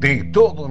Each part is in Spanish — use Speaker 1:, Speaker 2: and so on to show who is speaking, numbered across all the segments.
Speaker 1: de todos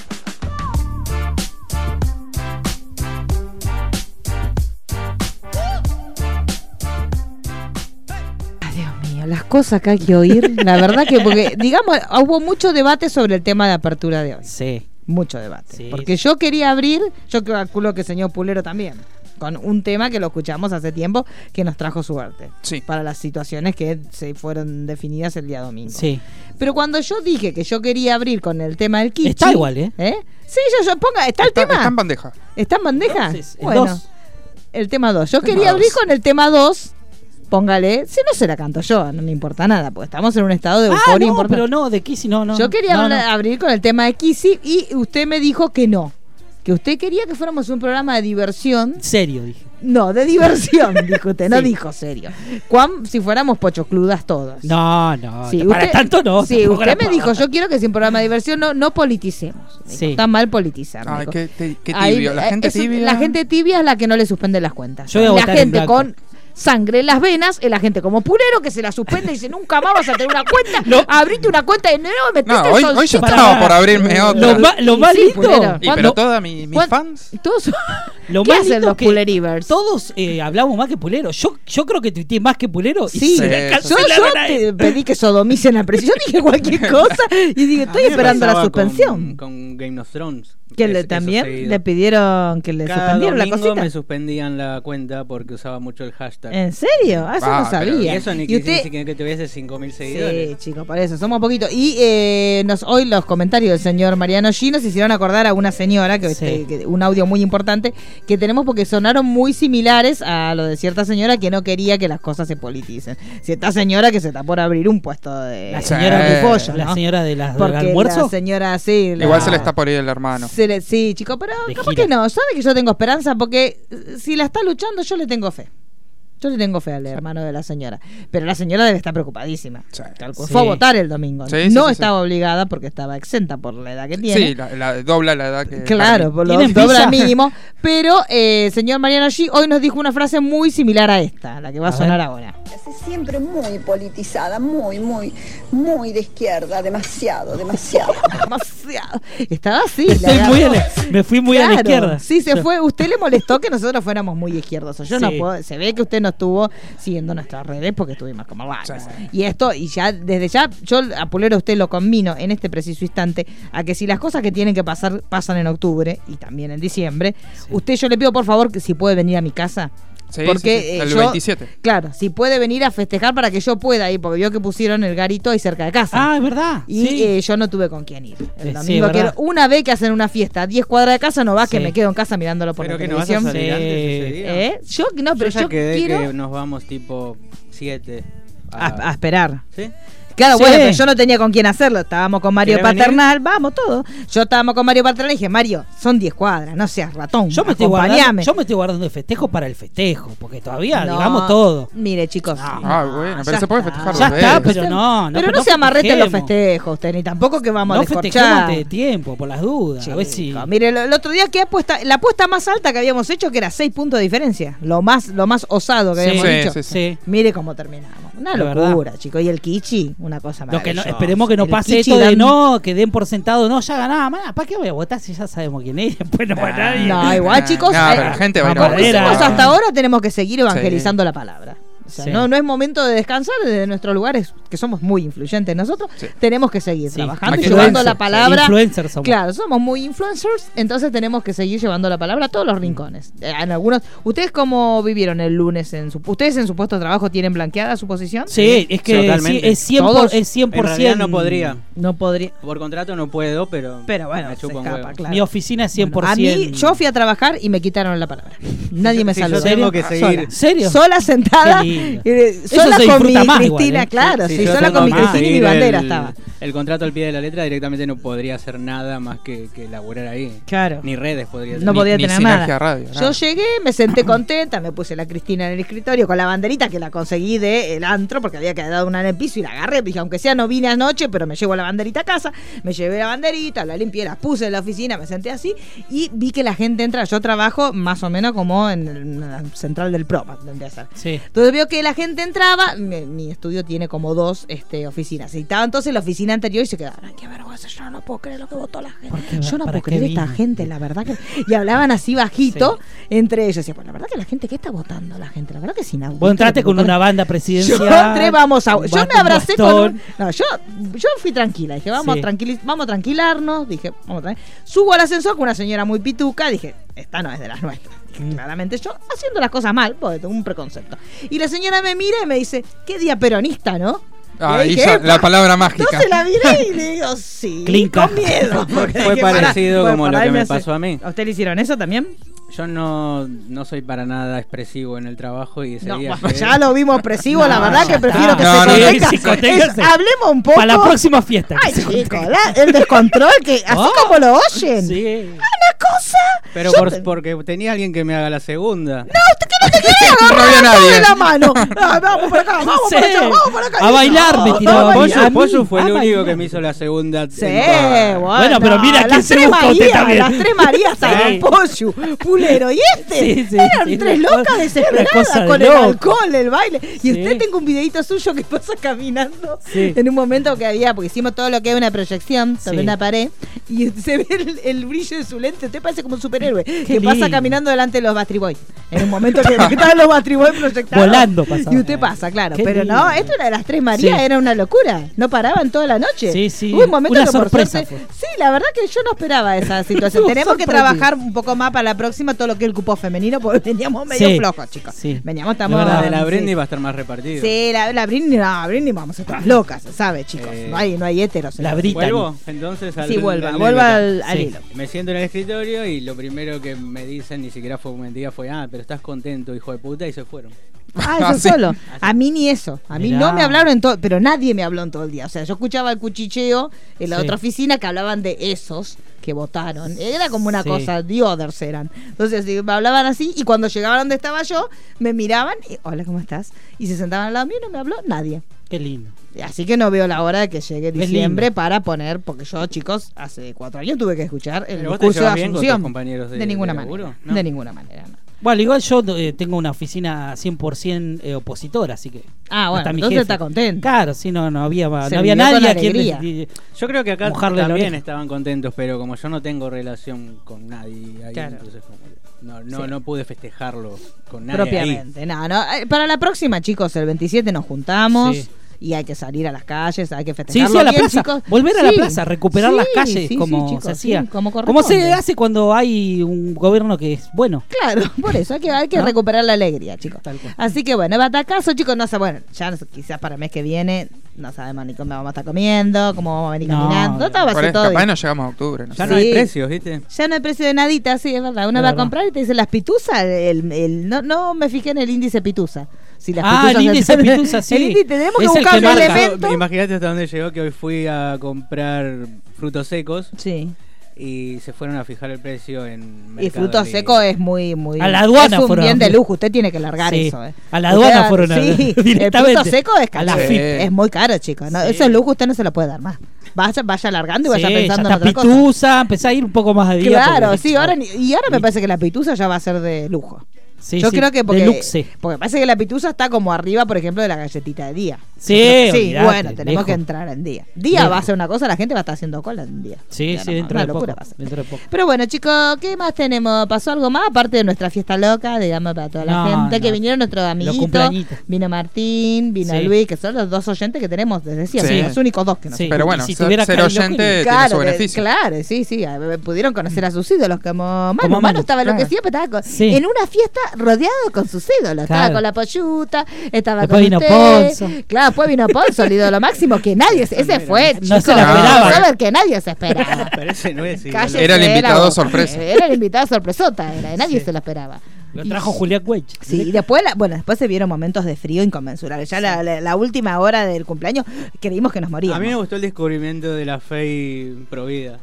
Speaker 2: Ay, Ah, Dios mío, las cosas que hay que oír, la verdad que, porque, digamos, hubo mucho debate sobre el tema de apertura de hoy.
Speaker 3: Sí.
Speaker 2: Mucho debate.
Speaker 3: Sí.
Speaker 2: Porque yo quería abrir, yo calculo que señor Pulero también, con un tema que lo escuchamos hace tiempo que nos trajo suerte.
Speaker 4: Sí.
Speaker 2: Para las situaciones que se fueron definidas el día domingo.
Speaker 3: Sí.
Speaker 2: Pero cuando yo dije que yo quería abrir con el tema del kichi.
Speaker 3: Está igual, ¿eh?
Speaker 2: Sí, yo, yo ponga, está, el tema.
Speaker 4: Está en bandeja.
Speaker 2: ¿Está en bandeja?
Speaker 3: Entonces, el
Speaker 2: bueno,
Speaker 3: dos.
Speaker 2: el tema 2. Yo
Speaker 4: Tema
Speaker 2: quería abrir
Speaker 4: dos.
Speaker 2: con el tema 2. Póngale, si no se la canto yo, no me importa nada, porque estamos en un estado de euforia
Speaker 3: Ah, no,
Speaker 2: importante.
Speaker 3: pero no, de Kissy no, no.
Speaker 2: yo quería
Speaker 3: no, no.
Speaker 2: hablar- abrir con el tema de Kissy y usted me dijo que no. Que usted quería que fuéramos un programa de diversión.
Speaker 3: Serio, dije.
Speaker 2: No, de diversión, dijo usted, no
Speaker 3: Sí.
Speaker 2: dijo serio. Cuán si fuéramos pochocludas todos.
Speaker 3: No, no.
Speaker 2: Sí,
Speaker 3: Ah, para
Speaker 2: usted-
Speaker 3: tanto no.
Speaker 2: Sí,
Speaker 3: tampoco
Speaker 2: usted
Speaker 3: la
Speaker 2: me dijo,
Speaker 3: pava.
Speaker 2: yo quiero que sea un programa de diversión, no, no politicemos. Dijo,
Speaker 3: Sí.
Speaker 2: Está mal politizar.
Speaker 4: Ay,
Speaker 2: dijo.
Speaker 4: qué, te- qué
Speaker 2: Ahí,
Speaker 4: tibio. La
Speaker 2: eh,
Speaker 4: gente
Speaker 2: eso-
Speaker 4: tibia.
Speaker 2: La gente tibia es la que no le suspende las cuentas.
Speaker 3: Yo voy
Speaker 2: la
Speaker 3: a votar en
Speaker 2: gente
Speaker 3: blanco.
Speaker 2: con sangre en las venas es la gente como Pulero que se la suspende y dice nunca más vas a tener una cuenta.
Speaker 3: No.
Speaker 2: Abrite una cuenta de nuevo, metete
Speaker 4: No,
Speaker 2: el
Speaker 4: hoy, hoy yo
Speaker 2: solcito.
Speaker 3: Para-
Speaker 4: estaba por abrirme
Speaker 3: Lo,
Speaker 4: otra.
Speaker 3: ma- lo
Speaker 2: Y
Speaker 3: más
Speaker 2: sí,
Speaker 3: lindo.
Speaker 2: pulero.
Speaker 4: y, pero
Speaker 2: cuando-
Speaker 4: todas mis, mis
Speaker 2: ¿Cuán-
Speaker 4: fans.
Speaker 2: Todos,
Speaker 3: Lo
Speaker 2: ¿Qué
Speaker 3: más
Speaker 2: hacen
Speaker 3: lindo
Speaker 2: los
Speaker 3: que
Speaker 2: Pulerivers?
Speaker 3: Todos eh, hablamos más que pulero. Yo, yo creo que tuiteé más que pulero. y
Speaker 2: Sí,
Speaker 3: se la
Speaker 4: sí,
Speaker 2: yo,
Speaker 3: cancelaron
Speaker 2: yo
Speaker 3: a
Speaker 2: te
Speaker 3: él.
Speaker 2: pedí que sodomicen a presión. Yo dije cualquier cosa y dije, estoy
Speaker 5: A mí me
Speaker 2: esperando la
Speaker 5: pasaba
Speaker 2: suspensión.
Speaker 5: Con, con Game of Thrones.
Speaker 2: que
Speaker 5: Es-
Speaker 2: le,
Speaker 5: eso
Speaker 2: también
Speaker 5: seguido.
Speaker 2: le pidieron que le
Speaker 5: Cada
Speaker 2: suspendieron la
Speaker 5: domingo
Speaker 2: cosita.
Speaker 5: me suspendían la cuenta porque usaba mucho el hashtag.
Speaker 2: ¿En serio? Ah, eso
Speaker 4: Ah,
Speaker 2: no
Speaker 4: pero-
Speaker 5: y
Speaker 2: sabía.
Speaker 5: eso ni
Speaker 2: Y
Speaker 5: que,
Speaker 2: usted-
Speaker 5: ni siquiera que tuviese 5.000
Speaker 2: Sí,
Speaker 5: seguidores.
Speaker 2: chicos, por eso, somos poquitos. Y eh, nos, hoy los comentarios del señor Mariano G nos hicieron acordar a una señora, que,
Speaker 3: Sí.
Speaker 2: este, que- un audio muy importante que tenemos porque sonaron muy similares a lo de cierta señora que no quería que las cosas se politicen. Cierta señora que se está por abrir un puesto de
Speaker 3: La señora,
Speaker 4: Sí.
Speaker 2: de pollo,
Speaker 3: la
Speaker 2: ¿no?
Speaker 3: señora de las, del
Speaker 2: Porque
Speaker 3: almuerzo.
Speaker 2: la señora, sí. la-
Speaker 4: Igual se le está por ir el hermano.
Speaker 2: se le- sí, chico, pero
Speaker 3: De
Speaker 2: capaz
Speaker 3: gira.
Speaker 2: que no. Sabe que yo tengo esperanza porque eh, si la está luchando, yo le tengo fe. Yo le tengo fe al hermano de la señora. Pero la señora debe estar preocupadísima.
Speaker 4: Sí.
Speaker 2: Tal cual.
Speaker 3: Sí.
Speaker 2: Fue a votar el domingo.
Speaker 4: Sí, sí,
Speaker 2: no
Speaker 4: sí,
Speaker 2: estaba obligada porque estaba exenta por la edad que tiene.
Speaker 4: Sí, la, la- dobla la edad que.
Speaker 2: Claro,
Speaker 4: Carmen.
Speaker 2: por lo
Speaker 3: ¿Tienen
Speaker 2: doble
Speaker 3: visa?
Speaker 2: al mínimo. Pero, eh, señor Mariano G, hoy nos dijo una frase muy similar a esta, la que va a,
Speaker 3: A
Speaker 2: sonar
Speaker 3: ver.
Speaker 2: ahora.
Speaker 6: Es siempre muy politizada, muy, muy, muy de izquierda, demasiado, demasiado.
Speaker 2: Demasiado. Estaba así. la
Speaker 3: Estoy
Speaker 2: agarró.
Speaker 3: muy a la- me fui muy a la
Speaker 2: Claro,
Speaker 3: izquierda.
Speaker 2: Sí, se
Speaker 3: Yo-
Speaker 2: fue. Usted le molestó que nosotros fuéramos muy izquierdosos. Yo no
Speaker 3: Sí.
Speaker 2: puedo. Se ve que usted no estuvo siguiendo nuestras redes porque estuvimos como vagos.
Speaker 4: Sí.
Speaker 2: Y esto, y ya desde ya, yo a Pulero a usted lo combino en este preciso instante a que si las cosas que tienen que pasar pasan en octubre y también en diciembre, usted yo le pido por favor que si puede venir a mi casa.
Speaker 4: Sí,
Speaker 2: porque
Speaker 4: sí, sí,
Speaker 2: eh,
Speaker 4: el
Speaker 2: yo-
Speaker 4: 27.
Speaker 2: Claro, si puede venir a festejar para que yo pueda ir, porque vio que pusieron el garito ahí cerca de casa.
Speaker 3: Ah, es verdad.
Speaker 2: Y
Speaker 3: sí.
Speaker 2: eh, yo no tuve con quién ir.
Speaker 3: Sí,
Speaker 2: El domingo,
Speaker 3: sí, es
Speaker 2: que
Speaker 3: verdad.
Speaker 2: una vez que hacen una fiesta a 10 cuadras de casa, no va que
Speaker 3: Sí.
Speaker 2: me quedo en casa mirándolo por
Speaker 5: Pero
Speaker 2: la
Speaker 5: que no vas a
Speaker 2: televisión.
Speaker 5: salir antes ese
Speaker 3: Sí.
Speaker 5: día.
Speaker 2: ¿Eh? Yo no, pero
Speaker 5: yo
Speaker 2: yo,
Speaker 5: ya quedé
Speaker 2: quiero Ah,
Speaker 5: que nos vamos tipo 7.
Speaker 2: a, a esperar.
Speaker 5: ¿Sí?
Speaker 2: Claro,
Speaker 3: Ah. Sí.
Speaker 2: bueno, pero yo no tenía con quién hacerlo. Estábamos con Mario
Speaker 5: ¿Querés venir?
Speaker 2: Paternal, vamos todos. Yo estábamos con Mario Paternal y dije, Mario, son 10 cuadras, no seas ratón.
Speaker 3: Yo me, estoy guardando,
Speaker 2: acompañame.
Speaker 3: yo me estoy guardando el festejo para el festejo, porque todavía,
Speaker 2: No,
Speaker 3: digamos todo.
Speaker 2: Mire, chicos.
Speaker 4: Ah, bueno,
Speaker 2: no,
Speaker 4: pero
Speaker 2: ya
Speaker 4: se puede
Speaker 2: está.
Speaker 4: festejar
Speaker 3: Ya
Speaker 4: los
Speaker 3: está,
Speaker 4: dedos.
Speaker 3: pero no, no,
Speaker 2: pero
Speaker 3: pero
Speaker 2: no,
Speaker 3: no
Speaker 2: se amarrete en los
Speaker 3: festejemos.
Speaker 2: festejos, usted, ni tampoco que vamos a
Speaker 3: No festejemos
Speaker 2: descorchar.
Speaker 3: antes de tiempo, por las dudas. a ver si.
Speaker 2: Chico, Mire, el, el otro día que apuesta, la apuesta más alta que habíamos hecho, que era 6 puntos de diferencia. Lo más, lo más osado que
Speaker 3: Sí.
Speaker 2: habíamos
Speaker 4: Sí,
Speaker 2: dicho.
Speaker 4: sí,
Speaker 3: Sí.
Speaker 2: Mire cómo terminamos. Una
Speaker 3: La
Speaker 2: locura, chicos. Y el Kichi, una cosa
Speaker 3: Lo que no-
Speaker 2: maravillosa.
Speaker 3: esperemos que no
Speaker 2: El
Speaker 3: pase
Speaker 2: Kichi
Speaker 3: esto de
Speaker 2: dando-
Speaker 3: no, que den por sentado, no, ya ganaba. ¿Para qué voy a votar si ya sabemos quién es? Después no va a nadie.
Speaker 2: No, igual, chicos.
Speaker 4: No,
Speaker 2: eh,
Speaker 4: pero la gente va a ir a
Speaker 2: como
Speaker 3: votar.
Speaker 2: hicimos
Speaker 3: Era-
Speaker 2: hasta ahora, tenemos que seguir evangelizando la palabra. O sea,
Speaker 3: Sí.
Speaker 2: no, no es momento de descansar desde nuestros lugares, que somos muy influyentes nosotros. Tenemos que seguir
Speaker 3: Sí.
Speaker 2: trabajando y
Speaker 4: Influencers,
Speaker 2: llevando la
Speaker 3: sí,
Speaker 2: palabra.
Speaker 3: influencers somos.
Speaker 2: Claro, somos muy influencers, entonces tenemos que seguir llevando la palabra a todos los rincones. Eh, En algunos. ¿Ustedes cómo vivieron el lunes? En su, ¿Ustedes en su puesto de trabajo tienen blanqueada su posición?
Speaker 3: Sí, es que
Speaker 5: Sí, totalmente.
Speaker 3: sí, es 100%.
Speaker 2: Todos.
Speaker 3: es 100%.
Speaker 5: En realidad no podría.
Speaker 2: No podría.
Speaker 5: Por contrato no puedo, pero.
Speaker 2: Pero bueno,
Speaker 5: me
Speaker 2: se
Speaker 5: chupa un
Speaker 2: escapa,
Speaker 5: huevo.
Speaker 2: claro.
Speaker 3: Mi oficina es 100%.
Speaker 2: A mí, yo fui a trabajar y me quitaron la palabra. Nadie
Speaker 5: yo-
Speaker 2: me
Speaker 5: si yo
Speaker 2: saludó.
Speaker 5: tengo que seguir-
Speaker 3: ¿En serio?
Speaker 2: Sola sentada,
Speaker 3: Qué lindo.
Speaker 2: eh,
Speaker 3: Eso
Speaker 2: sola
Speaker 3: se
Speaker 2: con mi
Speaker 3: disfruta más
Speaker 2: Cristina,
Speaker 3: igual, ¿eh?
Speaker 2: claro,
Speaker 5: Sí,
Speaker 2: sí,
Speaker 5: sí, yo
Speaker 2: sola
Speaker 5: tengo
Speaker 2: con mi
Speaker 5: más
Speaker 2: Cristina y mi
Speaker 5: seguir
Speaker 2: bandera
Speaker 5: el-
Speaker 2: estaba.
Speaker 5: el contrato al pie de la letra directamente no podría hacer nada más que, que laburar ahí.
Speaker 2: Claro.
Speaker 5: Ni redes podría
Speaker 2: No
Speaker 5: tener.
Speaker 2: podía
Speaker 4: ni
Speaker 2: tener
Speaker 4: sinergia
Speaker 2: nada.
Speaker 4: radio,
Speaker 2: Yo
Speaker 4: nada.
Speaker 2: llegué, me senté contenta, me puse la Cristina en el escritorio con la banderita que la conseguí del antro porque había quedado una en el piso y la agarré. Dije, aunque sea no vine anoche, pero me llevo la banderita a casa. Me llevé la banderita, la limpié, la puse en la oficina, me senté así y vi que la gente entra. Yo trabajo más o menos como en el- en la central del PROPA, tendría que ser.
Speaker 3: Sí.
Speaker 2: Entonces veo que la gente entraba, mi, mi estudio tiene como dos este, oficinas. Y estaba entonces la oficina anterior y se quedaban, ay, qué vergüenza, yo no puedo creer lo que votó la
Speaker 3: ¿Por
Speaker 2: gente.
Speaker 3: qué?
Speaker 2: Yo no
Speaker 3: ¿Para
Speaker 2: puedo creer
Speaker 3: qué
Speaker 2: esta
Speaker 3: vino?
Speaker 2: gente, la verdad que. Y hablaban así bajito entre ellos. Decía, pues la verdad que la gente, ¿qué está votando la gente? La verdad que sin
Speaker 3: Vos entraste con una banda presidencial.
Speaker 2: yo entré, vamos a.
Speaker 3: un
Speaker 2: Yo me
Speaker 3: bate, un
Speaker 2: abracé con.
Speaker 3: bastón.
Speaker 2: un- no, yo, yo fui tranquila. Dije, vamos,
Speaker 3: Sí.
Speaker 2: a tranquili- vamos a tranquilarnos. Dije, vamos a tra- Subo al ascensor con una señora muy pituca. Dije, esta no es de las nuestras. Dije,
Speaker 3: Mm.
Speaker 2: Claramente yo haciendo las cosas mal, porque tengo un preconcepto. Y la señora me mira y me dice, qué día peronista, ¿no?
Speaker 4: Ah,
Speaker 2: Y
Speaker 4: ahí
Speaker 2: dije,
Speaker 4: ya-
Speaker 2: "Epa".
Speaker 4: la palabra mágica.
Speaker 2: Entonces la miré y le digo, sí,
Speaker 3: Clinca.
Speaker 2: con miedo. porque
Speaker 5: Fue
Speaker 2: dije, pará,
Speaker 5: parecido
Speaker 2: bueno,
Speaker 5: como lo
Speaker 2: por ahí
Speaker 5: que me
Speaker 2: hace-
Speaker 5: pasó a mí.
Speaker 2: ¿A usted le hicieron eso también?
Speaker 5: Yo no, no soy para nada expresivo en el trabajo y ese
Speaker 2: No,
Speaker 5: día.
Speaker 2: bueno,
Speaker 5: llegué-
Speaker 2: ya lo vimos expresivo,
Speaker 3: No,
Speaker 2: la verdad
Speaker 3: ya
Speaker 2: que prefiero
Speaker 3: está.
Speaker 2: que
Speaker 4: No, no,
Speaker 2: se
Speaker 3: sí,
Speaker 2: contenga. Es-
Speaker 3: conténgase.
Speaker 2: hablemos un poco.
Speaker 3: Para la próxima fiesta. que
Speaker 2: Ay,
Speaker 3: se
Speaker 2: chico,
Speaker 3: junte.
Speaker 2: la- el descontrol que así
Speaker 3: Oh,
Speaker 2: como lo oyen.
Speaker 3: Sí.
Speaker 2: Una cosa.
Speaker 5: Pero
Speaker 2: yo
Speaker 5: por-
Speaker 2: te-
Speaker 5: porque tenía alguien que me haga la
Speaker 4: no
Speaker 5: segunda.
Speaker 4: había
Speaker 2: Agarrá de
Speaker 4: nadie.
Speaker 2: la mano. Ah, vamos por acá, vamos por allá, vamos por acá.
Speaker 3: A bailar, me tiraba.
Speaker 2: vamos a
Speaker 3: Pollo,
Speaker 2: bailar.
Speaker 3: mí,
Speaker 5: Pozo fue
Speaker 3: a
Speaker 5: el
Speaker 3: mí.
Speaker 5: único que me hizo la segunda.
Speaker 2: Sí,
Speaker 5: temporada.
Speaker 2: bueno,
Speaker 3: Bueno, pero mira
Speaker 2: las
Speaker 3: quién se
Speaker 2: tres
Speaker 3: busca usted
Speaker 2: Marías,
Speaker 3: también.
Speaker 2: Las tres Marías,
Speaker 3: Sí.
Speaker 2: Pollo, Pulero y este.
Speaker 3: Sí, sí,
Speaker 2: Eran
Speaker 3: sí,
Speaker 2: tres
Speaker 3: una
Speaker 2: locas
Speaker 3: cosa-
Speaker 2: desesperadas
Speaker 3: una cosa de
Speaker 2: con el
Speaker 3: loco.
Speaker 2: alcohol, el baile. Y
Speaker 3: Sí.
Speaker 2: usted tengo un videito suyo que pasa caminando
Speaker 3: Sí.
Speaker 2: en un momento que había, porque hicimos todo lo que es una proyección sobre
Speaker 3: Sí.
Speaker 2: una pared y se ve el, el brillo de su lente. Usted parece como un superhéroe que pasa
Speaker 3: lindo.
Speaker 2: caminando delante de los Bastry Boys. En un momento que estaban los Bastry Boys proyectados.
Speaker 3: Volando pasaba.
Speaker 2: Y usted pasa, claro.
Speaker 3: Qué
Speaker 2: pero no,
Speaker 3: lindo.
Speaker 2: esto era de las tres Marías,
Speaker 3: Sí.
Speaker 2: era una locura. No paraban toda la noche noche.
Speaker 3: Sí, sí.
Speaker 2: Hubo un momento
Speaker 3: Una
Speaker 2: que por
Speaker 3: sorpresa
Speaker 2: suerte-
Speaker 3: fue.
Speaker 2: Sí, la verdad que yo no esperaba esa situación.
Speaker 3: Estuvo
Speaker 2: Tenemos que
Speaker 3: sorprendido.
Speaker 2: trabajar un poco más para la próxima todo lo que es el cupo femenino, porque veníamos medio
Speaker 3: Sí,
Speaker 2: flojos, chicos.
Speaker 3: sí.
Speaker 2: Veníamos estamos.
Speaker 5: La de la
Speaker 2: sí.
Speaker 5: Britney va a estar más repartida.
Speaker 2: Sí, la, la Britney, no, Britney vamos a estar locas, ¿sabe, chicos?
Speaker 5: Eh.
Speaker 2: No hay, no hay héteros. en
Speaker 3: La
Speaker 2: la-
Speaker 3: Brita.
Speaker 5: ¿Vuelvo? Entonces al
Speaker 2: Sí, vuelva,
Speaker 5: al-
Speaker 2: vuelva al, al
Speaker 3: Sí.
Speaker 2: hilo.
Speaker 5: Me siento en el escritorio y lo primero que me dicen, ni siquiera fue un mentira, fue, ah, pero estás contento, hijo de puta, y se fueron.
Speaker 2: Ah,
Speaker 4: Ah,
Speaker 2: eso
Speaker 4: sí.
Speaker 2: solo. A mí ni eso. A mí
Speaker 3: Mirá.
Speaker 2: no me hablaron en todo, pero nadie me habló en todo el día. O sea, yo escuchaba el cuchicheo en la
Speaker 3: Sí.
Speaker 2: otra oficina que hablaban de esos que votaron. Era como una
Speaker 3: Sí.
Speaker 2: cosa, the others eran. Entonces sí, me hablaban así y cuando llegaban donde estaba yo, me miraban y, hola, ¿cómo estás? Y se sentaban al lado mío y no me habló nadie.
Speaker 3: Qué lindo.
Speaker 2: Así que no veo la hora de que llegue
Speaker 3: lindo.
Speaker 2: diciembre para poner, porque yo, chicos, hace cuatro años tuve que escuchar el
Speaker 5: Pero vos te
Speaker 2: discurso de
Speaker 5: llevas bien con tus
Speaker 2: Asunción.
Speaker 5: compañeros de-
Speaker 2: ninguna
Speaker 5: de laburo,
Speaker 2: manera.
Speaker 5: ¿no?
Speaker 2: De ninguna manera, no.
Speaker 3: Bueno, igual yo eh, tengo una oficina 100% eh, opositora, así que.
Speaker 2: Ah, bueno,
Speaker 3: hasta mi
Speaker 2: entonces
Speaker 3: jefe.
Speaker 2: está contento.
Speaker 3: Claro, sí, no, no había,
Speaker 2: Se
Speaker 3: no había
Speaker 2: vivió con
Speaker 3: nadie a quien.
Speaker 2: alegría.
Speaker 3: les-
Speaker 5: Yo creo que acá
Speaker 3: Mojarle la
Speaker 5: también
Speaker 3: oreja.
Speaker 5: estaban contentos, pero como yo no tengo relación con nadie ahí,
Speaker 2: Claro.
Speaker 5: entonces como que no, no,
Speaker 2: Sí.
Speaker 5: no pude festejarlo con nadie. ahí.
Speaker 2: Propiamente, no, no. eh, Para la próxima, chicos, el 27 nos juntamos.
Speaker 3: Sí.
Speaker 2: Y hay que salir a las calles, hay que festejar.
Speaker 3: Sí, sí, a la plaza. Volver a la plaza, recuperar las calles como se hacía.
Speaker 2: como
Speaker 3: como se
Speaker 2: corresponde.
Speaker 3: hace cuando hay un gobierno que es bueno.
Speaker 2: Claro, por eso hay que, hay que
Speaker 3: ¿No?
Speaker 2: recuperar la alegría, chicos.
Speaker 3: Tal cual.
Speaker 2: Así que bueno, batacazo, chicos, no sé, bueno, ya no sé, quizás para el mes que viene no sabemos ni cómo vamos a estar comiendo, cómo vamos a venir
Speaker 3: No,
Speaker 2: caminando,
Speaker 3: no.
Speaker 2: todo va a
Speaker 4: Por
Speaker 2: ser
Speaker 4: eso,
Speaker 2: todo.
Speaker 4: capaz
Speaker 2: bien.
Speaker 4: no llegamos a octubre. No
Speaker 5: Ya
Speaker 4: sé.
Speaker 5: no
Speaker 2: Sí.
Speaker 5: hay precios, ¿viste?
Speaker 2: Ya no hay precio de nadita, sí, es verdad. Uno
Speaker 3: Es
Speaker 2: va
Speaker 3: verdad.
Speaker 2: a comprar y te dice las pituzas, el, el- no, no me fijé en el índice pituza. Si las
Speaker 3: Ah, el
Speaker 2: pituzas-
Speaker 3: índice pituza, sí.
Speaker 2: El índice, tenemos que
Speaker 3: Es el
Speaker 2: buscar
Speaker 3: que
Speaker 2: un
Speaker 3: marca.
Speaker 2: elemento.
Speaker 5: Imagínate hasta dónde llegó que hoy fui a comprar frutos secos
Speaker 2: Sí.
Speaker 5: y se fueron a fijar el precio en
Speaker 2: Y
Speaker 5: Mercado
Speaker 2: fruto
Speaker 5: Libre.
Speaker 2: seco es muy, muy.
Speaker 3: A la aduana
Speaker 2: es un
Speaker 3: fueron a-
Speaker 2: bien de lujo. Usted tiene que largar
Speaker 3: Sí,
Speaker 2: eso. eh.
Speaker 3: a la aduana
Speaker 2: Usted-
Speaker 3: fueron a-
Speaker 2: Sí, el fruto
Speaker 3: directamente.
Speaker 2: seco es
Speaker 3: A la
Speaker 2: caro.
Speaker 4: FIP.
Speaker 2: Es muy caro, chicos. No,
Speaker 3: Sí.
Speaker 2: Eso es lujo, usted no se lo puede dar más. Vaya, vaya largando y
Speaker 3: Sí,
Speaker 2: vaya pensando
Speaker 3: ya
Speaker 2: en
Speaker 3: está
Speaker 2: otra cosa.
Speaker 3: pitusa, empezá a ir un poco más de día.
Speaker 2: Claro,
Speaker 3: porque-
Speaker 2: sí, ahora, ni- y ahora me parece que la pituza ya va a ser de lujo.
Speaker 3: Sí,
Speaker 2: Yo
Speaker 3: sí,
Speaker 2: creo que porque,
Speaker 3: deluxe.
Speaker 2: porque parece que la pituza está como arriba, por ejemplo, de la galletita de día.
Speaker 3: Sí,
Speaker 2: Yo creo que- sí
Speaker 3: olvidate,
Speaker 2: bueno, tenemos
Speaker 3: lejos.
Speaker 2: que entrar en día. Día
Speaker 3: Lejos.
Speaker 2: va a ser una cosa, la gente va a estar haciendo cola en día.
Speaker 3: Sí,
Speaker 2: Ya
Speaker 3: sí,
Speaker 2: no,
Speaker 3: dentro
Speaker 2: una
Speaker 3: de poco.
Speaker 2: locura va a ser.
Speaker 3: Dentro de poco.
Speaker 2: Pero bueno, chicos, ¿qué más tenemos? ¿Pasó algo más? Aparte de nuestra fiesta loca, digamos, para toda la
Speaker 3: No,
Speaker 2: gente,
Speaker 3: no.
Speaker 2: que vinieron nuestros amiguitos.
Speaker 3: cumpleañitos.
Speaker 2: Vino Martín, vino
Speaker 3: Sí.
Speaker 2: Luis, que son los dos oyentes que tenemos desde siempre,
Speaker 4: Sí.
Speaker 2: los únicos dos que nos
Speaker 3: Sí.
Speaker 4: Pero bueno,
Speaker 3: Y si
Speaker 4: ser,
Speaker 3: tuviera
Speaker 4: ser
Speaker 3: Kylo
Speaker 4: oyente
Speaker 3: Jenner.
Speaker 4: tiene su
Speaker 2: de-
Speaker 4: beneficio.
Speaker 2: claro, sí, sí. a- eh, Pudieron conocer a sus ídolos como Manu.
Speaker 3: Como Manu,
Speaker 2: Manu estaba
Speaker 4: claro.
Speaker 2: enloquecido, pero estaba con-
Speaker 3: Sí.
Speaker 2: en una fiesta rodeado con sus ídolos. Estaba
Speaker 3: Claro.
Speaker 2: con la polluta, estaba
Speaker 3: Después
Speaker 2: con
Speaker 3: vino
Speaker 2: usted.
Speaker 3: Ponzo.
Speaker 2: Claro, después vino Ponzo, el ídolo máximo, que nadie, se- ese fue,
Speaker 3: No se
Speaker 2: chicos,
Speaker 3: lo
Speaker 4: esperaba.
Speaker 2: vamos a ver que nadie se esperaba.
Speaker 5: Ah, Pero ese no es. ídolo.
Speaker 2: Cállese
Speaker 4: Era el
Speaker 2: de la
Speaker 4: invitado
Speaker 2: boca.
Speaker 4: sorpresa.
Speaker 2: Era el invitado sorpresota, era, nadie se lo esperaba.
Speaker 3: Lo trajo Julián Cuech.
Speaker 2: Sí, y después, la- bueno, después se vieron momentos de frío inconmensurables. Ya la, la- la última hora del cumpleaños creímos que nos moríamos.
Speaker 5: A mí me gustó el descubrimiento de la fe provida.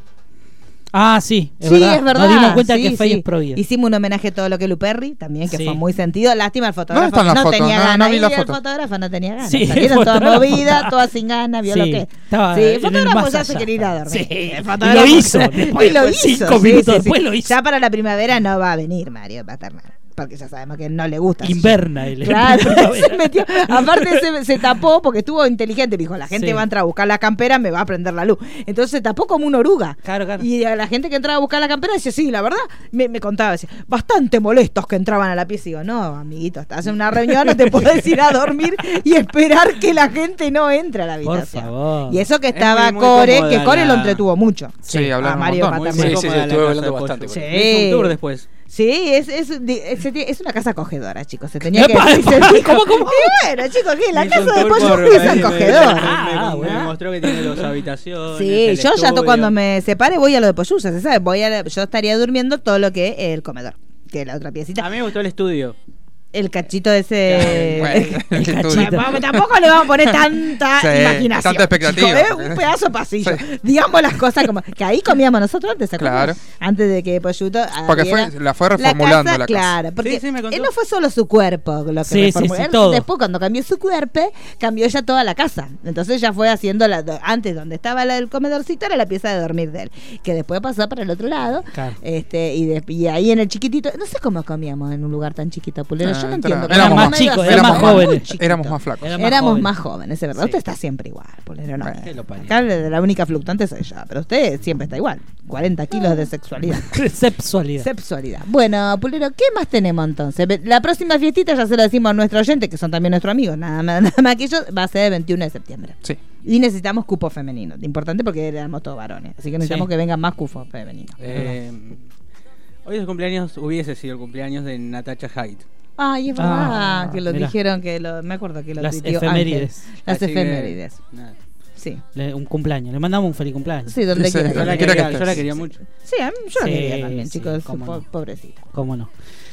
Speaker 3: Ah, sí. Es
Speaker 2: sí,
Speaker 3: verdad.
Speaker 2: es verdad.
Speaker 3: Nos dimos cuenta
Speaker 2: sí,
Speaker 3: que Fey
Speaker 2: sí.
Speaker 3: es prohibida.
Speaker 2: Hicimos un homenaje a todo lo que Luperri, también, que
Speaker 3: Sí.
Speaker 2: fue muy sentido. Lástima, el fotógrafo
Speaker 4: están las
Speaker 2: no
Speaker 4: fotos?
Speaker 2: tenía
Speaker 4: No,
Speaker 2: ganas.
Speaker 4: no vi
Speaker 2: Y
Speaker 4: la
Speaker 2: el
Speaker 4: foto.
Speaker 2: fotógrafo no tenía ganas.
Speaker 3: Sí, el
Speaker 2: Salieron todas
Speaker 3: fotógrafo.
Speaker 2: movidas, todas sin ganas, vio
Speaker 3: Sí,
Speaker 2: lo que.
Speaker 3: estaba
Speaker 2: sí,
Speaker 3: en
Speaker 2: el
Speaker 3: el
Speaker 2: fotógrafo
Speaker 3: más
Speaker 2: ya se
Speaker 3: allá.
Speaker 2: quería ir a dormir.
Speaker 3: Sí, y
Speaker 2: El
Speaker 3: lo
Speaker 2: fotógrafo-
Speaker 3: hizo, después,
Speaker 2: y lo
Speaker 3: después,
Speaker 2: hizo.
Speaker 3: cinco
Speaker 2: sí,
Speaker 3: minutos
Speaker 2: sí,
Speaker 3: después
Speaker 2: sí.
Speaker 3: lo hizo.
Speaker 2: Ya para la primavera no va a venir Mario Paternal. Porque ya sabemos que no le gusta.
Speaker 3: Inverna él.
Speaker 2: Claro, se metió. Aparte se, se tapó porque estuvo inteligente. Dijo, la gente
Speaker 3: Sí.
Speaker 2: va a entrar a buscar la campera, me va a prender la luz. Entonces se tapó como una oruga.
Speaker 3: Claro, claro.
Speaker 2: Y a la gente que entraba a buscar la campera decía, sí, la verdad, me, me contaba, decía, bastante molestos que entraban a la pieza. Y digo, no, amiguito, estás en una reunión, no te puedes ir a dormir y esperar que la gente no entre a la
Speaker 3: Por
Speaker 2: habitación.
Speaker 3: favor.
Speaker 2: Y eso que
Speaker 5: Es
Speaker 2: estaba
Speaker 5: muy
Speaker 2: Core,
Speaker 5: cómoda
Speaker 2: que Core
Speaker 5: la-
Speaker 2: lo entretuvo mucho.
Speaker 4: Sí,
Speaker 3: Sí,
Speaker 4: hablaron
Speaker 2: a Mario
Speaker 4: un montón.
Speaker 2: Paternal.
Speaker 5: muy
Speaker 7: Sí, sí,
Speaker 5: cómoda
Speaker 7: estuve
Speaker 5: la
Speaker 7: hablando
Speaker 5: casa de
Speaker 7: bastante
Speaker 5: Pollo.
Speaker 7: con
Speaker 2: él.
Speaker 5: Le hizo un tour
Speaker 2: Sí.
Speaker 5: después.
Speaker 2: Sí, es, es, di- es- se tiene- es una casa acogedora, chicos. Se tenía que
Speaker 3: Epa,
Speaker 2: decir,
Speaker 3: epa,
Speaker 2: se-
Speaker 3: ¿cómo, cómo?
Speaker 2: Y bueno, chicos, que la
Speaker 5: Me hizo un
Speaker 2: casa de
Speaker 5: tour por-
Speaker 2: pollo es
Speaker 5: me- me-
Speaker 2: acogedora.
Speaker 5: me- me-
Speaker 3: Ah,
Speaker 5: me
Speaker 3: bueno.
Speaker 5: mostró que tiene dos habitaciones.
Speaker 2: Sí,
Speaker 5: el
Speaker 2: yo ya to-
Speaker 5: estudio.
Speaker 2: cuando me separe voy a lo de Poyusa, se sabe, voy a la- yo estaría durmiendo todo lo que es el comedor, que es la otra
Speaker 5: A
Speaker 2: piecita.
Speaker 5: mí me gustó el estudio.
Speaker 3: Ah,
Speaker 2: El cachito de ese...
Speaker 4: Bueno, el
Speaker 3: cachito.
Speaker 4: estudio.
Speaker 2: Tampoco- Tampoco le vamos a poner tanta
Speaker 4: Sí,
Speaker 2: imaginación.
Speaker 4: tanta expectativa.
Speaker 2: Chicos, es un pedazo de pasillo.
Speaker 4: Sí.
Speaker 2: Digamos las cosas como. Que ahí comíamos nosotros antes, ¿se acuerdan?
Speaker 4: Claro.
Speaker 2: Antes de que ah, Poyuto.
Speaker 4: Porque fue-
Speaker 2: abriera
Speaker 4: la fue reformulando la casa.
Speaker 2: Claro, porque
Speaker 5: sí, me contó.
Speaker 2: él no fue solo su cuerpo lo que
Speaker 3: Sí, sí,
Speaker 2: reformuló.
Speaker 3: sí,
Speaker 2: Él
Speaker 3: todo.
Speaker 2: Después, cuando cambió su cuerpo, cambió ya toda la casa. Entonces ya fue haciendo. La, do- antes, donde estaba la- el comedorcito, era la pieza de dormir de él. Que después pasó para el otro lado.
Speaker 3: Claro.
Speaker 2: este Y, de- y ahí en el chiquitito. No sé cómo comíamos en un lugar tan chiquito, Pulero.
Speaker 4: Ah,
Speaker 2: Yo no
Speaker 4: entra-
Speaker 2: entiendo.
Speaker 4: éramos
Speaker 2: Éramos
Speaker 4: más
Speaker 3: chicos,
Speaker 4: éramos más
Speaker 3: jóvenes.
Speaker 4: Éramos más flacos.
Speaker 2: Éramos
Speaker 3: jóvenes.
Speaker 2: más jóvenes, es verdad.
Speaker 3: Sí.
Speaker 2: Usted está siempre igual, Pulero. No,
Speaker 4: Bueno,
Speaker 3: que lo parió.
Speaker 2: acá la la única fluctuante es ella, pero usted siempre está igual. 40 kilos de sexualidad.
Speaker 3: Sexualidad.
Speaker 2: Sexualidad. Bueno, Pulero, ¿qué más tenemos entonces? Ve- La próxima fiestita ya se la decimos a nuestros oyentes, que son también nuestros amigos, nada más, nada más que ellos, va a ser el 21 de septiembre.
Speaker 4: Sí.
Speaker 2: Y necesitamos cupo femenino, importante porque éramos todos varones, así que necesitamos
Speaker 3: Sí.
Speaker 2: que vengan más cupos femeninos.
Speaker 5: Eh, hoy es el cumpleaños, hubiese sido el cumpleaños de Natasha Hyde.
Speaker 2: Ay, es verdad
Speaker 3: Ah,
Speaker 2: que lo
Speaker 3: mirá.
Speaker 2: dijeron, que lo, me acuerdo que lo
Speaker 3: Las
Speaker 2: tuiteó
Speaker 3: efemérides.
Speaker 2: Ángel. Las
Speaker 5: Así que,
Speaker 2: efemérides,
Speaker 5: nada.
Speaker 2: sí.
Speaker 3: Le- un cumpleaños. Le mandamos un feliz cumpleaños.
Speaker 2: Sí, donde
Speaker 4: Sí, sí,
Speaker 2: quiera.
Speaker 5: Yo
Speaker 4: Quiera
Speaker 5: la
Speaker 4: que
Speaker 5: quería, yo la
Speaker 4: estés.
Speaker 5: quería mucho.
Speaker 2: Sí, a mí- yo la
Speaker 3: Sí,
Speaker 2: quería también,
Speaker 3: sí,
Speaker 2: chicos.
Speaker 3: cómo
Speaker 2: po-
Speaker 3: no.
Speaker 2: Pobrecita.
Speaker 3: ¿Cómo no?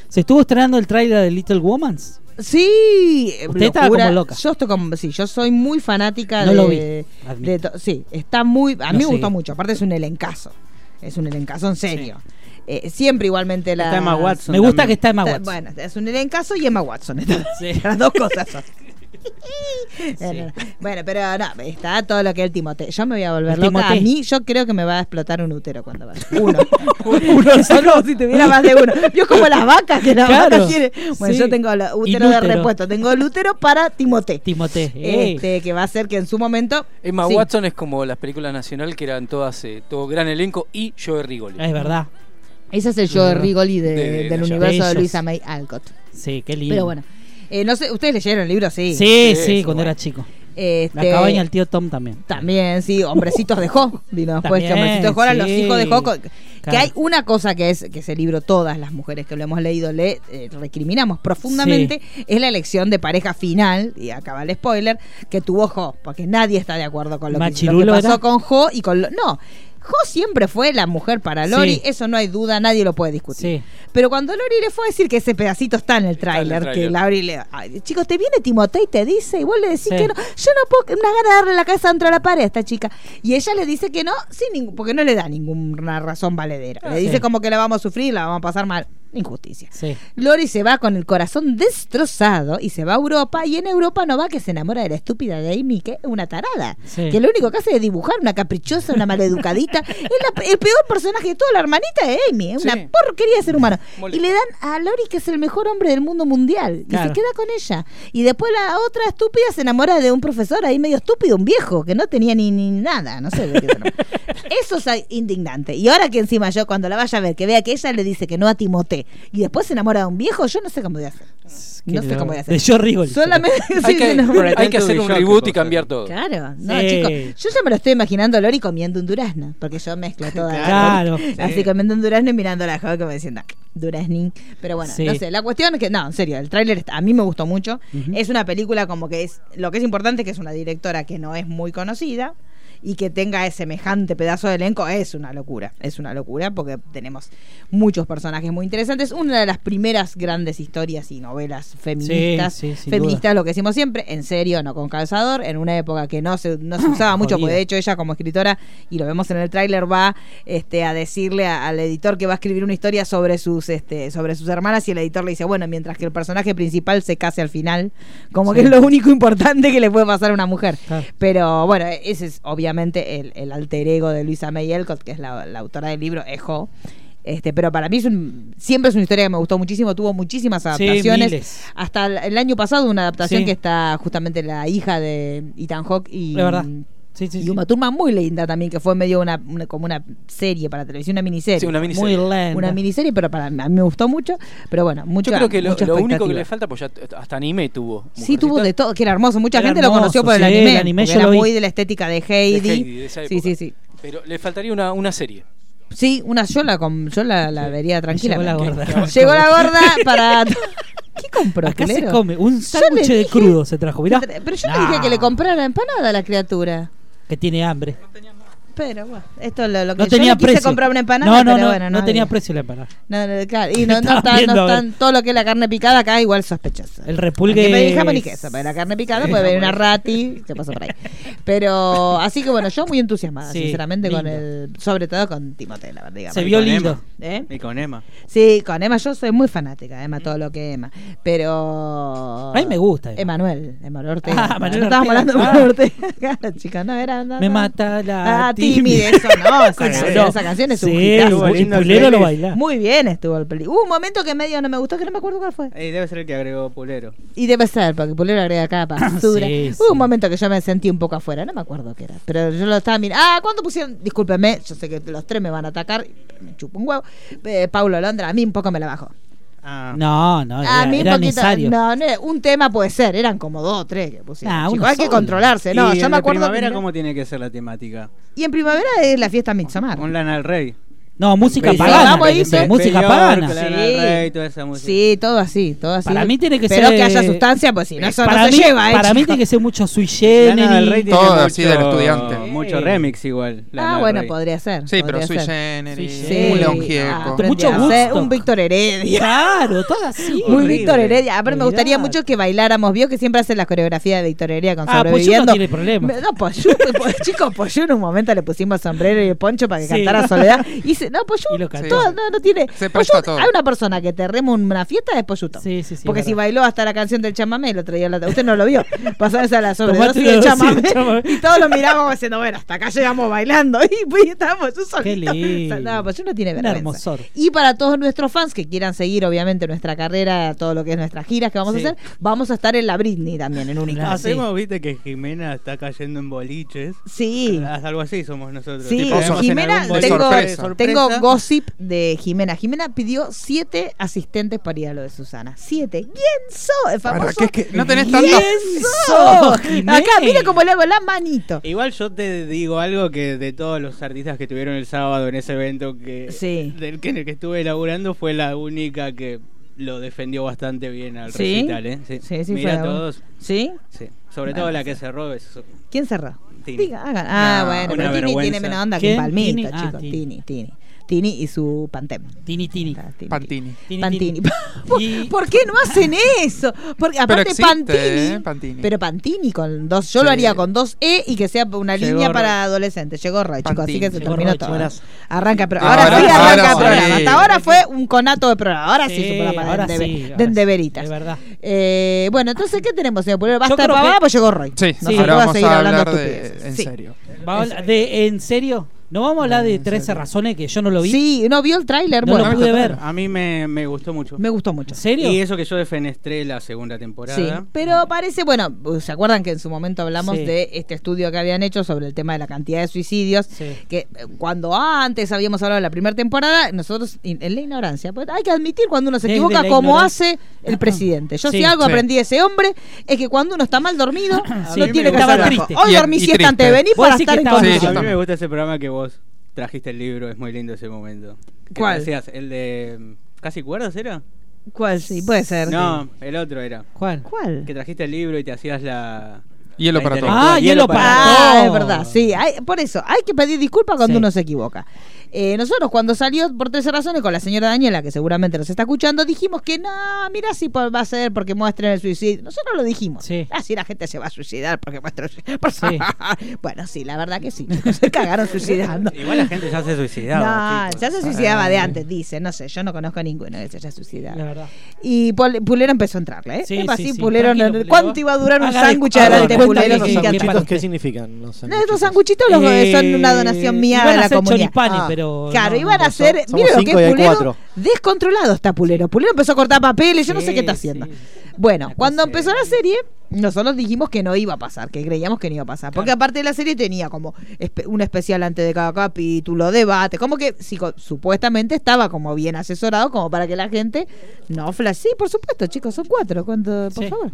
Speaker 3: ¿Se estuvo estrenando el tráiler de Little Womans?
Speaker 2: Sí,
Speaker 3: Usted estaba
Speaker 2: locura.
Speaker 3: como loca.
Speaker 2: Yo estoy como, sí, yo soy muy fanática
Speaker 3: No
Speaker 2: de,
Speaker 3: lo vi, admito.
Speaker 2: de to- sí, está muy a mí
Speaker 3: Lo
Speaker 2: me gustó
Speaker 3: seguí.
Speaker 2: mucho, aparte es un elencazo. Es un elencazo en serio. Eh, siempre igualmente la
Speaker 5: Está Emma Watson.
Speaker 3: Me gusta
Speaker 5: también.
Speaker 3: que está Emma
Speaker 2: Ah, Está-
Speaker 3: Watson.
Speaker 2: Bueno, es un elencazo y Emma Watson.
Speaker 3: Sí.
Speaker 2: Las dos cosas son. No, no, no. Bueno, pero no, está todo lo que es el Timoteo. Yo me voy a volver
Speaker 3: El
Speaker 2: loca.
Speaker 3: Timote.
Speaker 2: A mí, yo creo que me va a explotar un útero cuando vaya. Uno. uno solo. Si tuviera más de uno. Yo como las vacas que las
Speaker 3: Claro.
Speaker 2: vacas tienen. Bueno,
Speaker 3: Sí.
Speaker 2: yo tengo el útero de
Speaker 3: Inútero.
Speaker 2: repuesto. Tengo el útero para Timoteo.
Speaker 3: Timote.
Speaker 2: Este, que va a ser que en su momento.
Speaker 7: Emma
Speaker 2: Sí.
Speaker 7: Watson es como las películas nacional que eran todas, eh, todo gran elenco y Joe Rigoli.
Speaker 2: Eh,
Speaker 3: Es verdad.
Speaker 2: Ese es el yo de Rigoli de-
Speaker 7: De- de-
Speaker 2: del
Speaker 7: de
Speaker 2: universo de
Speaker 3: ellos.
Speaker 2: Luisa May Alcott.
Speaker 3: Sí, qué lindo.
Speaker 2: Pero bueno. Eh, no sé, ¿ustedes leyeron el libro? Sí.
Speaker 3: Sí, sí,
Speaker 7: Sí,
Speaker 3: cuando
Speaker 7: bueno.
Speaker 3: era chico. La
Speaker 2: Este,
Speaker 3: cabaña del tío Tom también.
Speaker 2: También, sí, Hombrecitos dejó. Vino después que
Speaker 3: También,
Speaker 2: Hombrecitos dejó, ahora
Speaker 3: sí.
Speaker 2: los hijos dejó. co- Que
Speaker 3: Claro.
Speaker 2: hay una cosa que es que ese libro, todas las mujeres que lo hemos leído le eh, recriminamos profundamente, es la elección de pareja final, y acaba el spoiler, que tuvo Jo, porque nadie está de acuerdo con lo, que, lo que
Speaker 3: ¿Machirulo
Speaker 2: pasó
Speaker 3: era?
Speaker 2: con Jo y con lo- No. Jo siempre fue la mujer para Lori,
Speaker 3: Sí.
Speaker 2: eso no hay duda, nadie lo puede discutir.
Speaker 3: Sí.
Speaker 2: Pero cuando Lori le fue a decir que ese pedacito está en el
Speaker 7: Está en el
Speaker 2: tráiler, que
Speaker 7: tráiler.
Speaker 2: Lori le... Ay, chicos, te viene Timotei y te dice, y vos le decís
Speaker 3: Sí.
Speaker 2: que no, yo no puedo, una gana de darle la cabeza dentro de la pared a esta chica. Y ella le dice que no, sin ningún, porque no le da ninguna razón valedera.
Speaker 7: Ah,
Speaker 2: le dice
Speaker 3: sí.
Speaker 2: como que la vamos a sufrir, la vamos a pasar mal. Injusticia.
Speaker 3: Sí.
Speaker 2: Lori se va con el corazón destrozado y se va a Europa y en Europa no va que se enamora de la estúpida de Amy, que es una tarada.
Speaker 3: Sí.
Speaker 2: Que lo único que hace es dibujar, una caprichosa, una maleducadita. es la- el peor personaje de toda la hermanita de Amy, es una
Speaker 7: Sí.
Speaker 2: porquería de ser humano.
Speaker 7: Mole.
Speaker 2: Y le dan a Lori que es el mejor hombre del mundo mundial y
Speaker 3: Claro.
Speaker 2: se queda con ella. Y después la otra estúpida se enamora de un profesor ahí medio estúpido, un viejo, que no tenía ni, ni nada, no sé de qué se enamoró. Eso es ah, indignante. Y ahora que encima yo cuando la vaya a ver, que vea que ella le dice que no a Timote y después se enamora de un viejo, yo no sé cómo voy a hacer. No
Speaker 3: Qué
Speaker 2: sé cómo
Speaker 3: lo-
Speaker 2: voy a
Speaker 3: De
Speaker 2: hacer.
Speaker 3: Joe Rigoli.
Speaker 2: Solamente
Speaker 7: Hay
Speaker 2: sí,
Speaker 7: que,
Speaker 2: no,
Speaker 5: Pero
Speaker 7: hay que
Speaker 5: tanto
Speaker 7: hacer
Speaker 5: de
Speaker 7: un
Speaker 5: shock,
Speaker 7: reboot y
Speaker 5: cosa.
Speaker 7: cambiar todo.
Speaker 2: Claro, no,
Speaker 3: Sí.
Speaker 2: chicos. Yo ya me lo estoy imaginando a Lori comiendo un durazno, porque yo mezclo toda la-
Speaker 3: Claro.
Speaker 2: Así comiendo un durazno y mirando a la joven como diciendo, "Ah, duraznín. Pero bueno,
Speaker 3: Sí.
Speaker 2: no sé, la cuestión es que, no, en serio, el tráiler está- a mí me gustó mucho.
Speaker 3: Ujú.
Speaker 2: Es una película como que es, lo que es importante es que es una directora que no es muy conocida. y que tenga semejante pedazo de elenco es una locura. Es una locura porque tenemos muchos personajes muy interesantes. Una de las primeras grandes historias y novelas feministas.
Speaker 3: sí, sin
Speaker 2: feministas, lo que decimos siempre, en serio, no con calzador. En una época que no se, no se usaba mucho, porque de hecho ella como escritora, y lo vemos en el tráiler, va este, a decirle a- al editor que va a escribir una historia sobre sus, este, sobre sus hermanas y el editor le dice, bueno, mientras que el personaje principal se case al final, como que es lo único importante que le puede pasar a una mujer.
Speaker 3: Claro.
Speaker 2: Pero bueno, ese es obviamente el, el alter ego de Luisa May Alcott, que es la, la autora del libro Ejo. Este, pero para mí es un- siempre es una historia que me gustó muchísimo, tuvo muchísimas adaptaciones.
Speaker 3: miles.
Speaker 2: Hasta el, el año pasado una adaptación
Speaker 3: Sí.
Speaker 2: que está justamente la hija de Ethan Hawke y
Speaker 3: Es verdad. Sí, sí,
Speaker 2: y
Speaker 3: sí.
Speaker 2: Uma Thurman muy linda también, que fue medio una, una- como una serie para televisión, una miniserie.
Speaker 7: Sí, una
Speaker 3: Muy
Speaker 7: miniserie.
Speaker 3: lenta.
Speaker 2: Una miniserie, pero para mí, a mí me gustó mucho. Pero bueno, mucho.
Speaker 7: Yo creo que lo, lo único que le falta, pues ya t- hasta anime tuvo.
Speaker 2: Sí,
Speaker 7: Mujercita.
Speaker 2: tuvo de todo, que era hermoso. Mucha
Speaker 3: Era
Speaker 2: gente lo
Speaker 3: hermoso,
Speaker 2: conoció por el
Speaker 3: sí,
Speaker 2: anime.
Speaker 3: el anime
Speaker 2: porque
Speaker 3: yo
Speaker 2: era
Speaker 3: lo vi.
Speaker 2: muy de la estética de
Speaker 7: De
Speaker 2: Heidi.
Speaker 7: Heidi, de esa
Speaker 2: sí,
Speaker 7: época.
Speaker 2: sí, sí.
Speaker 7: Pero le faltaría una, una serie.
Speaker 2: Sí, una yo la, com- yo la, la vería tranquila.
Speaker 3: Llegó la gorda.
Speaker 2: Llegó la gorda para. ¿Qué compró?
Speaker 3: Acá se
Speaker 2: culero?
Speaker 3: come un
Speaker 2: Yo le
Speaker 3: sándwich de
Speaker 2: dije-
Speaker 3: crudo se trajo, mirá.
Speaker 2: Pero yo le
Speaker 3: Nah,
Speaker 2: dije que le comprara empanada a la criatura.
Speaker 3: Que tiene hambre.
Speaker 2: Pero bueno, esto es lo, lo que
Speaker 3: No
Speaker 2: yo
Speaker 3: tenía
Speaker 2: le quise
Speaker 3: precio.
Speaker 2: comprar una empanada,
Speaker 3: No, no,
Speaker 2: pero
Speaker 3: no,
Speaker 2: bueno,
Speaker 3: no,
Speaker 2: no
Speaker 3: tenía
Speaker 2: había.
Speaker 3: precio la empanada.
Speaker 2: No, no, claro, y no, no,
Speaker 3: Estaba
Speaker 2: está, no
Speaker 3: viendo,
Speaker 2: están todo lo que es la carne picada acá igual sospechosa.
Speaker 3: El repulgue
Speaker 2: Aquí pedí jamón y
Speaker 3: es-
Speaker 2: queso, pero la carne picada puede haber una rati, se pasó por ahí. Pero así que bueno, yo muy entusiasmada,
Speaker 3: Sí,
Speaker 2: sinceramente, con
Speaker 3: lindo.
Speaker 2: el sobre todo con Timoteo, la verdad. digamos.
Speaker 3: Se vio
Speaker 5: con
Speaker 3: lindo.
Speaker 5: Emma.
Speaker 2: ¿Eh?
Speaker 5: Y con Emma.
Speaker 2: Sí, con Emma yo soy muy fanática, Emma, todo lo que Emma. Pero.
Speaker 3: A mí me gusta Emma.
Speaker 2: Emanuel, Emanuel Ortega.
Speaker 3: Ah,
Speaker 2: no
Speaker 3: Emanuel
Speaker 2: estábamos
Speaker 3: Ortega.
Speaker 2: hablando de
Speaker 3: Ah.
Speaker 2: Emanuel Ortega, claro, chicos, no era. no,
Speaker 3: Me
Speaker 2: no.
Speaker 3: mata la
Speaker 2: Ah, timidez, eso no, esa,
Speaker 3: Eso
Speaker 2: canción,
Speaker 3: no.
Speaker 2: esa canción es un
Speaker 3: Sí,
Speaker 2: hitazo.
Speaker 3: el pulero lo baila.
Speaker 2: Muy bien estuvo el peli. Hubo un momento que medio no me gustó, que no me acuerdo cuál fue.
Speaker 5: Eh, debe ser el que agregó Pulero.
Speaker 2: Y debe ser, porque Pulero agrega cada basura.
Speaker 3: Sí,
Speaker 2: Hubo
Speaker 3: sí.
Speaker 2: un momento que yo me sentí un poco afuera, no me acuerdo qué era. Pero yo lo estaba mirando. Ah, ¿cuándo pusieron? Discúlpeme, yo sé que los tres me van a atacar, me chupo un huevo. Eh, Paulo Londra, a mí un poco me la bajó.
Speaker 5: Ah,
Speaker 3: No, no, era,
Speaker 2: a mí
Speaker 3: era
Speaker 2: un poquito.
Speaker 3: necesario.
Speaker 2: No, no, un tema puede ser, eran como dos o tres que pusieron.
Speaker 3: Ah,
Speaker 2: Chicos,
Speaker 3: uno
Speaker 2: hay que
Speaker 3: solo.
Speaker 2: controlarse. No,
Speaker 5: ¿Y
Speaker 2: yo
Speaker 5: el
Speaker 2: me
Speaker 5: de
Speaker 2: acuerdo.
Speaker 5: primavera
Speaker 2: primero-
Speaker 5: cómo tiene que ser la temática?
Speaker 2: Y en primavera es la fiesta Midsommar.
Speaker 5: Un Lana del Rey.
Speaker 3: No, música
Speaker 2: Pero
Speaker 3: pagana.
Speaker 2: vamos a ir,
Speaker 3: dice,
Speaker 2: pero-
Speaker 3: música
Speaker 5: Bjork,
Speaker 3: pagana.
Speaker 5: la- Lana del Rey, toda esa música.
Speaker 2: Sí, todo así, todo así.
Speaker 3: Para mí tiene que
Speaker 2: Pero
Speaker 3: ser- eh,
Speaker 2: que haya sustancia, pues si no, eso no
Speaker 3: para
Speaker 2: se
Speaker 3: mí,
Speaker 2: lleva, ¿eh?
Speaker 3: para mí
Speaker 2: chico?
Speaker 3: tiene que ser mucho sui
Speaker 5: Lana del
Speaker 3: generis.
Speaker 5: Rey tiene
Speaker 4: Todo
Speaker 5: mucho-
Speaker 4: así del estudiante.
Speaker 5: Mucho remix igual. Lana
Speaker 2: Ah,
Speaker 5: del
Speaker 2: bueno,
Speaker 5: Rey.
Speaker 2: podría ser.
Speaker 4: Sí, pero
Speaker 2: podría
Speaker 4: sui
Speaker 2: ser.
Speaker 4: generis,
Speaker 2: Sí,
Speaker 4: un León
Speaker 2: ah,
Speaker 4: Gieco.
Speaker 2: aprendí
Speaker 3: Mucho
Speaker 2: a hacer
Speaker 3: Woodstock.
Speaker 2: Un Víctor Heredia.
Speaker 3: Claro, todo así.
Speaker 2: Muy Víctor Heredia. Pero me
Speaker 3: Olvidate.
Speaker 2: gustaría mucho que bailáramos. Vio que siempre hace la coreografía de Víctor Heredia con
Speaker 3: Ah, Poyuno
Speaker 2: sobreviviendo.
Speaker 3: tiene problemas.
Speaker 2: Me- No, Poyuno, po- chicos, Poyuno en un momento le pusimos sombrero y poncho para que
Speaker 3: Sí.
Speaker 2: cantara Soledad. Y se, no, Poyuno
Speaker 3: Y lo cantó.
Speaker 2: todo- no, no tiene.
Speaker 4: Se presta
Speaker 2: Poyuno-
Speaker 4: todo.
Speaker 2: Hay una persona que te rema una fiesta de Poyuto.
Speaker 3: Sí, sí, sí,
Speaker 2: Porque
Speaker 3: es
Speaker 2: si
Speaker 3: verdad.
Speaker 2: bailó hasta la canción del chamamé el otro día, la- usted no lo vio. Pasarse a la
Speaker 3: Tomate
Speaker 2: sobredosis
Speaker 3: una
Speaker 2: del
Speaker 3: dosis de
Speaker 2: chamamé,
Speaker 3: chamamé.
Speaker 2: Y todos lo mirábamos diciendo, bueno, hasta acá llegamos bailando. Y pues, estábamos, yo solito.
Speaker 3: lindo.
Speaker 2: No, Poyuno tiene
Speaker 3: Un
Speaker 2: vergüenza.
Speaker 3: hermosor.
Speaker 2: Y para todos nuestros fans que quieran seguir, obviamente, nuestra carrera, todo lo que es nuestras giras que vamos
Speaker 3: Sí.
Speaker 2: a hacer, vamos a estar en la Britney también, en un instante.
Speaker 5: Hacemos, viste, que Jimena está cayendo en boliches.
Speaker 2: Sí.
Speaker 5: Haz Algo así somos nosotros.
Speaker 2: Sí,
Speaker 5: Tipo, vemos en
Speaker 2: Jimena,
Speaker 5: algún boliche
Speaker 2: tengo,
Speaker 4: sorpresa.
Speaker 5: de
Speaker 2: tengo
Speaker 5: sorpresa.
Speaker 2: gossip de Jimena. Jimena pidió siete asistentes para ir a lo de Susana. Siete. ¿Quién sos? El
Speaker 4: ¿Para
Speaker 2: famoso.
Speaker 4: qué es que no tenés
Speaker 2: ¿Quién
Speaker 4: tanto?
Speaker 2: sos?
Speaker 3: sos, Jimena?
Speaker 2: Acá, mira cómo le hago la manito.
Speaker 5: Igual yo te digo algo que de todos los artistas que tuvieron el sábado en ese evento que,
Speaker 2: Sí.
Speaker 5: del que en el que estuve laburando fue la única que lo defendió bastante bien al
Speaker 2: Sí.
Speaker 5: recital, ¿eh?
Speaker 2: Sí, sí,
Speaker 5: Mira
Speaker 2: fue la-
Speaker 5: todos,
Speaker 2: ¿Sí?
Speaker 5: sí. Sobre todo la que cerró eso.
Speaker 2: ¿Quién cerró?
Speaker 5: Tini.
Speaker 2: Diga, hagan. Ah,
Speaker 4: No,
Speaker 2: bueno,
Speaker 5: una
Speaker 2: pero Tini tiene
Speaker 5: vergüenza.
Speaker 2: menos onda que un
Speaker 3: ¿Quién?
Speaker 2: palmito,
Speaker 3: Tini. Ah,
Speaker 2: chicos.
Speaker 3: Tini.
Speaker 2: Tini, Tini. Tini y su pantem.
Speaker 3: Tini, tini.
Speaker 2: Ah, Tini.
Speaker 4: Pantini.
Speaker 3: Tini,
Speaker 2: Pantini.
Speaker 3: tini.
Speaker 2: ¿Por,
Speaker 3: Y-
Speaker 2: por qué no hacen eso? Porque aparte
Speaker 4: existe,
Speaker 2: Pantini,
Speaker 4: ¿eh? Pantini.
Speaker 2: Pero Pantini con dos, yo lo
Speaker 4: Sí.
Speaker 2: haría con dos E y que sea una
Speaker 5: Llegó
Speaker 2: línea
Speaker 5: Roy.
Speaker 2: para adolescentes. Llegó Roy, chicos, así
Speaker 4: Pantini.
Speaker 2: que se
Speaker 3: Llegó
Speaker 2: terminó
Speaker 3: Roy,
Speaker 2: todo.
Speaker 3: buenazo.
Speaker 2: Arranca, pero ahora,
Speaker 4: Ahora-
Speaker 2: sí arranca
Speaker 4: ahora
Speaker 2: el programa.
Speaker 4: sí.
Speaker 2: Hasta ahora fue un conato de programa. Ahora sí,
Speaker 3: Sí,
Speaker 2: es un programa
Speaker 3: ahora
Speaker 2: de, endeve-
Speaker 3: sí, ahora
Speaker 2: de
Speaker 3: sí,
Speaker 2: endeveritas.
Speaker 3: de verdad.
Speaker 2: Eh, bueno, entonces, ¿qué tenemos, señor Pulero? Basta de
Speaker 3: creo
Speaker 2: pavada,
Speaker 3: que-
Speaker 2: pues llegó Roy.
Speaker 4: Sí,
Speaker 3: Sí.
Speaker 4: ahora
Speaker 2: va
Speaker 4: vamos a hablar
Speaker 2: estupideces.
Speaker 4: de en
Speaker 2: Sí.
Speaker 4: serio.
Speaker 3: Va a hablar de- ¿En serio? ¿No vamos a hablar de 13 razones que yo no lo vi?
Speaker 2: Sí, no vio el tráiler.
Speaker 3: No
Speaker 2: bueno,
Speaker 3: lo pude ver.
Speaker 5: A mí me, me gustó mucho.
Speaker 2: me gustó mucho.
Speaker 3: ¿En serio?
Speaker 5: Y eso que yo defenestré la segunda temporada.
Speaker 2: Sí, pero parece, bueno, ¿se acuerdan que en su momento hablamos
Speaker 3: Sí.
Speaker 2: de este estudio que habían hecho sobre el tema de la cantidad de suicidios?
Speaker 3: Sí.
Speaker 2: Que eh, cuando antes habíamos hablado de la primera temporada, nosotros, in- en la ignorancia, pues hay que admitir cuando uno se
Speaker 3: Desde
Speaker 2: equivoca
Speaker 3: la
Speaker 2: como
Speaker 3: ignorancia.
Speaker 2: hace el presidente. Yo
Speaker 3: Sí.
Speaker 2: si algo
Speaker 4: Sí.
Speaker 2: aprendí de ese hombre es que cuando uno está mal dormido, no
Speaker 5: mí
Speaker 2: tiene
Speaker 5: me
Speaker 2: que
Speaker 5: estaba
Speaker 2: hacer
Speaker 3: triste.
Speaker 2: Hoy
Speaker 4: Y-
Speaker 2: dormí
Speaker 4: y
Speaker 2: siesta
Speaker 4: triste.
Speaker 2: antes de venir
Speaker 3: Vos
Speaker 2: para
Speaker 3: decís
Speaker 2: estar
Speaker 3: que
Speaker 2: en
Speaker 3: estaba
Speaker 4: Sí,
Speaker 2: condiciones.
Speaker 4: yo
Speaker 5: a mí
Speaker 4: también.
Speaker 5: me gusta ese programa que vos trajiste el libro, es muy lindo ese momento. Que
Speaker 2: ¿Cuál?
Speaker 5: decías, el de mm, casi cuerdas era?
Speaker 2: ¿Cuál? Sí, puede ser.
Speaker 5: No, el otro era.
Speaker 3: ¿Cuál?
Speaker 2: ¿Cuál?
Speaker 5: Que trajiste el libro y te hacías la
Speaker 4: Hielo para todos.
Speaker 3: Ah, hielo para
Speaker 2: Ah,
Speaker 3: todo.
Speaker 2: es verdad, sí. Hay- por eso, hay que pedir disculpas cuando
Speaker 3: Sí.
Speaker 2: uno se equivoca. Eh, nosotros cuando salió por 13 razones con la señora Daniela, que seguramente nos está escuchando, dijimos que no, mira si po- va a ser porque muestren el suicidio. Nosotros lo dijimos.
Speaker 3: Sí.
Speaker 2: Ah, sí, la gente se va a suicidar porque muestran
Speaker 3: Sí.
Speaker 2: bueno, sí, la verdad que sí. chicos, Se cagaron suicidando.
Speaker 8: Igual la gente ya se suicidaba.
Speaker 2: No,
Speaker 8: chicos.
Speaker 2: ya se suicidaba de antes, dice. No sé, yo no conozco a ninguno que se haya suicidado.
Speaker 3: Ah. La verdad.
Speaker 2: Y Pol- Pulero empezó a entrarle, ¿eh?
Speaker 3: Sí,
Speaker 2: Epa,
Speaker 3: sí,
Speaker 2: sí,
Speaker 3: sí.
Speaker 2: Pulero,
Speaker 3: Tranquilo,
Speaker 2: no-
Speaker 3: Pulero.
Speaker 2: ¿Cuánto iba a durar un
Speaker 3: Haga
Speaker 2: sándwich
Speaker 3: de-
Speaker 2: adelante, Pulero?
Speaker 3: Perdón, cuéntale
Speaker 2: Que
Speaker 3: los
Speaker 2: encanta.
Speaker 3: sándwichitos
Speaker 8: ¿Qué significan los
Speaker 2: No, estos
Speaker 8: sándwiches?
Speaker 2: sanguchitos los
Speaker 3: Eh,
Speaker 2: son una donación mía
Speaker 3: iban
Speaker 2: de
Speaker 3: a
Speaker 2: la
Speaker 3: ser
Speaker 2: comunidad.
Speaker 3: choripani, pero
Speaker 2: claro,
Speaker 3: no,
Speaker 2: iban
Speaker 3: no,
Speaker 2: a ser,
Speaker 8: somos
Speaker 2: mire lo que
Speaker 8: cinco y
Speaker 2: es
Speaker 8: hay
Speaker 2: Pulero,
Speaker 8: cuatro.
Speaker 2: descontrolado está Pulero. Pulero empezó a cortar papeles, yo no sé
Speaker 3: Sí,
Speaker 2: qué está haciendo.
Speaker 3: sí.
Speaker 2: Bueno,
Speaker 3: Una
Speaker 2: cuando
Speaker 3: cosa
Speaker 2: empezó la serie, nosotros dijimos que no iba a pasar, que creíamos que no iba a pasar, porque aparte de la serie tenía como espe- un especial antes de cada capítulo, debate, como que psico- supuestamente estaba como bien asesorado como para que la gente no flash. Sí, por supuesto, chicos, son cuatro, ¿cuánto, por
Speaker 3: Sí.
Speaker 2: favor.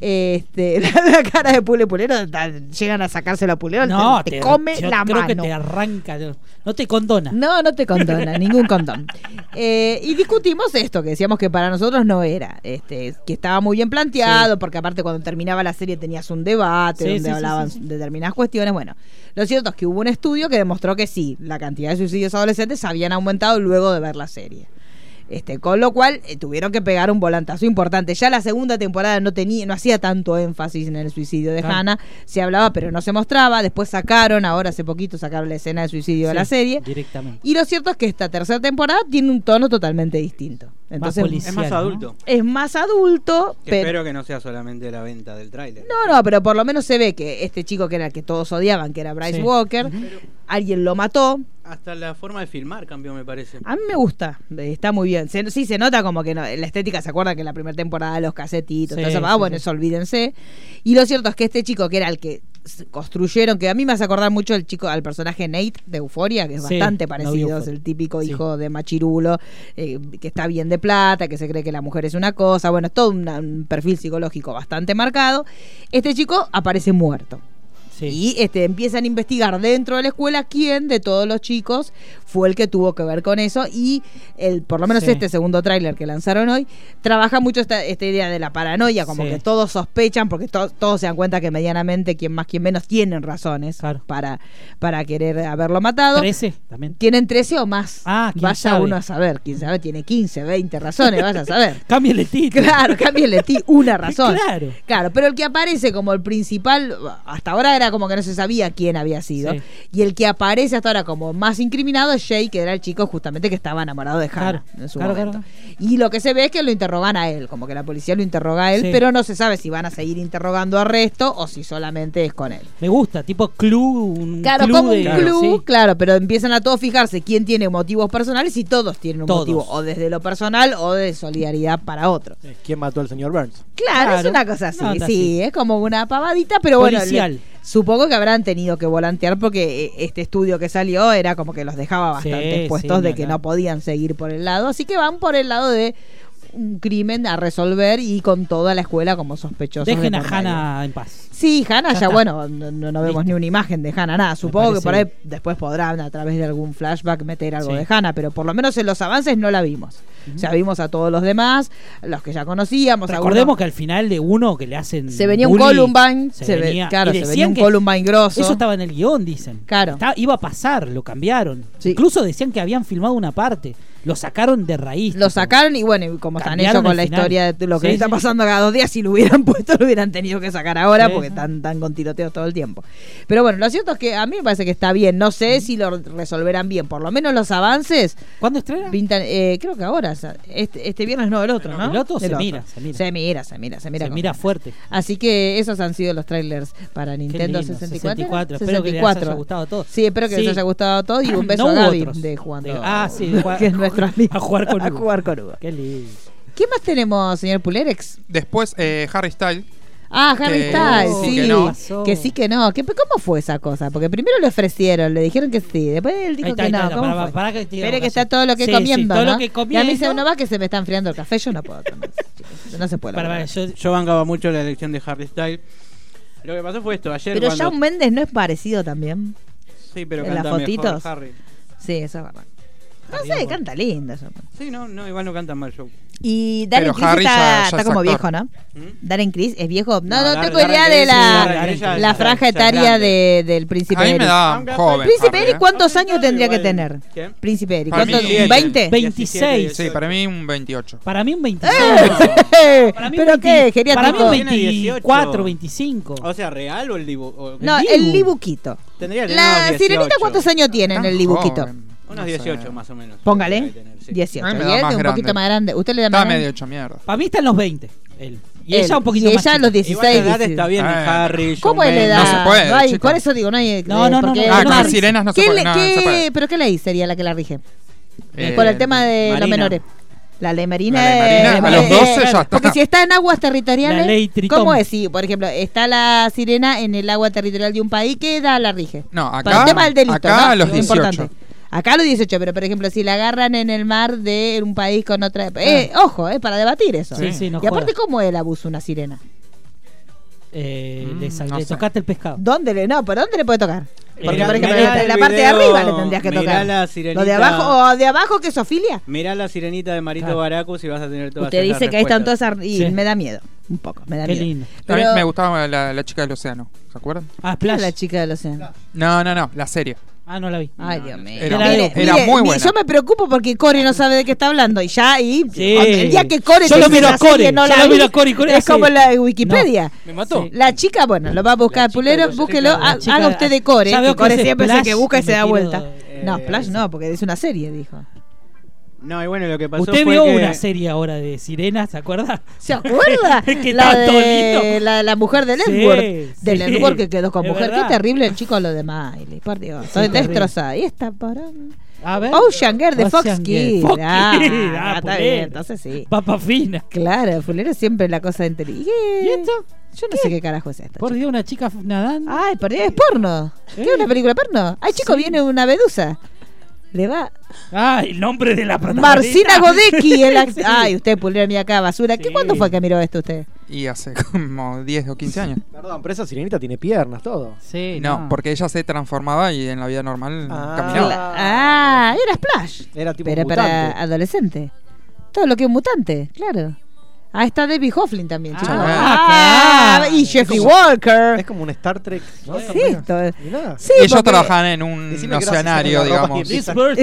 Speaker 2: Este, la, la cara de Pule Pulero, ta- llegan a sacárselo a Pulero,
Speaker 3: No,
Speaker 2: te,
Speaker 3: te,
Speaker 2: te come
Speaker 3: yo
Speaker 2: la
Speaker 3: creo
Speaker 2: mano.
Speaker 3: que te arranca. No te condona.
Speaker 2: No, no te condona, ningún condón. Eh, y discutimos esto, que decíamos que para nosotros no era, este, que estaba muy bien planteado, porque aparte cuando terminaba la serie tenías un debate
Speaker 3: Sí, sí,
Speaker 2: donde
Speaker 3: sí,
Speaker 2: hablaban
Speaker 3: sí, sí.
Speaker 2: determinadas cuestiones. Bueno, lo cierto es que hubo un estudio que demostró que sí, la cantidad de suicidios adolescentes habían aumentado luego de ver la serie. Este, con lo cual eh, tuvieron que pegar un volantazo importante. Ya la segunda temporada no tenía, no hacía tanto énfasis en el suicidio de
Speaker 3: Claro.
Speaker 2: Hannah. Se hablaba, pero no se mostraba. Después sacaron, ahora hace poquito sacaron la escena de suicidio de la
Speaker 3: Sí,
Speaker 2: serie.
Speaker 3: Directamente.
Speaker 2: Y lo cierto es que esta tercera temporada tiene un tono totalmente distinto. Entonces
Speaker 3: policial.
Speaker 5: Es más
Speaker 3: ¿no?
Speaker 5: adulto.
Speaker 2: es más adulto,
Speaker 5: Que
Speaker 2: pero
Speaker 5: Espero que no sea solamente la venta del tráiler.
Speaker 2: no, no, pero por lo menos se ve que este chico que era el que todos odiaban, que era Bryce
Speaker 3: Sí.
Speaker 2: Walker, alguien lo mató.
Speaker 5: Hasta la forma de filmar cambió, me parece.
Speaker 2: A mí me gusta, eh, está muy bien. Se- sí, se nota como que no- la estética, ¿se acuerda que en la primera temporada los casetitos?
Speaker 3: Sí,
Speaker 2: todo eso? ah,
Speaker 3: sí,
Speaker 2: bueno,
Speaker 3: sí.
Speaker 2: eso olvídense. Y lo cierto es que este chico que era el que s- construyeron, que a mí me hace acordar mucho al chico, al personaje Nate de Euforia, que es
Speaker 3: Sí,
Speaker 2: bastante
Speaker 3: lo vi
Speaker 2: parecido, es
Speaker 3: Euphoria.
Speaker 2: el típico
Speaker 3: Sí.
Speaker 2: hijo de Machirulo, eh, que está bien de plata, que se cree que la mujer es una cosa, bueno, es todo una- un perfil psicológico bastante marcado. Este chico aparece muerto.
Speaker 3: Sí.
Speaker 2: Y este, empiezan a investigar dentro de la escuela quién de todos los chicos fue el que tuvo que ver con eso. Y el, por lo menos
Speaker 3: Sí.
Speaker 2: este segundo tráiler que lanzaron hoy, trabaja mucho esta, esta idea de la paranoia, como
Speaker 3: Sí.
Speaker 2: que todos sospechan, porque to- todos se dan cuenta que medianamente, quien más, quien menos, tienen razones
Speaker 3: Claro.
Speaker 2: para, para querer haberlo matado.
Speaker 3: 13 también.
Speaker 2: Tienen 13 o más.
Speaker 3: Ah, quién
Speaker 2: vaya
Speaker 3: sabe.
Speaker 2: uno a saber, quién sabe, tiene 15, 20 razones, vaya a saber.
Speaker 3: Cámbiale el título.
Speaker 2: Claro, cámbiale ti una razón.
Speaker 3: Claro.
Speaker 2: Claro, pero el que aparece como el principal, hasta ahora era como que no se sabía quién había sido.
Speaker 3: Sí.
Speaker 2: Y el que aparece hasta ahora como más incriminado es Jay, que era el chico justamente que estaba enamorado de Hannah
Speaker 3: Claro,
Speaker 2: en su
Speaker 3: claro,
Speaker 2: momento. Y lo que se ve es que lo interrogan a él, como que la policía lo interroga a él,
Speaker 3: Sí.
Speaker 2: pero no se sabe si van a seguir interrogando a resto o si solamente es con él.
Speaker 3: Me gusta, tipo club. Un
Speaker 2: Claro,
Speaker 3: club
Speaker 2: como un
Speaker 3: de-
Speaker 2: club,
Speaker 3: sí.
Speaker 2: claro, pero empiezan a todos fijarse quién tiene motivos personales y todos tienen un
Speaker 3: Todos.
Speaker 2: motivo, o desde lo personal o de solidaridad para otro.
Speaker 8: Eh, ¿Quién mató al señor Burns?
Speaker 2: Claro,
Speaker 3: Claro.
Speaker 2: es una cosa así,
Speaker 3: Una
Speaker 2: sí,
Speaker 3: onda así.
Speaker 2: es como una pavadita, pero bueno, le-
Speaker 3: Policial.
Speaker 2: supongo que habrán tenido que volantear porque eh, este estudio que salió era como que los dejaba
Speaker 3: Sí,
Speaker 2: bastante
Speaker 3: sí,
Speaker 2: expuestos de
Speaker 3: ni
Speaker 2: que
Speaker 3: hablar.
Speaker 2: no podían seguir por el lado, así que van por el lado de un crimen a resolver y con toda la escuela como sospechosos. de
Speaker 3: Dejen a
Speaker 2: por medio.
Speaker 3: Hannah en paz.
Speaker 2: Sí, Hanna
Speaker 3: Ya
Speaker 2: ya,
Speaker 3: está.
Speaker 2: bueno, no, no- no vemos
Speaker 3: Listo.
Speaker 2: ni una imagen de Hanna, nada. Supongo que por ahí
Speaker 3: parece
Speaker 2: después podrán a través de algún flashback meter algo
Speaker 3: Sí.
Speaker 2: de Hanna, pero por lo menos en los avances no la vimos. O sea, vimos a todos los demás, los que ya conocíamos.
Speaker 3: Recordemos
Speaker 2: algunos-
Speaker 3: que al final de uno que le hacen.
Speaker 2: Se venía un
Speaker 3: bullying,
Speaker 2: Columbine,
Speaker 3: se
Speaker 2: se ve-
Speaker 3: venía-
Speaker 2: claro,
Speaker 3: y
Speaker 2: se
Speaker 3: decían
Speaker 2: venía un
Speaker 3: que
Speaker 2: Columbine grosso.
Speaker 3: Eso estaba en el guión, dicen.
Speaker 2: Claro.
Speaker 3: Está- iba a pasar, lo cambiaron.
Speaker 2: Sí.
Speaker 3: Incluso decían que habían filmado una parte. Lo sacaron de raíz.
Speaker 2: Lo
Speaker 3: tipo.
Speaker 2: sacaron y bueno, y como están
Speaker 3: Cambiaron
Speaker 2: ellos con
Speaker 3: el
Speaker 2: la
Speaker 3: final.
Speaker 2: historia de lo que
Speaker 3: Sí,
Speaker 2: está
Speaker 3: sí.
Speaker 2: pasando cada dos días, si lo hubieran puesto, lo hubieran tenido que sacar ahora
Speaker 3: Sí,
Speaker 2: porque
Speaker 3: sí.
Speaker 2: están tan con tiroteos todo el tiempo. Pero bueno, lo cierto es que a mí me parece que está bien. No sé si lo resolverán bien. Por lo menos los avances
Speaker 3: ¿Cuándo estrena?
Speaker 2: pintan, eh, creo que ahora, o sea, este, este viernes no, el otro, ¿no?
Speaker 3: El otro se mira, se mira.
Speaker 2: Se mira, se mira, se mira.
Speaker 3: Se
Speaker 2: con-
Speaker 3: mira fuerte.
Speaker 2: Así que esos han sido los trailers para
Speaker 3: Qué
Speaker 2: Nintendo
Speaker 3: lindo,
Speaker 2: 64.
Speaker 3: 64. Espero que les
Speaker 2: 64.
Speaker 3: haya gustado a todos.
Speaker 2: Sí, espero que les haya gustado a todos y un beso
Speaker 3: No
Speaker 2: a
Speaker 3: hubo
Speaker 2: Gaby
Speaker 3: otros.
Speaker 2: de jugando.
Speaker 3: De- ah, sí, de jugar-
Speaker 2: que es nuestro amigo.
Speaker 3: a jugar con
Speaker 2: A
Speaker 3: Hugo.
Speaker 2: jugar con Hugo.
Speaker 3: Qué lindo.
Speaker 2: ¿Qué más tenemos, señor Pulerex?
Speaker 4: Después, eh, Harry Styles.
Speaker 2: Ah, Harry
Speaker 4: Que
Speaker 2: Styles,
Speaker 4: sí,
Speaker 2: sí.
Speaker 4: que
Speaker 2: Que,
Speaker 4: no.
Speaker 2: sí, que no. ¿Qué- ¿Cómo fue esa cosa? Porque primero le ofrecieron, le dijeron que sí, después él dijo
Speaker 3: Ahí está,
Speaker 2: que
Speaker 3: ahí está,
Speaker 2: no.
Speaker 3: ahí está,
Speaker 2: ¿Cómo
Speaker 3: pará,
Speaker 2: fue?
Speaker 3: pará que tiene
Speaker 2: Espere que
Speaker 3: razón.
Speaker 2: está todo lo que
Speaker 3: Sí, sí,
Speaker 2: comiendo,
Speaker 3: todo
Speaker 2: ¿no?
Speaker 3: lo que
Speaker 2: Y a mí se
Speaker 3: comiendo.
Speaker 2: no va que se me está enfriando el café, yo no puedo tomar, chicos. No se puede.
Speaker 3: Pará, pará,
Speaker 2: lograr.
Speaker 3: yo-
Speaker 5: Yo bancaba mucho la elección de Harry Styles. Lo que pasó fue esto, ayer
Speaker 2: Pero
Speaker 5: cuando...
Speaker 2: Shawn Mendes no es parecido también.
Speaker 5: Sí, pero
Speaker 2: en las
Speaker 5: canta mejor
Speaker 2: fotitos.
Speaker 5: Harry.
Speaker 2: Sí, eso es verdad. No
Speaker 3: Harry
Speaker 2: sé,
Speaker 3: Osborn.
Speaker 2: canta lindo. Shawn Mendes.
Speaker 5: Sí, no, no, igual no canta mal yo. ¿Mm?
Speaker 2: Y Darren
Speaker 4: Pero
Speaker 2: Criss
Speaker 4: Harry
Speaker 2: está,
Speaker 4: ya- ya
Speaker 2: está
Speaker 4: es
Speaker 2: como
Speaker 4: actor.
Speaker 2: viejo, ¿no? Darren Criss es viejo. No, no, tengo
Speaker 8: Darren
Speaker 2: idea
Speaker 8: Criss,
Speaker 2: de
Speaker 8: sí,
Speaker 2: la,
Speaker 8: Darren Criss ya-
Speaker 2: la
Speaker 8: ya-
Speaker 2: franja
Speaker 8: ya
Speaker 2: etaria
Speaker 8: grande.
Speaker 2: de- del príncipe
Speaker 4: A mí me
Speaker 2: Eric.
Speaker 4: daban joven.
Speaker 2: Príncipe
Speaker 4: Harry,
Speaker 2: Eric,
Speaker 4: ¿eh?
Speaker 2: ¿cuántos años tendría que tener?
Speaker 8: ¿Quién?
Speaker 2: Príncipe Eric.
Speaker 4: Para
Speaker 2: ¿Cuánto?
Speaker 4: mí,
Speaker 2: ¿20?
Speaker 3: 26.
Speaker 4: Sí, para mí un 28.
Speaker 3: Para mí un 26. Para mí un
Speaker 2: ¡Eh! ¿Pero
Speaker 3: 20
Speaker 2: qué?
Speaker 3: Para mí
Speaker 2: Geriátrico.
Speaker 3: un
Speaker 8: Tiene
Speaker 3: 24,
Speaker 8: 18.
Speaker 3: 25.
Speaker 5: Oh.
Speaker 8: O sea, ¿real o el dibujo?
Speaker 2: No,
Speaker 3: el
Speaker 2: el
Speaker 3: Libu.
Speaker 2: Libuquito.
Speaker 8: Tendría que tener
Speaker 2: ¿La
Speaker 8: unos 18.
Speaker 2: sirenita cuántos años tiene en
Speaker 4: Tan
Speaker 2: el Libuquito?
Speaker 4: joven.
Speaker 5: Unos
Speaker 4: No sé.
Speaker 5: 18 más o menos.
Speaker 2: Póngale.
Speaker 5: Debe tener, sí.
Speaker 2: 18.
Speaker 4: A mí me
Speaker 2: Y
Speaker 4: da
Speaker 2: él
Speaker 4: más
Speaker 2: un poquito
Speaker 4: grande.
Speaker 2: más grande. ¿Usted le da
Speaker 4: Estaba
Speaker 2: más
Speaker 4: medio
Speaker 2: grande?
Speaker 4: hecho mierda.
Speaker 3: Para mí está en los 20. Él. Y
Speaker 2: Él.
Speaker 3: ella un
Speaker 2: Y
Speaker 3: poquito
Speaker 2: ella
Speaker 3: más.
Speaker 2: a los
Speaker 3: chica.
Speaker 2: 16.
Speaker 5: Igual la edad
Speaker 2: 17.
Speaker 5: está bien,
Speaker 4: Ah,
Speaker 5: Harry, John
Speaker 2: ¿Cómo es la
Speaker 5: Mayer.
Speaker 2: edad?
Speaker 4: No se puede,
Speaker 2: No hay-
Speaker 4: chico.
Speaker 2: por eso digo, no hay. eh,
Speaker 3: No, no, no,
Speaker 2: porque-
Speaker 3: no, Ah, no, con no.
Speaker 4: sirenas Eh, no se
Speaker 2: ¿Qué
Speaker 4: puede,
Speaker 2: le-
Speaker 4: no, no se
Speaker 2: qué-
Speaker 4: puede.
Speaker 2: ¿Pero qué ley sería la que la rige?
Speaker 4: Eh,
Speaker 2: Por el tema de los
Speaker 5: Marina.
Speaker 2: menores. La ley marina,
Speaker 4: La ley
Speaker 2: es-
Speaker 4: marina,
Speaker 3: a
Speaker 2: es-
Speaker 3: los 12
Speaker 2: es-
Speaker 4: ya está.
Speaker 2: Porque si está en aguas territoriales,
Speaker 3: La ley Tritón.
Speaker 2: ¿cómo es? Si, por ejemplo, está la sirena en el agua territorial de un país, ¿qué edad la rige?
Speaker 4: No, acá-
Speaker 2: Para el tema del delito,
Speaker 4: acá
Speaker 2: ¿no?
Speaker 4: a los
Speaker 2: Lo importante.
Speaker 4: 18.
Speaker 2: Acá a los 18, pero por ejemplo, si la agarran en el mar de un país con otra... Eh, Ojo, eh, para debatir eso.
Speaker 3: Sí, sí, no
Speaker 2: y aparte,
Speaker 3: jodas.
Speaker 2: ¿cómo es el abuso de una sirena?
Speaker 3: Eh,
Speaker 4: Mm,
Speaker 3: le sa-
Speaker 4: no
Speaker 3: le
Speaker 4: sé.
Speaker 3: tocaste el pescado.
Speaker 2: ¿Dónde le, no, ¿Pero dónde le puede tocar? Porque,
Speaker 3: Mirá-
Speaker 2: por ejemplo,
Speaker 3: mirá
Speaker 2: la,
Speaker 5: el
Speaker 2: la parte de
Speaker 5: video,
Speaker 2: arriba le tendrías que
Speaker 5: mirá
Speaker 2: tocar.
Speaker 5: la
Speaker 2: ¿Lo de
Speaker 5: sirenita.
Speaker 2: abajo o de abajo que es Ofilia?
Speaker 5: Mirá la sirenita de Marito
Speaker 3: Claro.
Speaker 5: Baracus y vas a tener todas
Speaker 2: Usted
Speaker 5: esas
Speaker 2: dice que ahí están
Speaker 5: respuestas.
Speaker 2: todas ar- y
Speaker 3: Sí.
Speaker 2: me da miedo, un poco, me da
Speaker 3: Qué
Speaker 2: miedo.
Speaker 3: lindo.
Speaker 4: A mí
Speaker 2: Pero-
Speaker 4: me gustaba la, la chica del océano, ¿se acuerdan?
Speaker 3: Ah,
Speaker 2: ¿Cuál
Speaker 3: Splash.
Speaker 2: es la chica del océano.
Speaker 4: No, no, no, la serie.
Speaker 3: Ah, no la vi.
Speaker 2: Ay, Dios mío.
Speaker 4: Era-
Speaker 2: Mire,
Speaker 4: era
Speaker 2: mire,
Speaker 4: muy
Speaker 2: mi-
Speaker 4: buena.
Speaker 2: Yo me preocupo porque Core no sabe de qué está hablando. Y ya ahí,
Speaker 3: Sí.
Speaker 2: cuando- el día que Core
Speaker 3: Yo
Speaker 2: te
Speaker 3: lo
Speaker 2: dice
Speaker 3: miro a
Speaker 2: la serie,
Speaker 3: Core,
Speaker 2: no
Speaker 3: yo
Speaker 2: la
Speaker 3: lo
Speaker 2: vi,
Speaker 3: miro a Core y Core
Speaker 2: Es
Speaker 3: hace-
Speaker 2: como la de Wikipedia.
Speaker 7: Me mató.
Speaker 2: La chica, bueno, lo va a buscar
Speaker 5: La
Speaker 2: Pulero,
Speaker 5: chica de-
Speaker 2: búsquelo,
Speaker 5: la
Speaker 2: ha-
Speaker 3: chica-
Speaker 2: haga usted de Core,
Speaker 3: ya
Speaker 2: que
Speaker 3: veo que
Speaker 2: Core
Speaker 3: hace
Speaker 2: siempre es el que
Speaker 3: Splash
Speaker 2: busca y
Speaker 3: y
Speaker 2: se
Speaker 3: me
Speaker 2: da
Speaker 3: tiro-
Speaker 2: vuelta.
Speaker 5: eh,
Speaker 2: No, Flash no, porque es una serie, dijo.
Speaker 5: No, y bueno, lo que pasó
Speaker 3: Usted
Speaker 5: fue
Speaker 3: vio
Speaker 5: que...
Speaker 3: una serie ahora de sirenas, ¿se acuerda?
Speaker 2: ¿Se acuerda?
Speaker 3: Es
Speaker 2: la,
Speaker 3: que tanto
Speaker 2: de,
Speaker 3: lindo.
Speaker 2: la, la mujer del
Speaker 3: Sí,
Speaker 2: Edward. Del
Speaker 3: sí.
Speaker 2: Edward que quedó con
Speaker 3: Es
Speaker 2: mujer.
Speaker 3: verdad.
Speaker 2: Qué terrible el chico lo de Miley. Por Dios, estoy
Speaker 3: terrible.
Speaker 2: destrozada. Y esta parón.
Speaker 3: A ver.
Speaker 2: Ocean Girl de Fox
Speaker 3: Ocean Girl.
Speaker 2: Kids.
Speaker 3: Fox
Speaker 2: Ah,
Speaker 3: Kids. Ah,
Speaker 2: está
Speaker 3: pulero.
Speaker 2: bien, entonces sí.
Speaker 3: Papa fina.
Speaker 2: Claro, fulero siempre la cosa inteligente.
Speaker 3: ¿Y esto?
Speaker 2: Yo no sé qué carajo es esto.
Speaker 3: Por
Speaker 2: chico.
Speaker 3: Dios, una chica nadando.
Speaker 2: Ay, por Dios, es porno. ¿Qué
Speaker 3: Eh.
Speaker 2: es una película porno? Ay, chico, viene una vedusa. Le va.
Speaker 3: Ah, el nombre de la protagonista.
Speaker 2: Marcina Godecki. el act-
Speaker 3: Sí.
Speaker 2: Ay, usted pulero mira acá, basura. ¿Qué,
Speaker 3: Sí.
Speaker 2: ¿Cuándo fue que miró esto usted?
Speaker 4: Y hace como 10 o 15 años.
Speaker 8: Perdón, pero esa sirenita tiene piernas, todo.
Speaker 3: Sí,
Speaker 4: No, porque ella se transformaba y en la vida normal
Speaker 8: Ah.
Speaker 4: caminaba.
Speaker 8: Claro.
Speaker 2: Ah, era Splash.
Speaker 8: Era tipo
Speaker 2: Pero
Speaker 8: mutante.
Speaker 2: para adolescente. Todo lo que es mutante, claro. Ah, está David Hoffling también, chicos.
Speaker 3: Ah, claro.
Speaker 2: y Jeffrey
Speaker 8: como- Es
Speaker 2: Walker.
Speaker 8: como un Star Trek. ¿no?
Speaker 2: ¿Qué
Speaker 3: pues,
Speaker 2: es esto?
Speaker 8: Y nada.
Speaker 2: Sí,
Speaker 4: Ellos
Speaker 2: porque-
Speaker 4: trabajaban en un
Speaker 8: Decime que no se
Speaker 4: oceanario,
Speaker 8: sacan la ropa
Speaker 4: digamos.
Speaker 8: y-
Speaker 3: Liz Bird.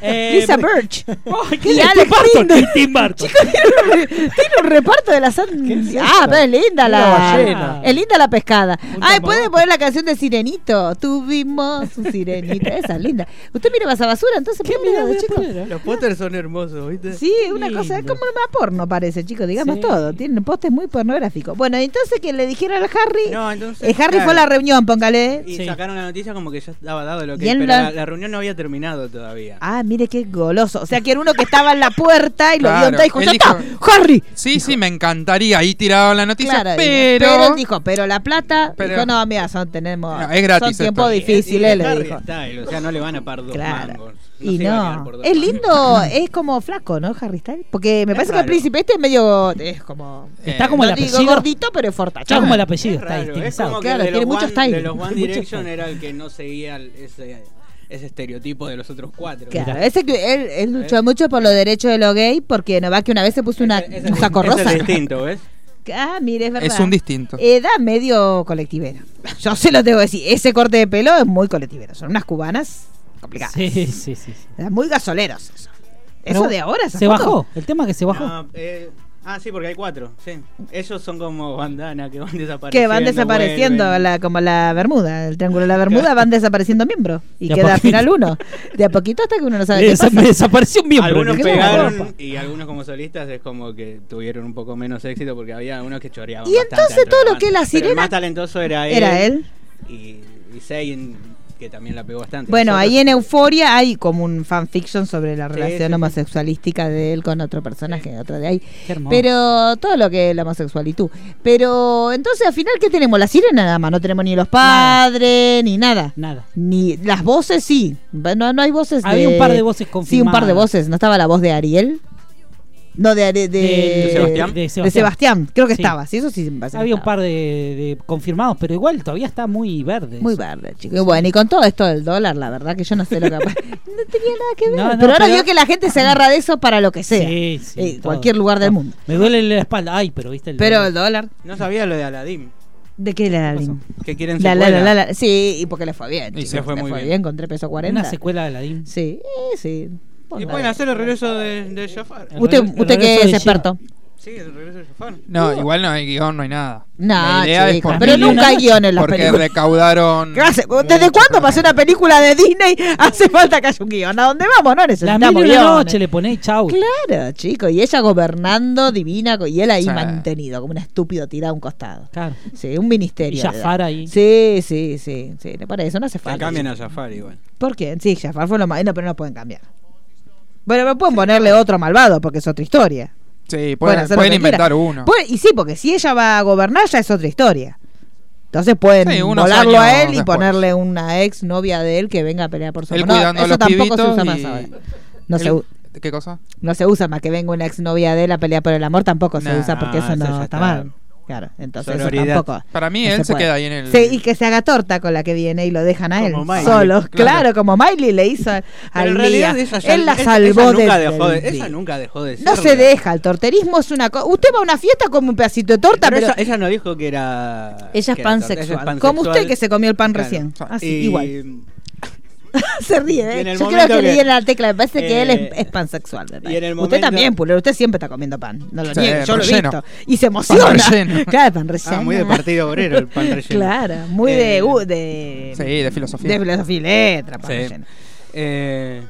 Speaker 3: Eh,
Speaker 2: Lisa Birch.
Speaker 3: Ay,
Speaker 2: Y
Speaker 3: ¿Qué es
Speaker 2: Alex
Speaker 3: Tim Burton?
Speaker 2: Tinder.
Speaker 3: Tim Burton.
Speaker 2: Tiene un reparto de las.
Speaker 8: es esto?
Speaker 2: ah, pero es linda
Speaker 8: Una
Speaker 2: la.
Speaker 8: ballena.
Speaker 2: Es linda la pescada. Ay, puede
Speaker 3: tamagotchi.
Speaker 2: poner la canción de Sirenito. Tuvimos un sirenito. Esa es linda. Usted mira más a basura, entonces.
Speaker 3: ¿Qué
Speaker 2: ¿por
Speaker 3: mira
Speaker 2: no,
Speaker 3: de
Speaker 2: chico?
Speaker 3: chico?
Speaker 5: Los pósters son hermosos, ¿viste?
Speaker 2: Sí, una
Speaker 3: lindo.
Speaker 2: cosa, es como una porno parece, chicos, digamos
Speaker 3: Sí.
Speaker 2: todo. Tienen postes muy pornográficos. Bueno, entonces que le dijeron al Harry.
Speaker 5: No, entonces,
Speaker 2: Eh, Harry
Speaker 5: claro,
Speaker 2: fue a la reunión, póngale.
Speaker 5: Y
Speaker 3: Sí.
Speaker 5: sacaron la noticia como que ya estaba dado lo
Speaker 2: Y
Speaker 5: que...
Speaker 2: él
Speaker 5: Pero
Speaker 2: la-
Speaker 5: la... la reunión no había terminado todavía.
Speaker 2: Ah, mire qué goloso. O sea, que era uno que estaba en la puerta y lo vio
Speaker 4: Claro,
Speaker 2: entrar y dijo,
Speaker 4: él
Speaker 2: ¡Ya está!
Speaker 4: dijo-
Speaker 2: ¡Harry!
Speaker 4: Sí, sí, me encantaría. Ahí tiraba la noticia,
Speaker 2: Claro, y-
Speaker 4: pero...
Speaker 2: pero él dijo, pero la plata,
Speaker 4: Pero-
Speaker 2: dijo, no, mira, son, tenemos,
Speaker 4: No, es gratis
Speaker 2: son tiempos
Speaker 4: esto.
Speaker 2: difíciles,
Speaker 5: Y- y
Speaker 2: le
Speaker 5: Harry
Speaker 2: dijo.
Speaker 5: Styles, o sea, no le van a par dos
Speaker 2: Claro.
Speaker 5: mangos.
Speaker 2: y
Speaker 5: se iba a quedar por
Speaker 2: no,
Speaker 5: dos
Speaker 2: es
Speaker 5: mangos.
Speaker 2: lindo, es como flaco, ¿no, Harry Styles? Porque me
Speaker 5: Es
Speaker 2: parece que el
Speaker 5: raro.
Speaker 2: príncipe este es medio, es como,
Speaker 4: Eh,
Speaker 3: Está como
Speaker 2: no
Speaker 3: el
Speaker 2: digo
Speaker 3: apellido.
Speaker 2: gordito, pero es
Speaker 3: Está
Speaker 2: fortachón.
Speaker 3: como el
Speaker 5: Es
Speaker 3: apellido. Está
Speaker 5: raro, es como
Speaker 3: estilizado.
Speaker 5: que
Speaker 2: Claro,
Speaker 5: de, los
Speaker 2: tiene mucho
Speaker 5: One,
Speaker 2: style.
Speaker 5: de los One
Speaker 3: Tiene mucho
Speaker 5: Direction
Speaker 3: style.
Speaker 5: era el que no seguía el- ese, ese estereotipo de los otros cuatro.
Speaker 2: Claro,
Speaker 3: Mirá.
Speaker 2: ese que él, él luchó mucho por los derechos de los gays porque no va que una vez se puso una,
Speaker 5: Eh. Ese- ese-
Speaker 2: un saco
Speaker 5: ese
Speaker 2: rosa.
Speaker 5: Es distinto, ¿ves?
Speaker 2: Ah, mire, es verdad. Eh,
Speaker 4: Es un distinto.
Speaker 2: Edad medio colectivera. Yo se lo tengo que decir. Ese corte de pelo es muy colectivero. Son unas cubanas complicadas.
Speaker 3: Sí, sí, sí. sí.
Speaker 2: Eran Muy gasoleros eso.
Speaker 3: Pero
Speaker 2: Eso de ahora. esa
Speaker 3: Se
Speaker 2: foto.
Speaker 3: bajó. El tema es que se bajó.
Speaker 5: No, eh, ah, sí, porque hay cuatro. Sí. Ellos son como bandana que van desapareciendo.
Speaker 2: Que van desapareciendo
Speaker 5: vuelven.
Speaker 2: la, como la Bermuda, el triángulo de la Bermuda, van desapareciendo miembros. Y
Speaker 3: De a
Speaker 2: queda al
Speaker 3: poquito.
Speaker 2: final uno. De a poquito hasta que uno no sabe
Speaker 3: Eh,
Speaker 2: qué
Speaker 3: se-
Speaker 2: pasa.
Speaker 3: me desapareció un miembro.
Speaker 5: Algunos
Speaker 3: ¿Qué es la
Speaker 5: pegaron
Speaker 3: ropa?
Speaker 5: y algunos como solistas es como que tuvieron un poco menos éxito porque había unos que choreaban.
Speaker 2: Y
Speaker 5: bastante
Speaker 2: entonces
Speaker 5: dentro
Speaker 2: todo
Speaker 5: de
Speaker 2: lo que
Speaker 5: banda.
Speaker 2: la
Speaker 5: Pero
Speaker 2: sirena-
Speaker 5: el más talentoso era él.
Speaker 2: Era él.
Speaker 5: Y, y Zayn, que también la pegó bastante.
Speaker 2: Bueno,
Speaker 5: Nosotros-
Speaker 2: ahí en Euforia hay como un fanfiction sobre la relación
Speaker 5: sí, sí.
Speaker 2: homosexualística de él con otro personaje, otro de ahí.
Speaker 3: Qué hermoso.
Speaker 2: Pero todo lo que es la homosexualitud. Pero entonces al final, ¿qué tenemos? La sirena nada más, no tenemos ni los
Speaker 3: Nada.
Speaker 2: padres, ni nada.
Speaker 3: Nada.
Speaker 2: Ni las voces, sí. No, no hay voces.
Speaker 3: Había un par de voces
Speaker 2: Sí, un par de
Speaker 3: confirmadas.
Speaker 2: voces. No estaba la voz de Ariel. No, de, de, de-
Speaker 3: Del-
Speaker 4: Sebastián.
Speaker 3: de
Speaker 2: de Sebastián, creo que
Speaker 3: Sí.
Speaker 2: estaba, sí, eso sí me parece que
Speaker 3: Había un
Speaker 2: estaba.
Speaker 3: par de, de confirmados, pero igual todavía está muy verde.
Speaker 2: Muy verde, chicos. Y bueno, y con todo esto del dólar, la verdad que yo no sé lo que. no tenía nada que ver.
Speaker 3: No, no,
Speaker 2: pero ahora
Speaker 3: pero-
Speaker 2: vio que la gente se agarra de eso para lo que sea.
Speaker 3: Sí, sí,
Speaker 2: Eh,
Speaker 3: todo.
Speaker 2: cualquier lugar del
Speaker 3: No,
Speaker 2: mundo.
Speaker 3: Me duele la espalda. Ay, pero viste el.
Speaker 2: Pero el dólar.
Speaker 5: No sabía lo de Aladdin.
Speaker 2: ¿De qué le da
Speaker 5: ¿Qué
Speaker 2: la
Speaker 5: pasó? Que quieren
Speaker 2: la, la,
Speaker 5: secuela.
Speaker 2: la, la, la- Sí, y porque le fue bien.
Speaker 5: Y
Speaker 2: chicos,
Speaker 5: se fue
Speaker 2: le
Speaker 5: muy bien.
Speaker 2: con 3 pesos 40.
Speaker 3: una secuela de Aladdin.
Speaker 2: Sí, eh, sí.
Speaker 5: Y
Speaker 2: Ponga
Speaker 5: pueden
Speaker 2: ahí.
Speaker 5: hacer el regreso de, de Jafar.
Speaker 3: El
Speaker 2: Usted,
Speaker 3: regreso- el
Speaker 2: usted que
Speaker 3: regreso
Speaker 2: es
Speaker 3: de
Speaker 2: experto.
Speaker 5: Sí, el regreso de Jafar.
Speaker 4: No, igual no hay guión, no hay nada.
Speaker 2: Uh. No,
Speaker 4: La idea es
Speaker 2: chicos,
Speaker 4: por
Speaker 2: pero
Speaker 4: mil y una
Speaker 2: nunca hay guión en las
Speaker 4: Porque
Speaker 2: películas.
Speaker 4: recaudaron.
Speaker 2: Gracias. ¿Desde cuándo pasó una película de Disney? Hace falta que haya un guión. ¿A dónde vamos? No
Speaker 3: La
Speaker 2: necesitamos
Speaker 3: mil y una
Speaker 2: guiones.
Speaker 3: noche le ponéis chau.
Speaker 2: ¿eh? Claro, chicos. Y ella gobernando divina co- y él ahí
Speaker 4: Sí.
Speaker 2: mantenido, como un estúpido tirado a un costado.
Speaker 3: Claro.
Speaker 2: Sí, un ministerio. le
Speaker 3: Y
Speaker 2: da.
Speaker 3: Jafar ahí.
Speaker 2: Sí, sí, sí. sí. no, Para eso no hace
Speaker 5: Te
Speaker 2: falta.
Speaker 5: cambian a Jafar igual.
Speaker 2: ¿Por qué? Sí, Jafar fue lo malo, pero no lo pueden cambiar. Bueno, pero pueden ponerle otro malvado porque es otra historia.
Speaker 4: Sí,
Speaker 2: Pueden
Speaker 4: pueden,
Speaker 2: hacer lo
Speaker 4: pueden
Speaker 2: que quieran.
Speaker 4: inventar uno.
Speaker 2: Pueden- y sí, porque si ella va a gobernar ya es otra historia. Entonces pueden
Speaker 4: Sí, unos
Speaker 2: volarlo a
Speaker 4: años
Speaker 2: él y
Speaker 4: después.
Speaker 2: ponerle una ex novia de él que venga a pelear por su
Speaker 4: Él
Speaker 2: amor. No,
Speaker 4: cuidando a
Speaker 2: eso
Speaker 4: los
Speaker 2: tampoco se usa
Speaker 4: pibitos
Speaker 2: más
Speaker 4: y-
Speaker 2: ahora. No
Speaker 4: Él-
Speaker 2: se, u-
Speaker 4: ¿Qué cosa?
Speaker 2: no se usa más que venga una exnovia de él a pelear por el amor, tampoco se
Speaker 4: Nah,
Speaker 2: usa porque eso
Speaker 5: eso
Speaker 2: no
Speaker 5: ya
Speaker 2: está,
Speaker 5: está.
Speaker 2: mal. Claro, entonces eso
Speaker 5: Sororidad.
Speaker 2: tampoco.
Speaker 4: Para mí
Speaker 2: no
Speaker 4: él se,
Speaker 2: puede.
Speaker 4: queda ahí en el.
Speaker 2: Sí, y que se haga torta con la que viene y lo dejan a él
Speaker 5: Como Miley,
Speaker 2: solo. Claro.
Speaker 4: claro.
Speaker 2: como Miley le hizo a-
Speaker 5: Pero
Speaker 2: al
Speaker 5: en
Speaker 2: día.
Speaker 5: realidad esa ya-
Speaker 2: Él la
Speaker 5: esa-
Speaker 2: salvó
Speaker 5: esa nunca
Speaker 2: del-
Speaker 5: dejó de,
Speaker 2: del
Speaker 5: Esa
Speaker 2: día.
Speaker 5: nunca dejó de
Speaker 2: No se
Speaker 5: serlo.
Speaker 2: deja, el torterismo es una cosa. Usted va a una fiesta come un pedacito de torta,
Speaker 5: Pero
Speaker 2: pero,
Speaker 5: ella, ella no dijo que era.
Speaker 2: ella
Speaker 5: que
Speaker 2: es
Speaker 5: era torta, ella
Speaker 2: pansexual.
Speaker 5: pansexual.
Speaker 2: como usted que se comió el pan
Speaker 5: Claro.
Speaker 2: recién. Así,
Speaker 5: Y-
Speaker 2: igual. se ríe, ¿eh?
Speaker 5: en el
Speaker 2: Yo creo
Speaker 5: momento
Speaker 2: que, le di
Speaker 5: que-
Speaker 2: en la tecla. Me parece que él es,
Speaker 5: Eh,
Speaker 2: es pansexual. me
Speaker 5: en
Speaker 2: parece.
Speaker 5: el
Speaker 2: Usted
Speaker 5: momento-
Speaker 2: también, Pulero. Usted siempre está comiendo pan. No lo
Speaker 4: Sí,
Speaker 2: niegue, yo lo he
Speaker 4: relleno.
Speaker 2: visto. Y se emociona.
Speaker 4: relleno.
Speaker 2: Claro, pan relleno.
Speaker 5: Ah, muy de partido obrero el pan relleno.
Speaker 2: Claro, muy de,
Speaker 5: Eh,
Speaker 2: uh, de.
Speaker 4: Sí, de filosofía.
Speaker 2: De filosofía y letra, pan
Speaker 5: Sí.
Speaker 2: relleno.
Speaker 5: Eh,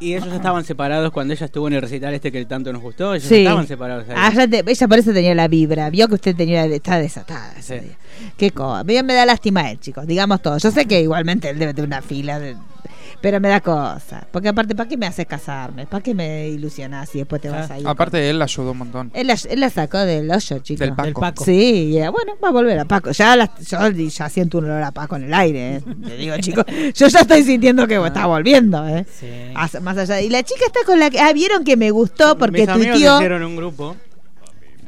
Speaker 5: y ellos ya estaban separados cuando ella estuvo en el recital este que tanto nos gustó. Ellos
Speaker 2: Sí.
Speaker 5: estaban separados. ahí.
Speaker 2: Ah, ya te- ella por eso tenía la vibra. Vio que usted tenía la- está desatada. ese
Speaker 5: Sí.
Speaker 2: día. Qué cosa. Me, me da lástima él, chicos. Digamos todo. Yo sé que igualmente él debe tener una fila. de- pero me da cosa. Porque aparte, ¿para qué me haces casarme? ¿Para qué me ilusionas y después te
Speaker 5: Ah.
Speaker 2: vas a ir?
Speaker 4: Aparte de él la ayudó un montón.
Speaker 2: Él la, él la sacó del hoyo, chicos.
Speaker 4: Del Paco.
Speaker 3: Del Paco.
Speaker 2: Sí, y, eh, bueno, va a volver a Paco. Ya, la- yo ya siento un olor a Paco en el aire. eh. Te digo, chicos. Yo ya estoy sintiendo que está volviendo. Eh.
Speaker 3: Ah. Sí.
Speaker 2: As- Más allá. Y la chica está con la que. Ah, vieron que me gustó porque
Speaker 5: Mis
Speaker 2: tu
Speaker 5: amigos
Speaker 2: tío.
Speaker 5: hicieron un grupo.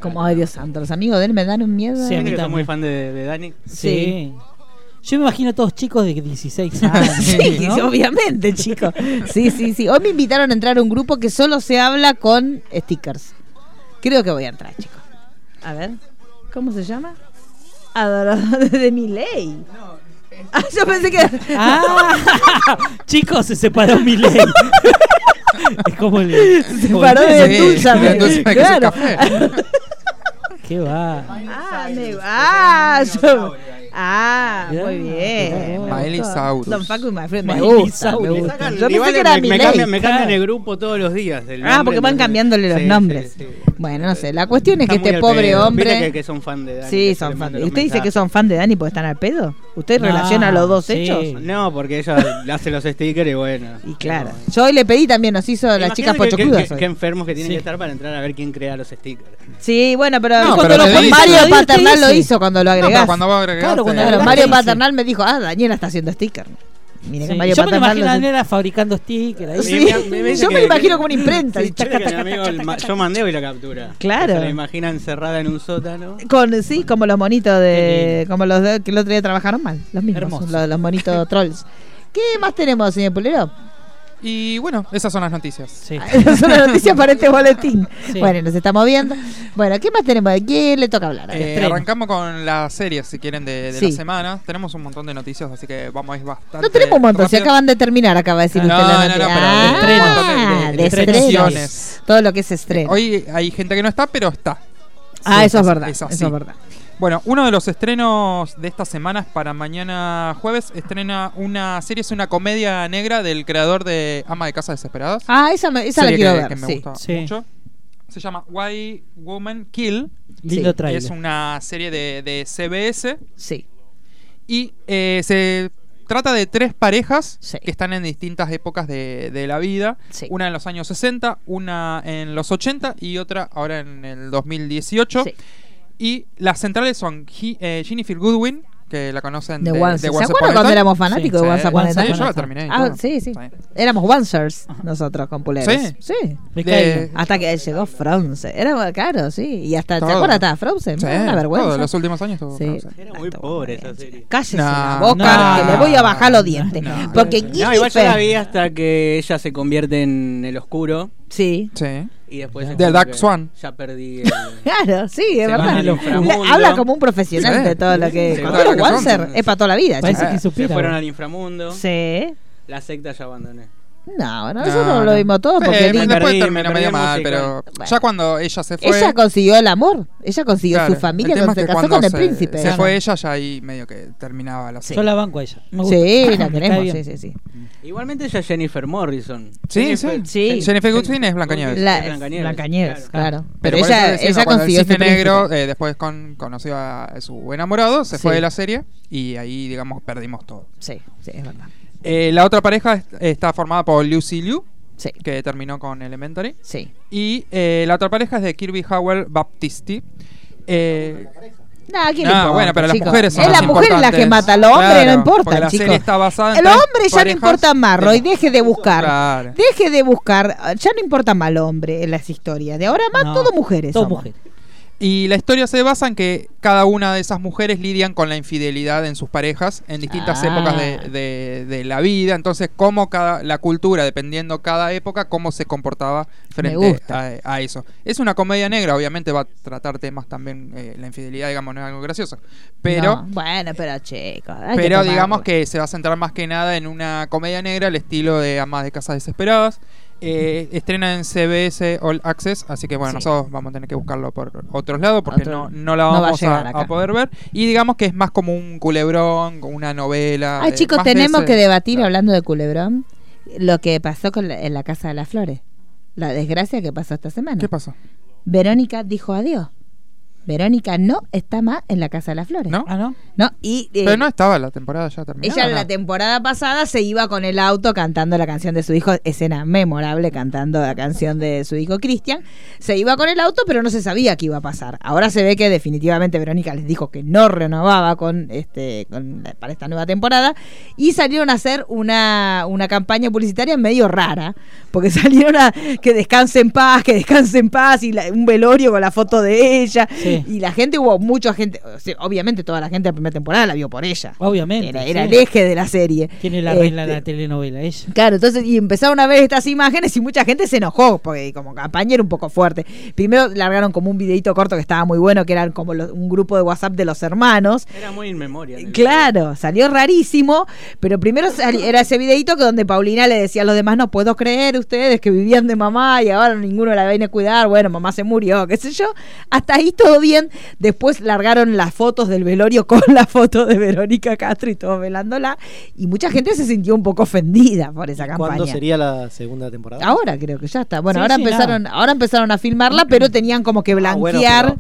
Speaker 2: Como, ay Dios santo, los amigos de él me dan un miedo.
Speaker 3: Sí, a
Speaker 5: Yo
Speaker 3: mí
Speaker 5: soy muy
Speaker 3: también.
Speaker 5: fan de, de Dani.
Speaker 3: Sí. Yo me imagino a todos chicos de 16 años.
Speaker 2: Ah, Sí,
Speaker 3: ¿no?
Speaker 2: obviamente, chicos. Sí, sí, sí. Hoy me invitaron a entrar a un grupo que solo se habla con stickers. Creo que voy a entrar, chicos. A ver, ¿cómo se llama? Adoradores de mi ley. Ah, yo pensé que.
Speaker 3: Ah, chicos, se separó mi ley. es como el.
Speaker 2: se
Speaker 3: como
Speaker 2: paró
Speaker 3: el-
Speaker 2: de
Speaker 4: Sí,
Speaker 2: endulzame.
Speaker 4: de endulzame, que es el
Speaker 2: claro.
Speaker 4: café.
Speaker 3: ¿Qué va?
Speaker 2: Ah, me- ah, yo- ah, muy bien.
Speaker 3: Mirá.
Speaker 4: Miley Cyrus.
Speaker 2: Don Paco y my friend, me
Speaker 3: Miley
Speaker 2: gusta, me
Speaker 3: Cyrus.
Speaker 2: gusta.
Speaker 5: Sacan
Speaker 2: Yo pensé
Speaker 5: rivales,
Speaker 2: que era
Speaker 5: me, me
Speaker 2: Milei.
Speaker 5: cambian, me cambian el grupo todos los días. el
Speaker 2: Ah,
Speaker 5: nombre,
Speaker 2: porque van
Speaker 5: entonces-
Speaker 2: cambiándole los
Speaker 5: Sí,
Speaker 2: nombres.
Speaker 5: sí, sí.
Speaker 2: Bueno, no sé. La cuestión es que
Speaker 5: Está muy
Speaker 2: este
Speaker 5: al
Speaker 2: pobre
Speaker 5: pedo.
Speaker 2: hombre.
Speaker 5: Viste Que, que son fan de Dani. que
Speaker 2: sí,
Speaker 5: se le
Speaker 2: son fan. ¿Y
Speaker 5: mandan los
Speaker 2: usted dice que
Speaker 5: mensajes.
Speaker 2: son fan de Dani porque están al pedo? ¿Usted
Speaker 3: No,
Speaker 2: relaciona los dos
Speaker 3: sí.
Speaker 2: hechos?
Speaker 5: No, porque ella le hace los stickers y bueno.
Speaker 2: Y claro. Yo hoy le pedí también, nos hizo las chicas pochocludas. hoy.
Speaker 5: Qué enfermos que tienen
Speaker 3: Sí.
Speaker 5: que estar para entrar a ver quién crea los stickers.
Speaker 2: Sí, bueno, pero,
Speaker 4: No,
Speaker 2: cuando
Speaker 4: pero
Speaker 2: lo
Speaker 4: le dice-
Speaker 2: Mario
Speaker 3: lo dice,
Speaker 2: Paternal lo
Speaker 3: dice.
Speaker 2: hizo cuando lo
Speaker 4: No,
Speaker 2: agregás.
Speaker 4: pero cuando eh, va a agregar.
Speaker 3: Claro, cuando
Speaker 2: Claro,
Speaker 3: agregaste,
Speaker 2: Mario
Speaker 3: dice.
Speaker 2: Paternal me dijo, ah, Daniela está haciendo sticker. Mire que
Speaker 3: Sí.
Speaker 2: Mario
Speaker 3: Yo me lo
Speaker 2: Paternal.
Speaker 3: imagino
Speaker 2: lo
Speaker 3: a
Speaker 2: hace-
Speaker 3: Daniela fabricando stickers. ahí.
Speaker 2: Sí, yo me lo imagino como una imprenta.
Speaker 5: Sí,
Speaker 2: y chaca,
Speaker 5: viste que mi
Speaker 2: chaca,
Speaker 5: amigo,
Speaker 2: chaca,
Speaker 5: el
Speaker 2: chaca,
Speaker 5: ma-
Speaker 2: chaca.
Speaker 5: yo mandé hoy la captura.
Speaker 2: Claro. Eh,
Speaker 5: Se la imagina encerrada en un sótano.
Speaker 2: Con, sí, como los monitos
Speaker 3: Qué
Speaker 2: de. Como los de- que el otro día trabajaron mal. Los mismos.
Speaker 3: Hermoso.
Speaker 2: Los, los monitos trolls. ¿Qué más tenemos, señor Pulero?
Speaker 4: Y bueno, esas son las noticias.
Speaker 3: Sí.
Speaker 2: Es una noticia para este boletín.
Speaker 3: Sí.
Speaker 2: Bueno, nos estamos viendo. Bueno, ¿qué más tenemos? ¿De quién le toca hablar? A ver.
Speaker 4: Eh,
Speaker 3: estreno.
Speaker 4: arrancamos con las series, si quieren, de, de
Speaker 2: Sí.
Speaker 4: la semana. Tenemos un montón de noticias, así que vamos, es bastante.
Speaker 2: no tenemos un montón, se
Speaker 4: rápido.
Speaker 2: acaban de terminar, acaba de decir
Speaker 4: No,
Speaker 2: usted la
Speaker 4: no, no,
Speaker 2: noticia.
Speaker 4: pero de
Speaker 3: estrenos,
Speaker 2: Ah,
Speaker 4: de- de-
Speaker 2: de
Speaker 4: de
Speaker 2: estrenos.
Speaker 4: estrenos.
Speaker 2: Todo lo que es estreno.
Speaker 4: Hoy hay gente que no está, pero está.
Speaker 2: ah,
Speaker 4: sí,
Speaker 2: eso es
Speaker 4: es-
Speaker 2: verdad.
Speaker 4: es
Speaker 2: eso
Speaker 4: así.
Speaker 2: es verdad.
Speaker 4: Bueno, uno de los estrenos de estas semanas para mañana jueves estrena una serie, es una comedia negra del creador de Ama de Casa Desesperadas.
Speaker 2: Ah, esa, me- esa la
Speaker 4: serie
Speaker 2: quiero
Speaker 4: que,
Speaker 2: ver.
Speaker 4: que me
Speaker 2: sí.
Speaker 4: gusta
Speaker 3: Sí.
Speaker 4: mucho. Se llama Why Woman Kill.
Speaker 3: Lindo trailer.
Speaker 4: Es una serie de, de CBS
Speaker 2: sí.
Speaker 4: y eh, se trata de tres parejas
Speaker 2: Sí.
Speaker 4: que están en distintas épocas de, de la vida.
Speaker 2: Sí.
Speaker 4: Una en los años 60, una en los 80 y otra ahora en el 2018.
Speaker 2: sí.
Speaker 4: Y las centrales son Hi- eh, Jennifer Goodwin, que la conocen
Speaker 2: De
Speaker 4: de,
Speaker 2: Once.
Speaker 4: de
Speaker 2: ¿Se
Speaker 4: Once
Speaker 2: acuerdan
Speaker 4: Upon a
Speaker 2: cuando
Speaker 4: Time?
Speaker 2: éramos fanáticos de
Speaker 4: Sí,
Speaker 2: Once Upon a
Speaker 4: Once,
Speaker 2: Time?
Speaker 4: sí, yo la terminé y
Speaker 2: Ah,
Speaker 4: todo.
Speaker 2: sí, sí.
Speaker 4: Sí.
Speaker 2: Éramos Oncers nosotros con puleros.
Speaker 4: Sí.
Speaker 2: Sí.
Speaker 3: Me
Speaker 4: De-
Speaker 3: caí.
Speaker 2: Hasta que llegó Frozen. Era claro, sí. Y hasta, ¿te
Speaker 4: Todo.
Speaker 2: acuerdas? Hasta Frozen.
Speaker 4: Sí,
Speaker 2: Una vergüenza.
Speaker 4: todo, los últimos años tuvo
Speaker 2: Sí.
Speaker 4: Frozen.
Speaker 8: Era muy
Speaker 2: Tanta
Speaker 8: pobre esa
Speaker 2: vergüenza.
Speaker 8: serie.
Speaker 2: Cállese
Speaker 4: No,
Speaker 2: la boca,
Speaker 4: no,
Speaker 2: que le voy a bajar los dientes.
Speaker 4: no.
Speaker 2: Porque
Speaker 5: No, igual yo
Speaker 2: Jennifer-
Speaker 5: la vi hasta que ella se convierte en el oscuro
Speaker 2: Sí.
Speaker 4: Sí.
Speaker 5: y después... es
Speaker 4: The
Speaker 5: como
Speaker 4: Dark
Speaker 5: que
Speaker 4: Swan.
Speaker 5: Ya perdí el...
Speaker 2: Claro, sí, es
Speaker 5: Se van
Speaker 2: verdad.
Speaker 5: al inframundo.
Speaker 2: Le- Habla como un profesional
Speaker 4: Sí.
Speaker 2: de todo lo que.
Speaker 5: Sí,
Speaker 2: Cuando
Speaker 5: todo lo
Speaker 2: eres
Speaker 4: que son.
Speaker 2: Wanzer, es para toda la vida.
Speaker 3: Parece
Speaker 2: chicos.
Speaker 3: que
Speaker 5: Se
Speaker 3: supiera.
Speaker 5: fueron al inframundo.
Speaker 2: Sí.
Speaker 5: La secta ya abandoné.
Speaker 2: No, no,
Speaker 4: No,
Speaker 2: nosotros lo
Speaker 4: no.
Speaker 2: vimos todo
Speaker 4: Eh,
Speaker 2: porque
Speaker 4: después
Speaker 2: ni-
Speaker 5: me perdí,
Speaker 4: terminó
Speaker 5: me
Speaker 4: medio
Speaker 5: perdí
Speaker 4: mal,
Speaker 5: música.
Speaker 4: pero
Speaker 2: Bueno.
Speaker 4: ya cuando ella se fue.
Speaker 2: ella consiguió el amor, ella consiguió
Speaker 4: claro,
Speaker 2: su familia
Speaker 4: el tema
Speaker 2: cuando
Speaker 4: es
Speaker 2: se
Speaker 4: que
Speaker 2: casó con el
Speaker 4: se-
Speaker 2: príncipe.
Speaker 4: Se fue ella, ya ahí medio que terminaba la
Speaker 3: Yo la banco a ella. Me gusta.
Speaker 2: Sí, la
Speaker 3: Me cae
Speaker 2: queremos, sí,
Speaker 3: bien.
Speaker 2: sí, sí.
Speaker 5: Igualmente ella es Jennifer Morrison.
Speaker 4: Sí, sí.
Speaker 5: Jennifer-
Speaker 2: Sí.
Speaker 4: Jennifer Goodwin es Blancanieves.
Speaker 2: La,
Speaker 5: Es Blancanieves.
Speaker 2: Blancanieves, claro.
Speaker 5: Claro.
Speaker 2: Pero,
Speaker 4: por eso
Speaker 2: ella,
Speaker 4: te decía,
Speaker 2: ella
Speaker 4: cuando el
Speaker 2: consiguió su
Speaker 4: cisne negro,
Speaker 2: príncipe.
Speaker 4: eh, después con, conoció a su enamorado, se
Speaker 2: Sí.
Speaker 4: fue de la serie y ahí, digamos, perdimos todo.
Speaker 2: Sí, sí, es verdad.
Speaker 4: Eh, la otra pareja es- está formada por Lucy Liu,
Speaker 2: Sí,
Speaker 4: que terminó con Elementary.
Speaker 2: sí.
Speaker 4: Y eh, la otra pareja es de Kirby Howell Baptisti. Eh,
Speaker 2: No, ¿a quién le
Speaker 4: Ah,
Speaker 2: importa,
Speaker 4: bueno, pero las
Speaker 2: chicos?
Speaker 4: mujeres son
Speaker 2: Es
Speaker 4: las
Speaker 2: la mujer la que
Speaker 4: importantes.
Speaker 2: mata, al hombre
Speaker 4: Claro,
Speaker 2: no importa,
Speaker 4: porque la
Speaker 2: chicos.
Speaker 4: serie está basada en
Speaker 2: el
Speaker 4: tres
Speaker 2: hombre ya no
Speaker 4: parejas
Speaker 2: importa más, Roy,
Speaker 4: de-
Speaker 2: deje de buscar.
Speaker 4: Claro.
Speaker 2: Deje de buscar, ya no importa más el hombre en las historias. De ahora más
Speaker 3: No,
Speaker 2: todo mujeres.
Speaker 3: Todo
Speaker 2: somos.
Speaker 3: mujer.
Speaker 4: y la historia se basa en que cada una de esas mujeres lidian con la infidelidad en sus parejas en distintas
Speaker 2: Ah.
Speaker 4: épocas de, de- de la vida. Entonces, cómo cada, la cultura, dependiendo cada época, cómo se comportaba frente a,
Speaker 2: gusta.
Speaker 4: a eso. Es una comedia negra, obviamente va a tratar temas también, eh, la infidelidad, digamos, no es algo gracioso. Pero...
Speaker 2: No, bueno, pero chicos. hay que
Speaker 4: Pero
Speaker 2: tomarlo.
Speaker 4: digamos que se va a centrar más que nada en una comedia negra al estilo de Amas de Casas Desesperadas. Eh, estrena en CBS All Access, así que bueno,
Speaker 2: Sí.
Speaker 4: nosotros vamos a tener que buscarlo por otros lados porque
Speaker 2: Otro-
Speaker 4: no, no la
Speaker 2: no va a
Speaker 4: vamos a,
Speaker 2: llegar acá.
Speaker 4: a poder ver. Y digamos que es más como un culebrón, como una novela.
Speaker 2: Ay,
Speaker 4: eh,
Speaker 2: chicos,
Speaker 4: más de
Speaker 2: tenemos
Speaker 4: ese-
Speaker 2: que debatir,
Speaker 4: Claro.
Speaker 2: hablando de Culebrón, lo que pasó con la- en la Casa de las Flores. La desgracia que pasó esta semana.
Speaker 4: ¿Qué pasó?
Speaker 2: Verónica dijo adiós. Verónica no está más en la Casa de las Flores.
Speaker 4: ¿No?
Speaker 3: Ah, ¿no?
Speaker 2: No, y eh,
Speaker 4: Pero no estaba la temporada ya terminada.
Speaker 2: ella
Speaker 4: ¿no?
Speaker 2: la temporada pasada se iba con el auto cantando la canción de su hijo, escena memorable cantando la canción de su hijo Cristian. Se iba con el auto, pero no se sabía qué iba a pasar. Ahora se ve que definitivamente Verónica les dijo que no renovaba con este con la- para esta nueva temporada y salieron a hacer una, una campaña publicitaria medio rara, porque salieron a que descanse en paz, que descanse en paz y la- un velorio con la foto de ella
Speaker 3: Sí.
Speaker 2: y la gente hubo mucha gente, o sea, obviamente toda la gente de la primera temporada la vio por ella.
Speaker 3: Obviamente.
Speaker 2: Era, era
Speaker 3: sí.
Speaker 2: el eje de la serie.
Speaker 3: Tiene la
Speaker 2: Este,
Speaker 3: regla de la telenovela, ella.
Speaker 2: Claro, entonces, y empezaron a ver estas imágenes y mucha gente se enojó, porque como campaña era un poco fuerte. Primero largaron como un videito corto que estaba muy bueno, que eran como los- un grupo de WhatsApp de los hermanos.
Speaker 5: Era muy in memoria. en el-
Speaker 2: Claro, salió rarísimo, pero primero sali- era ese videito que donde Paulina le decía a los demás, no puedo creer ustedes que vivían de mamá y ahora ninguno la viene a cuidar, bueno, mamá se murió, qué sé yo. Hasta ahí todo bien, después largaron las fotos del velorio con la foto de Verónica Castro y todo velándola, y mucha gente se sintió un poco ofendida por esa campaña. Ah,
Speaker 8: ¿Cuándo sería la segunda temporada?
Speaker 2: Ahora creo que ya está. Bueno,
Speaker 3: Sí,
Speaker 2: ahora
Speaker 3: sí,
Speaker 2: empezaron, ahora empezaron a filmarla, pero tenían como que
Speaker 8: Ah, bueno,
Speaker 2: blanquear.
Speaker 8: pero,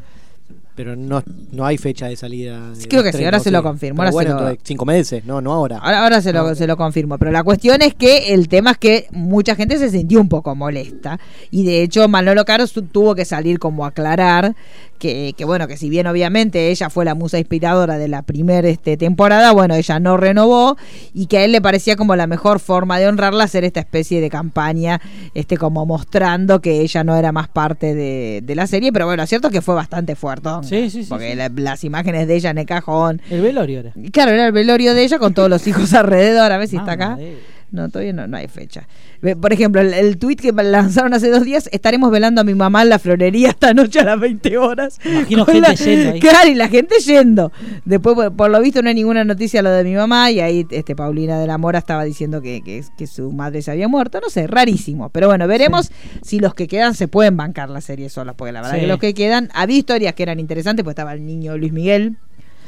Speaker 8: pero no, no hay fecha de salida. de
Speaker 2: Creo que sí,
Speaker 8: estreno,
Speaker 2: ahora se lo confirmo, ahora
Speaker 8: Pero bueno,
Speaker 2: se lo-
Speaker 8: dentro de cinco meses, no, no ahora.
Speaker 2: Ahora, ahora se, lo, se lo confirmo, pero la cuestión es que el tema es que mucha gente se sintió un poco molesta y de hecho Manolo Caro su- tuvo que salir como a aclarar que, que bueno, que si bien obviamente ella fue la musa inspiradora de la primera este, temporada, bueno, ella no renovó y que a él le parecía como la mejor forma de honrarla hacer esta especie de campaña, este como mostrando que ella no era más parte de, de la serie, pero bueno, lo cierto es que fue bastante fuerte,
Speaker 3: Sí, sí, sí,
Speaker 2: porque
Speaker 3: sí.
Speaker 2: la- las imágenes de ella en el cajón,
Speaker 3: El velorio era.
Speaker 2: y Claro, era el velorio de ella con todos los hijos alrededor, a ver si está
Speaker 3: Mamá eh.
Speaker 2: acá.
Speaker 3: de-
Speaker 2: No, todavía no, no hay fecha. Ve, Por ejemplo, el, el tuit que lanzaron hace dos días, estaremos velando a mi mamá en la florería esta noche a las 20 horas.
Speaker 3: Imagino
Speaker 2: Con
Speaker 3: gente
Speaker 2: la-
Speaker 3: yendo ahí.
Speaker 2: Claro, y la gente yendo. Después, por, por lo visto, no hay ninguna noticia lo de mi mamá y ahí este Paulina de la Mora estaba diciendo que, que- que su madre se había muerto. No sé, rarísimo. Pero bueno, veremos si los que quedan se pueden bancar la serie solas, porque la verdad
Speaker 3: Sí.
Speaker 2: que los que quedan, había historias que eran interesantes, pues estaba el niño Luis Miguel.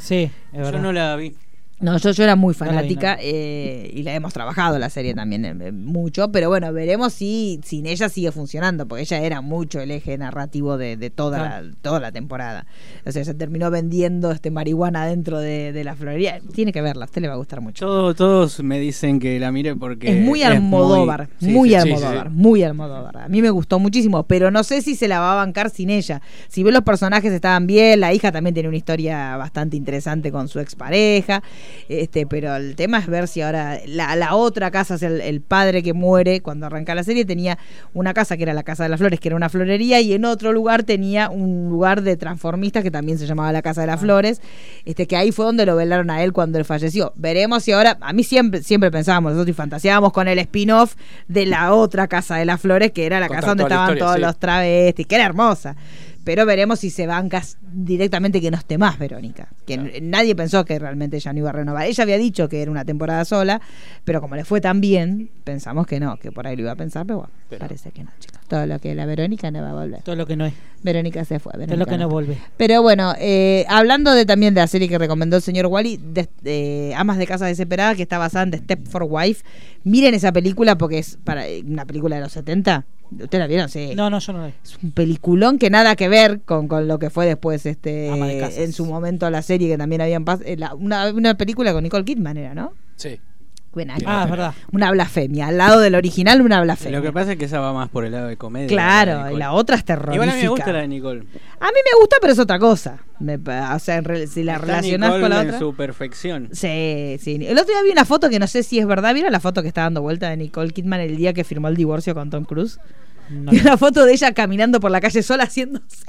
Speaker 3: Sí, es
Speaker 5: Yo
Speaker 3: verdad.
Speaker 5: no la vi.
Speaker 2: No, yo, yo era muy
Speaker 3: No la vi,
Speaker 2: fanática
Speaker 3: no.
Speaker 2: eh, y la hemos trabajado la serie también eh, mucho, pero bueno, veremos si sin ella sigue funcionando, porque ella era mucho el eje narrativo de, de toda, la, toda la temporada. O sea, se terminó vendiendo este marihuana dentro de, de la florería. Tiene que verla, a usted le va a gustar mucho.
Speaker 5: Todo- todos me dicen que la mire porque.
Speaker 2: es muy Almodóvar,
Speaker 5: sí,
Speaker 2: muy
Speaker 5: sí, sí,
Speaker 2: Almodóvar,
Speaker 5: sí, sí.
Speaker 2: muy Almodóvar. A mí me gustó muchísimo, pero no sé si se la va a bancar sin ella. Si bien los personajes estaban bien, la hija también tiene una historia bastante interesante con su expareja, este, pero el tema es ver si ahora la, la otra casa, o sea, el, el padre que muere cuando arranca la serie, tenía una casa que era la Casa de las Flores, que era una florería, y en otro lugar tenía un lugar de transformistas que también se llamaba la Casa de
Speaker 5: Ah.
Speaker 2: las Flores, este, que ahí fue donde lo velaron a él cuando él falleció. Veremos si ahora, a mí siempre, siempre pensábamos nosotros y fantaseábamos con el spin-off de la otra Casa de las Flores, que era la
Speaker 7: Contar
Speaker 2: casa donde
Speaker 7: toda la
Speaker 2: estaban
Speaker 7: historia,
Speaker 2: todos
Speaker 7: sí.
Speaker 2: los travestis, que era hermosa. Pero veremos si se bancas directamente que no esté más Verónica. Que n- nadie pensó que realmente ella no iba a renovar. Ella había dicho que era una temporada sola, pero como le fue tan bien, pensamos que no, que por ahí lo iba a pensar, pero bueno,
Speaker 7: Pero-
Speaker 2: parece que no, chicos. Todo lo que la Verónica no va a volver.
Speaker 3: Todo lo que no es.
Speaker 2: Verónica se fue.
Speaker 3: Todo lo
Speaker 2: Verónica
Speaker 3: que no
Speaker 2: fue.
Speaker 3: vuelve.
Speaker 2: Pero bueno, eh, hablando de también de la serie que recomendó el señor Wally, de- de Amas de Casa Desesperada, que está basada en The Stepford Wife, miren esa película porque es para eh, una película de los 70. ¿Ustedes la vieron? Sí.
Speaker 3: No, no, yo no lo vi.
Speaker 2: Es un peliculón que nada que ver con, con lo que fue después este
Speaker 3: Ama de Casas.
Speaker 2: en su momento la serie que también habían pas- eh, la- una, una película con Nicole Kidman era, ¿no?
Speaker 7: Sí.
Speaker 2: Buena,
Speaker 3: Ah, es verdad.
Speaker 2: Una blasfemia. Al lado del original, una blasfemia.
Speaker 5: Lo que pasa es que esa va más por el lado de comedia. la
Speaker 2: claro,
Speaker 5: de
Speaker 2: y la
Speaker 5: Nicole.
Speaker 2: otra es terrorífica.
Speaker 5: Igual a mí me gusta la de Nicole.
Speaker 2: A mí me gusta, pero es otra cosa. Me pa- o sea, en re- si la
Speaker 5: Está
Speaker 2: relacionas
Speaker 5: Nicole
Speaker 2: con la
Speaker 5: en
Speaker 2: otra.
Speaker 5: su perfección.
Speaker 2: Sí, sí. El otro día vi una foto que no sé si es verdad. ¿Vieron la foto que está dando vuelta de Nicole Kidman el día que firmó el divorcio con Tom Cruise?
Speaker 3: No,
Speaker 2: Y una foto de ella caminando por la calle sola haciendo sí,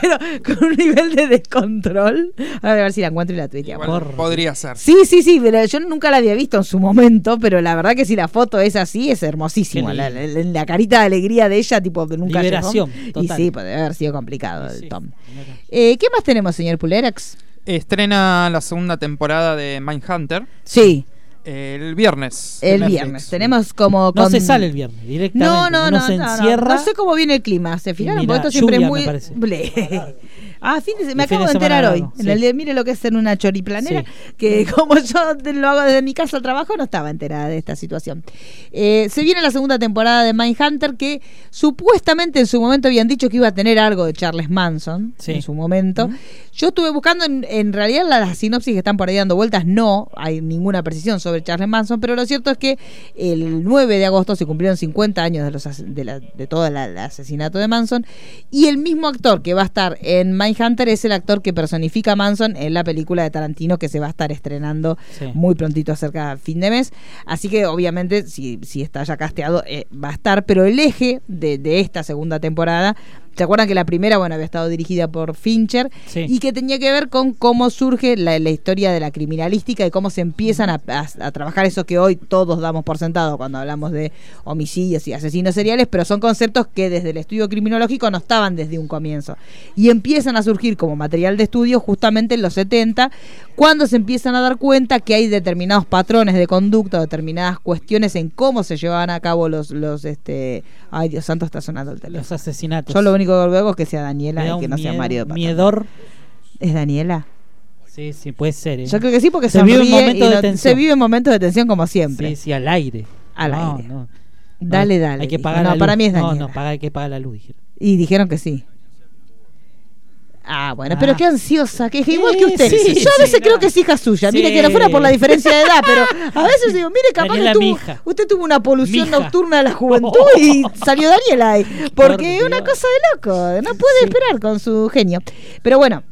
Speaker 2: pero con un nivel de descontrol. Ahora voy a ver si la encuentro y la tuiteamos.
Speaker 4: Igual podría ser.
Speaker 2: Sí, sí, sí, pero yo nunca la había visto en su momento, pero la verdad que si la foto es así, es hermosísima.
Speaker 3: Qué
Speaker 2: La,
Speaker 3: lindo.
Speaker 2: la- la carita de alegría de ella, tipo, de nunca
Speaker 3: Liberación
Speaker 2: Y
Speaker 3: total.
Speaker 2: sí, puede haber sido complicado el
Speaker 3: Sí,
Speaker 2: Tom.
Speaker 3: mira.
Speaker 2: Eh, ¿Qué más tenemos, señor Pulerax?
Speaker 4: Estrena la segunda temporada de Mindhunter
Speaker 2: Sí,
Speaker 4: el viernes.
Speaker 2: el
Speaker 3: Netflix.
Speaker 2: viernes. Tenemos como.
Speaker 3: No
Speaker 2: con-
Speaker 3: se sale el viernes directamente.
Speaker 2: No, no,
Speaker 3: Uno
Speaker 2: no,
Speaker 3: se
Speaker 2: no, no.
Speaker 3: encierra.
Speaker 2: No sé cómo viene el clima. ¿Se fijaron?
Speaker 3: mira,
Speaker 2: Porque esto siempre
Speaker 3: lluvia,
Speaker 2: es
Speaker 3: me
Speaker 2: muy. Ble. Ah, fin de se- me
Speaker 3: Y fin
Speaker 2: acabo
Speaker 3: de
Speaker 2: de
Speaker 3: semana
Speaker 2: enterar hoy.
Speaker 3: largo,
Speaker 2: En
Speaker 3: sí.
Speaker 2: el día- mire lo que es en una choriplanera,
Speaker 3: Sí.
Speaker 2: que como yo te- lo hago desde mi casa al trabajo, no estaba enterada de esta situación. Eh, se viene la segunda temporada de Mindhunter, que supuestamente en su momento habían dicho que iba a tener algo de Charles Manson,
Speaker 3: Sí.
Speaker 2: en su momento. Yo estuve buscando, en, en realidad la- las sinopsis que están por ahí dando vueltas, no hay ninguna precisión sobre Charles Manson, pero lo cierto es que el 9 de agosto se cumplieron 50 años de, los, as- de, la- de todo la- el asesinato de Manson, y el mismo actor que va a estar en Mindhunter es el actor que personifica a Manson en la película de Tarantino que se va a estar estrenando
Speaker 3: Sí.
Speaker 2: muy prontito acerca de fin de mes. Así que obviamente, si, si está ya casteado, eh, va a estar. Pero el eje de, de esta segunda temporada, ¿se acuerdan que la primera, bueno, había estado dirigida por Fincher
Speaker 3: Sí.
Speaker 2: y que tenía que ver con cómo surge la, la historia de la criminalística y cómo se empiezan a, a- a trabajar eso que hoy todos damos por sentado cuando hablamos de homicidios y asesinos seriales, pero son conceptos que desde el estudio criminológico no estaban desde un comienzo. Y empiezan a surgir como material de estudio justamente en los 70, cuando se empiezan a dar cuenta que hay determinados patrones de conducta, determinadas cuestiones en cómo se llevaban a cabo los, los este ay Dios santo está sonando el teléfono.
Speaker 3: Los asesinatos.
Speaker 2: Yo lo único que veo es que sea
Speaker 3: Me da
Speaker 2: Daniela y que
Speaker 3: un
Speaker 2: no sea
Speaker 3: miedo-
Speaker 2: Mario de Patán.
Speaker 3: Miedor.
Speaker 2: ¿Es Daniela?
Speaker 3: Sí, sí, puede ser. ¿eh?
Speaker 2: Yo creo que sí, porque
Speaker 3: Se
Speaker 2: se
Speaker 3: vive un momento de tensión.
Speaker 2: Se vive un momento de tensión como siempre.
Speaker 3: Sí, sí, al aire.
Speaker 2: Al
Speaker 3: No,
Speaker 2: aire.
Speaker 3: no.
Speaker 2: Dale,
Speaker 3: No,
Speaker 2: dale.
Speaker 3: Hay que
Speaker 2: dijo.
Speaker 3: pagar
Speaker 2: no,
Speaker 3: la luz.
Speaker 2: para mí es Daniela.
Speaker 3: No, no, paga- hay que pagar la luz, dijeron.
Speaker 2: Y dijeron que sí. Ah, bueno,
Speaker 3: Ah.
Speaker 2: pero qué ansiosa, que es igual
Speaker 3: Sí,
Speaker 2: que usted.
Speaker 3: sí,
Speaker 2: Yo a
Speaker 3: sí,
Speaker 2: veces
Speaker 3: no.
Speaker 2: creo que es hija suya. Mire
Speaker 3: Sí.
Speaker 2: que no fuera por la diferencia de edad, pero a veces digo, mire, capaz
Speaker 3: Daniela,
Speaker 2: que
Speaker 3: mi
Speaker 2: tuvo,
Speaker 3: hija.
Speaker 2: usted tuvo una polución
Speaker 3: Mi hija.
Speaker 2: nocturna de la juventud y salió Daniela ahí. Porque es
Speaker 3: Por
Speaker 2: una
Speaker 3: Dios.
Speaker 2: cosa de loco, no puede esperar con su genio. Pero bueno.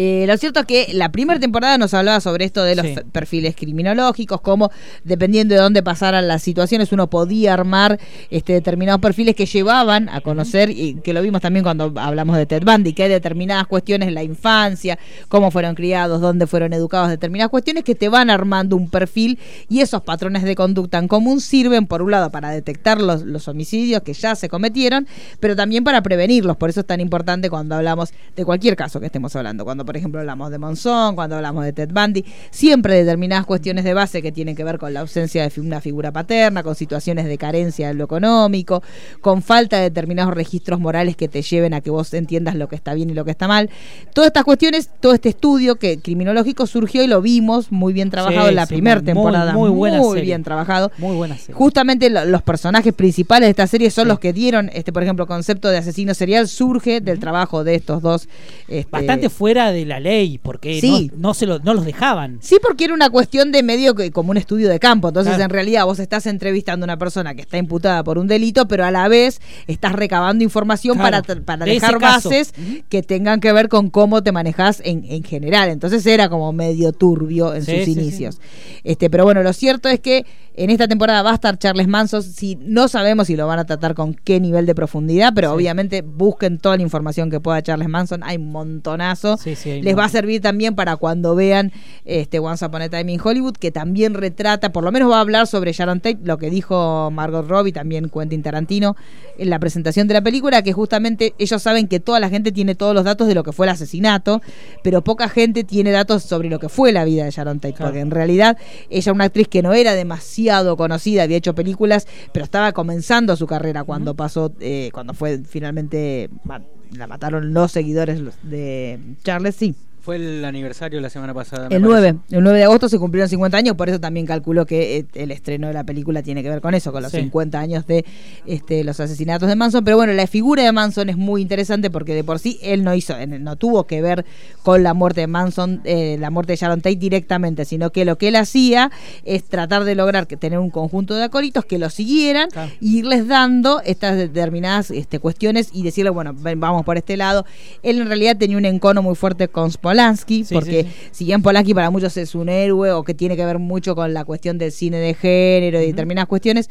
Speaker 2: eh, lo cierto es que la primera temporada nos hablaba sobre esto de los
Speaker 3: Sí.
Speaker 2: fe- perfiles criminológicos, cómo dependiendo de dónde pasaran las situaciones uno podía armar este, determinados perfiles que llevaban a conocer, y que lo vimos también cuando hablamos de Ted Bundy, que hay determinadas cuestiones, la infancia, cómo fueron criados, dónde fueron educados, determinadas cuestiones que te van armando un perfil y esos patrones de conducta en común sirven por un lado para detectar los, los homicidios que ya se cometieron, pero también para prevenirlos, por eso es tan importante cuando hablamos de cualquier caso que estemos hablando, cuando por ejemplo, hablamos de Monzón, cuando hablamos de Ted Bundy, siempre determinadas cuestiones de base que tienen que ver con la ausencia de fi- una figura paterna, con situaciones de carencia en lo económico, con falta de determinados registros morales que te lleven a que vos entiendas lo que está bien y lo que está mal. Todas estas cuestiones, todo este estudio que criminológico surgió y lo vimos muy bien trabajado
Speaker 3: Sí,
Speaker 2: en la
Speaker 3: sí,
Speaker 2: primera
Speaker 3: muy-
Speaker 2: temporada.
Speaker 3: muy buena serie.
Speaker 2: bien trabajado.
Speaker 3: Muy buena serie.
Speaker 2: Justamente lo- los personajes principales de esta serie son los que dieron, este, por ejemplo, concepto de asesino serial surge del trabajo de estos dos. este,
Speaker 3: Bastante fuera de la ley, porque
Speaker 2: Sí.
Speaker 3: no, no se lo- no los dejaban.
Speaker 2: Sí, porque era una cuestión de medio que, como un estudio de campo. Entonces,
Speaker 3: Claro.
Speaker 2: en realidad, vos estás entrevistando a una persona que está imputada por un delito, pero a la vez estás recabando información para,
Speaker 3: Claro,
Speaker 2: tra- para
Speaker 3: de ese
Speaker 2: dejar
Speaker 3: caso.
Speaker 2: bases que tengan que ver con cómo te manejas en, en general. Entonces, era como medio turbio en
Speaker 3: Sí,
Speaker 2: sus
Speaker 3: sí, sí.
Speaker 2: inicios. Este, pero bueno, lo cierto es que en esta temporada va a estar Charles Manson. Si no sabemos si lo van a tratar con qué nivel de profundidad, pero obviamente busquen toda la información que pueda Charles Manson. Hay un montonazo.
Speaker 3: Sí, sí, hay
Speaker 2: Les
Speaker 3: un
Speaker 2: va a servir también para cuando vean este Once Upon a Time in Hollywood, que también retrata, por lo menos va a hablar sobre Sharon Tate, lo que dijo Margot Robbie, también Quentin Tarantino, en la presentación de la película, que justamente ellos saben que toda la gente tiene todos los datos de lo que fue el asesinato, pero poca gente tiene datos sobre lo que fue la vida de Sharon Tate,
Speaker 3: Claro.
Speaker 2: porque en realidad ella era una actriz que no era demasiado conocida, había hecho películas, pero estaba comenzando su carrera cuando pasó, eh, cuando fue finalmente... ma- La mataron los seguidores los- de Charles, sí.
Speaker 5: Fue el aniversario la semana pasada. me
Speaker 2: El
Speaker 5: parece.
Speaker 2: 9, el 9 de agosto se cumplieron 50 años, por eso también calculo que eh, el estreno de la película tiene que ver con eso, con los
Speaker 3: Sí.
Speaker 2: 50 años de este, los asesinatos de Manson. Pero bueno, la figura de Manson es muy interesante porque de por sí él no hizo, eh, no tuvo que ver con la muerte de Manson, eh, la muerte de Sharon Tate directamente, sino que lo que él hacía es tratar de lograr que tener un conjunto de acólitos que lo siguieran
Speaker 3: Claro.
Speaker 2: e irles dando estas determinadas este, cuestiones y decirle, bueno, ven, vamos por este lado. Él en realidad tenía un encono muy fuerte con Spolansky,
Speaker 3: Sí,
Speaker 2: porque
Speaker 3: sí, sí.
Speaker 2: si bien Polanski para muchos es un héroe o que tiene que ver mucho con la cuestión del cine de género y determinadas cuestiones,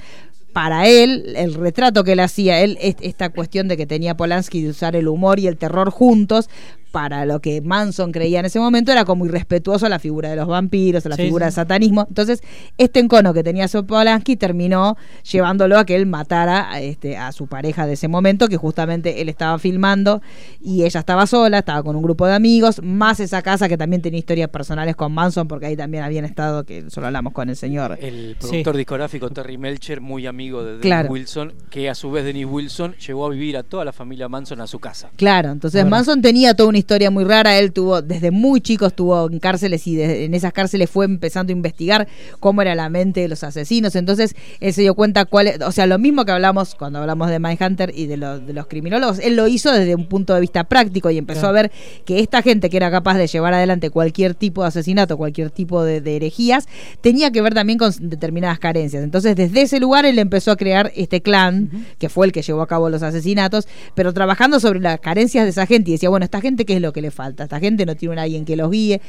Speaker 2: para él, el retrato que él hacía, él, es- esta cuestión de que tenía Polanski de usar el humor y el terror juntos, para lo que Manson creía en ese momento, era como irrespetuoso a la figura de los vampiros, a la
Speaker 3: Sí,
Speaker 2: figura
Speaker 3: sí.
Speaker 2: del satanismo. Entonces, este encono que tenía sobre Polanski terminó llevándolo a que él matara a, este, a su pareja de ese momento, que justamente él estaba filmando y ella estaba sola, estaba con un grupo de amigos, más esa casa que también tenía historias personales con Manson, porque ahí también habían estado, que solo hablamos con el señor.
Speaker 7: El productor discográfico Terry Melcher, muy amigo de Dennis
Speaker 2: Claro.
Speaker 7: Wilson, que a su vez Dennis Wilson llegó a vivir a toda la familia Manson a su casa.
Speaker 2: Claro, entonces
Speaker 3: Bueno.
Speaker 2: Manson tenía toda una historia muy rara. Él tuvo, desde muy chico estuvo en cárceles y de- en esas cárceles fue empezando a investigar cómo era la mente de los asesinos. Entonces él se dio cuenta cuál, es- o sea, lo mismo que hablamos cuando hablamos de Mindhunter y de, lo- de los criminólogos, él lo hizo desde un punto de vista práctico y empezó
Speaker 3: Claro.
Speaker 2: a ver que esta gente que era capaz de llevar adelante cualquier tipo de asesinato, cualquier tipo de, de herejías, tenía que ver también con determinadas carencias. Entonces desde ese lugar él empezó a crear este clan, que fue el que llevó a cabo los asesinatos, pero trabajando sobre las carencias de esa gente y decía, bueno, esta gente, ¿qué es lo que le falta? Esta gente no tiene a alguien que los guíe.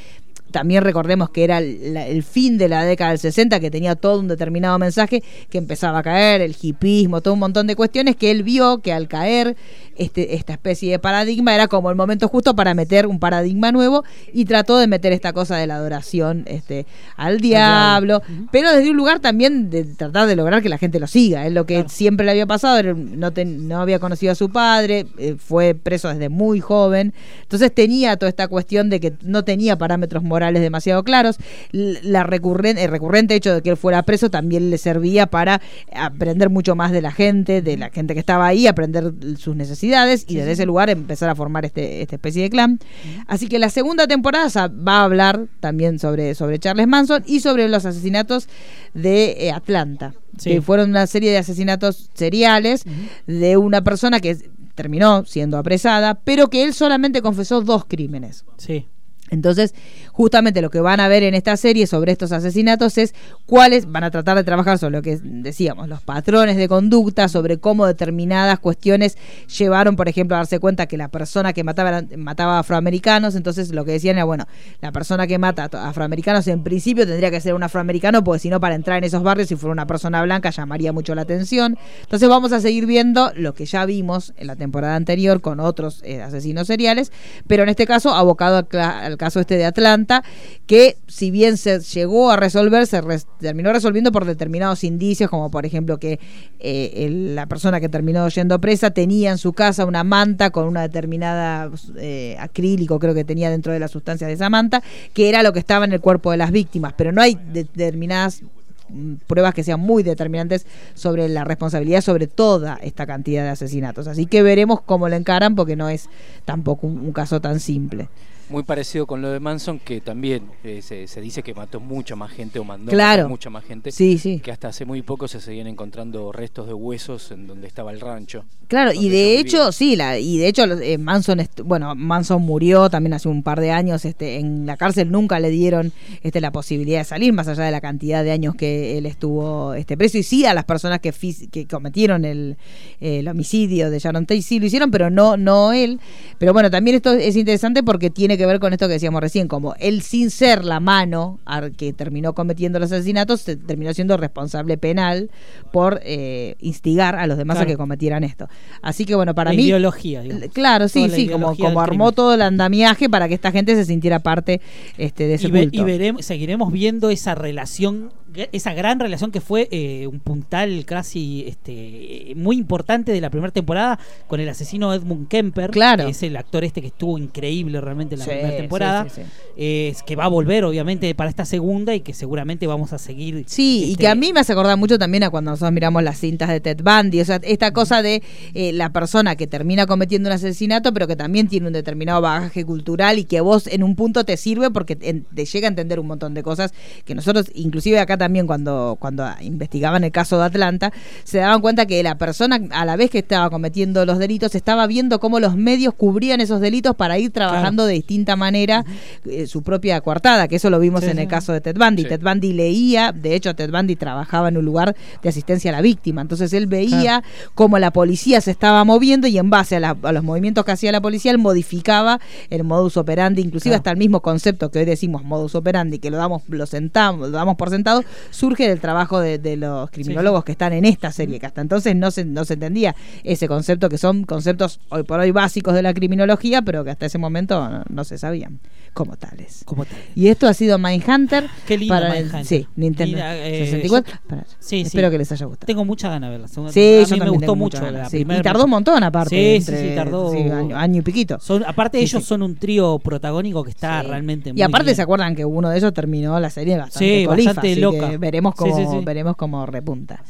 Speaker 2: También recordemos que era el, la- el fin de la década del 60, que tenía todo un determinado mensaje que empezaba a caer, el hipismo, todo un montón de cuestiones que él vio que al caer este, esta especie de paradigma era como el momento justo para meter un paradigma nuevo y trató de meter esta cosa de la adoración este, al diablo, pero desde un lugar también de tratar de lograr que la gente lo siga. Es lo que siempre le había pasado, era un- no, ten- no había conocido a su padre, eh, fue preso desde muy joven, entonces tenía toda esta cuestión de que no tenía parámetros morales demasiado claros. L- La recurren- el recurrente hecho de que él fuera preso también le servía para aprender mucho más de la gente, de la gente que estaba ahí, aprender sus necesidades y desde ese lugar empezar a formar este, esta especie de clan. Así que la segunda temporada sa- va a hablar también sobre, sobre Charles Manson y sobre los asesinatos de eh, Atlanta,
Speaker 3: Sí.
Speaker 2: que fueron una serie de asesinatos seriales de una persona que terminó siendo apresada, pero que él solamente confesó dos crímenes.
Speaker 3: Sí.
Speaker 2: Entonces, justamente lo que van a ver en esta serie sobre estos asesinatos es cuáles van a tratar de trabajar sobre lo que decíamos, los patrones de conducta, sobre cómo determinadas cuestiones llevaron, por ejemplo, a darse cuenta que la persona que mataba eran- mataba a afroamericanos, entonces lo que decían era, bueno, la persona que mata a to- afroamericanos en principio tendría que ser un afroamericano, porque si no, para entrar en esos barrios, si fuera una persona blanca, llamaría mucho la atención. Entonces vamos a seguir viendo lo que ya vimos en la temporada anterior con otros eh, asesinos seriales, pero en este caso abocado al, cla- al caso este de Atlanta, que si bien se llegó a resolver, se res- terminó resolviendo por determinados indicios, como por ejemplo que eh, el- la persona que terminó yendo presa tenía en su casa una manta con una determinada eh, acrílico, creo que tenía dentro de la sustancia de esa manta, que era lo que estaba en el cuerpo de las víctimas, pero no hay determinadas mm, pruebas que sean muy determinantes sobre la responsabilidad sobre toda esta cantidad de asesinatos. Así que veremos cómo lo encaran porque no es tampoco un, un caso tan simple.
Speaker 7: Muy parecido con lo de Manson, que también eh, se, se dice que mató mucha más gente o mandó
Speaker 2: Claro.
Speaker 7: matar mucha más gente.
Speaker 2: Sí, sí.
Speaker 7: Que hasta hace muy poco se seguían encontrando restos de huesos en donde estaba el rancho.
Speaker 2: Claro, y
Speaker 7: donde
Speaker 2: de
Speaker 7: ellos
Speaker 2: hecho, sí, la, y de hecho los- eh, Manson, est- bueno, Manson murió también hace un par de años este, en la cárcel, nunca le dieron este, la posibilidad de salir, más allá de la cantidad de años que él estuvo este, preso, y sí a las personas que, fis- que cometieron el, eh, el homicidio de Sharon Tate, sí lo hicieron, pero no, no él. Pero bueno, también esto es interesante porque tiene que ver con esto que decíamos recién, como él sin ser la mano al que terminó cometiendo los asesinatos, se terminó siendo responsable penal por eh, instigar a los demás a
Speaker 3: Claro.
Speaker 2: que cometieran esto. Así que bueno, para
Speaker 3: La
Speaker 2: mí.
Speaker 3: ideología, digamos.
Speaker 2: L- Claro, sí,
Speaker 3: Toda la
Speaker 2: sí, como,
Speaker 3: ideología
Speaker 2: como
Speaker 3: del
Speaker 2: armó
Speaker 3: crimen.
Speaker 2: todo el andamiaje para que esta gente se sintiera parte este, de ese
Speaker 3: y, ve-
Speaker 2: culto.
Speaker 3: y veremos, seguiremos viendo esa relación, gr- esa gran relación que fue eh, un puntal casi este, eh, muy importante de la primera temporada con el asesino Edmund Kemper,
Speaker 2: Claro.
Speaker 3: que es el actor este que estuvo increíble realmente en la
Speaker 2: Sí,
Speaker 3: primera
Speaker 2: sí,
Speaker 3: temporada,
Speaker 2: sí, sí.
Speaker 3: eh, es que va a volver obviamente para esta segunda y que seguramente vamos a seguir.
Speaker 2: Sí, y
Speaker 3: este,
Speaker 2: que a mí me hace acordar mucho también a cuando nosotros miramos las cintas de Ted Bundy. O sea, esta cosa de eh, la persona que termina cometiendo un asesinato, pero que también tiene un determinado bagaje cultural y que vos en un punto te sirve porque en- te llega a entender un montón de cosas que nosotros, inclusive acá también cuando, cuando investigaban el caso de Atlanta, se daban cuenta que la persona a la vez que estaba cometiendo los delitos estaba viendo cómo los medios cubrían esos delitos para ir trabajando de distinta manera eh, su propia coartada, que eso lo vimos
Speaker 3: Sí,
Speaker 2: en el
Speaker 3: sí.
Speaker 2: caso caso de Ted Bundy.
Speaker 7: Sí.
Speaker 2: Ted Bundy leía, de hecho Ted Bundy trabajaba en un lugar de asistencia a la víctima, entonces él veía cómo la policía se estaba moviendo y en base a, la- a los movimientos que hacía la policía él modificaba el modus operandi, inclusive hasta el mismo concepto que hoy decimos modus operandi, que lo damos lo sentamos, lo damos por sentado, surge del trabajo de, de los criminólogos que están en esta serie, que hasta entonces no se, no se entendía ese concepto, que son conceptos hoy por hoy básicos de la criminología, pero que hasta ese momento no- no se sabían como tales.
Speaker 3: como tal.
Speaker 2: Y esto ha sido Mindhunter
Speaker 3: Ah, Qué lindo
Speaker 2: para el-
Speaker 3: Mindhunter.
Speaker 2: sí, Nintendo
Speaker 3: Mira, eh,
Speaker 2: 64.
Speaker 3: yo-
Speaker 2: Para-
Speaker 3: Sí, sí.
Speaker 2: Espero que les haya gustado.
Speaker 3: Tengo mucha ganas de ver la segunda.
Speaker 2: Sí, yo
Speaker 3: temporada. a mí me
Speaker 2: también
Speaker 3: gustó
Speaker 2: tengo
Speaker 3: mucho
Speaker 2: muchas ganas,
Speaker 3: la
Speaker 2: sí.
Speaker 3: primera.
Speaker 2: Y tardó un montón aparte.
Speaker 3: Sí, sí,
Speaker 2: entre-
Speaker 3: sí, tardó.
Speaker 2: sí, año, año y piquito.
Speaker 3: Son, aparte
Speaker 2: Sí,
Speaker 3: ellos
Speaker 2: sí.
Speaker 3: son un trío protagónico que está realmente muy
Speaker 2: y aparte
Speaker 3: bien.
Speaker 2: se acuerdan que uno de ellos terminó la serie bastante
Speaker 3: Sí,
Speaker 2: colifa,
Speaker 3: bastante
Speaker 2: así que
Speaker 3: loca.
Speaker 2: veremos
Speaker 3: Sí,
Speaker 2: cómo
Speaker 3: sí, sí.
Speaker 2: veremos cómo repunta.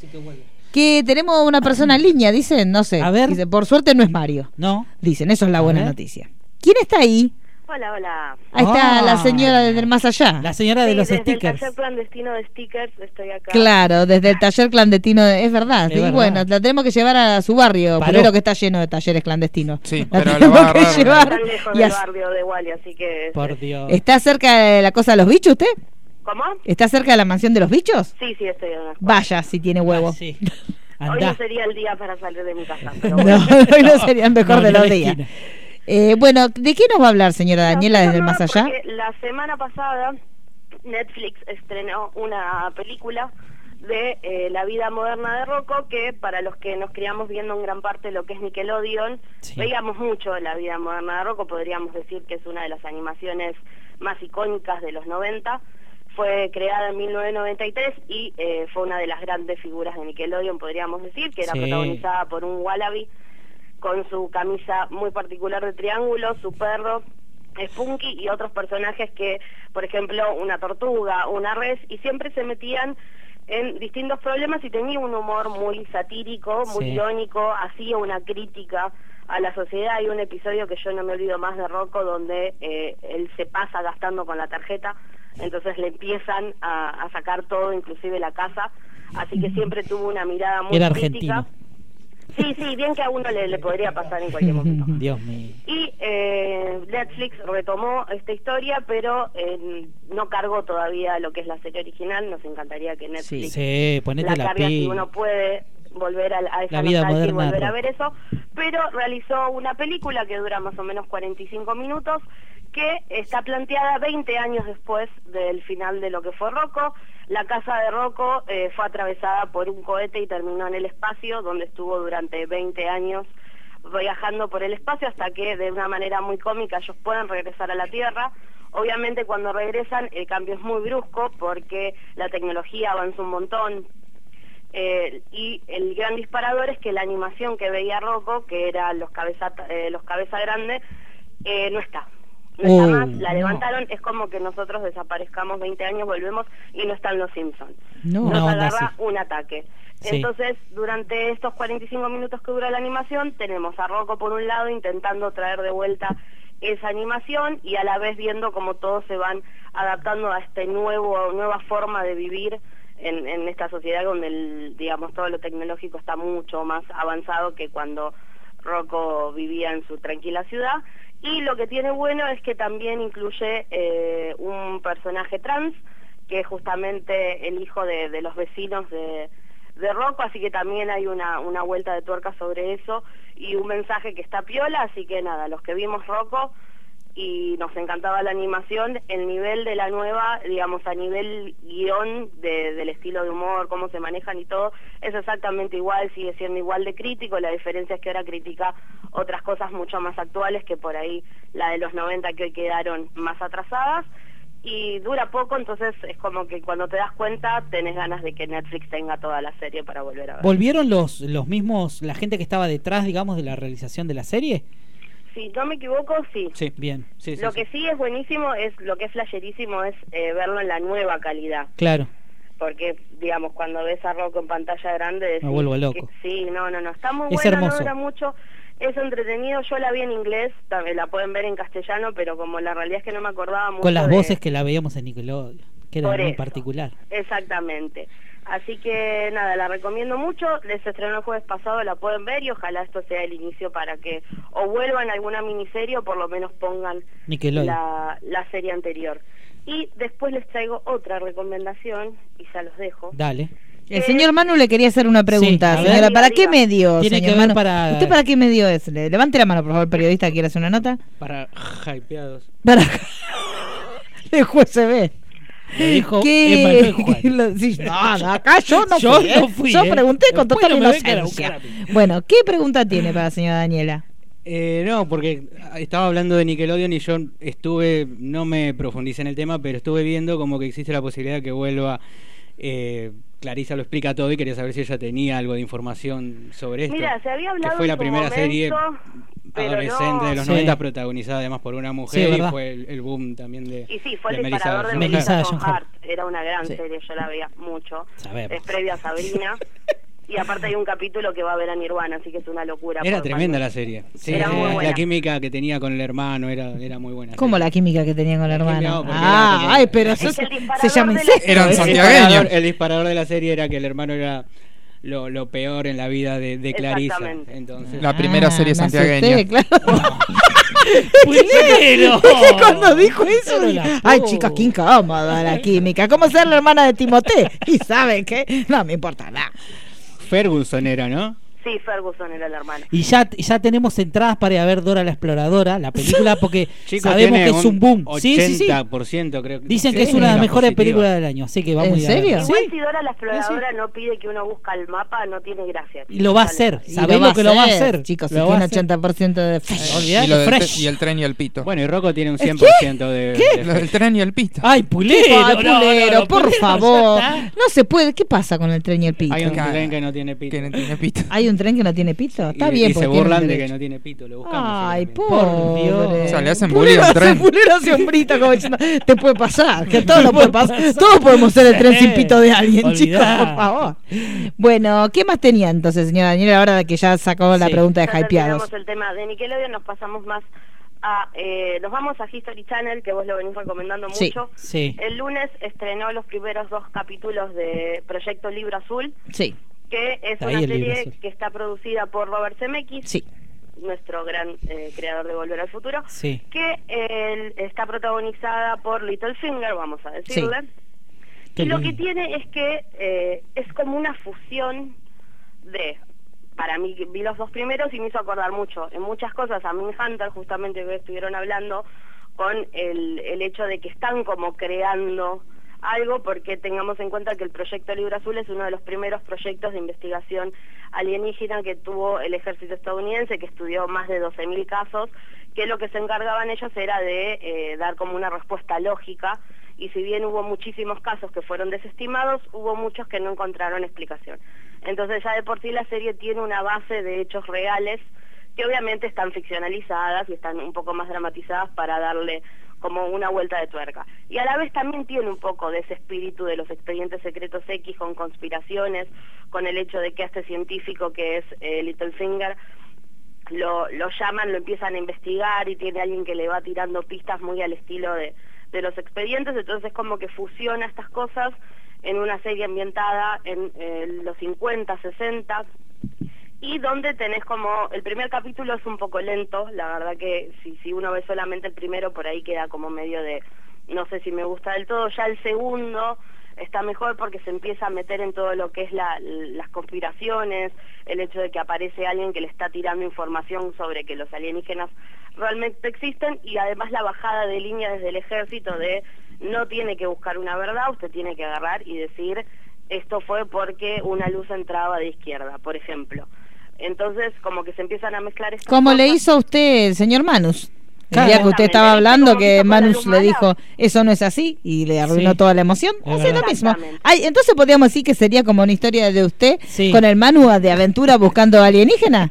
Speaker 2: Que tenemos una persona en línea, dicen, no sé.
Speaker 3: A ver.
Speaker 2: Dice, por suerte no es Mario.
Speaker 3: No,
Speaker 2: Dicen, eso es la
Speaker 3: A
Speaker 2: buena
Speaker 3: ver.
Speaker 2: noticia. ¿Quién está ahí?
Speaker 9: Hola, hola.
Speaker 2: Ahí está
Speaker 3: Ah.
Speaker 2: la señora desde el más allá.
Speaker 3: la señora de
Speaker 9: Sí,
Speaker 3: los
Speaker 9: desde el
Speaker 3: stickers.
Speaker 9: taller clandestino de stickers estoy acá.
Speaker 2: Claro, desde el taller clandestino, de- es verdad.
Speaker 3: Es
Speaker 2: y
Speaker 3: verdad.
Speaker 2: bueno, la tenemos que llevar a su barrio,
Speaker 3: Paró.
Speaker 2: pero que está lleno de talleres clandestinos.
Speaker 4: Sí,
Speaker 2: la
Speaker 4: pero lo
Speaker 2: tenemos
Speaker 4: va a
Speaker 2: que
Speaker 4: agarrar.
Speaker 2: llevar.
Speaker 9: Están lejos
Speaker 2: Y
Speaker 9: del
Speaker 2: as-
Speaker 9: barrio de Wally, así que...
Speaker 3: Por Dios.
Speaker 2: ¿Está cerca de la cosa de los bichos usted?
Speaker 9: ¿Cómo?
Speaker 2: ¿Está cerca de la mansión de los bichos?
Speaker 9: Sí, sí, estoy en la escuela.
Speaker 2: Vaya, si tiene huevo.
Speaker 3: Ah, Sí.
Speaker 9: Hoy
Speaker 3: Andá.
Speaker 9: no sería el día para salir de mi casa.
Speaker 2: No,
Speaker 9: Pero bueno.
Speaker 2: hoy no sería el mejor de
Speaker 3: No, ni a
Speaker 2: los
Speaker 3: la
Speaker 2: días.
Speaker 3: esquina.
Speaker 2: Eh, bueno, ¿de qué nos va a hablar, señora Daniela, desde el más allá?
Speaker 9: Porque La semana pasada Netflix estrenó una película de eh, la vida moderna de Rocco, que para los que nos criamos viendo en gran parte lo que es Nickelodeon,
Speaker 3: Sí.
Speaker 9: veíamos mucho de la vida moderna de Rocco, podríamos decir que es una de las animaciones más icónicas de los 90. Fue creada en 1993 y eh, fue una de las grandes figuras de Nickelodeon, podríamos decir, que era
Speaker 3: Sí.
Speaker 9: protagonizada por un wallaby con su camisa muy particular de triángulo, su perro Spunky y otros personajes que, por ejemplo, una tortuga, una res, y siempre se metían en distintos problemas y tenía un humor muy satírico, muy
Speaker 3: Sí.
Speaker 9: irónico, hacía una crítica a la sociedad. Hay un episodio que yo no me olvido más de Rocco donde eh, él se pasa gastando con la tarjeta, entonces le empiezan a, a sacar todo, inclusive la casa. Así que siempre tuvo una mirada muy
Speaker 3: Era
Speaker 9: crítica.
Speaker 3: argentino.
Speaker 9: Sí, sí, bien que a uno le, le podría pasar en cualquier momento.
Speaker 3: Dios mío.
Speaker 9: Y eh, Netflix retomó esta historia, pero eh, no cargó todavía lo que es la serie original. Nos encantaría que Netflix
Speaker 3: Sí, ponete
Speaker 9: la
Speaker 3: la,
Speaker 9: cargue si
Speaker 3: pi.
Speaker 9: uno puede volver a, a esa
Speaker 3: La vida
Speaker 9: nostalgia y
Speaker 3: moderna de
Speaker 9: volver a
Speaker 3: Rocco.
Speaker 9: ver eso. Pero realizó una película que dura más o menos 45 minutos, que está planteada 20 años después del final de lo que fue Rocco. La casa de Rocco eh, fue atravesada por un cohete y terminó en el espacio, donde estuvo durante 20 años viajando por el espacio hasta que de una manera muy cómica ellos pueden regresar a la Tierra. Obviamente cuando regresan el cambio es muy brusco porque la tecnología avanza un montón. Eh, y el gran disparador es que la animación que veía Rocco, que era los cabeza, eh, los cabeza grande, eh, no está. No está
Speaker 3: Oh,
Speaker 9: más, la
Speaker 3: no.
Speaker 9: levantaron, es como que nosotros desaparezcamos 20 años, volvemos y no están los Simpsons.
Speaker 3: No.
Speaker 9: Nos
Speaker 3: Una onda
Speaker 9: agarra
Speaker 3: así.
Speaker 9: un ataque.
Speaker 3: Sí.
Speaker 9: Entonces, durante estos 45 minutos que dura la animación, tenemos a Rocco por un lado intentando traer de vuelta esa animación y a la vez viendo cómo todos se van adaptando a este nuevo nueva forma de vivir en, en esta sociedad donde el, digamos todo lo tecnológico está mucho más avanzado que cuando Rocco vivía en su tranquila ciudad y lo que tiene bueno es que también incluye eh, un personaje trans que es justamente el hijo de, de los vecinos de, de Rocco, así que también hay una, una vuelta de tuerca sobre eso y un mensaje que está piola, así que nada, los que vimos Rocco y nos encantaba la animación, el nivel de la nueva, digamos, a nivel guión de- del estilo de humor, cómo se manejan y todo, es exactamente igual, sigue siendo igual de crítico, la diferencia es que ahora critica otras cosas mucho más actuales que por ahí la de los 90 que hoy quedaron más atrasadas y dura poco, entonces es como que cuando te das cuenta tenés ganas de que Netflix tenga toda la serie para volver a ver.
Speaker 3: ¿Volvieron los, los mismos, la gente que estaba detrás, digamos, de la realización de la serie?
Speaker 9: si no me equivoco, sí.
Speaker 3: Sí. Bien.
Speaker 7: Sí, sí,
Speaker 9: lo
Speaker 7: sí.
Speaker 9: que sí es buenísimo, es lo que es flasherísimo es eh, verlo en la nueva calidad.
Speaker 3: Claro.
Speaker 9: porque digamos cuando ves a Rocco en pantalla grande decís,
Speaker 3: Me vuelvo loco.
Speaker 9: que- sí no no no está muy
Speaker 3: Es
Speaker 9: buena
Speaker 3: hermoso.
Speaker 9: no dura mucho es entretenido yo la vi en inglés también la pueden ver en castellano pero como la realidad es que no me acordaba mucho
Speaker 3: Con las
Speaker 9: de-
Speaker 3: voces que la veíamos en Nickelodeon, que era
Speaker 9: Por
Speaker 3: muy
Speaker 9: eso.
Speaker 3: particular.
Speaker 9: exactamente así que eh, nada la recomiendo mucho les estrenó el jueves pasado la pueden ver y ojalá esto sea el inicio para que o vuelvan a alguna miniserie o por lo menos pongan
Speaker 3: Nickelodeon.
Speaker 9: la, la serie anterior y después les traigo otra recomendación y ya los dejo
Speaker 3: Dale.
Speaker 2: El señor Manu le quería hacer una pregunta,
Speaker 3: Sí, a ver.
Speaker 2: señora. ¿Para
Speaker 9: eh, Diga,
Speaker 2: qué
Speaker 9: diga.
Speaker 2: medio,
Speaker 3: Tiene
Speaker 2: señor
Speaker 3: que ver
Speaker 2: Manu?
Speaker 3: para-
Speaker 2: ¿Usted para qué medio es? Le- Levante la mano, por favor, periodista, quiere hacer una nota.
Speaker 5: Para hypeados.
Speaker 2: Para... El juez se ve.
Speaker 3: Lo dijo
Speaker 2: ¿Qué?
Speaker 3: Emanuel Juan.
Speaker 2: Lo- sí, no, no, acá yo no
Speaker 3: Yo
Speaker 2: fui. ¿eh?
Speaker 3: no fui,
Speaker 2: Yo
Speaker 3: ¿eh?
Speaker 2: pregunté con
Speaker 3: Después
Speaker 2: total
Speaker 3: no me vengan a
Speaker 2: inocencia.
Speaker 3: buscar a mí.
Speaker 2: Bueno, ¿qué pregunta tiene para la señora Daniela?
Speaker 5: Eh, no, porque estaba hablando de Nickelodeon y yo estuve, no me profundicé en el tema, pero estuve viendo como que existe la posibilidad de que vuelva. eh, Clarisa lo explica todo y quería saber si ella tenía algo de información sobre esto.
Speaker 9: Mira, se había
Speaker 5: que
Speaker 9: hablado
Speaker 5: fue
Speaker 9: en
Speaker 5: la
Speaker 9: su
Speaker 5: primera serie
Speaker 9: momento, pero
Speaker 5: adolescente de los
Speaker 3: Sí.
Speaker 5: 90 protagonizada además por una mujer y
Speaker 3: verdad.
Speaker 5: fue el, el boom también de
Speaker 9: Y sí, fue el
Speaker 5: de Melissa
Speaker 9: disparador de
Speaker 5: Joan Hart.
Speaker 9: Melissa
Speaker 3: Melissa
Speaker 9: Joan
Speaker 3: Joan
Speaker 9: Hart. Era una gran
Speaker 3: Sí.
Speaker 9: serie, yo la veía mucho.
Speaker 3: Sabemos.
Speaker 9: Es previa a Sabrina. y aparte hay un capítulo que va a ver a Nirvana, así que es una locura.
Speaker 5: Era
Speaker 9: por
Speaker 5: tremenda
Speaker 9: parte.
Speaker 5: la serie. Sí,
Speaker 9: Era
Speaker 5: sí,
Speaker 9: muy
Speaker 5: la-
Speaker 9: buena.
Speaker 5: La química que tenía con el hermano era, era muy buena.
Speaker 2: ¿Cómo la química que tenía con la
Speaker 5: La química,
Speaker 2: hermana?
Speaker 5: porque
Speaker 2: Ah,
Speaker 5: era-
Speaker 2: ay, pero
Speaker 9: Es
Speaker 2: eso
Speaker 9: el
Speaker 2: se
Speaker 9: disparador
Speaker 2: llama
Speaker 9: de la-
Speaker 2: incesto.
Speaker 4: Eran
Speaker 2: ¿eh?
Speaker 5: el
Speaker 4: santiagueños.
Speaker 5: disparador, el disparador de la serie era que el hermano era lo, lo peor en la vida de, de Clarisa.
Speaker 9: Exactamente.
Speaker 5: Entonces,
Speaker 4: La primera
Speaker 2: Ah,
Speaker 4: serie
Speaker 2: me asusté,
Speaker 4: santiagueña.
Speaker 2: claro.
Speaker 3: ¡Bueno!
Speaker 2: Cuando dijo eso,
Speaker 3: Pero
Speaker 2: dije,
Speaker 3: la
Speaker 2: ay
Speaker 3: puta.
Speaker 2: chica, qué incómoda la química. ¿Cómo ser la hermana de Timoté? Y sabe que no me importa nada.
Speaker 5: Ferguson era, ¿no?
Speaker 9: Sí, Ferguson era la hermana.
Speaker 3: Y ya, ya tenemos entradas para ir a ver Dora la Exploradora, la película, porque
Speaker 5: Chicos,
Speaker 3: sabemos
Speaker 5: tiene
Speaker 3: que es un boom.
Speaker 5: 80%
Speaker 3: Sí, sí, sí.
Speaker 5: creo.
Speaker 3: Dicen que
Speaker 5: Sí,
Speaker 3: es una de las
Speaker 5: críticas
Speaker 3: mejores
Speaker 5: positivas.
Speaker 3: películas del año, así que
Speaker 2: ¿En
Speaker 3: vamos a ir a ver.
Speaker 2: serio?
Speaker 9: Igual
Speaker 3: Sí,
Speaker 9: si Dora la exploradora no pide que uno busca el mapa, no tiene gracia.
Speaker 3: Y lo va a hacer. Sabemos que lo va a hacer.
Speaker 2: Chicos, si
Speaker 3: Lo va
Speaker 2: tiene
Speaker 3: a hacer.
Speaker 2: 80% de
Speaker 3: No
Speaker 2: fe.
Speaker 3: olvidate,
Speaker 4: Y, lo del
Speaker 3: fresh.
Speaker 4: tre- y el tren y el pito.
Speaker 5: Bueno, y Rocco tiene un 100% de. de-
Speaker 4: Lo del tren y el pito.
Speaker 7: Ah,
Speaker 3: Ay, pulero,
Speaker 2: Ay,
Speaker 3: no, no, no,
Speaker 2: pulero, por
Speaker 3: pulero, ya
Speaker 2: favor.
Speaker 3: está.
Speaker 2: No se puede. ¿Qué pasa con el tren y el pito?
Speaker 5: Hay un
Speaker 4: Claro.
Speaker 5: tren que no tiene pito.
Speaker 4: Que no tiene pito.
Speaker 7: ah,
Speaker 2: ¿Hay un tren que no tiene pito? Está
Speaker 5: Y-
Speaker 2: bien,
Speaker 5: Y se
Speaker 2: porque tienen
Speaker 5: burlan de que
Speaker 2: derecho.
Speaker 5: no tiene pito. Lo buscamos.
Speaker 2: Ay,
Speaker 5: seguramente.
Speaker 2: pobre.
Speaker 3: Dios.
Speaker 4: O sea, le hacen
Speaker 2: Pulero
Speaker 4: bullying al
Speaker 2: hace-
Speaker 4: tren.
Speaker 2: Pulero hace hombrito como diciendo, te puede pasar, que todo nos puede pasar. Todos podemos ser el tren sin pito de alguien,
Speaker 3: Olvidá.
Speaker 2: chicos, por favor. Bueno, ¿qué más tenía entonces, señora Daniela, ahora que ya sacó la
Speaker 3: Sí.
Speaker 2: pregunta de
Speaker 9: Ya
Speaker 2: hypeados?
Speaker 9: terminamos el tema de Nickelodeon, nos pasamos más a... eh, nos vamos a History Channel, que vos lo venís recomendando
Speaker 2: Sí.
Speaker 9: mucho.
Speaker 3: Sí.
Speaker 9: El lunes estrenó los primeros dos capítulos de Proyecto Libro Azul,
Speaker 2: Sí,
Speaker 9: que es
Speaker 3: Está
Speaker 9: una
Speaker 3: ahí el Libro
Speaker 9: serie
Speaker 3: Azul.
Speaker 9: que está producida por Robert Zemeckis,
Speaker 2: sí.
Speaker 9: nuestro gran eh, creador de Volver al Futuro,
Speaker 3: Sí.
Speaker 9: que eh, está protagonizada por Littlefinger, vamos a decirle.
Speaker 3: Qué
Speaker 9: Y lo
Speaker 3: lindo.
Speaker 9: que tiene es que eh, es como una fusión de, para mí vi los dos primeros y me hizo acordar mucho, en muchas cosas, a Mindhunter justamente que estuvieron hablando, con el, el hecho de que están como creando algo porque tengamos en cuenta que el proyecto Libro Azul es uno de los primeros proyectos de investigación alienígena que tuvo el ejército estadounidense, que estudió más de 12.000 casos, que lo que se encargaban ellos era de eh, dar como una respuesta lógica y si bien hubo muchísimos casos que fueron desestimados, hubo muchos que no encontraron explicación. Entonces ya de por sí la serie tiene una base de hechos reales que obviamente están ficcionalizadas y están un poco más dramatizadas para darle como una vuelta de tuerca. Y a la vez también tiene un poco de ese espíritu de los expedientes secretos X con conspiraciones, con el hecho de que a este científico que es eh, Littlefinger lo, lo llaman, lo empiezan a investigar y tiene alguien que le va tirando pistas muy al estilo de, de los expedientes, entonces como que fusiona estas cosas en una serie ambientada en eh, los 50, 60 y donde tenés como el primer capítulo es un poco lento, la verdad que si si uno ve solamente el primero por ahí queda como medio de no sé si me gusta del todo, ya el segundo está mejor porque se empieza a meter en todo lo que es la- las conspiraciones, el hecho de que aparece alguien que le está tirando información sobre que los alienígenas realmente existen y además la bajada de línea desde el ejército de no tiene que buscar una verdad, usted tiene que agarrar y decir esto fue porque una luz entraba de izquierda, por ejemplo. Entonces como que se empiezan a mezclar estas
Speaker 2: Como le
Speaker 9: cosas.
Speaker 2: hizo a usted el señor Manus. El
Speaker 3: Claro.
Speaker 2: día que usted estaba hablando, que
Speaker 9: Exactamente, como hizo
Speaker 2: Manus
Speaker 9: con la
Speaker 2: le
Speaker 9: luz mala.
Speaker 2: dijo, eso no es así, y le arruinó
Speaker 3: Sí.
Speaker 2: toda la emoción.
Speaker 3: Es
Speaker 2: Hace lo
Speaker 3: verdad.
Speaker 2: mismo.
Speaker 9: Exactamente.
Speaker 2: Ay, entonces podríamos decir que sería como una historia de usted
Speaker 3: Sí.
Speaker 2: con el Manu de aventura buscando alienígena.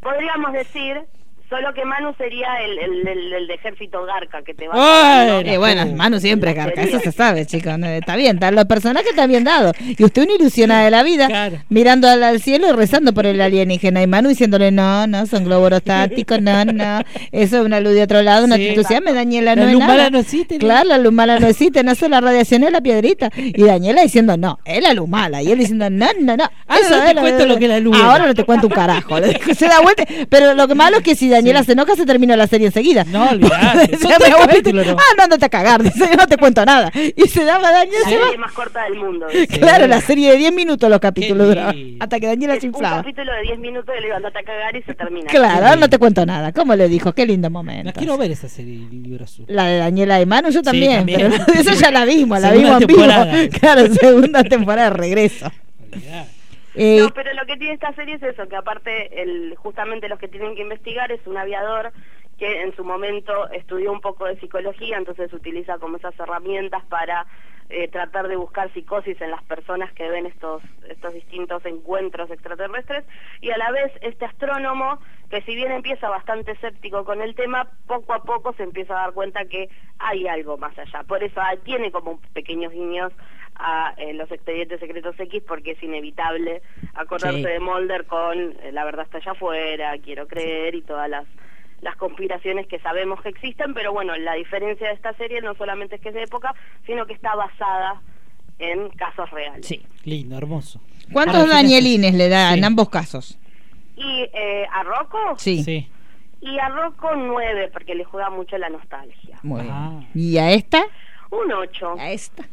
Speaker 9: Podríamos decir, solo que Manu sería el, el, el- el de ejército garca que te va
Speaker 3: Ay,
Speaker 9: sacando-
Speaker 2: Eh, bueno, Manu siempre es garca, eso se sabe, chicos. ¿no? Está bien, están los personajes están bien dados. Y usted una ilusionada de la vida,
Speaker 3: Claro.
Speaker 2: mirando al, al cielo y rezando por el alienígena. Y Manu diciéndole, no, no, son globorostáticos, no, no. Eso es una luz de otro lado, una
Speaker 3: Sí.
Speaker 2: me Daniela,
Speaker 3: La
Speaker 2: no es
Speaker 3: luz
Speaker 2: nada.
Speaker 3: mala no existe, ¿no?
Speaker 2: Claro, la luz mala no existe, no son la radiación, es la piedrita. Y Daniela diciendo, no, es la luz mala. Y él diciendo, no, no, no.
Speaker 3: Ahora no te
Speaker 2: es la-
Speaker 3: cuento lo que es la luz
Speaker 2: Ahora
Speaker 3: buena.
Speaker 2: no te cuento un carajo. Le dijo, se da vuelta. Pero lo que malo es que si Daniela se enoja, se termina la serie enseguida.
Speaker 3: No, olvidate. Son
Speaker 2: Se
Speaker 3: tres
Speaker 2: me vuelve-
Speaker 3: capítulos, ¿no?
Speaker 2: Ah, no, andate a cagar, dice, no te cuento nada. Y se daba Daniela,
Speaker 9: La
Speaker 2: se va.
Speaker 9: serie más corta del mundo.
Speaker 2: Claro, la serie de 10 minutos los capítulos
Speaker 3: Qué
Speaker 2: duraban.
Speaker 3: lindo.
Speaker 2: Hasta que Daniela
Speaker 9: Es
Speaker 2: se
Speaker 9: un
Speaker 2: inflaba.
Speaker 9: capítulo de 10 minutos y le andate a cagar y se termina.
Speaker 2: Claro, ahora no te cuento nada. ¿Cómo le dijo? Qué lindo momento.
Speaker 3: La quiero ver esa serie, Libro Azul.
Speaker 2: La de Daniela de Manu, yo también.
Speaker 3: también.
Speaker 2: Pero la- eso ya la vimos, la
Speaker 3: Segunda
Speaker 2: vimos en vivo.
Speaker 3: temporada.
Speaker 2: Claro, segunda temporada de regreso. Eh,
Speaker 9: No, pero lo que tiene esta serie es eso, que aparte el, justamente los que tienen que investigar es un aviador que en su momento estudió un poco de psicología, entonces utiliza como esas herramientas para eh, tratar de buscar psicosis en las personas que ven estos, estos distintos encuentros extraterrestres, y a la vez este astrónomo, que si bien empieza bastante escéptico con el tema, poco a poco se empieza a dar cuenta que hay algo más allá. Por eso ah, tiene como pequeños guiños a eh, los expedientes secretos X porque es inevitable acordarse
Speaker 3: Sí.
Speaker 9: de Mulder con eh, la verdad está allá afuera, quiero creer y todas las las conspiraciones que sabemos que existen, pero bueno, la diferencia de esta serie no solamente es que es de época, sino que está basada en casos reales.
Speaker 3: Sí, lindo, hermoso.
Speaker 2: ¿Cuántos
Speaker 3: Ahora,
Speaker 2: Danielines le da
Speaker 3: Sí.
Speaker 2: en ambos casos?
Speaker 9: Y eh, a Rocco,
Speaker 2: Sí.
Speaker 3: Sí.
Speaker 9: y a Rocco 9, porque le juega mucho la nostalgia.
Speaker 2: Muy bien.
Speaker 3: Ah.
Speaker 2: ¿Y a esta?
Speaker 9: Un 8,
Speaker 2: A esta.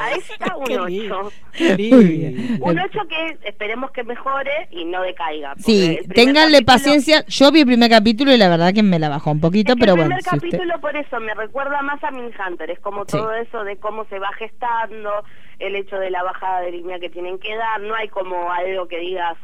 Speaker 9: a esta un
Speaker 3: Qué lindo.
Speaker 9: 8.
Speaker 3: Qué
Speaker 2: Muy bien.
Speaker 3: lindo.
Speaker 9: Un 8 que esperemos que mejore y no decaiga. porque
Speaker 2: Sí,
Speaker 9: el primer
Speaker 2: ténganle
Speaker 9: capítulo-
Speaker 2: paciencia. Yo vi el primer capítulo y la verdad que me la bajó un poquito,
Speaker 9: Es que
Speaker 2: pero
Speaker 9: el
Speaker 2: bueno.
Speaker 9: primer
Speaker 2: si usted-
Speaker 9: capítulo por eso me recuerda más a Mindhunter, es como
Speaker 2: Sí.
Speaker 9: todo eso de cómo se va gestando, el hecho de la bajada de línea que tienen que dar, no hay como algo que digas,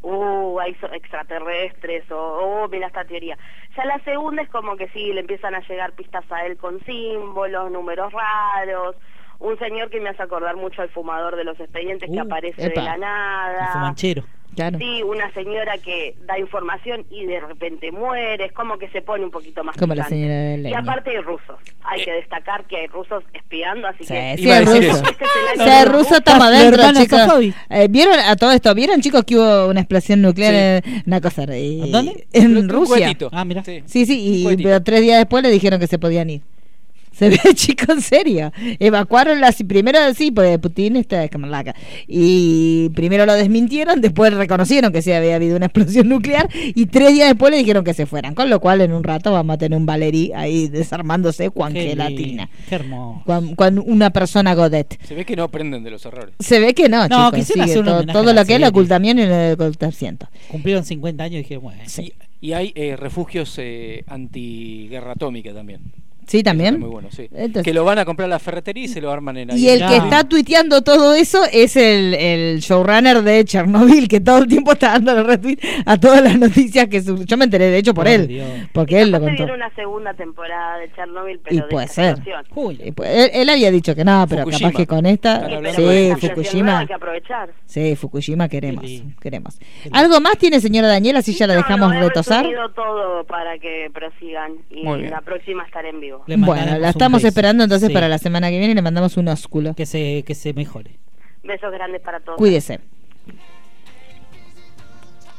Speaker 9: uh, hay so- extraterrestres o, oh, mira esta teoría. Ya la segunda es como que sí, le empiezan a llegar pistas a él con símbolos, números raros, un señor que me hace acordar mucho al fumador de los expedientes que
Speaker 3: Uh,
Speaker 9: aparece
Speaker 2: epa.
Speaker 9: de la
Speaker 3: El
Speaker 9: nada.
Speaker 3: fumanchero.
Speaker 2: Claro.
Speaker 9: Sí, una señora que da información y de repente muere, es como que se pone un poquito más
Speaker 2: Como la
Speaker 9: picante.
Speaker 2: señora de
Speaker 9: Y
Speaker 2: Leña.
Speaker 9: aparte hay rusos, hay que destacar que hay rusos espiando, así
Speaker 2: Sí,
Speaker 9: que...
Speaker 2: sí,
Speaker 7: Iba a
Speaker 2: el
Speaker 7: decir
Speaker 2: ruso.
Speaker 7: eso.
Speaker 9: Este escenario-
Speaker 2: Sí, el ruso está más
Speaker 3: La
Speaker 2: adentro,
Speaker 3: hermana
Speaker 2: chicos.
Speaker 3: Sofobi.
Speaker 2: Eh, ¿Vieron a todo esto? ¿Vieron, chicos, que hubo una explosión nuclear en una cosa? eh,
Speaker 3: ¿En dónde?
Speaker 2: En
Speaker 7: Un
Speaker 2: Rusia.
Speaker 7: cohetito.
Speaker 3: Ah, mirá.
Speaker 7: Sí.
Speaker 2: Sí, sí, y
Speaker 7: Un cohetito.
Speaker 2: pero tres días después le dijeron que se podían ir. Se ve, chico, en serio. Evacuaron las. Primero, sí, porque Putin está de camalaca. Y primero lo desmintieron, después reconocieron que sí había habido una explosión nuclear. Y tres días después le dijeron que se fueran. Con lo cual, en un rato vamos a tener un Valerí ahí desarmándose con
Speaker 3: Qué
Speaker 2: gelatina.
Speaker 3: lindo, Qué hermoso.
Speaker 2: Con, con una persona Godet.
Speaker 7: Se ve que no aprenden de los errores.
Speaker 2: Se ve que no,
Speaker 3: No,
Speaker 2: chicos,
Speaker 3: quisieron
Speaker 2: sigue
Speaker 3: hacer un
Speaker 2: todo,
Speaker 3: homenaje a
Speaker 2: todo
Speaker 3: la
Speaker 2: lo que es el
Speaker 3: serie.
Speaker 2: ocultamiento y el ocultamiento.
Speaker 3: Cumplieron 50 años y dije, bueno.
Speaker 2: Sí.
Speaker 7: Y, y hay eh, refugios eh, antiguerra atómica también.
Speaker 2: Sí, también.
Speaker 7: Muy bueno, sí.
Speaker 2: Entonces-
Speaker 7: que lo van a comprar a la ferretería y se lo arman en ahí.
Speaker 2: Y el que
Speaker 3: Claro.
Speaker 2: está tuiteando todo eso es el, el showrunner de Chernobyl, que todo el tiempo está dándole retweet a todas las noticias que su- yo me enteré, de hecho, por él.
Speaker 3: Dios.
Speaker 2: Porque él lo
Speaker 9: Capaz se
Speaker 2: contó.
Speaker 9: viene una segunda temporada de Chernobyl, pero
Speaker 2: Y
Speaker 9: de
Speaker 2: puede
Speaker 9: esta
Speaker 2: ser.
Speaker 9: situación.
Speaker 3: Uy,
Speaker 2: Y pues, Él, él había dicho que nada, pero
Speaker 7: Fukushima.
Speaker 2: capaz que con
Speaker 7: Están
Speaker 2: esta.
Speaker 7: hablando de
Speaker 2: Sí,
Speaker 9: Una situación nueva
Speaker 2: Fukushima.
Speaker 9: que aprovechar.
Speaker 2: Sí, Fukushima queremos.
Speaker 3: Qué lindo.
Speaker 2: queremos. ¿Algo más tiene señora Daniela si ya la
Speaker 9: No,
Speaker 2: dejamos
Speaker 9: no, he
Speaker 2: retosar?
Speaker 9: resumido todo para que prosigan y
Speaker 4: Muy bien.
Speaker 9: la próxima estaré en vivo.
Speaker 3: Le
Speaker 2: Bueno,
Speaker 3: mandaremos
Speaker 2: la
Speaker 3: un
Speaker 2: estamos
Speaker 3: beso.
Speaker 2: esperando entonces
Speaker 3: Sí,
Speaker 2: para la semana que viene y le mandamos un ósculo.
Speaker 3: Que se, que se mejore.
Speaker 9: Besos grandes para todos.
Speaker 2: Cuídese.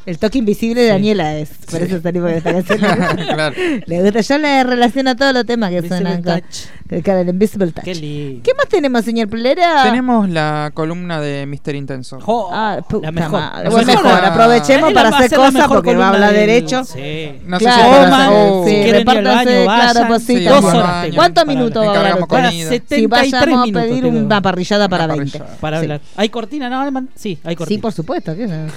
Speaker 2: El toque invisible de
Speaker 3: Sí.
Speaker 2: Daniela es. Por eso salimos de esta canción.
Speaker 4: Claro.
Speaker 2: Le gusta. Yo le relaciono a todos los temas que
Speaker 3: Invisible
Speaker 2: suenan con,
Speaker 3: Touch.
Speaker 2: con- con el Invisible Touch.
Speaker 3: Qué lindo.
Speaker 2: ¿Qué más tenemos, señor Plera?
Speaker 4: Tenemos la columna de Mister Intenso.
Speaker 3: Jo,
Speaker 2: Ah, puta
Speaker 3: la mejor.
Speaker 2: madre.
Speaker 4: La
Speaker 2: Bueno,
Speaker 4: mejor.
Speaker 2: mejor, aprovechemos
Speaker 3: Daniela
Speaker 2: para
Speaker 3: va a
Speaker 2: hacer
Speaker 3: ser la
Speaker 2: cosas
Speaker 3: mejor
Speaker 2: porque va a
Speaker 3: columna
Speaker 2: hablar
Speaker 3: del-
Speaker 2: derecho.
Speaker 3: Sí.
Speaker 4: No
Speaker 2: Claro,
Speaker 4: sé si
Speaker 3: Coman,
Speaker 4: coman o-
Speaker 2: sí,
Speaker 3: si quieren ir al
Speaker 2: repártanse,
Speaker 3: baño,
Speaker 2: claro,
Speaker 3: vayan.
Speaker 2: cositas.
Speaker 4: Sí,
Speaker 3: Dos
Speaker 4: vamos
Speaker 3: horas
Speaker 4: al baño.
Speaker 3: tengo
Speaker 2: ¿Cuántos
Speaker 3: para
Speaker 2: minutos va
Speaker 3: hablar.
Speaker 2: a hablar
Speaker 4: Encargamos
Speaker 2: usted?
Speaker 4: comida.
Speaker 3: Para 73
Speaker 4: Si
Speaker 2: Si vayamos a
Speaker 3: minutos
Speaker 2: pedir
Speaker 3: tengo
Speaker 2: una parrillada para
Speaker 4: Una
Speaker 2: 20.
Speaker 4: parrilla.
Speaker 3: para
Speaker 2: Sí.
Speaker 3: hablar. ¿Hay cortina? No, Alman? sí, hay cortina.
Speaker 2: Sí, por supuesto. ¿qué no?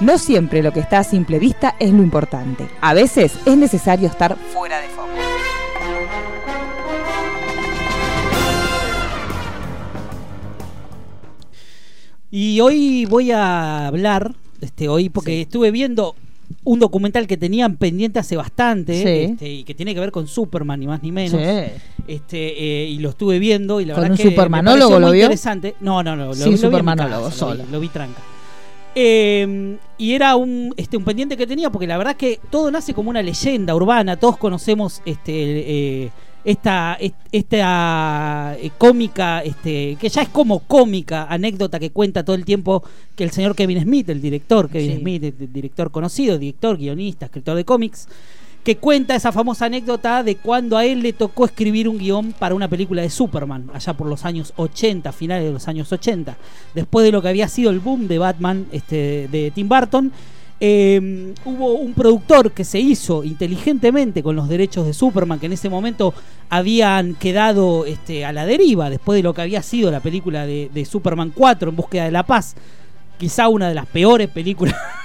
Speaker 10: No siempre lo que está a simple vista es lo importante. A veces es necesario estar fuera de foco.
Speaker 3: Y hoy voy a hablar, este, hoy porque estuve viendo un documental que tenían pendiente hace bastante
Speaker 2: Sí.
Speaker 3: este, y que tiene que ver con Superman ni más ni menos.
Speaker 2: Sí.
Speaker 3: Este, eh, y lo estuve viendo y la
Speaker 2: ¿Con
Speaker 3: verdad
Speaker 2: un
Speaker 3: que me
Speaker 2: supermanólogo
Speaker 3: pareció muy
Speaker 2: lo vio?
Speaker 3: interesante. No, no, no, lo,
Speaker 2: Sin
Speaker 3: lo vi en mi
Speaker 2: supermanólogo,
Speaker 3: casa, lo vi-
Speaker 2: solo.
Speaker 3: Lo vi tranca. Eh, y era un, este, un pendiente que tenía, porque la verdad que todo nace como una leyenda urbana. Todos conocemos este, eh, esta, est- esta eh, cómica, este, que ya es como cómica, anécdota que cuenta todo el tiempo que el señor Kevin Smith, el director Kevin
Speaker 2: Sí.
Speaker 3: Smith, el director conocido, director, guionista, escritor de cómics, que cuenta esa famosa anécdota de cuando a él le tocó escribir un guión para una película de Superman, allá por los años 80, finales de los años 80, después de lo que había sido el boom de Batman este, de Tim Burton. eh, hubo un productor que se hizo inteligentemente con los derechos de Superman, que en ese momento habían quedado este, a la deriva después de lo que había sido la película de, de Superman 4 en búsqueda de la paz, quizá una de las peores películas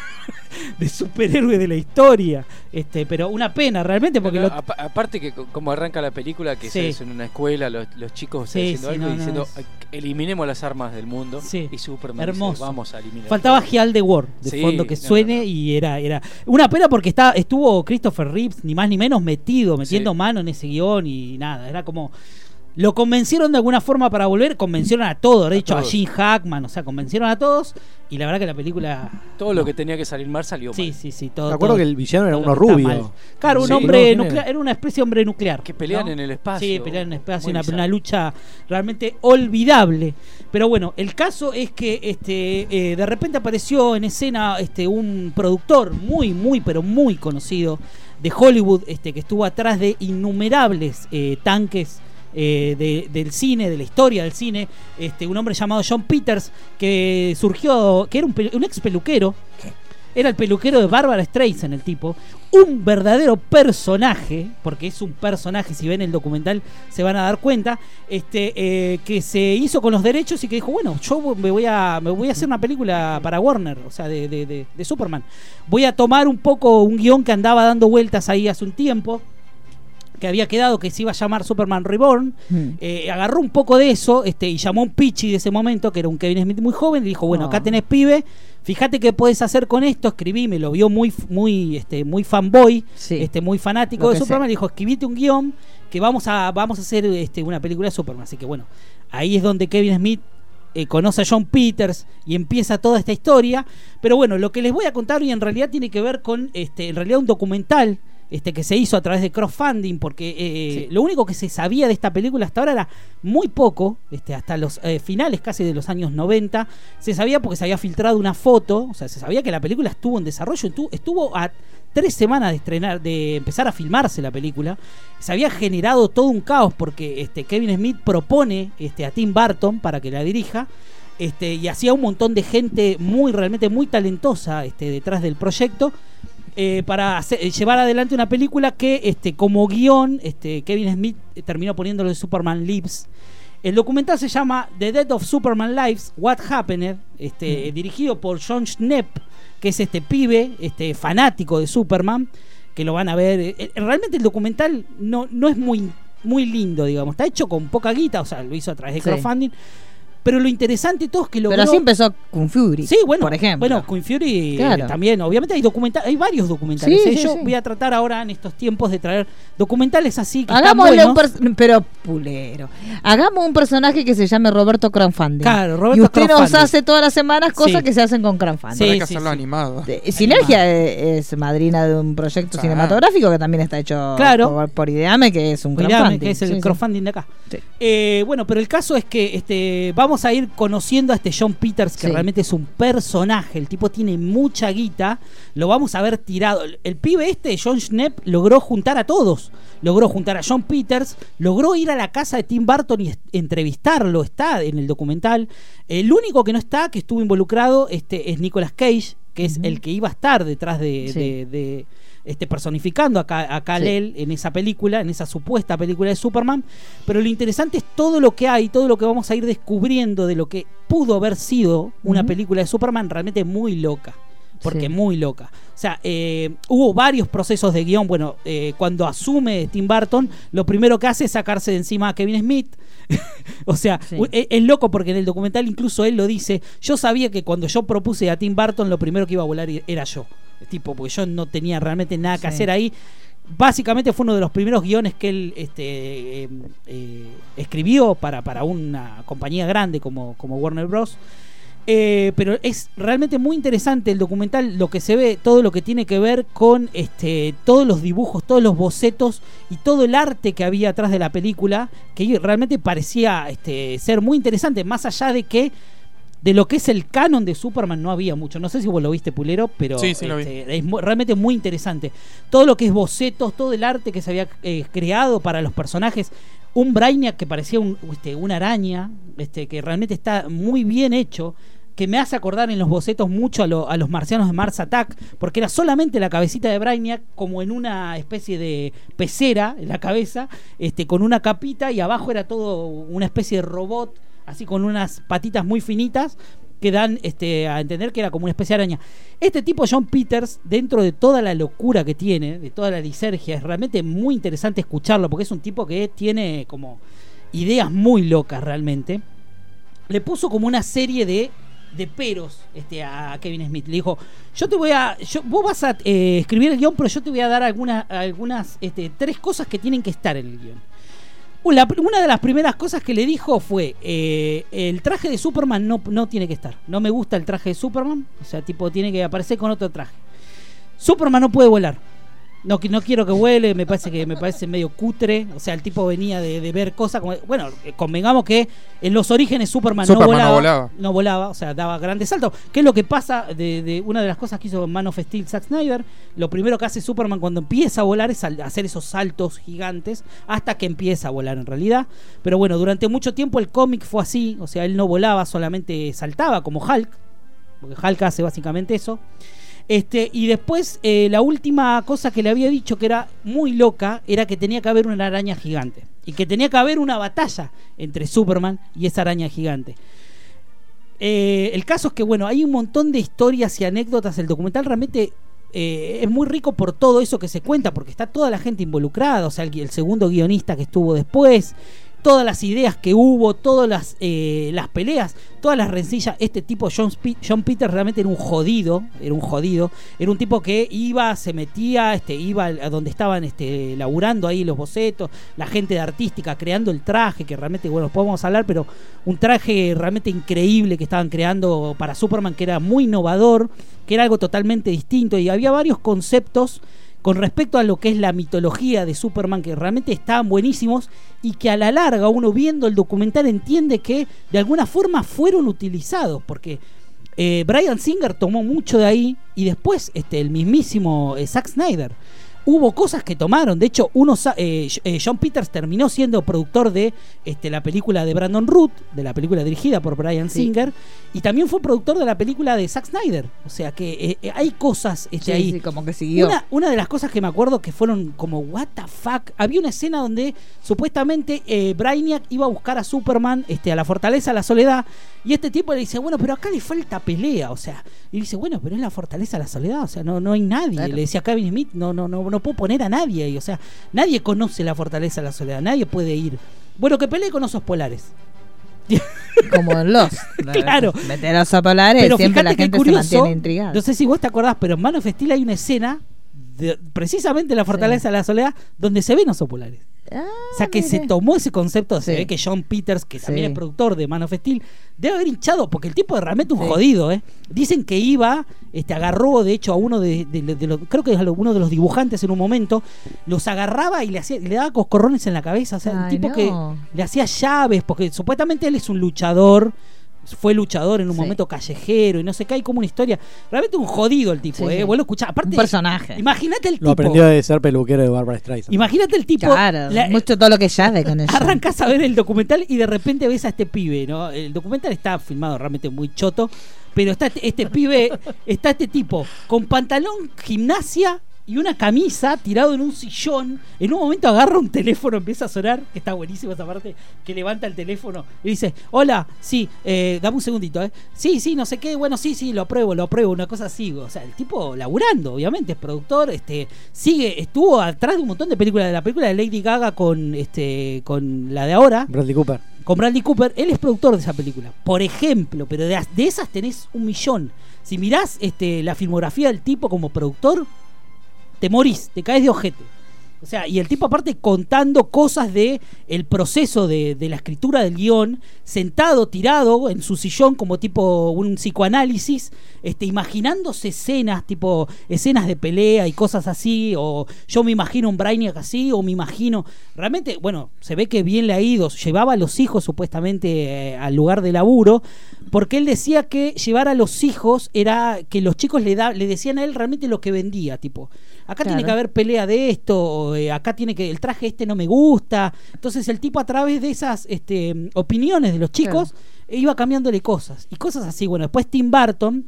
Speaker 3: de superhéroe de la historia. Este, pero una pena realmente porque
Speaker 7: No,
Speaker 3: lo-
Speaker 7: apa- aparte que co- como arranca la película, que
Speaker 3: Sí.
Speaker 7: se es en una escuela, los, los chicos
Speaker 3: Sí,
Speaker 7: haciendo
Speaker 3: sí,
Speaker 7: algo
Speaker 3: no,
Speaker 7: y
Speaker 3: no,
Speaker 7: diciendo
Speaker 3: es-
Speaker 7: eliminemos las armas del mundo
Speaker 3: Sí.
Speaker 7: y Superman dice,
Speaker 3: Hermoso.
Speaker 7: vamos a eliminar.
Speaker 3: faltaba
Speaker 7: todo".
Speaker 3: Heal the War de
Speaker 7: Sí,
Speaker 3: fondo que
Speaker 7: no,
Speaker 3: suene
Speaker 7: no, no.
Speaker 3: y era era una pena porque está estuvo Christopher Reeves ni más ni menos metido, metiendo
Speaker 7: Sí.
Speaker 3: mano en ese guión y nada, era como lo convencieron de alguna forma para volver, convencieron a todos, de hecho a
Speaker 7: todos.
Speaker 3: Gene Hackman, o sea, convencieron a todos y la verdad que la película
Speaker 7: Todo lo que tenía que salir mal salió
Speaker 3: Sí,
Speaker 7: mal.
Speaker 3: sí, sí, todo.
Speaker 8: Me acuerdo
Speaker 3: todo-
Speaker 8: que el villano era
Speaker 3: todo
Speaker 8: uno
Speaker 3: lo que está mal.
Speaker 8: rubio.
Speaker 3: Claro, un
Speaker 7: Sí,
Speaker 8: ¿no?
Speaker 3: hombre
Speaker 8: ¿Quién era?
Speaker 3: nuclear, era una especie de hombre nuclear.
Speaker 7: Que pelean en el espacio.
Speaker 3: Sí, pelean en el espacio,
Speaker 7: Muy
Speaker 3: una,
Speaker 7: bizarro.
Speaker 3: una lucha realmente olvidable. Pero bueno, el caso es que este, eh, de repente apareció en escena este, un productor muy, muy, pero muy conocido de Hollywood, este, que estuvo atrás de innumerables eh, tanques eh, de- del cine, de la historia del cine, este, un hombre llamado John Peters, que surgió, que era un, pe- un ex peluquero, era el peluquero de Bárbara Streisand, el tipo. Un verdadero personaje, porque es un personaje, si ven el documental se van a dar cuenta, este, eh, que se hizo con los derechos y que dijo, bueno, yo me voy a, me voy a hacer una película para Warner, o sea, de, de- de- de Superman. Voy a tomar un poco un guión que andaba dando vueltas ahí hace un tiempo, que había quedado que se iba a llamar Superman Reborn,
Speaker 2: Mm.
Speaker 3: eh, agarró un poco de eso este, y llamó a un Pichi de ese momento, que era un Kevin Smith muy joven, y dijo, bueno,
Speaker 2: Ah.
Speaker 3: acá tenés pibe, fíjate qué podés hacer con esto, escribime, lo vio muy, muy, este, muy fanboy,
Speaker 2: Sí.
Speaker 3: este, muy fanático
Speaker 2: Lo
Speaker 3: de
Speaker 2: que
Speaker 3: Superman,
Speaker 2: sea.
Speaker 3: y dijo, escribite un guión que vamos a, vamos a hacer este, una película de Superman. Así que bueno, ahí es donde Kevin Smith eh, conoce a John Peters y empieza toda esta historia. Pero bueno, lo que les voy a contar hoy en realidad tiene que ver con, este, en realidad, un documental este, que se hizo a través de crowdfunding, porque eh, lo único que se sabía de esta película hasta ahora era muy poco, este, hasta los eh, finales casi de los años 90, se sabía porque se había filtrado una foto, o sea, se sabía que la película estuvo en desarrollo, estuvo, estuvo a tres semanas de estrenar, de empezar a filmarse la película, se había generado todo un caos porque este, Kevin Smith propone este, a Tim Burton para que la dirija. Este, y hacía un montón de gente muy, realmente muy talentosa este, detrás del proyecto eh, para hacer- eh, llevar adelante una película que este, como guión este, Kevin Smith eh, terminó poniéndolo de Superman Lives. El documental se llama The Death of Superman Lives, What Happened, este, eh, dirigido por John Schnepp, que es este pibe este, fanático de Superman, que lo van a ver. Eh, eh, Realmente el documental no, no es muy, muy lindo, digamos. Está hecho con poca guita, o sea, lo hizo a través de
Speaker 2: Sí.
Speaker 3: crowdfunding. Pero lo interesante de todo es que lo
Speaker 2: Pero así empezó Kung Fury.
Speaker 3: Sí, bueno,
Speaker 2: Por ejemplo.
Speaker 3: Bueno, Kung Fury eh,
Speaker 2: Claro.
Speaker 3: también, obviamente hay documentales, hay varios documentales.
Speaker 2: Sí,
Speaker 3: eh.
Speaker 2: sí,
Speaker 3: Yo
Speaker 2: sí.
Speaker 3: voy a tratar ahora en estos tiempos de traer documentales así que están
Speaker 2: Hagámosle un
Speaker 3: buenos.
Speaker 2: pers- pero pulero. Hagamos un personaje que se llame Roberto Cranfandi.
Speaker 3: Claro, Roberto
Speaker 2: Y usted nos
Speaker 3: Crowdfunding.
Speaker 2: hace todas las semanas cosas
Speaker 3: Sí.
Speaker 2: que se hacen con Cranfandi.
Speaker 4: Habrá que hacerlo animado.
Speaker 2: Eh, Sinergia e-, es, es madrina de un proyecto
Speaker 4: Ah.
Speaker 2: cinematográfico que también está hecho
Speaker 3: Claro.
Speaker 2: por, por Ideame, que es un
Speaker 3: Mirame,
Speaker 2: crowdfunding.
Speaker 3: que es el
Speaker 2: Sí, sí.
Speaker 3: crowdfunding de acá.
Speaker 2: Sí.
Speaker 3: Eh, bueno, pero el caso es que este, vamos a ir conociendo a este John Peters, que
Speaker 2: Sí.
Speaker 3: realmente es un personaje. El tipo tiene mucha guita. Lo vamos a ver tirado. El, el pibe este, John Schnepp, logró juntar a todos. Logró juntar a John Peters. Logró ir a la casa de Tim Burton y est- entrevistarlo. Está en el documental. El único que no está, que estuvo involucrado, este, es Nicolas Cage, que es
Speaker 2: Ujú.
Speaker 3: el que iba a estar detrás de,
Speaker 2: Sí.
Speaker 3: de- de- este, personificando a, Ka- a Kal-El en esa película, en esa supuesta película de Superman. Pero lo interesante es todo lo que hay, todo lo que vamos a ir descubriendo de lo que pudo haber sido una
Speaker 2: Ujú.
Speaker 3: película de Superman realmente muy loca. Porque
Speaker 2: Sí.
Speaker 3: muy loca. O sea, eh, hubo varios procesos de guión. Bueno, eh, cuando asume Tim Burton, lo primero que hace es sacarse de encima a Kevin Smith. o sea,
Speaker 2: Sí.
Speaker 3: u- e, es, es loco porque en el documental incluso él lo dice. Yo sabía que cuando yo propuse a Tim Burton, lo primero que iba a volar i- era yo. Tipo, porque yo no tenía realmente nada que
Speaker 2: Sí.
Speaker 3: hacer ahí. Básicamente fue uno de los primeros guiones que él este, eh, eh, escribió para, para una compañía grande como, como Warner Bros. Eh, pero es realmente muy interesante el documental, lo que se ve, todo lo que tiene que ver con este, todos los dibujos, todos los bocetos y todo el arte que había atrás de la película, que realmente parecía este, ser muy interesante, más allá de que de lo que es el canon de Superman no había mucho. No sé si vos lo viste, Pulero, pero
Speaker 4: Sí, sí lo vi.
Speaker 3: este, es mu- realmente muy interesante. Todo lo que es bocetos, todo el arte que se había eh, creado para los personajes. Un Brainiac que parecía un, este, una araña, este, que realmente está muy bien hecho. Que me hace acordar en los bocetos mucho a, lo- a los marcianos de Mars Attack, porque era solamente la cabecita de Brainiac, como en una especie de pecera en la cabeza, este, con una capita y abajo era todo una especie de robot, así con unas patitas muy finitas que dan este, a entender que era como una especie de araña. Este tipo John Peters, dentro de toda la locura que tiene, de toda la disergia, es realmente muy interesante escucharlo, porque es un tipo que tiene como ideas muy locas realmente. Le puso como una serie de, de peros este, a Kevin Smith. Le dijo, yo te voy a. Yo, vos vas a eh, escribir el guión, pero yo te voy a dar alguna- algunas este, tres cosas que tienen que estar en el guión. Una, Uh, una de las primeras cosas que le dijo fue: eh, el traje de Superman no, no tiene que estar. No me gusta el traje de Superman. O sea, tipo, tiene que aparecer con otro traje. Superman no puede volar. No, qui- no quiero que vuele, me parece que me parece medio cutre. O sea, el tipo venía de, de ver cosas como. Bueno, eh, convengamos que en los orígenes Superman,
Speaker 4: Superman no
Speaker 3: no
Speaker 4: volaba.
Speaker 3: volaba no volaba, o sea, daba grandes saltos. ¿Qué es lo que pasa de, de una de las cosas que hizo Man of Steel Zack Snyder? Lo primero que hace Superman cuando empieza a volar es al- hacer esos saltos gigantes hasta que empieza a volar en realidad. Pero bueno, durante mucho tiempo el cómic fue así, o sea, él no volaba, solamente saltaba como Hulk, porque Hulk hace básicamente eso. Este, y después eh, la última cosa que le había dicho que era muy loca era que tenía que haber una araña gigante y que tenía que haber una batalla entre Superman y esa araña gigante. Eh, el caso es que, bueno, hay un montón de historias y anécdotas. El documental realmente eh, es muy rico por todo eso que se cuenta, porque está toda la gente involucrada, o sea, el, gui- el segundo guionista que estuvo después, todas las ideas que hubo, todas las, eh, las peleas, todas las rencillas. Este tipo, John, Spe- John Peters, realmente era un jodido, era un jodido, era un tipo que iba, se metía, este, iba al- a donde estaban este, laburando ahí los bocetos, la gente de artística creando el traje, que realmente, bueno, después vamos a hablar, pero un traje realmente increíble que estaban creando para Superman, que era muy innovador, que era algo totalmente distinto y había varios conceptos con respecto a lo que es la mitología de Superman, que realmente estaban buenísimos y que a la larga uno viendo el documental entiende que de alguna forma fueron utilizados, porque eh, Brian Singer tomó mucho de ahí y después este, el mismísimo eh, Zack Snyder. Hubo cosas que tomaron, de hecho, uno, sa- eh, Sh- eh, John Peters terminó siendo productor de este, la película de Brandon Root, de la película dirigida por Brian
Speaker 2: Sí.
Speaker 3: Singer, y también fue productor de la película de Zack Snyder. O sea que eh, eh, hay cosas este,
Speaker 2: Sí,
Speaker 3: ahí.
Speaker 2: sí, como que siguió.
Speaker 3: Una, una de las cosas que me acuerdo que fueron como, ¿What the fuck? Había una escena donde supuestamente eh, Brainiac iba a buscar a Superman este, a la fortaleza, a la soledad, y este tipo le dice, bueno, pero acá le falta pelea, o sea. Y dice, bueno, pero es la fortaleza, la soledad, o sea, no, no hay nadie.
Speaker 2: Claro.
Speaker 3: Le decía a Kevin Smith, no, no, no, no puedo poner a nadie ahí. O sea, nadie conoce la fortaleza de la soledad, nadie puede ir. Bueno, que pelee con osos polares.
Speaker 2: Como en los.
Speaker 3: Claro.
Speaker 2: Meter a polares,
Speaker 3: Pero
Speaker 2: siempre
Speaker 3: fíjate
Speaker 2: la
Speaker 3: que
Speaker 2: gente
Speaker 3: curioso,
Speaker 2: se mantiene intrigada.
Speaker 3: No sé si vos te acordás, pero en Man of Steel hay una escena, de, precisamente en la fortaleza de la soledad, donde se ven osos polares.
Speaker 2: Ah,
Speaker 3: O sea que se tomó ese concepto, se
Speaker 2: Sí.
Speaker 3: ve que John Peters, que también
Speaker 2: Sí.
Speaker 3: es productor de Man of Steel, debe haber hinchado, porque el tipo es realmente un jodido, ¿eh? Dicen que iba, este, agarró de hecho a uno de, de- de los, creo que es uno de los dibujantes en un momento, los agarraba y le hacía, le daba coscorrones en la cabeza. O sea, el
Speaker 2: Ay,
Speaker 3: tipo
Speaker 2: no.
Speaker 3: que le hacía llaves, porque supuestamente él es un luchador, fue luchador en un momento callejero y no sé qué, hay como una historia. Realmente un jodido el tipo,
Speaker 2: Sí,
Speaker 3: ¿eh?
Speaker 2: sí.
Speaker 3: Vos lo escuchás, aparte.
Speaker 2: Un personaje.
Speaker 3: Imagínate el
Speaker 8: Lo
Speaker 3: tipo.
Speaker 8: aprendió de ser peluquero de Barbara Streisand.
Speaker 3: Imagínate el tipo.
Speaker 2: Claro,
Speaker 3: la-
Speaker 2: mucho todo lo que ya de con eso.
Speaker 3: arrancas a ver el documental y de repente ves a este pibe, ¿no? El documental está filmado realmente muy choto, pero está este, este pibe, está este tipo con pantalón, gimnasia y una camisa tirado en un sillón. En un momento agarra un teléfono, empieza a sonar, que está buenísimo esa parte, este, que levanta el teléfono y dice, hola, sí, eh, dame un segundito, ¿eh? Sí, sí, no sé qué, bueno, sí, sí, lo apruebo, lo apruebo, una cosa así. O sea, el tipo laburando, obviamente, es productor, este, sigue, estuvo atrás de un montón de películas, de la película de Lady Gaga con este, con la de ahora,
Speaker 8: Bradley Cooper.
Speaker 3: con Bradley Cooper, él es productor de esa película, por ejemplo, pero de, as- de esas tenés un millón. Si mirás este, la filmografía del tipo como productor, te morís, te caes de ojete. O sea, y el tipo aparte contando cosas de el proceso de, de la escritura del guión, sentado, tirado en su sillón como tipo un psicoanálisis, este, imaginándose escenas, tipo escenas de pelea y cosas así, o yo me imagino un Brainiac así, o me imagino... Realmente, bueno, se ve que bien le ha ido, llevaba a los hijos supuestamente eh, al lugar de laburo, porque él decía que llevar a los hijos era que los chicos le, da, le decían a él realmente lo que vendía, tipo, acá tiene
Speaker 2: Claro.
Speaker 3: que haber pelea de esto, o, eh, acá tiene que, el traje este no me gusta. Entonces el tipo a través de esas este, opiniones de los chicos eh, iba cambiándole cosas. Y cosas así, bueno, después Tim Burton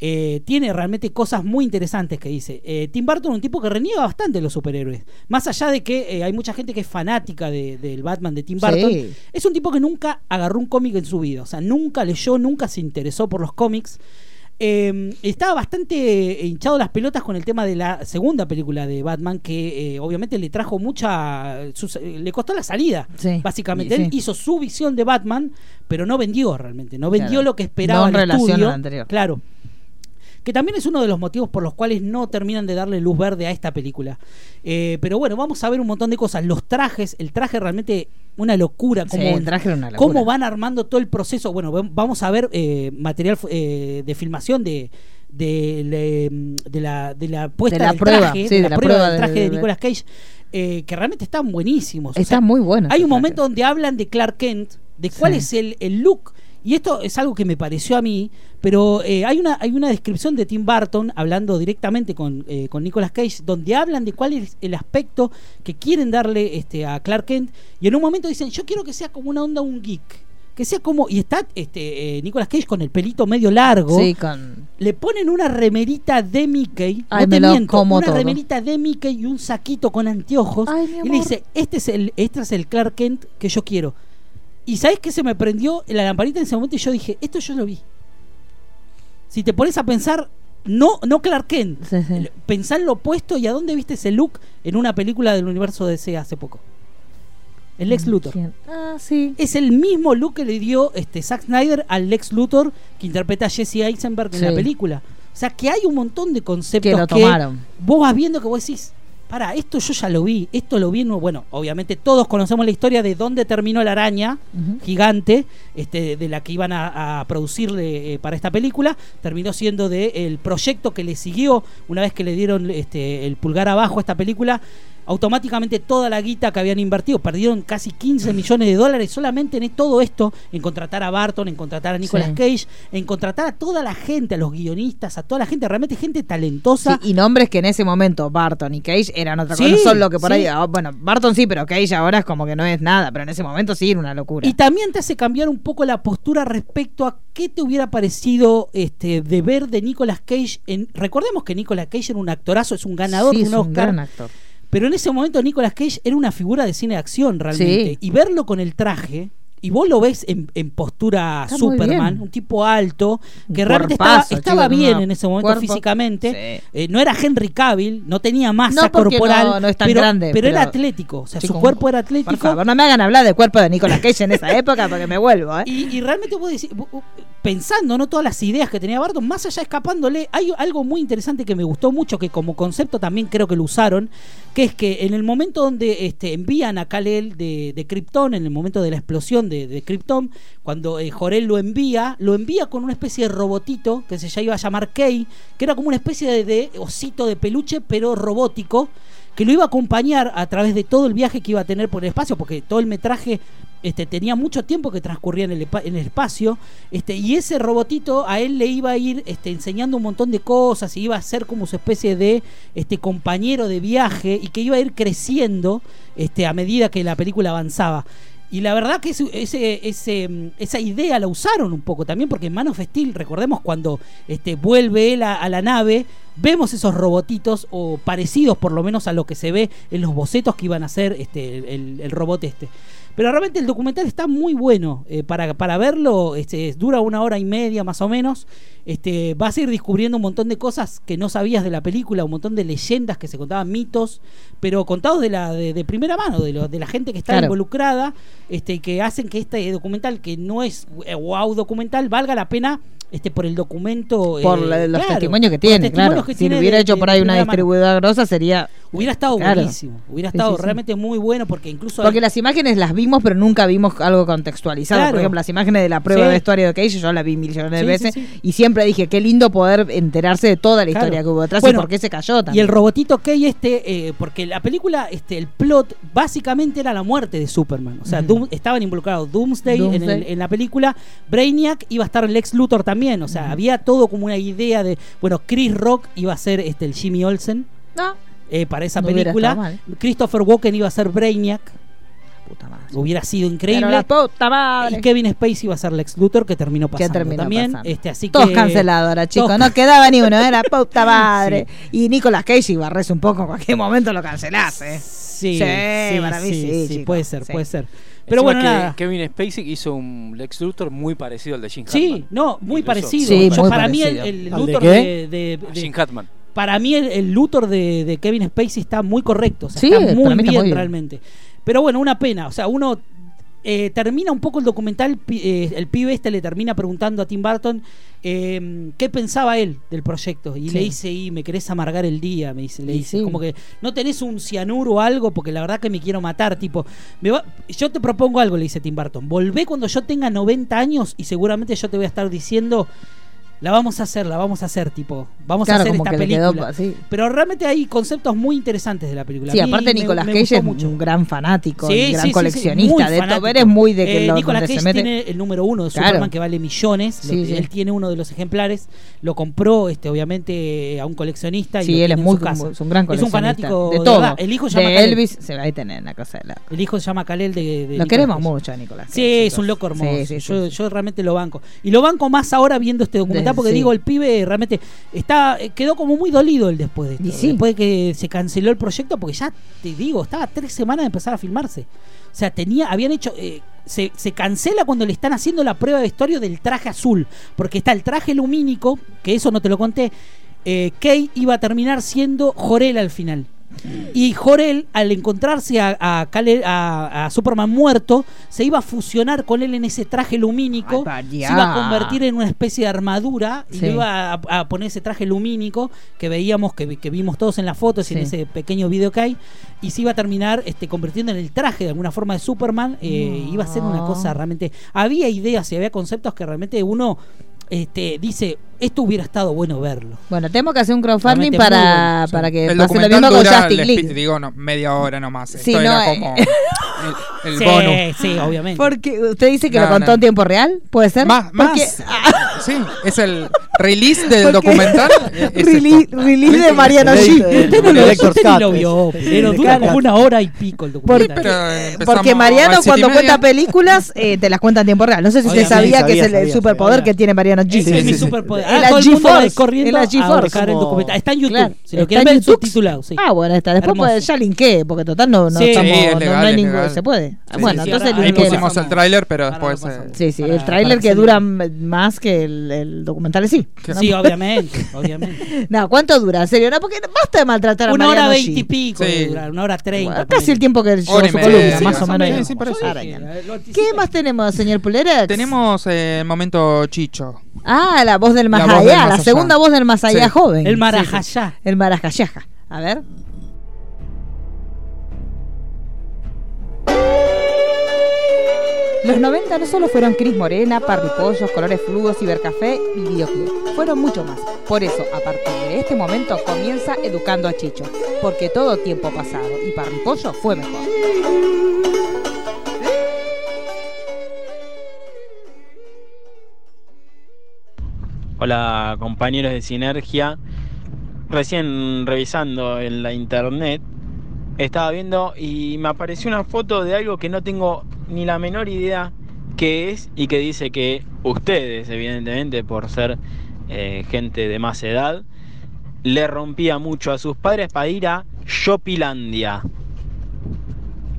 Speaker 3: eh, tiene realmente cosas muy interesantes que dice. Eh, Tim Burton es un tipo que reniega bastante de los superhéroes. Más allá de que eh, hay mucha gente que es fanática de- del Batman de Tim Burton,
Speaker 2: Sí.
Speaker 3: es un tipo que nunca agarró un cómic en su vida. O sea, nunca leyó, nunca se interesó por los cómics. Eh, estaba bastante eh, hinchado las pelotas con el tema de la segunda película de Batman, que eh, obviamente le trajo mucha. sus- eh, le costó la salida,
Speaker 2: Sí.
Speaker 3: básicamente.
Speaker 2: Sí.
Speaker 3: Él hizo su visión de Batman, pero no vendió realmente, no vendió
Speaker 2: Claro.
Speaker 3: lo que esperaba
Speaker 2: No en
Speaker 3: el
Speaker 2: relación
Speaker 3: estudio.
Speaker 2: a la anterior.
Speaker 3: Claro. Que también es uno de los motivos por los cuales no terminan de darle luz verde a esta película. Eh, pero bueno, vamos a ver un montón de cosas. Los trajes, el traje realmente una locura.
Speaker 2: Sí,
Speaker 3: Como
Speaker 2: el traje era una locura.
Speaker 3: ¿Cómo van armando todo el proceso? Bueno, vam- vamos a ver eh, material fu- eh, de filmación de, de, le- de la, de la puesta
Speaker 2: la
Speaker 3: del
Speaker 2: prueba,
Speaker 3: traje,
Speaker 2: sí,
Speaker 3: de
Speaker 2: de
Speaker 3: la,
Speaker 2: la
Speaker 3: prueba,
Speaker 2: prueba
Speaker 3: del
Speaker 2: de-
Speaker 3: traje de,
Speaker 2: de-
Speaker 3: Nicolas Cage, eh, que realmente están buenísimos. O
Speaker 2: Está
Speaker 3: sea,
Speaker 2: muy bueno.
Speaker 3: hay
Speaker 2: ese
Speaker 3: un
Speaker 2: traje.
Speaker 3: momento donde hablan de Clark Kent, de cuál
Speaker 2: Sí.
Speaker 3: es el, el look. Y esto es algo que me pareció a mí, pero eh, hay, una, hay una descripción de Tim Burton hablando directamente con, eh, con Nicolas Cage, donde hablan de cuál es el aspecto que quieren darle este, a Clark Kent. Y en un momento dicen, yo quiero que sea como una onda un geek. Que sea como. Y está este, eh, Nicolas Cage con el pelito medio largo.
Speaker 2: Sí, con.
Speaker 3: Le ponen una remerita de Mickey.
Speaker 2: Ay,
Speaker 3: no te
Speaker 2: me lo
Speaker 3: miento,
Speaker 2: como
Speaker 3: una
Speaker 2: todo.
Speaker 3: remerita de Mickey y un saquito con anteojos.
Speaker 2: Ay, mi
Speaker 3: y le
Speaker 2: amor.
Speaker 3: dice, este es el, este es el Clark Kent que yo quiero. Y sabes que se me prendió la lamparita en ese momento y yo dije, esto yo lo vi. Si te pones a pensar, no, no Clark Kent.
Speaker 2: Sí, sí.
Speaker 3: Pensá en lo opuesto y a dónde viste ese look en una película del universo DC hace poco. El Lex Luthor.
Speaker 2: ¿Quién? Ah, sí.
Speaker 3: Es el mismo look que le dio este Zack Snyder al Lex Luthor que interpreta a Jesse Eisenberg en
Speaker 2: Sí.
Speaker 3: la película. O sea que hay un montón de conceptos
Speaker 2: Que lo tomaron.
Speaker 3: vos vas viendo que vos decís, para, esto yo ya lo vi, esto lo vi en un-". Bueno, obviamente todos conocemos la historia de dónde terminó la araña
Speaker 2: Ujú.
Speaker 3: gigante, este, de la que iban a, a producirle eh, para esta película, terminó siendo de el proyecto que le siguió una vez que le dieron este, el pulgar abajo a esta película. Automáticamente toda la guita que habían invertido, perdieron casi 15 millones de dólares solamente en todo esto, en contratar a Barton, en contratar a Nicolas
Speaker 2: Sí.
Speaker 3: Cage, en contratar a toda la gente, a los guionistas, a toda la gente, realmente gente talentosa.
Speaker 2: Sí, y nombres que en ese momento Barton y Cage eran otra cosa.
Speaker 3: Sí,
Speaker 2: no son lo que por
Speaker 3: sí.
Speaker 2: ahí. ah, Bueno, Barton sí, pero Cage ahora es como que no es nada. Pero en ese momento sí era una locura.
Speaker 3: Y también te hace cambiar un poco la postura respecto a qué te hubiera parecido este, de ver de Nicolas Cage. En, recordemos que Nicolas Cage era un actorazo, es un ganador
Speaker 2: Sí,
Speaker 3: de
Speaker 2: es
Speaker 3: un
Speaker 2: un
Speaker 3: Oscar.
Speaker 2: gran actor.
Speaker 3: Pero en ese momento Nicolas Cage era una figura de cine de acción realmente.
Speaker 2: Sí.
Speaker 3: Y verlo con el traje y vos lo ves en, en postura
Speaker 2: Está muy
Speaker 3: Superman,
Speaker 2: bien.
Speaker 3: un tipo alto, que
Speaker 2: Un
Speaker 3: realmente estaba,
Speaker 2: cuerpazo,
Speaker 3: estaba
Speaker 2: chico, con
Speaker 3: bien
Speaker 2: una
Speaker 3: en ese momento
Speaker 2: cuerpo.
Speaker 3: físicamente. Eh, no era Henry Cavill, no tenía masa
Speaker 2: No, porque
Speaker 3: corporal,
Speaker 2: no- no es tan
Speaker 3: pero,
Speaker 2: grande,
Speaker 3: pero era
Speaker 2: pero-
Speaker 3: atlético, o sea,
Speaker 2: Chico,
Speaker 3: su cuerpo era atlético.
Speaker 2: Por favor, no me hagan hablar del cuerpo de Nicolas Cage en esa época porque me vuelvo, ¿eh?
Speaker 3: Y, y realmente vos decís, vos- vos- pensando, ¿no? Todas las ideas que tenía Barton, más allá escapándole, hay algo muy interesante que me gustó mucho, que como concepto también creo que lo usaron, que es que en el momento donde este, envían a Kal-El de, de Krypton, en el momento de la explosión de, de Krypton, cuando eh, Jorel lo envía, lo envía con una especie de robotito que se ya iba a llamar Kay, que era como una especie de, de osito de peluche, pero robótico, que lo iba a acompañar a través de todo el viaje que iba a tener por el espacio, porque todo el metraje este, tenía mucho tiempo que transcurría en el, epa- en el espacio, este, y ese robotito a él le iba a ir este, enseñando un montón de cosas, y iba a ser como su especie de este, compañero de viaje, y que iba a ir creciendo este, a medida que la película avanzaba. Y la verdad que ese- ese- ese, mm, esa idea la usaron un poco también, porque en Man of Steel, recordemos cuando este, vuelve él a, a la nave, vemos esos robotitos, o parecidos por lo menos a lo que se ve en los bocetos que iban a hacer este, el- el- el robot este. Pero realmente el documental está muy bueno eh, para, para verlo. Este, dura una hora y media más o menos. Este, vas a ir descubriendo un montón de cosas que no sabías de la película, un montón de leyendas que se contaban, mitos, pero contados de la de, de primera mano, de, lo- de la gente que está
Speaker 2: Claro.
Speaker 3: involucrada, este, que hacen que este documental, que no es eh, wow documental, valga la pena este, por el documento. eh,
Speaker 2: Por la- los
Speaker 3: claro,
Speaker 2: testimonios que
Speaker 3: por los
Speaker 2: tiene,
Speaker 3: testimonios
Speaker 2: claro.
Speaker 3: que
Speaker 2: si
Speaker 3: tiene
Speaker 2: lo hubiera
Speaker 3: de-
Speaker 2: hecho
Speaker 3: de-
Speaker 2: por
Speaker 3: de
Speaker 2: ahí una
Speaker 3: primera mano.
Speaker 2: distribuidora grosa sería.
Speaker 3: Hubiera estado
Speaker 2: Claro.
Speaker 3: buenísimo, hubiera
Speaker 2: Sí,
Speaker 3: estado
Speaker 2: sí, sí.
Speaker 3: realmente muy bueno porque incluso... hay-
Speaker 2: Porque las imágenes las vimos, pero nunca vimos algo contextualizado.
Speaker 3: Claro.
Speaker 2: Por ejemplo, las imágenes de la prueba
Speaker 3: Sí.
Speaker 2: de vestuario de Cage, yo las vi millones de
Speaker 3: Sí, sí,
Speaker 2: veces.
Speaker 3: sí.
Speaker 2: Y siempre dije, qué lindo poder enterarse de toda la
Speaker 3: Claro.
Speaker 2: historia que hubo detrás y
Speaker 3: Bueno,
Speaker 2: por qué se cayó
Speaker 3: Y
Speaker 2: también.
Speaker 3: el robotito Key este, eh, porque la película, este, el plot básicamente era la muerte de Superman. O sea,
Speaker 2: Ujú.
Speaker 3: Doom- estaban involucrados Doomsday, en el- En,
Speaker 2: Doomsday.
Speaker 3: la película, Brainiac iba a estar Lex Luthor también. O sea, había todo como una idea de, bueno, Chris Rock iba a ser este, el Jimmy Olsen
Speaker 2: No,
Speaker 3: eh, para esa
Speaker 2: No hubiera estado
Speaker 3: película.
Speaker 2: mal.
Speaker 3: Christopher Walken iba a ser Brainiac.
Speaker 2: puta madre.
Speaker 3: Hubiera
Speaker 2: Pero
Speaker 3: sido
Speaker 2: la
Speaker 3: increíble.
Speaker 2: puta madre.
Speaker 3: Y Kevin Spacey iba a ser Lex Luthor, que terminó
Speaker 2: que
Speaker 3: pasando
Speaker 2: terminó
Speaker 3: también.
Speaker 2: pasando.
Speaker 3: Este, así
Speaker 2: Todos
Speaker 3: que-
Speaker 2: cancelados ahora, chicos.
Speaker 3: Todos
Speaker 2: No quedaba ni uno, era puta madre. Y Nicolas Cage y Barres un poco, en cualquier momento lo eh. cancelase. Sí,
Speaker 3: Sí, sí,
Speaker 2: para mí
Speaker 3: sí,
Speaker 2: sí,
Speaker 3: sí,
Speaker 2: chico,
Speaker 3: puede ser,
Speaker 2: sí.
Speaker 3: puede ser. Pero bueno,
Speaker 7: que
Speaker 3: nada.
Speaker 7: Kevin Spacey hizo un Lex Luthor muy parecido al de Jim Hackman.
Speaker 3: Sí, no, muy
Speaker 7: Incluso-
Speaker 3: parecido.
Speaker 2: Sí,
Speaker 3: Yo,
Speaker 2: muy
Speaker 3: para mí
Speaker 2: parecido.
Speaker 3: el, el
Speaker 8: ¿Al de
Speaker 3: Luthor
Speaker 8: qué?
Speaker 3: de, de-
Speaker 7: A
Speaker 3: de-
Speaker 7: Jim Hackman.
Speaker 3: para mí el, el Luthor de, de Kevin Spacey está muy correcto, o sea,
Speaker 2: Sí,
Speaker 3: está
Speaker 2: para
Speaker 3: muy
Speaker 2: mí
Speaker 3: bien,
Speaker 2: está muy bien.
Speaker 3: realmente. Pero bueno, una pena, o sea, uno eh, termina un poco el documental, pi- eh, el pibe este le termina preguntando a Tim Burton eh, qué pensaba él del proyecto y
Speaker 2: Sí.
Speaker 3: le dice, "Y me querés amargar el día", me dice, le
Speaker 2: Y
Speaker 3: dice,
Speaker 2: sí.
Speaker 3: como que no tenés un cianuro o algo porque la verdad que me quiero matar, tipo, me va- yo te propongo algo, le dice Tim Burton, "Volvé cuando yo tenga 90 años y seguramente yo te voy a estar diciendo la vamos a hacer, la vamos a hacer, tipo, vamos a
Speaker 2: Claro,
Speaker 3: hacer
Speaker 2: como
Speaker 3: esta
Speaker 2: que le
Speaker 3: película.
Speaker 2: quedó. Sí,
Speaker 3: Pero realmente hay conceptos muy interesantes de la película.
Speaker 2: Sí,
Speaker 3: A mí
Speaker 2: aparte
Speaker 3: me-
Speaker 2: Nicolas
Speaker 3: me
Speaker 2: Cage
Speaker 3: gustó
Speaker 2: es
Speaker 3: mucho.
Speaker 2: un gran fanático,
Speaker 3: Sí,
Speaker 2: un gran
Speaker 3: sí, sí, sí,
Speaker 2: coleccionista
Speaker 3: muy
Speaker 2: de esto.
Speaker 3: fanático.
Speaker 2: Ver es muy de que
Speaker 3: Eh,
Speaker 2: lo,
Speaker 3: Nicolas
Speaker 2: donde
Speaker 3: Cage
Speaker 2: se mete.
Speaker 3: tiene el número uno de
Speaker 2: Claro.
Speaker 3: Superman que vale millones. lo
Speaker 2: Sí,
Speaker 3: que-
Speaker 2: sí.
Speaker 3: Él tiene uno de los ejemplares. Lo compró, este, obviamente, a un coleccionista. y
Speaker 2: sí,
Speaker 3: lo
Speaker 2: él
Speaker 3: tiene
Speaker 2: es
Speaker 3: en
Speaker 2: muy,
Speaker 3: su casa.
Speaker 2: es un gran
Speaker 3: Es un
Speaker 2: coleccionista.
Speaker 3: fanático
Speaker 2: de
Speaker 3: de
Speaker 2: todo.
Speaker 3: verdad. El hijo se llama
Speaker 2: de
Speaker 3: Kalel.
Speaker 2: Elvis, se va a tener una cosa de la-
Speaker 3: El hijo se llama Kalel de. de
Speaker 2: Lo
Speaker 3: Nicolas
Speaker 2: queremos
Speaker 3: Cage.
Speaker 2: mucho, a Nicolas. Cage,
Speaker 3: Sí, es un
Speaker 2: chicos.
Speaker 3: loco hermoso.
Speaker 2: Sí, sí, sí,
Speaker 3: yo,
Speaker 2: sí.
Speaker 3: yo realmente lo banco. Y lo banco más ahora viendo este documental,
Speaker 2: Desde-
Speaker 3: porque
Speaker 2: sí.
Speaker 3: digo, el pibe realmente está eh, quedó como muy dolido el después de esto.
Speaker 2: Y sí.
Speaker 3: Después de que se canceló el proyecto, porque ya te digo, estaba tres semanas de empezar a filmarse. O sea, tenía, habían hecho. eh, se, se cancela cuando le están haciendo la prueba de vestuario del traje azul. Porque está el traje lumínico, que eso no te lo conté. Eh, Kay iba a terminar siendo Jorel al final. Y Jorel, al encontrarse a, a, Kal-El- a- a Superman muerto, se iba a fusionar con él en ese traje lumínico.
Speaker 2: Ay, para
Speaker 3: se
Speaker 2: allá.
Speaker 3: iba a convertir en una especie de armadura y
Speaker 2: Sí.
Speaker 3: le iba a, a poner ese traje lumínico que veíamos, que, vi- que vimos todos en las fotos y en
Speaker 2: Sí.
Speaker 3: ese pequeño video que hay. Y se iba a terminar este, convirtiendo en el traje de alguna forma de Superman. eh,
Speaker 2: No.
Speaker 3: Iba a ser una cosa realmente. Había ideas y había conceptos que realmente uno este, dice: esto hubiera estado bueno verlo.
Speaker 2: Bueno, tenemos que hacer un crowdfunding
Speaker 3: Realmente
Speaker 2: para,
Speaker 3: muy bueno, sí.
Speaker 2: para que
Speaker 4: el
Speaker 2: pase lo
Speaker 4: documental
Speaker 2: mismo con
Speaker 4: dura,
Speaker 2: Justin
Speaker 4: les pi-
Speaker 2: League.
Speaker 4: digo, no, media hora nomás.
Speaker 2: Sí,
Speaker 4: Esto
Speaker 2: no,
Speaker 4: era
Speaker 2: eh.
Speaker 4: como el, el
Speaker 3: sí,
Speaker 4: bonus.
Speaker 3: sí, obviamente.
Speaker 2: Porque usted dice que
Speaker 4: No,
Speaker 2: lo contó
Speaker 4: no.
Speaker 2: en tiempo real, ¿puede ser?
Speaker 4: Más,
Speaker 2: Porque-
Speaker 4: más. Sí, es el release del
Speaker 2: Porque-
Speaker 4: documental. eh, es
Speaker 2: Release,
Speaker 4: esto.
Speaker 2: release de Mariano
Speaker 8: Sí,
Speaker 2: G.
Speaker 3: Usted no lo,
Speaker 8: Director's
Speaker 3: usted ni
Speaker 8: Cut,
Speaker 3: lo vio,
Speaker 8: es.
Speaker 3: pero dura como una hora y pico el
Speaker 4: Sí,
Speaker 3: documental.
Speaker 4: pero empezamos
Speaker 2: Porque
Speaker 4: a
Speaker 2: Mariano
Speaker 4: las siete y
Speaker 2: cuando
Speaker 4: media.
Speaker 2: cuenta películas eh, te las cuenta en tiempo real. No sé si usted
Speaker 3: Obviamente,
Speaker 2: sabía, que
Speaker 8: sabía,
Speaker 2: es el, el
Speaker 8: sabía,
Speaker 2: superpoder
Speaker 3: sabía.
Speaker 2: que tiene Mariano G.
Speaker 3: Ese
Speaker 8: Sí,
Speaker 3: es mi
Speaker 8: sí, sí.
Speaker 3: superpoder.
Speaker 2: Es
Speaker 3: Ah,
Speaker 2: la
Speaker 3: todo el mundo va
Speaker 2: G-Force,
Speaker 3: corriendo
Speaker 2: es la
Speaker 3: a
Speaker 2: G-Force,
Speaker 3: buscar el
Speaker 8: como-
Speaker 3: documental. Está en YouTube.
Speaker 2: Claro,
Speaker 3: Si lo
Speaker 2: está
Speaker 3: quieren
Speaker 2: en
Speaker 3: ver,
Speaker 2: YouTube.
Speaker 3: subtitulado. Sí.
Speaker 2: Ah, bueno, está. Después
Speaker 3: Hermoso.
Speaker 2: puede, ya linké, porque total no, no
Speaker 3: Sí.
Speaker 2: estamos-
Speaker 4: Sí, es
Speaker 2: no- no
Speaker 4: legal,
Speaker 2: hay
Speaker 4: es
Speaker 2: ningún-
Speaker 4: legal.
Speaker 2: Se puede. Sí. Ah, bueno, entonces
Speaker 4: ahí
Speaker 2: Linkeras.
Speaker 4: pusimos el tráiler, pero después. eh,
Speaker 2: Sí, sí, el tráiler que dura m- más que el, el documental en sí.
Speaker 3: Sí, obviamente, obviamente.
Speaker 2: No, ¿cuánto dura? En serio, no, porque basta de maltratar a
Speaker 3: Una
Speaker 2: Mariano
Speaker 3: hora
Speaker 2: G.
Speaker 3: veinte y pico, de durar, una hora treinta.
Speaker 2: Casi el tiempo que llevó
Speaker 4: Hora y
Speaker 2: su
Speaker 4: media,
Speaker 2: columna,
Speaker 4: sí,
Speaker 2: más o
Speaker 4: sí,
Speaker 2: menos.
Speaker 4: sí, por eso.
Speaker 2: Araña.
Speaker 5: Eh,
Speaker 2: ¿Qué más tenemos, señor Pulerex?
Speaker 4: Tenemos eh, el momento chicho.
Speaker 2: Ah, la voz del
Speaker 4: La voz
Speaker 2: más
Speaker 4: del
Speaker 2: allá,
Speaker 4: más
Speaker 2: la
Speaker 4: allá.
Speaker 2: segunda voz del más allá
Speaker 4: Sí.
Speaker 2: joven.
Speaker 4: El
Speaker 3: marajayá.
Speaker 2: Sí, sí. El marajayaja. A ver.
Speaker 10: Los 90 no solo fueron Cris Morena, Parripollos, Colores Fluos, Cibercafé y Videoclub, fueron mucho más. Por eso, a partir de este momento comienza Educando a Chicho, porque todo tiempo pasado y Parripollo fue mejor.
Speaker 11: Hola compañeros de Sinergia. Recién revisando en la internet, estaba viendo y me apareció una foto de algo que no tengo ni la menor idea qué es y que dice que ustedes, evidentemente, por ser eh, gente de más edad, le rompía mucho a sus padres para ir a Shopilandia.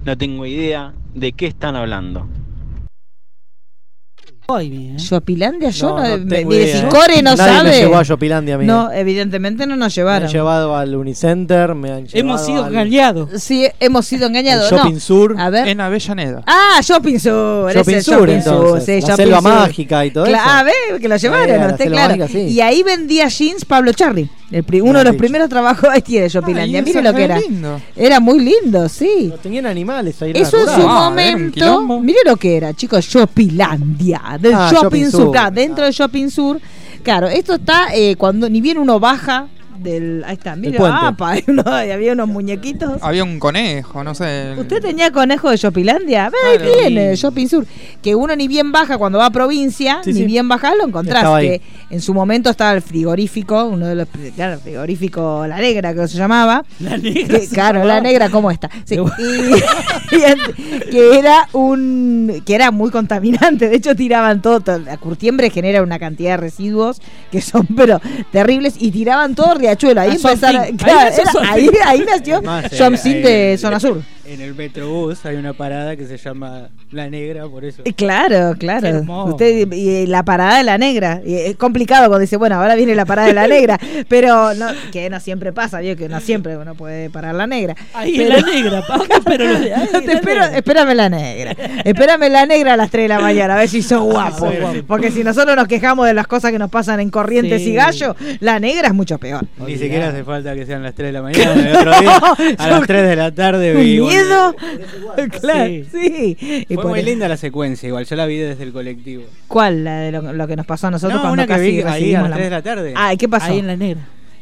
Speaker 11: No tengo idea de qué están hablando.
Speaker 2: Yopilandia, yo
Speaker 8: ¿Eh? No,
Speaker 2: no. eh,
Speaker 8: no
Speaker 2: me-
Speaker 8: tengo
Speaker 2: mire,
Speaker 8: idea.
Speaker 2: si Core no
Speaker 8: Nadie
Speaker 2: sabe.
Speaker 8: me llevó a Yopilandia, amigo.
Speaker 2: no, evidentemente no nos
Speaker 8: me han
Speaker 2: llevaron.
Speaker 8: llevado al Unicenter, me han llevado al-
Speaker 3: engañados.
Speaker 2: Sí, hemos sido engañados.
Speaker 8: al Shopping
Speaker 2: no.
Speaker 8: Sur.
Speaker 2: A ver.
Speaker 4: En Avellaneda.
Speaker 2: Ah, Shopping Sur. ese
Speaker 8: Shopping Sur,
Speaker 2: Shopping Sur,
Speaker 8: entonces.
Speaker 2: sí,
Speaker 8: la
Speaker 2: Shopping
Speaker 8: selva
Speaker 2: Sur.
Speaker 8: mágica y todo
Speaker 2: Cla-
Speaker 8: eso.
Speaker 2: Ah, ve, que lo llevaron,
Speaker 8: Eh,
Speaker 2: a
Speaker 8: la
Speaker 2: usted,
Speaker 8: selva
Speaker 2: claro.
Speaker 8: mágica, sí.
Speaker 2: Y ahí vendía jeans Pablo Charri. El pri- uno de los
Speaker 8: dicho.
Speaker 2: primeros trabajos ahí tiene Shopilandia. Mire lo que era. Era muy lindo, sí.
Speaker 8: Tenían animales ahí.
Speaker 2: Eso en
Speaker 8: naturales.
Speaker 2: su momento, mire lo que era, chicos, Shopilandia, del
Speaker 8: Ah,
Speaker 2: Shopping
Speaker 8: Shopping
Speaker 2: Sur,
Speaker 8: Sur,
Speaker 2: claro, dentro del Shopping Sur. Claro, esto está eh, cuando ni bien uno baja del. Ahí está, mire,
Speaker 4: puente.
Speaker 2: ah, pa, hay uno- había unos muñequitos.
Speaker 4: Había un conejo, no sé. el-
Speaker 2: ¿Usted tenía conejo de Shopilandia? A ver, ahí
Speaker 4: Claro.
Speaker 2: tiene, Shopping Sur. Que uno ni bien baja cuando va a provincia,
Speaker 4: Sí,
Speaker 2: ni
Speaker 4: sí.
Speaker 2: bien baja, lo encontrás.
Speaker 8: Estaba ahí.
Speaker 2: Que en su momento estaba el frigorífico, uno de los. pri- Claro, el frigorífico La Negra, que se llamaba.
Speaker 3: La negra.
Speaker 2: Que, claro, la negra como esta. Sí. Y- y ent- que era un que era muy contaminante, de hecho tiraban todo, todo- la curtiembre genera una cantidad de residuos que son pero terribles y tiraban todo riachuelo, ahí
Speaker 5: Ah,
Speaker 2: empezaron
Speaker 5: Something.
Speaker 2: claro,
Speaker 5: Ahí nació
Speaker 2: era- ahí,
Speaker 5: Something.
Speaker 2: ahí nació
Speaker 5: Además, eh,
Speaker 2: Something
Speaker 5: ahí-
Speaker 2: de Zona Sur.
Speaker 5: En el Metrobús hay una parada que se llama La Negra, por eso.
Speaker 2: Eh, Claro, claro.
Speaker 5: Qué hermoso.
Speaker 2: Usted y, y la parada de la negra. Y eh, es complicado cuando dice, bueno, ahora viene la parada de la negra, pero no, que no siempre pasa, vio que no siempre uno puede parar la negra.
Speaker 3: Ahí
Speaker 2: Pero-
Speaker 3: en la negra, pa, pero lo de ahí.
Speaker 2: Te espero- espérame la negra. Espérame la negra a las 3 de la mañana, a ver si sos guapo.
Speaker 3: ver si-
Speaker 2: Porque si nosotros nos quejamos de las cosas que nos pasan en Corrientes
Speaker 5: Sí.
Speaker 2: y Gallo, la negra es mucho peor.
Speaker 5: Ni siquiera hace falta que sean las 3 de la mañana. el otro día,
Speaker 2: Yo-
Speaker 5: a las 3 de la tarde
Speaker 2: Un
Speaker 5: vi.
Speaker 2: miedo. Claro, sí.
Speaker 5: Sí.
Speaker 2: Y
Speaker 5: Fue
Speaker 2: por
Speaker 5: muy
Speaker 2: eso-
Speaker 5: linda la secuencia, igual. Yo la vi desde el colectivo.
Speaker 2: ¿Cuál? La de lo, lo que nos pasó a nosotros
Speaker 5: No,
Speaker 2: cuando
Speaker 5: una que
Speaker 2: casi
Speaker 5: vi ahí a
Speaker 2: recibimos
Speaker 5: las 3 de la tarde.
Speaker 2: Ah, ¿y ¿qué pasó?
Speaker 5: Ahí en la
Speaker 3: negra.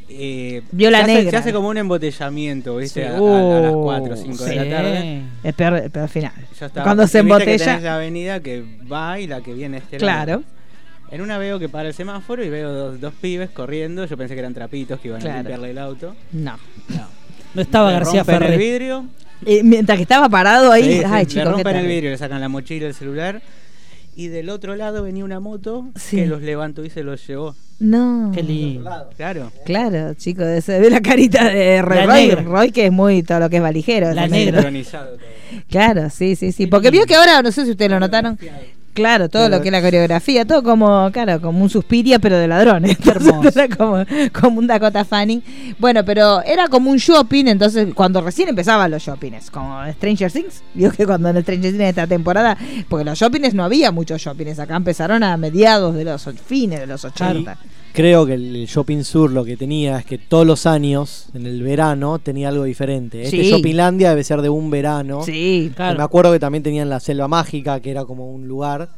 Speaker 5: Eh,
Speaker 2: Vio la
Speaker 5: se hace-
Speaker 2: negra.
Speaker 5: se hace como un embotellamiento, ¿viste?
Speaker 2: Sí.
Speaker 5: A, a- a las
Speaker 2: Oh,
Speaker 5: 4 o 5 de
Speaker 2: sí.
Speaker 5: la tarde.
Speaker 2: Es peor, el peor final.
Speaker 5: Ya está.
Speaker 2: Cuando se
Speaker 5: Porque viste que tenés
Speaker 2: embotella.
Speaker 5: la avenida que va y la que viene a este lado.
Speaker 2: Claro.
Speaker 5: En una veo que para el semáforo y veo dos, dos pibes corriendo. Yo pensé que eran trapitos que iban
Speaker 2: Claro.
Speaker 5: a limpiarle el auto.
Speaker 2: No.
Speaker 5: No.
Speaker 3: No estaba
Speaker 5: Le
Speaker 3: García
Speaker 5: rompen
Speaker 3: Ferrer.
Speaker 5: el vidrio.
Speaker 2: Eh, mientras que estaba parado ahí.
Speaker 5: Sí, sí,
Speaker 2: ay,
Speaker 5: le
Speaker 2: chicos, qué
Speaker 5: rompen el
Speaker 2: terrible.
Speaker 5: vidrio, le sacan la mochila, el celular. Y del otro lado venía una moto
Speaker 2: Sí.
Speaker 5: que los levantó y se los llevó.
Speaker 2: No.
Speaker 5: Claro.
Speaker 2: Claro, chicos, se ve la carita de Roy,
Speaker 5: La
Speaker 2: Roy-
Speaker 5: negra.
Speaker 2: Roy, que es muy todo lo que es valijero.
Speaker 5: Fue
Speaker 2: es negro.
Speaker 5: sincronizado todo.
Speaker 2: Claro, sí, sí, sí. Porque vio que ahora, no sé si ustedes lo notaron, claro, todo lo que es la coreografía, todo como, claro, como un suspiria, pero de ladrones. Entonces, era como, como un Dakota Fanning. Bueno, pero era como un shopping, entonces, cuando recién empezaban los shoppings, como Stranger Things, vio que cuando en Stranger Things esta temporada, porque los shoppings no había muchos shoppings, acá empezaron a mediados de los, fines de los 80.
Speaker 8: Creo que el Shopping Sur lo que tenía es que todos los años, en el verano, tenía algo diferente. Este
Speaker 2: Sí.
Speaker 8: Shoppinglandia debe ser de un verano.
Speaker 2: Sí, claro.
Speaker 8: Me acuerdo que también tenían la Selva Mágica, que era como un lugar.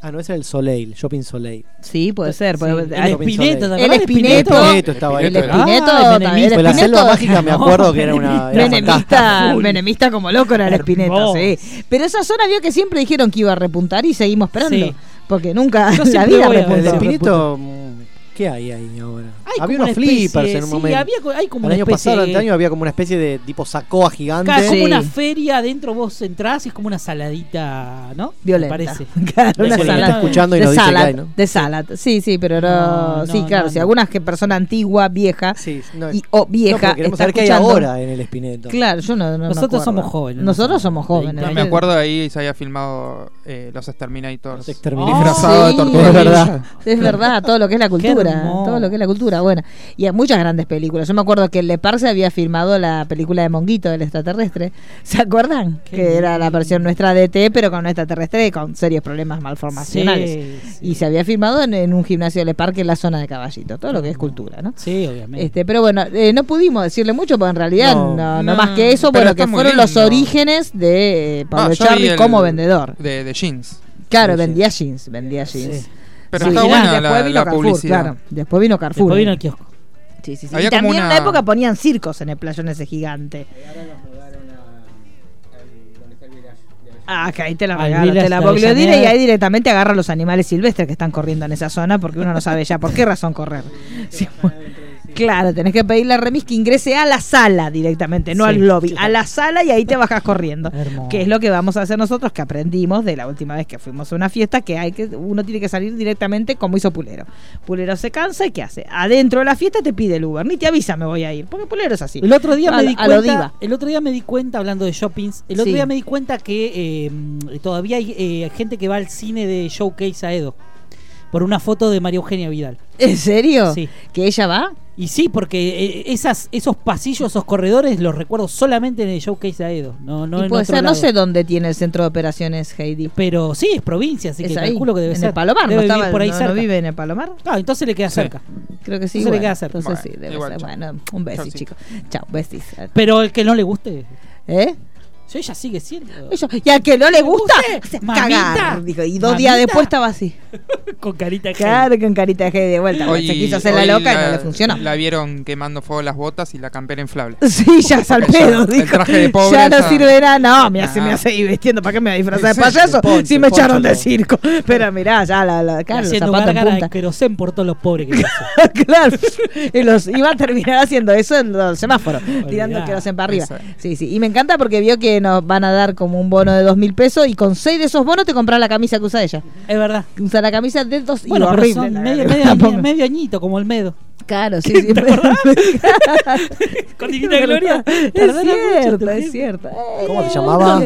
Speaker 8: Ah, no, ese era el Soleil, Shopping Soleil.
Speaker 2: Sí, puede ser. Ah, puede-
Speaker 8: El
Speaker 2: hay-
Speaker 8: Espineto, ¿te
Speaker 2: el
Speaker 8: acordás?
Speaker 2: Espineto.
Speaker 8: El Espineto estaba ahí.
Speaker 2: El
Speaker 8: Ah,
Speaker 2: Espineto.
Speaker 8: el
Speaker 2: también,
Speaker 8: menemista. Pues la
Speaker 2: Espineto-
Speaker 8: selva mágica me acuerdo que era una- era fantástica.
Speaker 2: menemista,
Speaker 8: Full.
Speaker 2: menemista como loco era el Espineto, sí. Pero esa zona vio que siempre dijeron que iba a repuntar y seguimos esperando.
Speaker 8: Sí.
Speaker 2: Porque nunca
Speaker 8: Yo
Speaker 2: la
Speaker 8: siempre
Speaker 2: vida
Speaker 8: voy a-
Speaker 2: repuntó.
Speaker 8: El Espineto, ¿Qué hay ahí ahora?
Speaker 3: Hay
Speaker 8: había
Speaker 3: como
Speaker 8: unos
Speaker 3: una especie,
Speaker 8: flippers en un
Speaker 3: sí,
Speaker 8: momento.
Speaker 3: había co- hay como
Speaker 8: el
Speaker 3: una
Speaker 8: año
Speaker 3: especie
Speaker 8: pasado,
Speaker 3: de-
Speaker 8: anteaño, había como una especie de tipo sacoa gigante.
Speaker 3: Claro, como una feria adentro vos entrás y es como una saladita, ¿no?
Speaker 2: Violenta.
Speaker 3: Me parece.
Speaker 2: Claro, una
Speaker 3: Violenta.
Speaker 2: salad.
Speaker 8: escuchando y
Speaker 2: de
Speaker 8: nos dice que
Speaker 2: salad,
Speaker 8: hay, ¿no?
Speaker 2: De salad, sí, sí, pero no,
Speaker 8: No, no,
Speaker 2: sí, claro,
Speaker 8: no,
Speaker 2: si
Speaker 8: no.
Speaker 2: alguna que persona antigua, vieja
Speaker 8: no.
Speaker 2: y, o
Speaker 8: No,
Speaker 2: vieja
Speaker 8: pero queremos
Speaker 2: está
Speaker 8: saber qué hay
Speaker 2: escuchando-
Speaker 8: ahora en el Espineto.
Speaker 2: Claro, yo no, no me
Speaker 3: Nosotros
Speaker 2: acuerdo.
Speaker 3: somos jóvenes.
Speaker 2: Nosotros somos jóvenes.
Speaker 4: No me acuerdo ahí se había filmado eh, los Exterminators.
Speaker 8: Exterminators.
Speaker 2: Sí,
Speaker 4: Disfrazado de tortuga.
Speaker 2: Es verdad. Es verdad, todo lo que es la cultura.
Speaker 3: hermoso.
Speaker 2: Todo lo que es la cultura, bueno. Y hay muchas grandes películas. Yo me acuerdo que Le Parc se había filmado la película de Monguito, del extraterrestre. ¿Se acuerdan?
Speaker 3: Qué
Speaker 2: que era la versión nuestra de E T, pero con un extraterrestre con serios problemas malformacionales.
Speaker 3: Sí, sí.
Speaker 2: Y se había filmado en, en un gimnasio de Le Parc en la zona de Caballito. Todo lo que es cultura, ¿no?
Speaker 3: Sí, obviamente.
Speaker 2: Este, pero bueno, eh, no pudimos decirle mucho, porque en realidad no, no,
Speaker 8: No.
Speaker 4: No,
Speaker 2: más que eso,
Speaker 4: pero
Speaker 2: bueno,
Speaker 4: está
Speaker 2: que
Speaker 4: muy
Speaker 2: fueron los
Speaker 4: lindo.
Speaker 2: orígenes de eh, Pablo
Speaker 4: No, Ah, yo vi
Speaker 2: Charri
Speaker 4: el-
Speaker 2: como vendedor.
Speaker 4: De, de jeans.
Speaker 2: Claro, vendía jeans, vendía jeans.
Speaker 4: Pero
Speaker 2: Sí,
Speaker 4: está
Speaker 2: y
Speaker 4: buena
Speaker 2: después
Speaker 4: la,
Speaker 2: vino
Speaker 4: la
Speaker 2: Carrefour,
Speaker 4: publicidad.
Speaker 2: claro. Después vino Carrefour.
Speaker 3: Después vino el kiosco.
Speaker 2: Sí, sí, sí.
Speaker 4: Había
Speaker 2: Y también
Speaker 4: como
Speaker 2: en
Speaker 4: una-
Speaker 2: la época ponían circos en el playón ese gigante. Ah, que ahí te la
Speaker 3: Al
Speaker 2: regalo,
Speaker 3: Village
Speaker 2: te la
Speaker 3: de
Speaker 2: bogliodina y
Speaker 3: Avellaneda.
Speaker 2: ahí directamente agarra los animales silvestres que están corriendo en esa zona porque uno no sabe ya por qué razón correr. Sí, bueno. Claro, tenés que pedirle a Remis que ingrese a la sala directamente, no
Speaker 3: Sí,
Speaker 2: al lobby,
Speaker 3: claro.
Speaker 2: a la sala y ahí te bajas corriendo.
Speaker 3: Hermoso.
Speaker 2: Que es lo que vamos a hacer nosotros, que aprendimos de la última vez que fuimos a una fiesta, que hay que uno tiene que salir directamente como hizo Pulero. Pulero se cansa y ¿qué hace? Adentro de la fiesta te pide el Uber, ni te avisa me voy a ir, porque Pulero es así.
Speaker 3: El otro día
Speaker 2: A-
Speaker 3: me di
Speaker 2: a lo
Speaker 3: cuenta,
Speaker 2: diva.
Speaker 3: el otro día me di cuenta hablando de shoppings, el otro
Speaker 2: Sí.
Speaker 3: día me di cuenta que eh, mm, todavía hay eh, gente que va al cine de Showcase a Edo por una foto de María Eugenia Vidal.
Speaker 2: ¿En serio?
Speaker 3: Sí.
Speaker 2: ¿Que ella va?
Speaker 3: Y sí, porque eh, esas esos pasillos, esos corredores los recuerdo solamente en el Showcase a Edo, no no
Speaker 2: Y
Speaker 3: en
Speaker 2: puede
Speaker 3: otro
Speaker 2: ser, no
Speaker 3: lado.
Speaker 2: sé dónde tiene el centro de operaciones Heidi.
Speaker 3: Pero sí, es provincia, así
Speaker 2: Es
Speaker 3: que
Speaker 2: ahí,
Speaker 3: calculo que debe
Speaker 2: en
Speaker 3: ser.
Speaker 2: el Palomar,
Speaker 3: debe
Speaker 2: no, estaba-
Speaker 3: vivir por ahí
Speaker 2: no- no
Speaker 3: cerca.
Speaker 2: vive en el Palomar.
Speaker 3: Ah, entonces le queda
Speaker 4: Sí.
Speaker 3: cerca.
Speaker 2: Creo que sí.
Speaker 3: Entonces le
Speaker 2: bueno,
Speaker 3: queda cerca.
Speaker 2: Entonces
Speaker 4: Bueno,
Speaker 2: sí, debe
Speaker 4: igual,
Speaker 2: ser.
Speaker 4: chao.
Speaker 2: Bueno, un beso,
Speaker 4: Chao, sí.
Speaker 2: chicos. Chao, besis.
Speaker 3: Pero el que no le guste,
Speaker 2: ¿Eh?
Speaker 3: yo ella sigue siendo
Speaker 2: Eso. Y al que no le gusta,
Speaker 3: guste, mamita,
Speaker 2: cagar. Dijo. Y dos días
Speaker 3: mamita.
Speaker 2: después estaba así.
Speaker 3: con carita de
Speaker 2: Claro, con carita de Heidi de vuelta.
Speaker 4: Hoy-
Speaker 2: se quiso hacer la
Speaker 4: hoy
Speaker 2: loca y no le funcionó.
Speaker 4: La vieron quemando fuego las botas y la campera inflable.
Speaker 2: Sí, ya es al
Speaker 4: Porque ya,
Speaker 2: pedo,
Speaker 4: el
Speaker 2: dijo.
Speaker 4: traje de pobre
Speaker 2: ya no
Speaker 4: ya-
Speaker 2: servirá. No, mira, si
Speaker 4: Ah.
Speaker 2: me hace ir vestiendo, ¿para qué me voy a disfrazar de
Speaker 4: Exacto,
Speaker 2: payaso?
Speaker 8: poncho,
Speaker 2: si me
Speaker 8: poncho
Speaker 2: echaron de
Speaker 8: todo.
Speaker 2: circo. Pero mirá, ya la, la claro, los
Speaker 3: haciendo
Speaker 2: zapatos en
Speaker 3: gárgara de
Speaker 2: punta.
Speaker 3: querosén por todos los pobres que pasan.
Speaker 2: claro. Y los iba a terminar haciendo eso en los semáforos, tirando el querosén para arriba.
Speaker 4: Esa.
Speaker 2: Sí, sí. Y me encanta porque vio que nos van a dar como un bono de dos mil pesos y con seis de esos bonos te compras la camisa que usa ella.
Speaker 3: Es verdad.
Speaker 2: Usa la camisa de dos
Speaker 3: Bueno,
Speaker 2: y
Speaker 3: pero
Speaker 2: horrible.
Speaker 3: son
Speaker 2: la-
Speaker 3: medio,
Speaker 2: la-
Speaker 3: medio,
Speaker 2: la
Speaker 3: añi-
Speaker 2: pongo.
Speaker 3: medio añito, como el medo.
Speaker 2: Claro, sí, sí.
Speaker 3: Con Divina Gloria.
Speaker 2: Es
Speaker 3: Tardara mucho,
Speaker 2: cierto, es
Speaker 3: te juro.
Speaker 2: cierto.
Speaker 8: ¿Cómo se llamaba?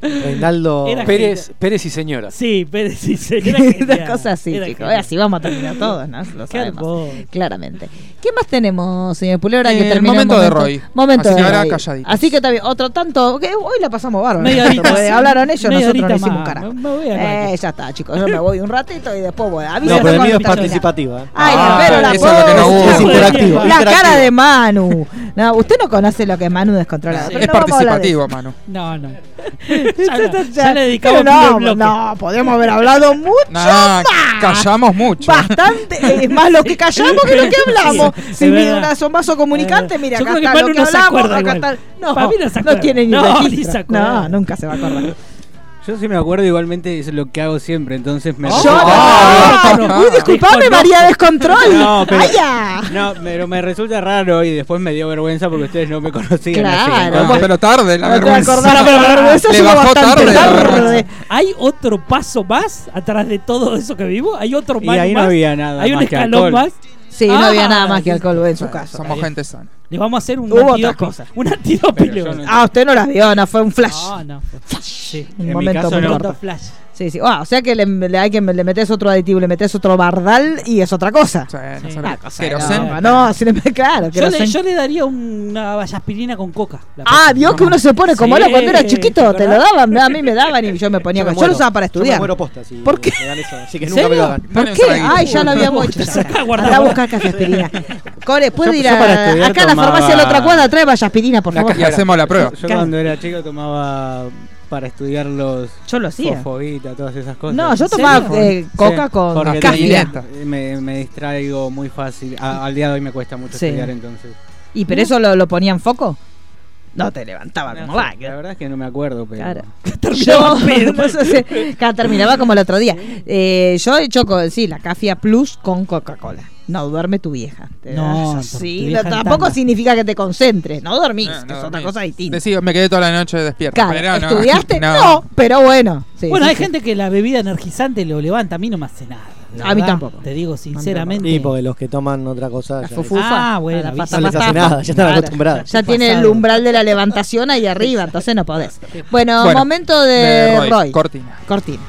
Speaker 8: Reinaldo.
Speaker 3: Era-
Speaker 7: Pérez, Pérez y señora.
Speaker 3: Sí, pero sí, sí. Era
Speaker 2: Una
Speaker 3: genial.
Speaker 2: cosa así,
Speaker 3: Era
Speaker 2: chicos.
Speaker 3: genial.
Speaker 2: Así vamos a terminar todos, ¿no? Lo sabemos.
Speaker 3: Qué hermoso.
Speaker 2: Claramente. ¿Qué más tenemos, señor Pulebra? que
Speaker 4: Eh,
Speaker 2: terminó
Speaker 4: momento
Speaker 2: un
Speaker 4: de Roy.
Speaker 2: Momento
Speaker 4: Así
Speaker 2: de
Speaker 4: que ahora
Speaker 2: Roy.
Speaker 4: calladitos.
Speaker 2: Así que también, otro tanto. que hoy la pasamos bárbaro.
Speaker 3: Media horita,
Speaker 2: Porque
Speaker 3: sí.
Speaker 2: Hablaron ellos,
Speaker 3: Media
Speaker 2: nosotros no
Speaker 3: horita
Speaker 2: hicimos un
Speaker 3: más.
Speaker 2: carajo.
Speaker 3: Me voy a-
Speaker 2: eh, ya está, chicos. Yo me voy un ratito y después voy. Aviso
Speaker 8: No, pero el
Speaker 2: con
Speaker 8: mío es
Speaker 2: Vitamina.
Speaker 8: participativo. ¿eh?
Speaker 2: Ay,
Speaker 4: Ah,
Speaker 2: pero la
Speaker 4: eso es lo que no
Speaker 2: voz,
Speaker 4: hubo.
Speaker 8: Es interactivo,
Speaker 2: La cara
Speaker 8: interactivo.
Speaker 2: de Manu. No, usted no conoce lo que es Manu descontrolado. Ah, pero
Speaker 4: es
Speaker 2: no vamos a hablar de eso.
Speaker 4: participativo,
Speaker 3: No,
Speaker 4: mano.
Speaker 3: no. ya, no, ya le dedicamos
Speaker 2: Pero
Speaker 3: todo el
Speaker 2: no,
Speaker 3: bloque.
Speaker 2: no, podemos haber hablado mucho
Speaker 4: Nah,
Speaker 2: más.
Speaker 4: callamos mucho.
Speaker 2: Bastante, eh, es más lo que callamos que lo que hablamos.
Speaker 3: Sí,
Speaker 2: Si
Speaker 3: es
Speaker 2: mira
Speaker 3: verdad.
Speaker 2: un asomazo comunicante, mira,
Speaker 3: Yo
Speaker 2: acá
Speaker 3: creo que
Speaker 2: está
Speaker 3: Manu
Speaker 2: lo que
Speaker 3: no se
Speaker 2: hablamos,
Speaker 3: acuerda
Speaker 2: acá
Speaker 3: igual.
Speaker 2: está. No,
Speaker 3: Para mí no se acuerda.
Speaker 2: tiene ni
Speaker 3: No, ni
Speaker 2: registro.
Speaker 3: se acuerda.
Speaker 2: No, nunca se va a acordar.
Speaker 5: Yo sí me acuerdo igualmente, es lo que hago siempre, entonces me...
Speaker 2: Yo
Speaker 4: Ah,
Speaker 2: no.
Speaker 4: no.
Speaker 2: Uy, disculpame,
Speaker 3: Desconozco.
Speaker 2: María Descontrol.
Speaker 5: No, pero-
Speaker 2: Ay, ya.
Speaker 5: No, pero me resulta raro y después me dio vergüenza porque ustedes no me conocían. así,
Speaker 2: Claro.
Speaker 4: Ah,
Speaker 5: entonces-
Speaker 4: pero tarde, la
Speaker 2: No te va a
Speaker 4: vergüenza.
Speaker 2: acordar, pero la vergüenza
Speaker 4: Le
Speaker 2: llegó
Speaker 4: bajó
Speaker 2: bastante
Speaker 4: tarde la vergüenza.
Speaker 3: ¿Hay otro paso más atrás de todo eso que vimos? ¿Hay otro
Speaker 5: Y
Speaker 3: más?
Speaker 5: ahí no
Speaker 3: más?
Speaker 5: había nada
Speaker 3: ¿Hay un
Speaker 5: más que
Speaker 3: escalón
Speaker 5: alcohol.
Speaker 3: más?
Speaker 2: Sí, no había
Speaker 3: Ah,
Speaker 2: nada más que
Speaker 3: sí.
Speaker 2: alcohol en su casa.
Speaker 4: Somos gente sana.
Speaker 3: Le vamos a hacer un
Speaker 2: Hubo otras
Speaker 3: antidoping.
Speaker 2: cosas.
Speaker 3: Un antidoping.
Speaker 5: Pero yo no-
Speaker 2: Ah, usted no las vio, no, fue un flash.
Speaker 3: No, no. Sí.
Speaker 2: Un
Speaker 5: En mi
Speaker 2: momento
Speaker 5: caso
Speaker 2: muy
Speaker 5: no.
Speaker 2: corto.
Speaker 3: Otro flash.
Speaker 2: Sí, sí. Ah, o sea que le, le hay que le metes otro aditivo, le metes otro bardal y es otra cosa.
Speaker 4: O sea, no
Speaker 3: Sí.
Speaker 4: sé,
Speaker 2: Una cosa de
Speaker 4: querosén.
Speaker 2: loco. No, si le- claro,
Speaker 3: Yo le,
Speaker 2: querosén.
Speaker 3: yo le daría una vallaspirina con coca.
Speaker 2: Ah,
Speaker 3: la próxima.
Speaker 2: vio que uno se pone como
Speaker 3: Sí,
Speaker 2: era cuando era chiquito, te lo
Speaker 3: ¿verdad?
Speaker 2: daban, a mí me daban y yo me ponía.
Speaker 8: Yo me
Speaker 2: Yo, lo
Speaker 8: muero.
Speaker 2: usaba para
Speaker 8: Yo me
Speaker 2: estudiar.
Speaker 8: muero posta, si
Speaker 2: ¿Por qué?
Speaker 8: me dan eso, así que
Speaker 2: ¿En
Speaker 8: nunca me
Speaker 2: serio?
Speaker 8: lo hagan.
Speaker 2: ¿Por
Speaker 4: Dale un
Speaker 2: qué?
Speaker 4: traguito.
Speaker 2: Ay, ya lo había
Speaker 3: Uy,
Speaker 2: hecho.
Speaker 3: saca, guarda,
Speaker 2: Andá a
Speaker 3: guarda.
Speaker 2: buscar caja aspirina. Core, puede
Speaker 5: Yo-
Speaker 2: ir
Speaker 5: yo para
Speaker 2: a,
Speaker 5: estudiar
Speaker 2: acá a la farmacia de
Speaker 5: tomaba-
Speaker 2: la otra cuadra, trae vallaspirina, por
Speaker 4: La
Speaker 2: favor.
Speaker 4: ca- Y hacemos la prueba.
Speaker 5: Yo cuando era chico tomaba para estudiar los
Speaker 2: Yo lo hacía.
Speaker 5: fosfobita, todas esas cosas.
Speaker 2: No, yo
Speaker 5: Sí,
Speaker 2: tomaba
Speaker 3: serio?
Speaker 2: eh, coca con
Speaker 5: porque
Speaker 2: caspia.
Speaker 4: dieta.
Speaker 5: Me, me distraigo muy fácil. A- al día de hoy me cuesta mucho
Speaker 2: Sí.
Speaker 5: estudiar entonces.
Speaker 2: ¿Y pero eso lo, lo ponía en foco? No te levantaba como
Speaker 5: la,
Speaker 2: vaca.
Speaker 5: verdad es que no me acuerdo, pero
Speaker 2: Claro. Yo, no sé, sí, claro, terminaba como el otro día. Eh, yo he hecho, co- sí, la cafia plus con Coca-Cola. No, duerme tu vieja. Te
Speaker 3: No,
Speaker 2: das así.
Speaker 3: tu
Speaker 2: No,
Speaker 3: vieja en
Speaker 2: tampoco
Speaker 3: tanga.
Speaker 2: significa que te concentres, no dormís,
Speaker 4: No, no
Speaker 2: que es otra
Speaker 4: dormís.
Speaker 2: cosa distinta.
Speaker 4: Decí, me quedé toda la noche despierto.
Speaker 2: Claro,
Speaker 4: pero no.
Speaker 2: ¿estudiaste? No. pero bueno. sí,
Speaker 3: bueno,
Speaker 2: sí,
Speaker 3: hay
Speaker 2: sí.
Speaker 3: gente que la bebida energizante lo levanta, a mí no me hace nada. la
Speaker 2: A mí
Speaker 3: verdad.
Speaker 2: tampoco.
Speaker 3: Te digo sinceramente.
Speaker 8: Sí, porque los que toman otra cosa. ya-
Speaker 3: fufufa. Ah, bueno,
Speaker 2: La
Speaker 3: viste.
Speaker 8: No les hace
Speaker 2: patapata.
Speaker 8: nada, ya están
Speaker 2: Claro.
Speaker 8: acostumbrados.
Speaker 2: Ya tiene el
Speaker 3: pasado.
Speaker 2: umbral de la levantación ahí arriba, entonces no podés. Bueno,
Speaker 4: Bueno,
Speaker 2: momento de,
Speaker 4: de Roy,
Speaker 2: eh, Roy.
Speaker 4: cortina.
Speaker 2: Cortina.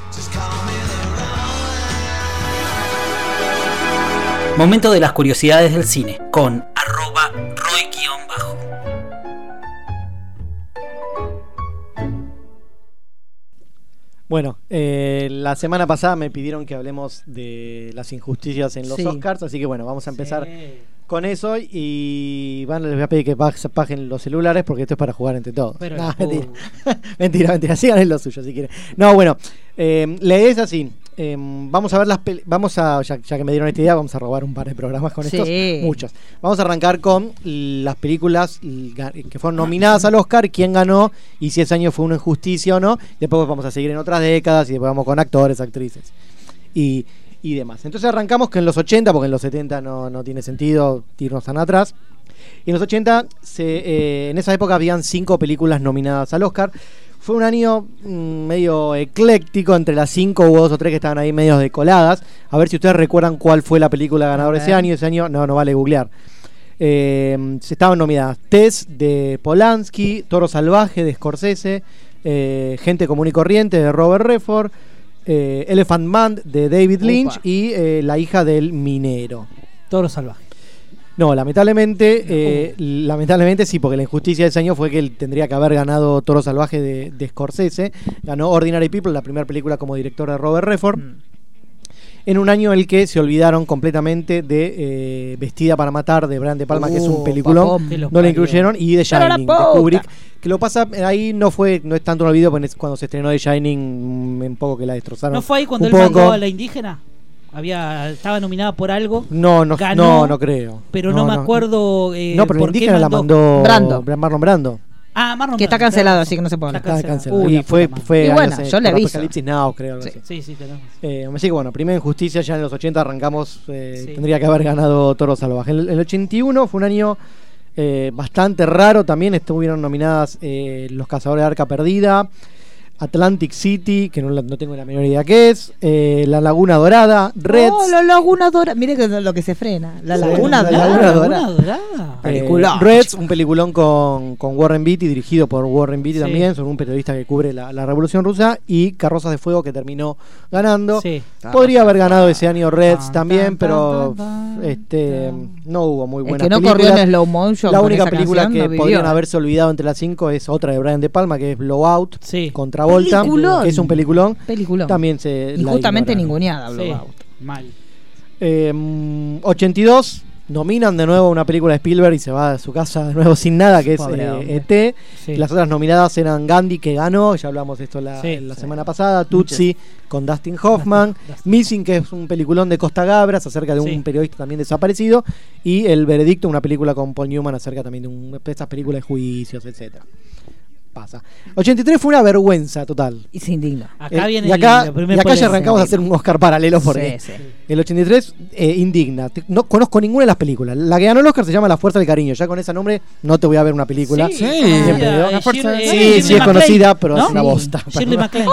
Speaker 12: Momento de las curiosidades del cine con
Speaker 8: Bueno, eh, la semana pasada me pidieron que hablemos de las injusticias en los
Speaker 12: Sí.
Speaker 8: Oscars, así que bueno, vamos a empezar con eso y bueno, les voy a pedir que baj- bajen los celulares porque esto es para jugar entre todos.
Speaker 12: Pero
Speaker 8: No,
Speaker 12: la-
Speaker 8: mentira. mentira, mentira, sigan en lo suyo si quieren. No, bueno, eh, la idea es así. eh, vamos a ver las pel- vamos a ya, ya que me dieron esta idea vamos a robar un par de programas con
Speaker 2: Sí.
Speaker 8: estos muchos vamos a arrancar con las películas ga- que fueron nominadas al Oscar quién ganó y si ese año fue una injusticia o no después vamos a seguir en otras décadas y después vamos con actores actrices y, y demás. Entonces arrancamos que en los 80, porque en los 70 no, no tiene sentido irnos tan atrás. Y en los 80, se, eh, en esa época habían cinco películas nominadas al Oscar. Fue un año mm, medio ecléctico, entre las cinco hubo dos o tres que estaban ahí medio decoladas. A ver si ustedes recuerdan cuál fue la película ganadora
Speaker 12: A
Speaker 8: ese
Speaker 12: ver.
Speaker 8: año. Ese año no, no vale googlear. Eh, se estaban nominadas Tess de Polanski, Toro Salvaje de Scorsese, eh, Gente Común y Corriente de Robert Redford, eh, Elephant Man de David Lynch y eh, La hija del minero.
Speaker 3: Toro salvaje.
Speaker 8: No, lamentablemente, eh, lamentablemente sí, porque la injusticia de ese año fue que él tendría que haber ganado Toro Salvaje de, de Scorsese. Ganó Ordinary People, la primera película como director de Robert Redford.
Speaker 3: Mm.
Speaker 8: En un año en el que se olvidaron completamente de eh, Vestida para Matar de Brian De Palma, que es un
Speaker 12: Uh,
Speaker 8: peliculón.
Speaker 12: papón. Que los
Speaker 8: No la
Speaker 12: parió.
Speaker 8: incluyeron. Y de
Speaker 12: Pero la
Speaker 8: Shining, de
Speaker 12: puta.
Speaker 8: Kubrick. Que lo pasa, eh, ahí no fue, no es tanto un olvido, porque es cuando se estrenó The Shining, mm, un poco que la destrozaron.
Speaker 3: ¿No fue ahí cuando
Speaker 8: un
Speaker 3: él mandó
Speaker 8: poco.
Speaker 3: a la indígena? Había, estaba nominada por algo.
Speaker 8: No, no,
Speaker 3: Ganó,
Speaker 8: no, no creo.
Speaker 3: Pero no, me acuerdo. eh,
Speaker 8: no, pero la
Speaker 3: por qué
Speaker 8: indígena la mandó
Speaker 2: Brando.
Speaker 8: Bra- Marlon Brando.
Speaker 3: Ah, Marlon
Speaker 2: Que está
Speaker 3: Brando,
Speaker 2: cancelado,
Speaker 3: tenés
Speaker 2: así que no se puede
Speaker 3: Está
Speaker 2: hablar.
Speaker 3: cancelado.
Speaker 8: y fue, fue
Speaker 2: Y
Speaker 8: ahí,
Speaker 2: bueno,
Speaker 8: no sé,
Speaker 2: yo le
Speaker 8: por
Speaker 2: aviso.
Speaker 8: Apocalipsis Now, creo. algo así.
Speaker 3: Sí, sí, tenés.
Speaker 8: Eh, así que bueno, primera injusticia, ya en los 80 arrancamos, eh,
Speaker 3: Sí.
Speaker 8: tendría que haber ganado Toro Salvaje. En el, el 81 fue un año eh, bastante raro también, estuvieron nominadas eh, Los Cazadores de Arca Perdida, Atlantic City, que no, la- no tengo la menor idea qué es, eh, La Laguna Dorada, Reds.
Speaker 2: Oh, la laguna dorada. Mire que lo que se frena. La
Speaker 8: Sí,
Speaker 2: laguna
Speaker 8: la
Speaker 3: Ah,
Speaker 2: dorada.
Speaker 8: laguna dorada.
Speaker 3: dorada.
Speaker 8: Eh,
Speaker 2: Peliculón.
Speaker 8: Reds, un peliculón con, con Warren Beatty, dirigido por Warren Beatty
Speaker 3: Sí.
Speaker 8: también, sobre un periodista que cubre la, la Revolución Rusa, y Carrozas de Fuego, que terminó ganando.
Speaker 3: Sí.
Speaker 8: Podría haber ganado ese año Reds
Speaker 12: tan,
Speaker 8: también, pero este no hubo muy
Speaker 2: El
Speaker 8: buena
Speaker 2: que no corrió en slow motion.
Speaker 8: La
Speaker 2: con
Speaker 8: única
Speaker 2: esa
Speaker 8: película
Speaker 2: canción,
Speaker 8: que
Speaker 2: no vivió.
Speaker 8: podrían haberse olvidado entre las cinco es otra de Brian De Palma, que es Blowout, contra Volta,
Speaker 2: Peliculón.
Speaker 8: que es un peliculón.
Speaker 2: Peliculón.
Speaker 8: También se.
Speaker 2: Y
Speaker 8: la
Speaker 2: justamente
Speaker 8: ignoraron.
Speaker 2: ninguneada,
Speaker 3: Sí,
Speaker 2: Blowout.
Speaker 3: mal.
Speaker 8: Eh, mm, 82 nominan de nuevo una película de Spielberg y se va a su casa de nuevo sin nada, que es
Speaker 12: Pobre
Speaker 8: eh,
Speaker 12: hombre.
Speaker 8: ET.
Speaker 12: Sí.
Speaker 8: Las otras nominadas eran Gandhi, que ganó, ya hablamos de esto la,
Speaker 12: Sí,
Speaker 8: la
Speaker 12: sí.
Speaker 8: semana pasada, Tutsi con Dustin Hoffman, Missing, que es un peliculón de Costa Gabras acerca de
Speaker 12: Sí.
Speaker 8: un periodista también desaparecido, y El Veredicto, una película con Paul Newman acerca también de, un- de estas películas de juicios, etcétera Pasa. 83 fue una vergüenza total.
Speaker 2: Y se indigna.
Speaker 3: Acá viene
Speaker 8: Eh, y acá,
Speaker 3: la primera
Speaker 8: y acá ya
Speaker 3: polémica.
Speaker 8: arrancamos a hacer un Oscar paralelo
Speaker 3: Sí,
Speaker 8: porque
Speaker 3: sí.
Speaker 8: el 83 eh, indigna. Te- No conozco ninguna de las películas. La que ganó el Oscar se llama La Fuerza del Cariño. Ya con ese nombre no te voy a ver una película.
Speaker 3: Sí, Sí.
Speaker 8: Siempre
Speaker 3: Ah,
Speaker 8: digo,
Speaker 3: eh,
Speaker 8: "La fuerza del-
Speaker 3: Shirley-
Speaker 8: sí,
Speaker 3: eh,
Speaker 8: sí
Speaker 3: Shirley
Speaker 8: es conocida,
Speaker 3: MacLaine,
Speaker 8: pero
Speaker 3: ¿no?
Speaker 8: es una bosta. Oh,
Speaker 3: Shirley MacLaine.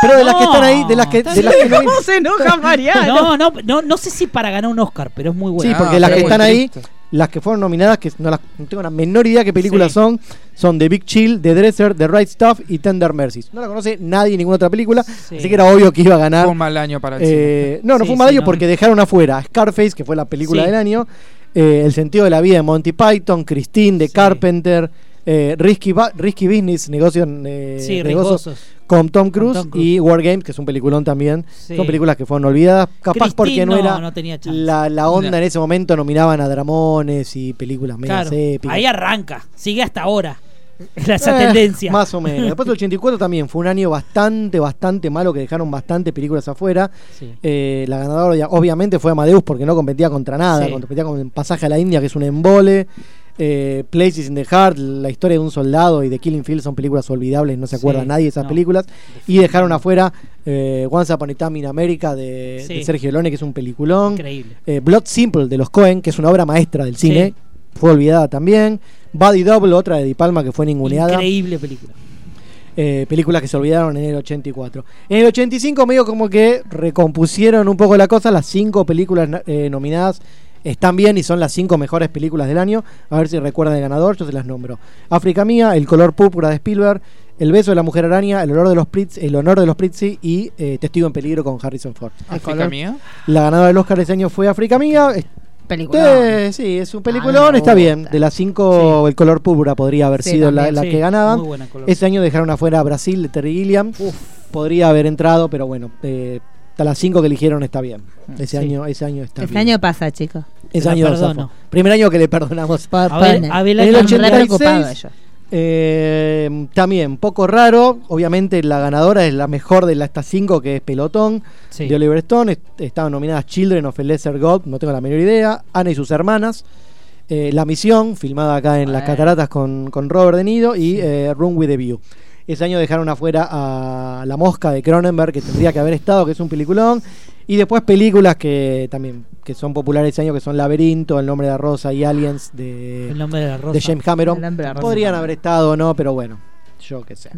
Speaker 8: Pero de las que están ahí, de las que, de las que no
Speaker 2: se enoja Mariano.
Speaker 3: No, no, no, no sé si para ganar un Oscar, pero es muy
Speaker 8: Sí,
Speaker 3: bueno.
Speaker 8: porque las que están ahí, las que fueron nominadas, que no, las- no tengo la menor idea qué películas son, son The Big Chill, The Dresser, The Right Stuff y Tender Mercies. No la conoce nadie ninguna otra película, así que era obvio que iba a ganar.
Speaker 4: Fue un mal año para el
Speaker 8: Eh,
Speaker 4: cine.
Speaker 8: no, no
Speaker 4: Sí,
Speaker 8: fue un mal
Speaker 4: sí,
Speaker 8: año
Speaker 4: no.
Speaker 8: porque dejaron afuera Scarface, que fue la película
Speaker 4: Sí.
Speaker 8: del año, eh, El sentido de la vida de Monty Python, Christine de Carpenter, eh, Risky, Ba- Risky Business, negocios eh,
Speaker 3: Ah, Sí,
Speaker 8: riesgosos,
Speaker 3: riesgosos.
Speaker 8: con Tom Cruise
Speaker 3: Tom Cruise.
Speaker 8: y War Games, que es un peliculón también.
Speaker 3: Sí.
Speaker 8: Son películas que fueron olvidadas, capaz
Speaker 3: Christine
Speaker 8: porque no,
Speaker 3: no,
Speaker 8: era
Speaker 3: no tenía chance.
Speaker 8: la, la onda
Speaker 3: No.
Speaker 8: en ese momento, nominaban a Dramones y películas megas
Speaker 3: Claro,
Speaker 8: épicas.
Speaker 3: ahí arranca, sigue hasta ahora. Esa
Speaker 8: Eh,
Speaker 3: tendencia.
Speaker 8: Más o menos. Después del 84 también fue un año bastante, bastante malo que dejaron bastantes películas afuera.
Speaker 3: Sí.
Speaker 8: Eh, la ganadora obvia- obviamente fue Amadeus porque no competía contra nada,
Speaker 12: Sí.
Speaker 8: competía con el pasaje a la India que es un embole. eh, Places in the Heart, la historia de un soldado y de Killing Field son películas olvidables, no se acuerda
Speaker 5: Sí,
Speaker 8: nadie de esas
Speaker 5: no.
Speaker 8: películas. Y dejaron afuera eh, Once Upon a Time in America de,
Speaker 5: Sí.
Speaker 8: de Sergio Leone, que es un peliculón.
Speaker 3: Increíble.
Speaker 8: Eh, Blood Simple de los Cohen, que es una obra maestra del cine, fue olvidada también. Body Double, otra de Di Palma que fue ninguneada.
Speaker 3: Increíble película.
Speaker 8: Eh, películas que se olvidaron en el 84. En el 85 medio como que recompusieron un poco la cosa, las cinco películas na- eh, nominadas están bien y son las cinco mejores películas del año. A ver si recuerdan el ganador, yo se las nombro. África Mía, El color púrpura de Spielberg, El beso de la mujer araña, El olor de los Pritz, El honor de los Pritzi y eh, Testigo en peligro con Harrison Ford.
Speaker 4: ¿África
Speaker 8: Color-
Speaker 4: Mía?
Speaker 8: La ganadora del Oscar de ese año fue África Mía. Este,
Speaker 10: Peliculón. Ah,
Speaker 8: sí, es un peliculón, está bien. De las cinco, El color púrpura podría haber
Speaker 10: Sí,
Speaker 8: sido la,
Speaker 10: también,
Speaker 8: la
Speaker 10: sí.
Speaker 8: que ganaban.
Speaker 10: Muy buena Color
Speaker 8: Ese Este año dejaron afuera a Brasil de Terry Gilliam. Podría haber entrado, pero bueno, eh, hasta las cinco que eligieron está bien. Ese
Speaker 10: Sí.
Speaker 8: año, ese año está
Speaker 10: Este
Speaker 8: bien.
Speaker 10: año pasa, chicos.
Speaker 8: Ese año lo zafó. Primer año que le perdonamos.
Speaker 10: Abel- Abel
Speaker 8: en el
Speaker 10: Ayala, re preocupado
Speaker 8: 86,
Speaker 10: yo.
Speaker 8: eh, también, poco raro. Obviamente la ganadora es la mejor de la- estas cinco, que es Pelotón,
Speaker 3: Sí.
Speaker 8: de Oliver Stone. Est- Estaban nominadas Children of a Lesser God, no tengo la menor idea. Ana y sus hermanas. eh, la Misión, filmada acá en
Speaker 3: Ah.
Speaker 8: Las Cataratas con, con Robert De Niro. Y eh, Room with the View. Ese año dejaron afuera a La Mosca de Cronenberg, que tendría que haber estado, que es un peliculón. Y después películas que también que son populares ese año, que son Laberinto, El Nombre de la Rosa y Aliens de,
Speaker 3: El nombre de la rosa.
Speaker 8: de James Cameron.
Speaker 3: El nombre de la rosa.
Speaker 8: Podrían haber estado o no, pero bueno, yo qué sé.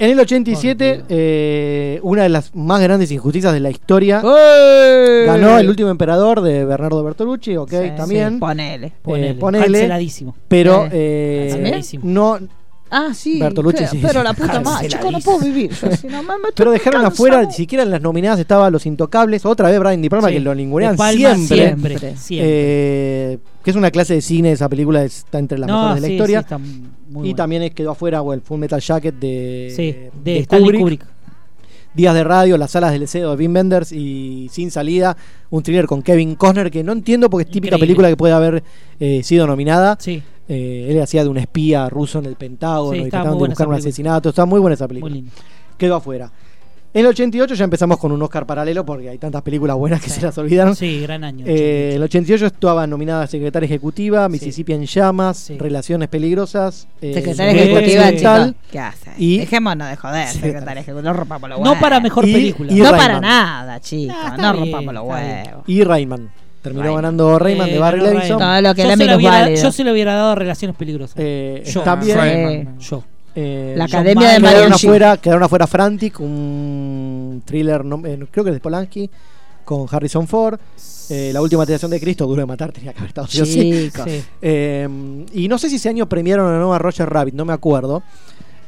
Speaker 8: En el 87, eh, una de las más grandes injusticias de la historia, ganó El último emperador de Bernardo Bertolucci, ok, también.
Speaker 10: Sí, ponele.
Speaker 8: Eh,
Speaker 3: Ponele.
Speaker 8: ponele.
Speaker 3: Canceladísimo.
Speaker 8: Pero
Speaker 10: Sí.
Speaker 8: eh,
Speaker 10: Canceladísimo.
Speaker 8: no,
Speaker 10: Ah, sí.
Speaker 8: Bertolucci,
Speaker 10: claro,
Speaker 8: sí.
Speaker 10: Pero la puta madre, chico, no puedo vivir. Yo, si no, mamá,
Speaker 8: Pero dejaron afuera, ni siquiera en las nominadas estaba Los Intocables, otra vez Brian Di Palma,
Speaker 10: Sí.
Speaker 8: que lo ningunean
Speaker 10: De Palma
Speaker 8: siempre.
Speaker 10: siempre,
Speaker 3: siempre.
Speaker 8: Eh, que es una clase de cine, esa película está entre las
Speaker 3: No,
Speaker 8: mejores de la
Speaker 3: sí,
Speaker 8: historia.
Speaker 3: sí, está muy
Speaker 8: y
Speaker 3: buena.
Speaker 8: también es- quedó afuera bueno, el Full Metal Jacket de,
Speaker 3: Sí, de
Speaker 8: de
Speaker 3: Stanley Kubrick.
Speaker 8: Días de radio, las salas del Leceo de Wim Wenders y Sin Salida, un thriller con Kevin Costner que no entiendo porque es típica
Speaker 3: Increíble.
Speaker 8: película que puede haber eh, sido nominada.
Speaker 3: Sí.
Speaker 8: Eh, él hacía de un espía ruso en el Pentágono
Speaker 3: Sí,
Speaker 8: y
Speaker 3: está
Speaker 8: trataban
Speaker 3: muy
Speaker 8: de
Speaker 3: buena esa
Speaker 8: buscar un
Speaker 3: película.
Speaker 8: asesinato. Está muy buena esa película.
Speaker 3: Muy linda.
Speaker 8: Quedó afuera. En el 88 ya empezamos con un Oscar paralelo porque hay tantas películas buenas que se las olvidaron.
Speaker 3: Sí, gran año.
Speaker 8: Eh, el 88 estaba nominada secretaria ejecutiva, Mississippi en llamas, Relaciones peligrosas. eh,
Speaker 10: Secretaria
Speaker 8: Mujer
Speaker 10: ejecutiva,
Speaker 8: Accidental,
Speaker 10: chicos. ¿Qué hace?
Speaker 8: Y-
Speaker 10: Dejémonos de joder,
Speaker 8: Sí,
Speaker 10: secretaria ejecutiva. No rompamos los
Speaker 3: No
Speaker 10: huevos.
Speaker 3: para mejor
Speaker 8: Y-
Speaker 3: película.
Speaker 8: y
Speaker 10: No
Speaker 8: Rayman.
Speaker 10: para nada, chicos.
Speaker 3: Ah, está
Speaker 10: No
Speaker 3: bien,
Speaker 10: rompamos los
Speaker 3: está bien.
Speaker 10: huevos.
Speaker 8: Y Rayman. Terminó ganando Rayman de
Speaker 3: Eh,
Speaker 8: Barry
Speaker 3: ganó
Speaker 8: Levinson. Eh,
Speaker 3: Rayman.
Speaker 10: Todo lo que
Speaker 3: yo,
Speaker 10: la
Speaker 3: se
Speaker 10: menos
Speaker 3: hubiera,
Speaker 10: válido.
Speaker 3: yo se lo hubiera dado a Relaciones Peligrosas. yo.
Speaker 8: está bien.
Speaker 3: Rayman. Yo.
Speaker 8: Eh,
Speaker 10: La
Speaker 8: John
Speaker 10: Academia de
Speaker 8: Mayer.
Speaker 10: Marion
Speaker 8: quedaron
Speaker 10: Shee.
Speaker 8: afuera, quedaron afuera Frantic, un thriller, no- eh, creo que es de Polanski, con Harrison Ford. Eh, la última tentación de Cristo, duro de matar, tenía que haber estado sí o sí.
Speaker 10: Chicos.
Speaker 3: Sí.
Speaker 8: Eh, y no sé si ese año premiaron o no a Roger Rabbit, no me acuerdo.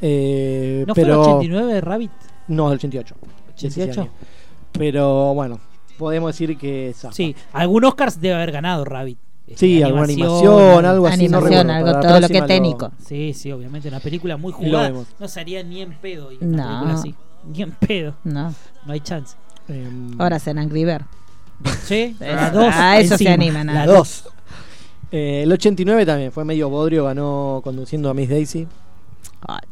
Speaker 8: Eh,
Speaker 3: ¿No
Speaker 8: pero,
Speaker 3: fue el 89 de Rabbit?
Speaker 8: No, del 88. Sí, ese
Speaker 3: 88.
Speaker 8: año. Pero bueno, podemos decir que zafa.
Speaker 3: Sí, algún Oscars debe haber ganado Rabbit. Este,
Speaker 8: Sí, alguna animación, algo así, no
Speaker 10: Animación,
Speaker 8: recuerdo.
Speaker 10: algo,
Speaker 8: Para la
Speaker 10: todo lo que
Speaker 8: próxima
Speaker 10: es técnico.
Speaker 3: Sí, sí, obviamente, una película muy
Speaker 8: Lo
Speaker 3: jugada.
Speaker 8: vemos.
Speaker 3: No se haría ni en pedo. y
Speaker 10: No.
Speaker 3: Una película así. Ni en pedo.
Speaker 10: No.
Speaker 3: No hay chance.
Speaker 8: em,
Speaker 10: Ahora serán Angry Bird.
Speaker 3: Sí,
Speaker 10: Ah,
Speaker 3: las dos.
Speaker 10: a eso se
Speaker 3: encima.
Speaker 10: animan, a-
Speaker 3: Las
Speaker 8: La dos. Eh, el 89 también fue medio bodrio, ganó conduciendo a Miss Daisy.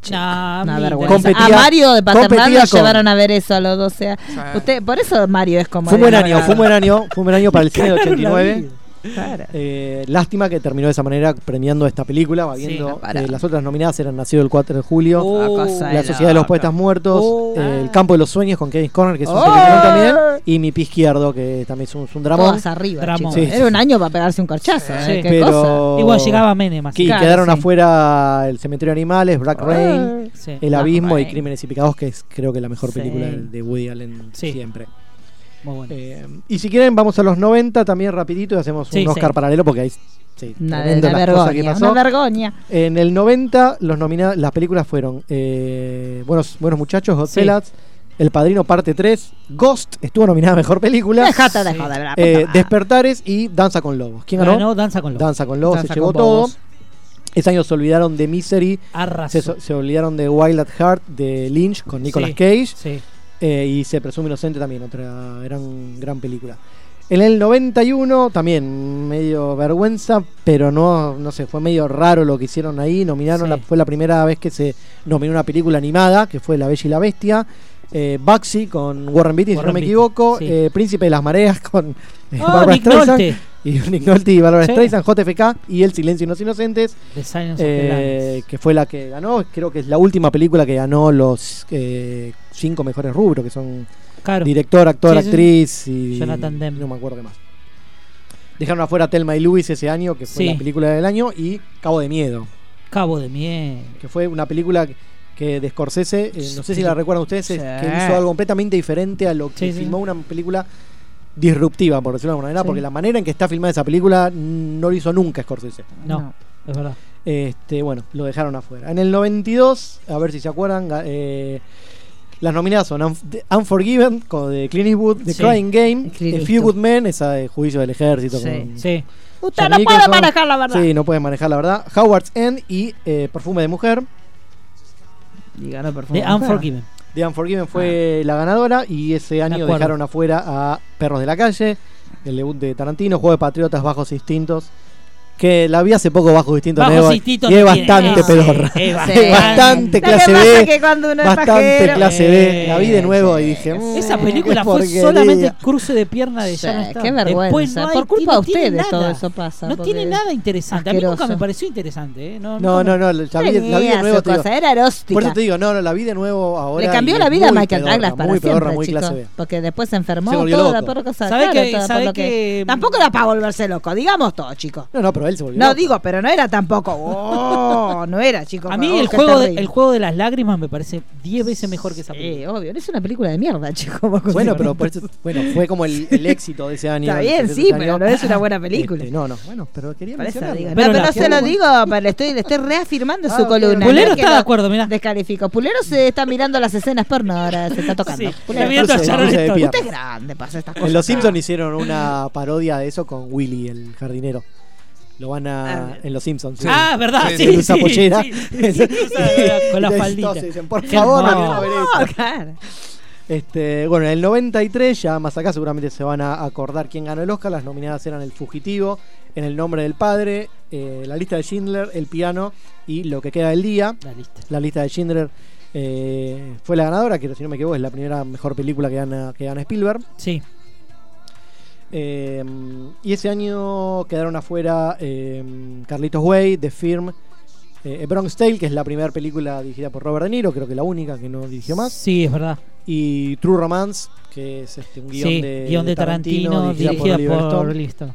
Speaker 3: Nah,
Speaker 10: Una
Speaker 3: mira.
Speaker 10: vergüenza.
Speaker 8: Competía-
Speaker 10: a Mario de Paternal
Speaker 8: competía
Speaker 10: lo
Speaker 8: con-
Speaker 10: llevaron a ver eso a los 12 años.
Speaker 4: Sí.
Speaker 10: Usted, por eso Mario es como.
Speaker 8: Fue un buen
Speaker 10: el-
Speaker 8: año, fue un buen año, fue un buen año para el cine del 89.
Speaker 10: Claro.
Speaker 8: Eh, lástima que terminó de esa manera premiando esta película, va viendo
Speaker 10: no, Uh, para.
Speaker 8: eh, las otras nominadas eran Nacido el 4 de
Speaker 10: Ah,
Speaker 8: julio,
Speaker 3: Oh, cosa
Speaker 8: La
Speaker 3: de
Speaker 8: Sociedad de los
Speaker 3: loca.
Speaker 8: Poetas Muertos,
Speaker 10: Uh,
Speaker 8: eh, El Campo de los Sueños con Kevin Conner, que es un
Speaker 10: Oh.
Speaker 8: peliculón también, y Mi Pie Izquierdo, que también es un, es un dramón.
Speaker 10: Todas arriba. chicos.
Speaker 3: Dramón.
Speaker 8: Sí, sí,
Speaker 10: Era un año para pegarse un corchazo.
Speaker 3: Sí.
Speaker 10: ¿eh? ¿Qué cosa?
Speaker 8: Pero...
Speaker 3: Igual llegaba Menem, así.
Speaker 8: Y
Speaker 10: Claro,
Speaker 8: quedaron
Speaker 10: sí.
Speaker 8: afuera El Cementerio de Animales, Black Rain,
Speaker 3: Sí.
Speaker 8: El
Speaker 3: Black
Speaker 8: Abismo y
Speaker 3: Rain.
Speaker 8: Crímenes y Picados, que es creo que la mejor
Speaker 3: Sí.
Speaker 8: película de de Woody Allen
Speaker 3: Sí.
Speaker 8: siempre.
Speaker 3: Muy bueno.
Speaker 8: Eh, y si quieren, vamos a los 90 también rapidito y hacemos
Speaker 3: Sí,
Speaker 8: un Oscar
Speaker 3: sí.
Speaker 8: paralelo porque ahí sí,
Speaker 10: Una,
Speaker 8: tremendo
Speaker 10: una
Speaker 8: las cosas que
Speaker 10: vergüenza.
Speaker 8: pasó.
Speaker 10: Una vergüenza.
Speaker 8: En el 90 los nomina- las películas fueron eh, Buenos, Buenos Muchachos, Goodfellas, El Padrino Parte 3, Ghost estuvo nominada a Mejor Película,
Speaker 10: Dejate de joder, la puta
Speaker 8: eh,
Speaker 10: madre.
Speaker 8: Despertares y Danza con Lobos. ¿Quién ganó?
Speaker 3: Ganó Danza con los
Speaker 8: Danza con Lobos
Speaker 10: Danza
Speaker 8: se llevó
Speaker 10: con
Speaker 8: todo.
Speaker 10: Lobos.
Speaker 8: Ese año se olvidaron de Misery, se,
Speaker 3: Arrasó.
Speaker 8: so- se olvidaron de Wild at Heart de Lynch con Nicolas
Speaker 3: Sí,
Speaker 8: Cage.
Speaker 3: Sí.
Speaker 8: Eh, y Se presume inocente también, otra gran, gran película. En el 91 también, medio vergüenza, pero no, no sé, fue medio raro lo que hicieron ahí. Nominaron,
Speaker 3: Sí.
Speaker 8: la- fue la primera vez que se nominó una película animada, que fue La Bella y la Bestia. Eh, Baxi con Warren Beatty, si
Speaker 3: Warren
Speaker 8: no me
Speaker 3: Beatty,
Speaker 8: equivoco.
Speaker 3: sí.
Speaker 8: Eh, Príncipe de las Mareas con eh,
Speaker 3: Oh,
Speaker 8: Barbra
Speaker 3: Nick
Speaker 8: Streisand.
Speaker 3: Nolte.
Speaker 8: y un Ignolti y Barbara
Speaker 3: Sí.
Speaker 8: Streisand, JFK y El Silencio de los Inocentes,
Speaker 3: The Silence of the
Speaker 8: eh,
Speaker 3: Lambs.
Speaker 8: que fue la que ganó. Creo que es la última película que ganó los eh, cinco mejores rubros, que son
Speaker 3: Claro.
Speaker 8: director, actor,
Speaker 3: Sí, sí.
Speaker 8: actriz y
Speaker 3: Jonathan Demme.
Speaker 8: no me acuerdo qué más. Dejaron afuera a Thelma y Luis ese año, que fue
Speaker 3: Sí.
Speaker 8: la película del año, y Cabo de Miedo,
Speaker 3: Cabo de miel.
Speaker 8: que fue una película que de Scorsese, eh, no sé si la recuerdan ustedes, es-
Speaker 3: Sí.
Speaker 8: que hizo algo completamente diferente a lo que
Speaker 3: Sí, sí.
Speaker 8: filmó una película disruptiva, por decirlo de alguna manera,
Speaker 3: Sí.
Speaker 8: porque la manera en que está filmada esa película mm, no lo hizo nunca Scorsese.
Speaker 3: No, es verdad.
Speaker 8: Este, bueno, lo dejaron afuera. En el 92, a ver si se acuerdan, ga- eh, las nominadas son Unf- The Unforgiven, con de Clint Eastwood, The
Speaker 3: Sí.
Speaker 8: Crying Game,
Speaker 3: Clint
Speaker 8: The Few
Speaker 3: Eastwood.
Speaker 8: Good Men, esa de Juicio del Ejército. con
Speaker 3: Sí.
Speaker 2: Usted
Speaker 8: Jack
Speaker 2: no puede
Speaker 8: Nicholson.
Speaker 2: manejar la verdad.
Speaker 8: Sí, no puede manejar la verdad. Howard's End y eh, Perfume de Mujer.
Speaker 2: Y ganó
Speaker 3: The Unforgiven.
Speaker 8: The Unforgiven fue la ganadora y ese año
Speaker 3: Ah. acuerdo.
Speaker 8: dejaron afuera a Perros de la Calle, el debut de Tarantino, Juego de Patriotas, Bajos Instintos. Que la vi hace poco Bajos Instintos
Speaker 3: Bajos
Speaker 8: de Eva,
Speaker 3: Instintos
Speaker 8: y es
Speaker 3: no tiene
Speaker 8: bastante
Speaker 3: clase,
Speaker 8: pedorra.
Speaker 3: es
Speaker 8: Es
Speaker 3: bastante.
Speaker 8: bastante
Speaker 3: Lo
Speaker 2: Lo
Speaker 8: clase
Speaker 2: que pasa es
Speaker 8: B.
Speaker 2: que cuando uno es
Speaker 8: Bastante
Speaker 2: pajero-
Speaker 8: clase B. La vi de nuevo y dije.
Speaker 3: Esa
Speaker 8: "Mm,
Speaker 3: película
Speaker 8: qué
Speaker 3: fue
Speaker 8: porquería".
Speaker 3: solamente cruce de pierna de
Speaker 10: Sí,
Speaker 3: Sharon
Speaker 10: qué
Speaker 3: Stone.
Speaker 10: vergüenza.
Speaker 3: Después no hay-
Speaker 10: Por culpa
Speaker 3: no
Speaker 10: de
Speaker 3: tiene
Speaker 10: ustedes todo
Speaker 3: nada.
Speaker 10: eso pasa,
Speaker 3: No
Speaker 10: porque
Speaker 3: tiene nada interesante. A mí nunca
Speaker 10: asqueroso.
Speaker 3: me pareció interesante. ¿eh? No,
Speaker 8: No,
Speaker 3: nunca
Speaker 8: no,
Speaker 3: me-
Speaker 8: no. La vi, la vi
Speaker 2: Tenía
Speaker 8: de nuevo.
Speaker 2: su
Speaker 8: te digo.
Speaker 2: cosa, era eróstica.
Speaker 8: Por eso te digo, no, no, la vi de nuevo ahora.
Speaker 2: Le cambió
Speaker 8: y
Speaker 2: la
Speaker 8: es
Speaker 2: vida a
Speaker 8: muy
Speaker 2: Michael
Speaker 8: pedorra,
Speaker 2: Douglas para
Speaker 8: Muy pedorra,
Speaker 2: siempre,
Speaker 8: muy clase
Speaker 2: chicos,
Speaker 8: B.
Speaker 2: porque después se enfermó
Speaker 8: Se volvió
Speaker 2: toda
Speaker 8: loco.
Speaker 2: la por cosa.
Speaker 3: ¿Sabe
Speaker 2: claro,
Speaker 3: que-
Speaker 2: toda por
Speaker 3: sabe
Speaker 2: lo que-
Speaker 3: que-
Speaker 2: Tampoco era para volverse loco, digamos todo, chicos.
Speaker 8: No, no, pero él se volvió.
Speaker 2: No
Speaker 8: loco.
Speaker 2: digo, pero no era tampoco. Oh, no era, chicos.
Speaker 3: A mí
Speaker 2: oh,
Speaker 3: el
Speaker 2: qué
Speaker 3: juego, de,
Speaker 2: terrible.
Speaker 3: el juego de las lágrimas me parece 10 veces mejor que esa película.
Speaker 2: Eh, obvio, es una película de mierda, chicos. como
Speaker 8: Bueno,
Speaker 2: consigo,
Speaker 8: pero
Speaker 2: ¿no?
Speaker 8: por eso- bueno, fue como el, el éxito de ese año.
Speaker 2: Está
Speaker 8: el
Speaker 2: bien,
Speaker 8: éxito de
Speaker 2: sí,
Speaker 8: ese
Speaker 2: pero
Speaker 8: año.
Speaker 2: no es una buena película.
Speaker 8: Este, no, no, bueno, pero quería
Speaker 2: Por eso
Speaker 8: mencionarla.
Speaker 2: digo, no,
Speaker 3: Pero
Speaker 2: Pero,
Speaker 3: la
Speaker 2: no se lo
Speaker 3: puedo-
Speaker 2: digo, pero le estoy, le estoy reafirmando
Speaker 8: Ah,
Speaker 2: su
Speaker 8: ok,
Speaker 2: columna.
Speaker 8: ok.
Speaker 3: Pulero
Speaker 2: no es que
Speaker 3: está
Speaker 2: lo
Speaker 3: de acuerdo, mirá.
Speaker 2: Descalifico. Pulero se está mirando las escenas porno ahora, se está tocando.
Speaker 3: Sí,
Speaker 2: Pulero,
Speaker 3: está mirando a
Speaker 8: Entonces,
Speaker 3: Sharon
Speaker 8: entonces,
Speaker 3: Stone.
Speaker 8: pía.
Speaker 2: usted es grande, pasa estas cosas.
Speaker 8: En Los Simpsons hicieron una parodia de eso con Willy, el jardinero. Lo van
Speaker 2: Ah,
Speaker 8: a. En Los Simpsons. sí.
Speaker 3: Ah, verdad,
Speaker 4: Sí,
Speaker 3: sí.
Speaker 8: Se usa
Speaker 3: sí,
Speaker 8: pollera.
Speaker 3: sí, sí, sí, sí, Con la
Speaker 8: Entonces,
Speaker 3: faldita.
Speaker 8: todos dicen, por
Speaker 3: Qué
Speaker 8: favor, no
Speaker 3: hermoso.
Speaker 8: quiero ver
Speaker 2: No,
Speaker 8: eso.
Speaker 2: claro.
Speaker 8: Este, bueno, en el 93, ya más acá seguramente se van a acordar quién ganó el Oscar. Las nominadas eran El Fugitivo, En el Nombre del Padre, eh, La Lista de Schindler, El Piano y Lo que queda del día.
Speaker 3: La lista.
Speaker 8: La Lista de Schindler eh, fue la ganadora, que si no me equivoco es la primera mejor película que gana, que gana Spielberg.
Speaker 3: Sí.
Speaker 8: Eh, y ese año quedaron afuera eh, Carlitos Way, The Firm, eh, A Bronx Tale, que es la primera película dirigida por Robert De Niro, creo que la única que no dirigió más.
Speaker 3: Sí, es verdad.
Speaker 8: Y True Romance, que es este, un guión
Speaker 3: sí,
Speaker 8: de,
Speaker 3: guión de Tarantino, dirigida
Speaker 8: Oliver
Speaker 3: por,
Speaker 8: Stone.
Speaker 3: Oliver Stone.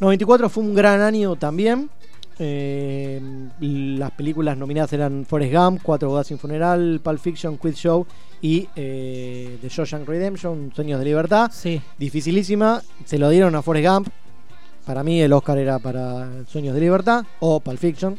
Speaker 8: 94 fue un gran año también. Eh, las películas nominadas eran Forrest Gump, Cuatro bodas sin funeral, Pulp Fiction, Quiz Show y eh, The Shawshank Redemption, Sueños de Libertad.
Speaker 3: Sí.
Speaker 8: Dificilísima, se lo dieron a Forrest Gump. Para mí el Oscar era para Sueños de Libertad o Pulp Fiction.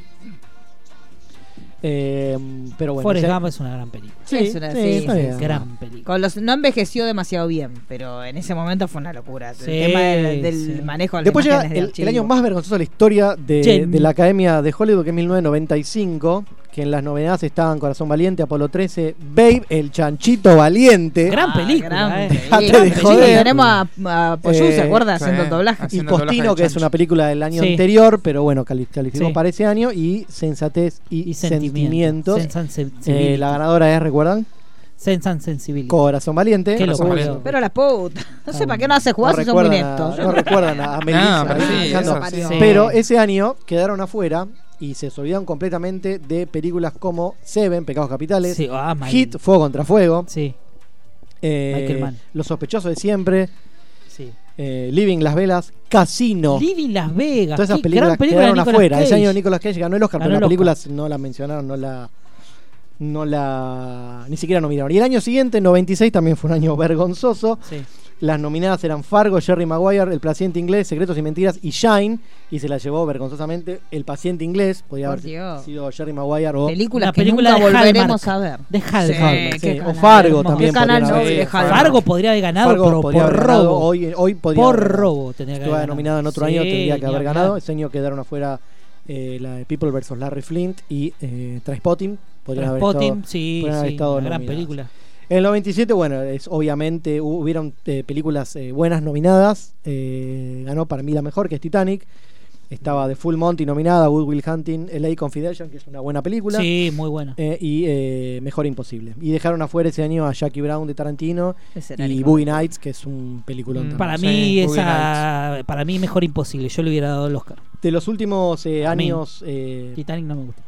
Speaker 8: Eh, pero bueno.
Speaker 3: Forrest
Speaker 8: ya-
Speaker 3: Gump es una gran película.
Speaker 8: Sí,
Speaker 2: Es una-
Speaker 8: sí,
Speaker 2: sí,
Speaker 8: está
Speaker 2: sí,
Speaker 8: bien.
Speaker 3: Gran película.
Speaker 2: Con los, no envejeció demasiado bien, pero en ese momento fue una locura.
Speaker 3: Sí,
Speaker 2: el tema del, del
Speaker 3: sí.
Speaker 2: manejo de
Speaker 8: Después
Speaker 2: las
Speaker 8: llega
Speaker 2: imágenes de
Speaker 8: el, el
Speaker 2: archivo. Ah,
Speaker 8: año más vergonzoso de la historia de,
Speaker 3: Jen.
Speaker 8: de la Academia de Hollywood, que es 1995, que en las novedades estaban Corazón Valiente, Apolo 13, Babe, El Chanchito Valiente.
Speaker 3: Gran
Speaker 2: Ah,
Speaker 3: película.
Speaker 2: gran
Speaker 3: eh.
Speaker 2: película.
Speaker 8: Dejate
Speaker 2: Gran
Speaker 8: de
Speaker 2: película.
Speaker 8: joder.
Speaker 2: Tenemos a, a Poyú, ¿se
Speaker 8: Eh,
Speaker 2: acuerda?
Speaker 4: sí.
Speaker 2: Haciendo el doblaje.
Speaker 8: Y
Speaker 4: haciendo doblaje
Speaker 8: Costino,
Speaker 4: de
Speaker 8: que es
Speaker 4: chancho.
Speaker 8: una película del año
Speaker 3: Sí.
Speaker 8: anterior, pero bueno, cali- calificó
Speaker 3: Sí.
Speaker 8: para ese año, y Sensatez y,
Speaker 3: Y
Speaker 8: Sentimientos.
Speaker 3: sentimientos. Sense and
Speaker 8: Eh,
Speaker 3: Sensibility.
Speaker 8: la ganadora es, ¿recuerdan?
Speaker 3: Sense and Sensibility.
Speaker 8: Corazón Valiente.
Speaker 3: Qué
Speaker 4: Corazón
Speaker 3: locura.
Speaker 4: Valiente.
Speaker 2: Pero la puta. No sé para qué no hace
Speaker 8: No
Speaker 2: jugar si son muy
Speaker 8: recuerdan, a,
Speaker 2: honestos.
Speaker 8: no recuerdan a- a Melissa,
Speaker 4: pero
Speaker 8: ahí
Speaker 4: sí,
Speaker 8: manejando.
Speaker 4: eso sí.
Speaker 3: Sí.
Speaker 8: Pero ese año quedaron afuera y se olvidaron completamente de películas como Seven, Pecados Capitales,
Speaker 3: Sí, ah, mal.
Speaker 8: Hit, Fuego contra Fuego,
Speaker 3: Sí,
Speaker 8: eh,
Speaker 3: Michael Mann.
Speaker 8: Los Sospechosos de Siempre,
Speaker 3: sí.
Speaker 8: eh, Living Las Velas, Casino.
Speaker 3: Living Las Vegas.
Speaker 8: Todas esas
Speaker 3: qué
Speaker 8: películas
Speaker 3: gran película de
Speaker 8: quedaron
Speaker 3: Nicolas
Speaker 8: afuera. Ese
Speaker 3: Cage.
Speaker 8: año Nicolas Cage ganó el Oscar,
Speaker 3: Ganó
Speaker 8: pero
Speaker 3: el
Speaker 8: las
Speaker 3: Oscar.
Speaker 8: películas no las mencionaron, no la no la ni siquiera nominaron. Y el año siguiente, 96, también fue un año vergonzoso.
Speaker 3: Sí.
Speaker 8: Las nominadas eran Fargo, Jerry Maguire, El Paciente Inglés, Secretos y Mentiras y Shine. Y se la llevó vergonzosamente El Paciente Inglés. Podía
Speaker 2: Por
Speaker 8: haber
Speaker 2: Dios.
Speaker 8: sido Jerry Maguire o,
Speaker 2: Películas
Speaker 3: Una
Speaker 2: que
Speaker 3: película
Speaker 2: nunca
Speaker 3: de
Speaker 2: volveremos
Speaker 3: Hallmark.
Speaker 2: a ver.
Speaker 3: De Hallmark.
Speaker 8: Hallmark,
Speaker 2: qué
Speaker 8: sí. o
Speaker 2: canal
Speaker 8: Fargo
Speaker 3: hermoso.
Speaker 8: también.
Speaker 2: Qué canal
Speaker 8: podrían
Speaker 2: noble
Speaker 8: haber-
Speaker 2: de Hallmark.
Speaker 3: Fargo podría haber ganado,
Speaker 8: Fargo
Speaker 3: pero
Speaker 8: podría
Speaker 3: por
Speaker 8: haber ganado.
Speaker 3: robo.
Speaker 8: Hoy, hoy podría
Speaker 3: por
Speaker 8: haber ganado.
Speaker 3: robo tenía que haber
Speaker 8: Estuvo
Speaker 3: ganado.
Speaker 8: nominada en otro
Speaker 3: Sí,
Speaker 8: año, tendría que
Speaker 3: ni
Speaker 8: haber
Speaker 3: hablar.
Speaker 8: ganado. Ese año quedaron afuera eh, la de People vs. Larry Flint y eh, Trainspotting. Podrían haber
Speaker 3: Transpotting,
Speaker 8: estado-
Speaker 3: sí,
Speaker 8: podrían haber
Speaker 3: sí,
Speaker 8: estado
Speaker 3: una gran
Speaker 8: nominadas.
Speaker 3: película.
Speaker 8: En el 97, bueno, es, obviamente hu- hubieron eh, películas eh, buenas nominadas. Eh, ganó para mí la mejor, que es Titanic. Estaba The Full Monty nominada, Good Will Hunting, LA Confidential, que es una buena película.
Speaker 3: Sí, muy buena.
Speaker 8: Eh, y eh, Mejor Imposible. Y dejaron afuera ese año a Jackie Brown de Tarantino
Speaker 3: Ese era el
Speaker 8: y
Speaker 3: hijo
Speaker 8: Boogie Nights, que es un peliculón.
Speaker 3: Mm.
Speaker 8: también.
Speaker 3: Para mí, esa, para mí, mejor imposible. Yo le hubiera dado el Oscar.
Speaker 8: De los últimos eh,
Speaker 3: A mí.
Speaker 8: años. eh,
Speaker 3: Titanic no me gusta.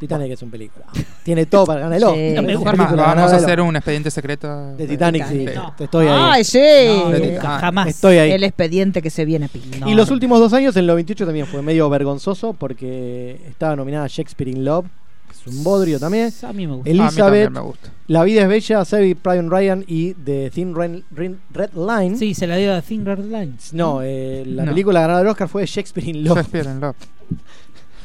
Speaker 8: Titanic es un película. Tiene todo para ganar el Oscar.
Speaker 3: Sí. No me
Speaker 8: Es
Speaker 3: gusta.
Speaker 8: una película,
Speaker 4: Vamos
Speaker 8: ganar
Speaker 4: a
Speaker 8: el
Speaker 4: hacer un expediente secreto
Speaker 8: De Titanic, sí.
Speaker 4: No.
Speaker 8: Te estoy ahí.
Speaker 2: Ay, sí.
Speaker 8: No,
Speaker 2: Eh,
Speaker 8: nunca,
Speaker 2: jamás.
Speaker 8: ah, Estoy ahí.
Speaker 2: El expediente que se viene a pique.
Speaker 8: y los últimos dos años, en el 98 también fue medio vergonzoso porque estaba nominada Shakespeare in Love, que es un bodrio también. Eh,
Speaker 3: A mí me gusta.
Speaker 8: Elizabeth,
Speaker 4: me gusta.
Speaker 8: La vida es bella, Savvy Private Ryan y The Thin Ren- Ren- Red Line.
Speaker 3: Sí, se la dio a Thin Red Line.
Speaker 8: No, eh, la
Speaker 3: No.
Speaker 8: película ganada del Oscar fue Shakespeare in Love.
Speaker 4: Shakespeare in Love.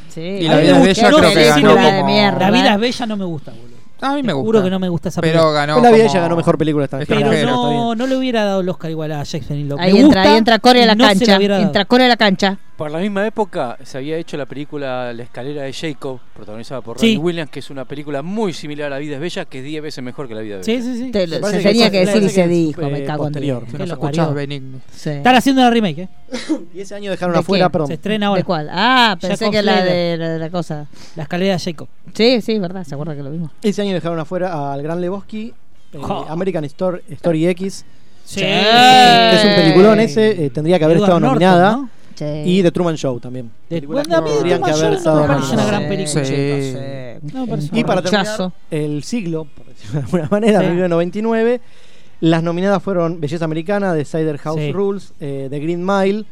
Speaker 2: Sí.
Speaker 4: Y la vida es bella creo que ganó como-
Speaker 3: La vida es bella no me gusta, boludo.
Speaker 4: A mí me
Speaker 3: Te
Speaker 4: gusta.
Speaker 3: juro que no me gusta esa
Speaker 4: Pero
Speaker 3: película.
Speaker 4: ganó.
Speaker 8: Pues la vida
Speaker 4: como-
Speaker 8: ella ganó mejor película extranjera.
Speaker 4: Pero
Speaker 8: Está bien.
Speaker 3: No, no le hubiera dado el Oscar igual a Shakespeare in Love.
Speaker 2: Ahí
Speaker 3: Me
Speaker 2: entra,
Speaker 3: gusta
Speaker 2: ahí entra Core a la
Speaker 3: y no se
Speaker 2: cancha.
Speaker 3: hubiera dado.
Speaker 2: entra Core a la cancha.
Speaker 7: Por la misma época se había hecho la película La escalera de Jacob, protagonizada por
Speaker 3: Sí.
Speaker 7: Robin Williams, que es una película muy similar a La vida es bella, que es 10 veces mejor que La vida es bella.
Speaker 3: Sí, sí, sí.
Speaker 2: Te
Speaker 8: Me
Speaker 2: lo-
Speaker 8: parece
Speaker 2: se
Speaker 8: que
Speaker 2: tenía
Speaker 8: eso-
Speaker 2: que
Speaker 8: me
Speaker 2: decir y
Speaker 8: parece
Speaker 2: se
Speaker 8: que es,
Speaker 2: dijo. Me
Speaker 8: eh,
Speaker 2: cago en
Speaker 8: posterior.
Speaker 2: Dios.
Speaker 4: Si
Speaker 3: Que
Speaker 4: nos
Speaker 3: lo
Speaker 4: escuchás,
Speaker 3: parió.
Speaker 4: Benigni.
Speaker 2: Sí.
Speaker 3: Están haciendo una remake, ¿eh?
Speaker 8: Y ese año dejaron afuera,
Speaker 2: quién?
Speaker 8: pero
Speaker 3: Se estrena ahora.
Speaker 2: ¿De cuál? Ah, pensé
Speaker 3: Jacob
Speaker 2: que la de,
Speaker 3: Slater.
Speaker 2: la de la cosa.
Speaker 3: La escalera de Jacob.
Speaker 2: Sí, sí, verdad, se acuerda que lo vimos.
Speaker 8: ese año dejaron afuera al Gran Lebowski, eh,
Speaker 3: Jo.
Speaker 8: American Story, Story X.
Speaker 3: Sí.
Speaker 8: Es un peliculón ese, eh, tendría que haber
Speaker 3: Edward
Speaker 8: estado
Speaker 3: Norton,
Speaker 8: nominada.
Speaker 3: ¿no?
Speaker 2: Sí.
Speaker 8: Y The Truman Show también.
Speaker 3: De-
Speaker 8: Película
Speaker 3: bueno, a mí
Speaker 8: que
Speaker 3: de
Speaker 8: tendrían
Speaker 3: Truman
Speaker 8: que
Speaker 3: Show
Speaker 8: haber
Speaker 3: no
Speaker 8: estado
Speaker 3: me parece una
Speaker 8: nominadas.
Speaker 3: gran
Speaker 2: Sí,
Speaker 3: película.
Speaker 4: Sí.
Speaker 3: No, parece
Speaker 8: Y
Speaker 3: una
Speaker 8: para
Speaker 3: gran-
Speaker 8: terminar
Speaker 2: Rechazo.
Speaker 8: el siglo, por decirlo de alguna manera,
Speaker 3: Sí.
Speaker 8: el 99, las nominadas fueron Belleza Americana, The Cider House
Speaker 3: Sí.
Speaker 8: Rules, eh, The Green Mile,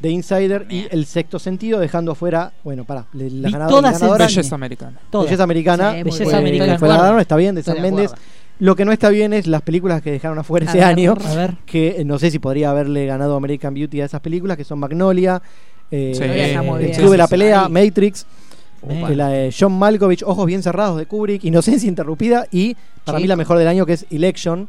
Speaker 8: The Insider y El Sexto Sentido, dejando afuera, bueno, pará, le- la
Speaker 3: Vi
Speaker 8: ganadora,
Speaker 3: todas
Speaker 8: la ganadora,
Speaker 4: Belleza americana.
Speaker 3: todas.
Speaker 8: Belleza Americana, pues,
Speaker 2: Sí, muy
Speaker 8: fue-
Speaker 3: bien. Americana.
Speaker 8: fue la ganadora, está bien, de
Speaker 2: Estoy
Speaker 8: San
Speaker 2: de
Speaker 8: Méndez.
Speaker 2: acuerdo. Ah,
Speaker 8: Lo que no está bien es las películas que dejaron afuera
Speaker 2: A
Speaker 8: ese
Speaker 2: ver.
Speaker 8: año,
Speaker 3: A ver.
Speaker 8: que eh, no sé si podría haberle ganado American Beauty a esas películas, que son Magnolia, eh,
Speaker 4: Sí,
Speaker 2: está muy
Speaker 8: El
Speaker 2: bien.
Speaker 8: Club de la
Speaker 2: Sí, sí, sí.
Speaker 8: Pelea,
Speaker 2: Ahí.
Speaker 8: Matrix,
Speaker 3: Opa.
Speaker 8: eh, la de John Malkovich, Ojos Bien Cerrados de Kubrick, Inocencia Interrumpida y para
Speaker 2: Sí.
Speaker 8: mí la mejor del año que es Election.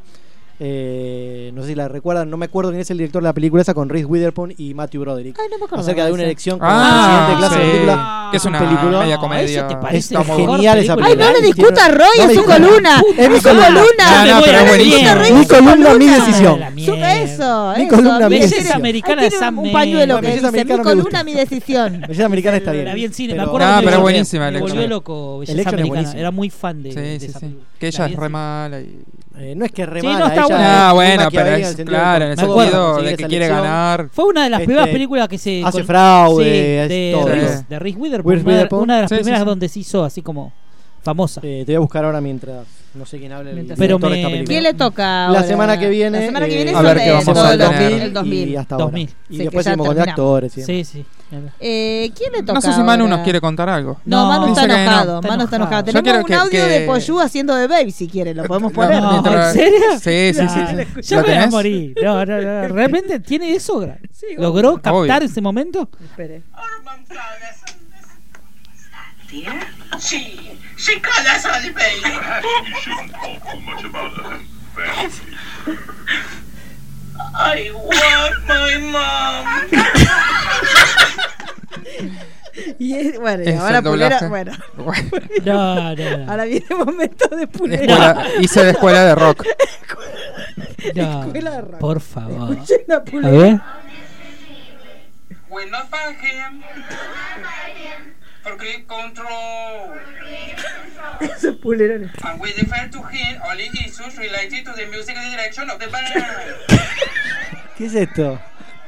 Speaker 8: Eh, no sé si la recuerdan, no me acuerdo quién es el director de la película esa con Reese Witheerpoon y Matthew Broderick.
Speaker 2: Ay, no me acuerdo.
Speaker 8: acerca de una elección con
Speaker 4: Ah,
Speaker 8: la siguiente clase
Speaker 4: sí.
Speaker 8: de película.
Speaker 4: Que es una media
Speaker 8: Peliculón.
Speaker 3: No, eso te
Speaker 4: comedia.
Speaker 3: parece
Speaker 8: Está
Speaker 3: mejor
Speaker 8: genial esa
Speaker 3: película.
Speaker 2: Ay, no le discuta a Roy
Speaker 8: No me
Speaker 2: en su
Speaker 8: discuta.
Speaker 2: columna.
Speaker 8: Puta,
Speaker 2: Es mi
Speaker 8: mi columna.
Speaker 2: columna.
Speaker 4: No, no, pero
Speaker 2: Le discuta a Roy en
Speaker 8: Mi
Speaker 2: su
Speaker 8: columna, mi
Speaker 3: Ah,
Speaker 8: decisión.
Speaker 3: la
Speaker 2: Su-
Speaker 3: mierda.
Speaker 2: Eso,
Speaker 8: Mi
Speaker 2: eso.
Speaker 8: columna, mi
Speaker 2: Ahí
Speaker 3: Belleza
Speaker 8: decisión.
Speaker 3: americana
Speaker 2: tiene
Speaker 3: de Sam
Speaker 2: un, un
Speaker 3: Mendes.
Speaker 2: pañuelo que
Speaker 8: Belleza
Speaker 2: dice mi
Speaker 8: americana me
Speaker 2: columna,
Speaker 8: gusta.
Speaker 2: mi decisión.
Speaker 8: Belleza Americana está bien.
Speaker 3: La vi en cine, me
Speaker 8: pero-
Speaker 3: acuerdo.
Speaker 4: No,
Speaker 3: que me volvió-
Speaker 4: pero buenísima
Speaker 3: Me
Speaker 4: Election.
Speaker 3: volvió loco Belleza
Speaker 8: Election es
Speaker 3: Americana.
Speaker 8: buenísima.
Speaker 3: Era muy fan de, de
Speaker 4: Sí, sí,
Speaker 3: esa
Speaker 4: sí.
Speaker 3: película.
Speaker 4: Que
Speaker 3: La
Speaker 4: ella
Speaker 3: vi
Speaker 4: es
Speaker 3: en
Speaker 4: re
Speaker 3: cine.
Speaker 4: mala. y-
Speaker 8: Eh, no es que es re
Speaker 3: Sí, no
Speaker 8: mala,
Speaker 3: está
Speaker 8: ella
Speaker 3: buena.
Speaker 8: es
Speaker 4: Ah,
Speaker 8: muy
Speaker 4: bueno, pero
Speaker 8: maquiavélica en
Speaker 4: es-
Speaker 8: el sentido
Speaker 4: claro, en
Speaker 8: de
Speaker 4: el
Speaker 8: todo,
Speaker 4: sentido
Speaker 8: seguir
Speaker 4: de
Speaker 8: esa
Speaker 4: que quiere
Speaker 8: elección.
Speaker 4: ganar.
Speaker 3: Fue una de las
Speaker 8: Este,
Speaker 3: primeras películas que se.
Speaker 8: hace
Speaker 3: con-
Speaker 8: fraude,
Speaker 3: Sí, de,
Speaker 8: hace todo.
Speaker 3: Reese- de Reese Witheerpoon.
Speaker 8: Reese
Speaker 3: una de-
Speaker 8: Witheerpoon.
Speaker 3: Una de las
Speaker 4: Sí, sí,
Speaker 3: primeras
Speaker 4: sí.
Speaker 3: donde se hizo así como famosa.
Speaker 8: Eh, te voy a buscar ahora mientras no sé quién habla el
Speaker 2: Mientras-
Speaker 3: Pero
Speaker 8: director de
Speaker 3: me-
Speaker 8: esta película.
Speaker 2: ¿Quién le toca
Speaker 8: La
Speaker 2: ahora?
Speaker 8: semana que viene.
Speaker 2: La semana que viene
Speaker 8: eh,
Speaker 2: son
Speaker 4: a ver
Speaker 2: de
Speaker 4: qué vamos a
Speaker 2: todo lo
Speaker 4: tener.
Speaker 2: que- el 2000.
Speaker 8: Y hasta ahora.
Speaker 3: 2000.
Speaker 8: Y
Speaker 2: Sí,
Speaker 8: después
Speaker 2: que ya
Speaker 8: seguimos con The
Speaker 2: terminamos.
Speaker 8: Actores. sí.
Speaker 3: Sí, sí. es
Speaker 2: Eh, ¿Quién le toca
Speaker 4: No sé si Manu
Speaker 2: ahora?
Speaker 4: nos quiere contar algo.
Speaker 3: No,
Speaker 2: No, Manu está
Speaker 4: dice que no.
Speaker 3: Está
Speaker 2: enojado. Manu está
Speaker 3: enojado.
Speaker 2: enojado.
Speaker 4: Yo
Speaker 2: Tenemos
Speaker 4: quiero
Speaker 2: un
Speaker 4: que-
Speaker 2: audio
Speaker 4: que-
Speaker 2: de Poyú haciendo de baby si quiere. Lo podemos
Speaker 4: No,
Speaker 2: poner.
Speaker 4: no,
Speaker 3: verdad.
Speaker 4: mientras-
Speaker 3: ¿En serio?
Speaker 4: Sí, sí, sí, sí.
Speaker 3: Nah, Ya
Speaker 4: ¿Lo
Speaker 3: me voy a
Speaker 4: tenés?
Speaker 3: morir. No, no, no. Realmente tiene eso. gra- ¿Logró captar
Speaker 4: Obvio.
Speaker 3: ese momento?
Speaker 2: Espere.
Speaker 13: She she called us on the baby. Perhaps we shouldn't talk much about her fancy. I want my mom.
Speaker 2: Y es- bueno, y
Speaker 4: Es
Speaker 2: ahora
Speaker 4: el doblaje.
Speaker 2: Pulero. Bueno,
Speaker 3: No, no, no.
Speaker 2: ahora viene el momento de Pulero.
Speaker 4: Escuela- hice de escuela de rock.
Speaker 3: No,
Speaker 2: Escuela de rock.
Speaker 3: por favor.
Speaker 2: Escuchen a
Speaker 3: A
Speaker 2: Pulero.
Speaker 3: ver.
Speaker 13: We're not by him. Forget control.
Speaker 2: Ese Pulero le-
Speaker 13: And we refer to him only issues related to the musical direction of the band.
Speaker 8: ¿Qué es esto?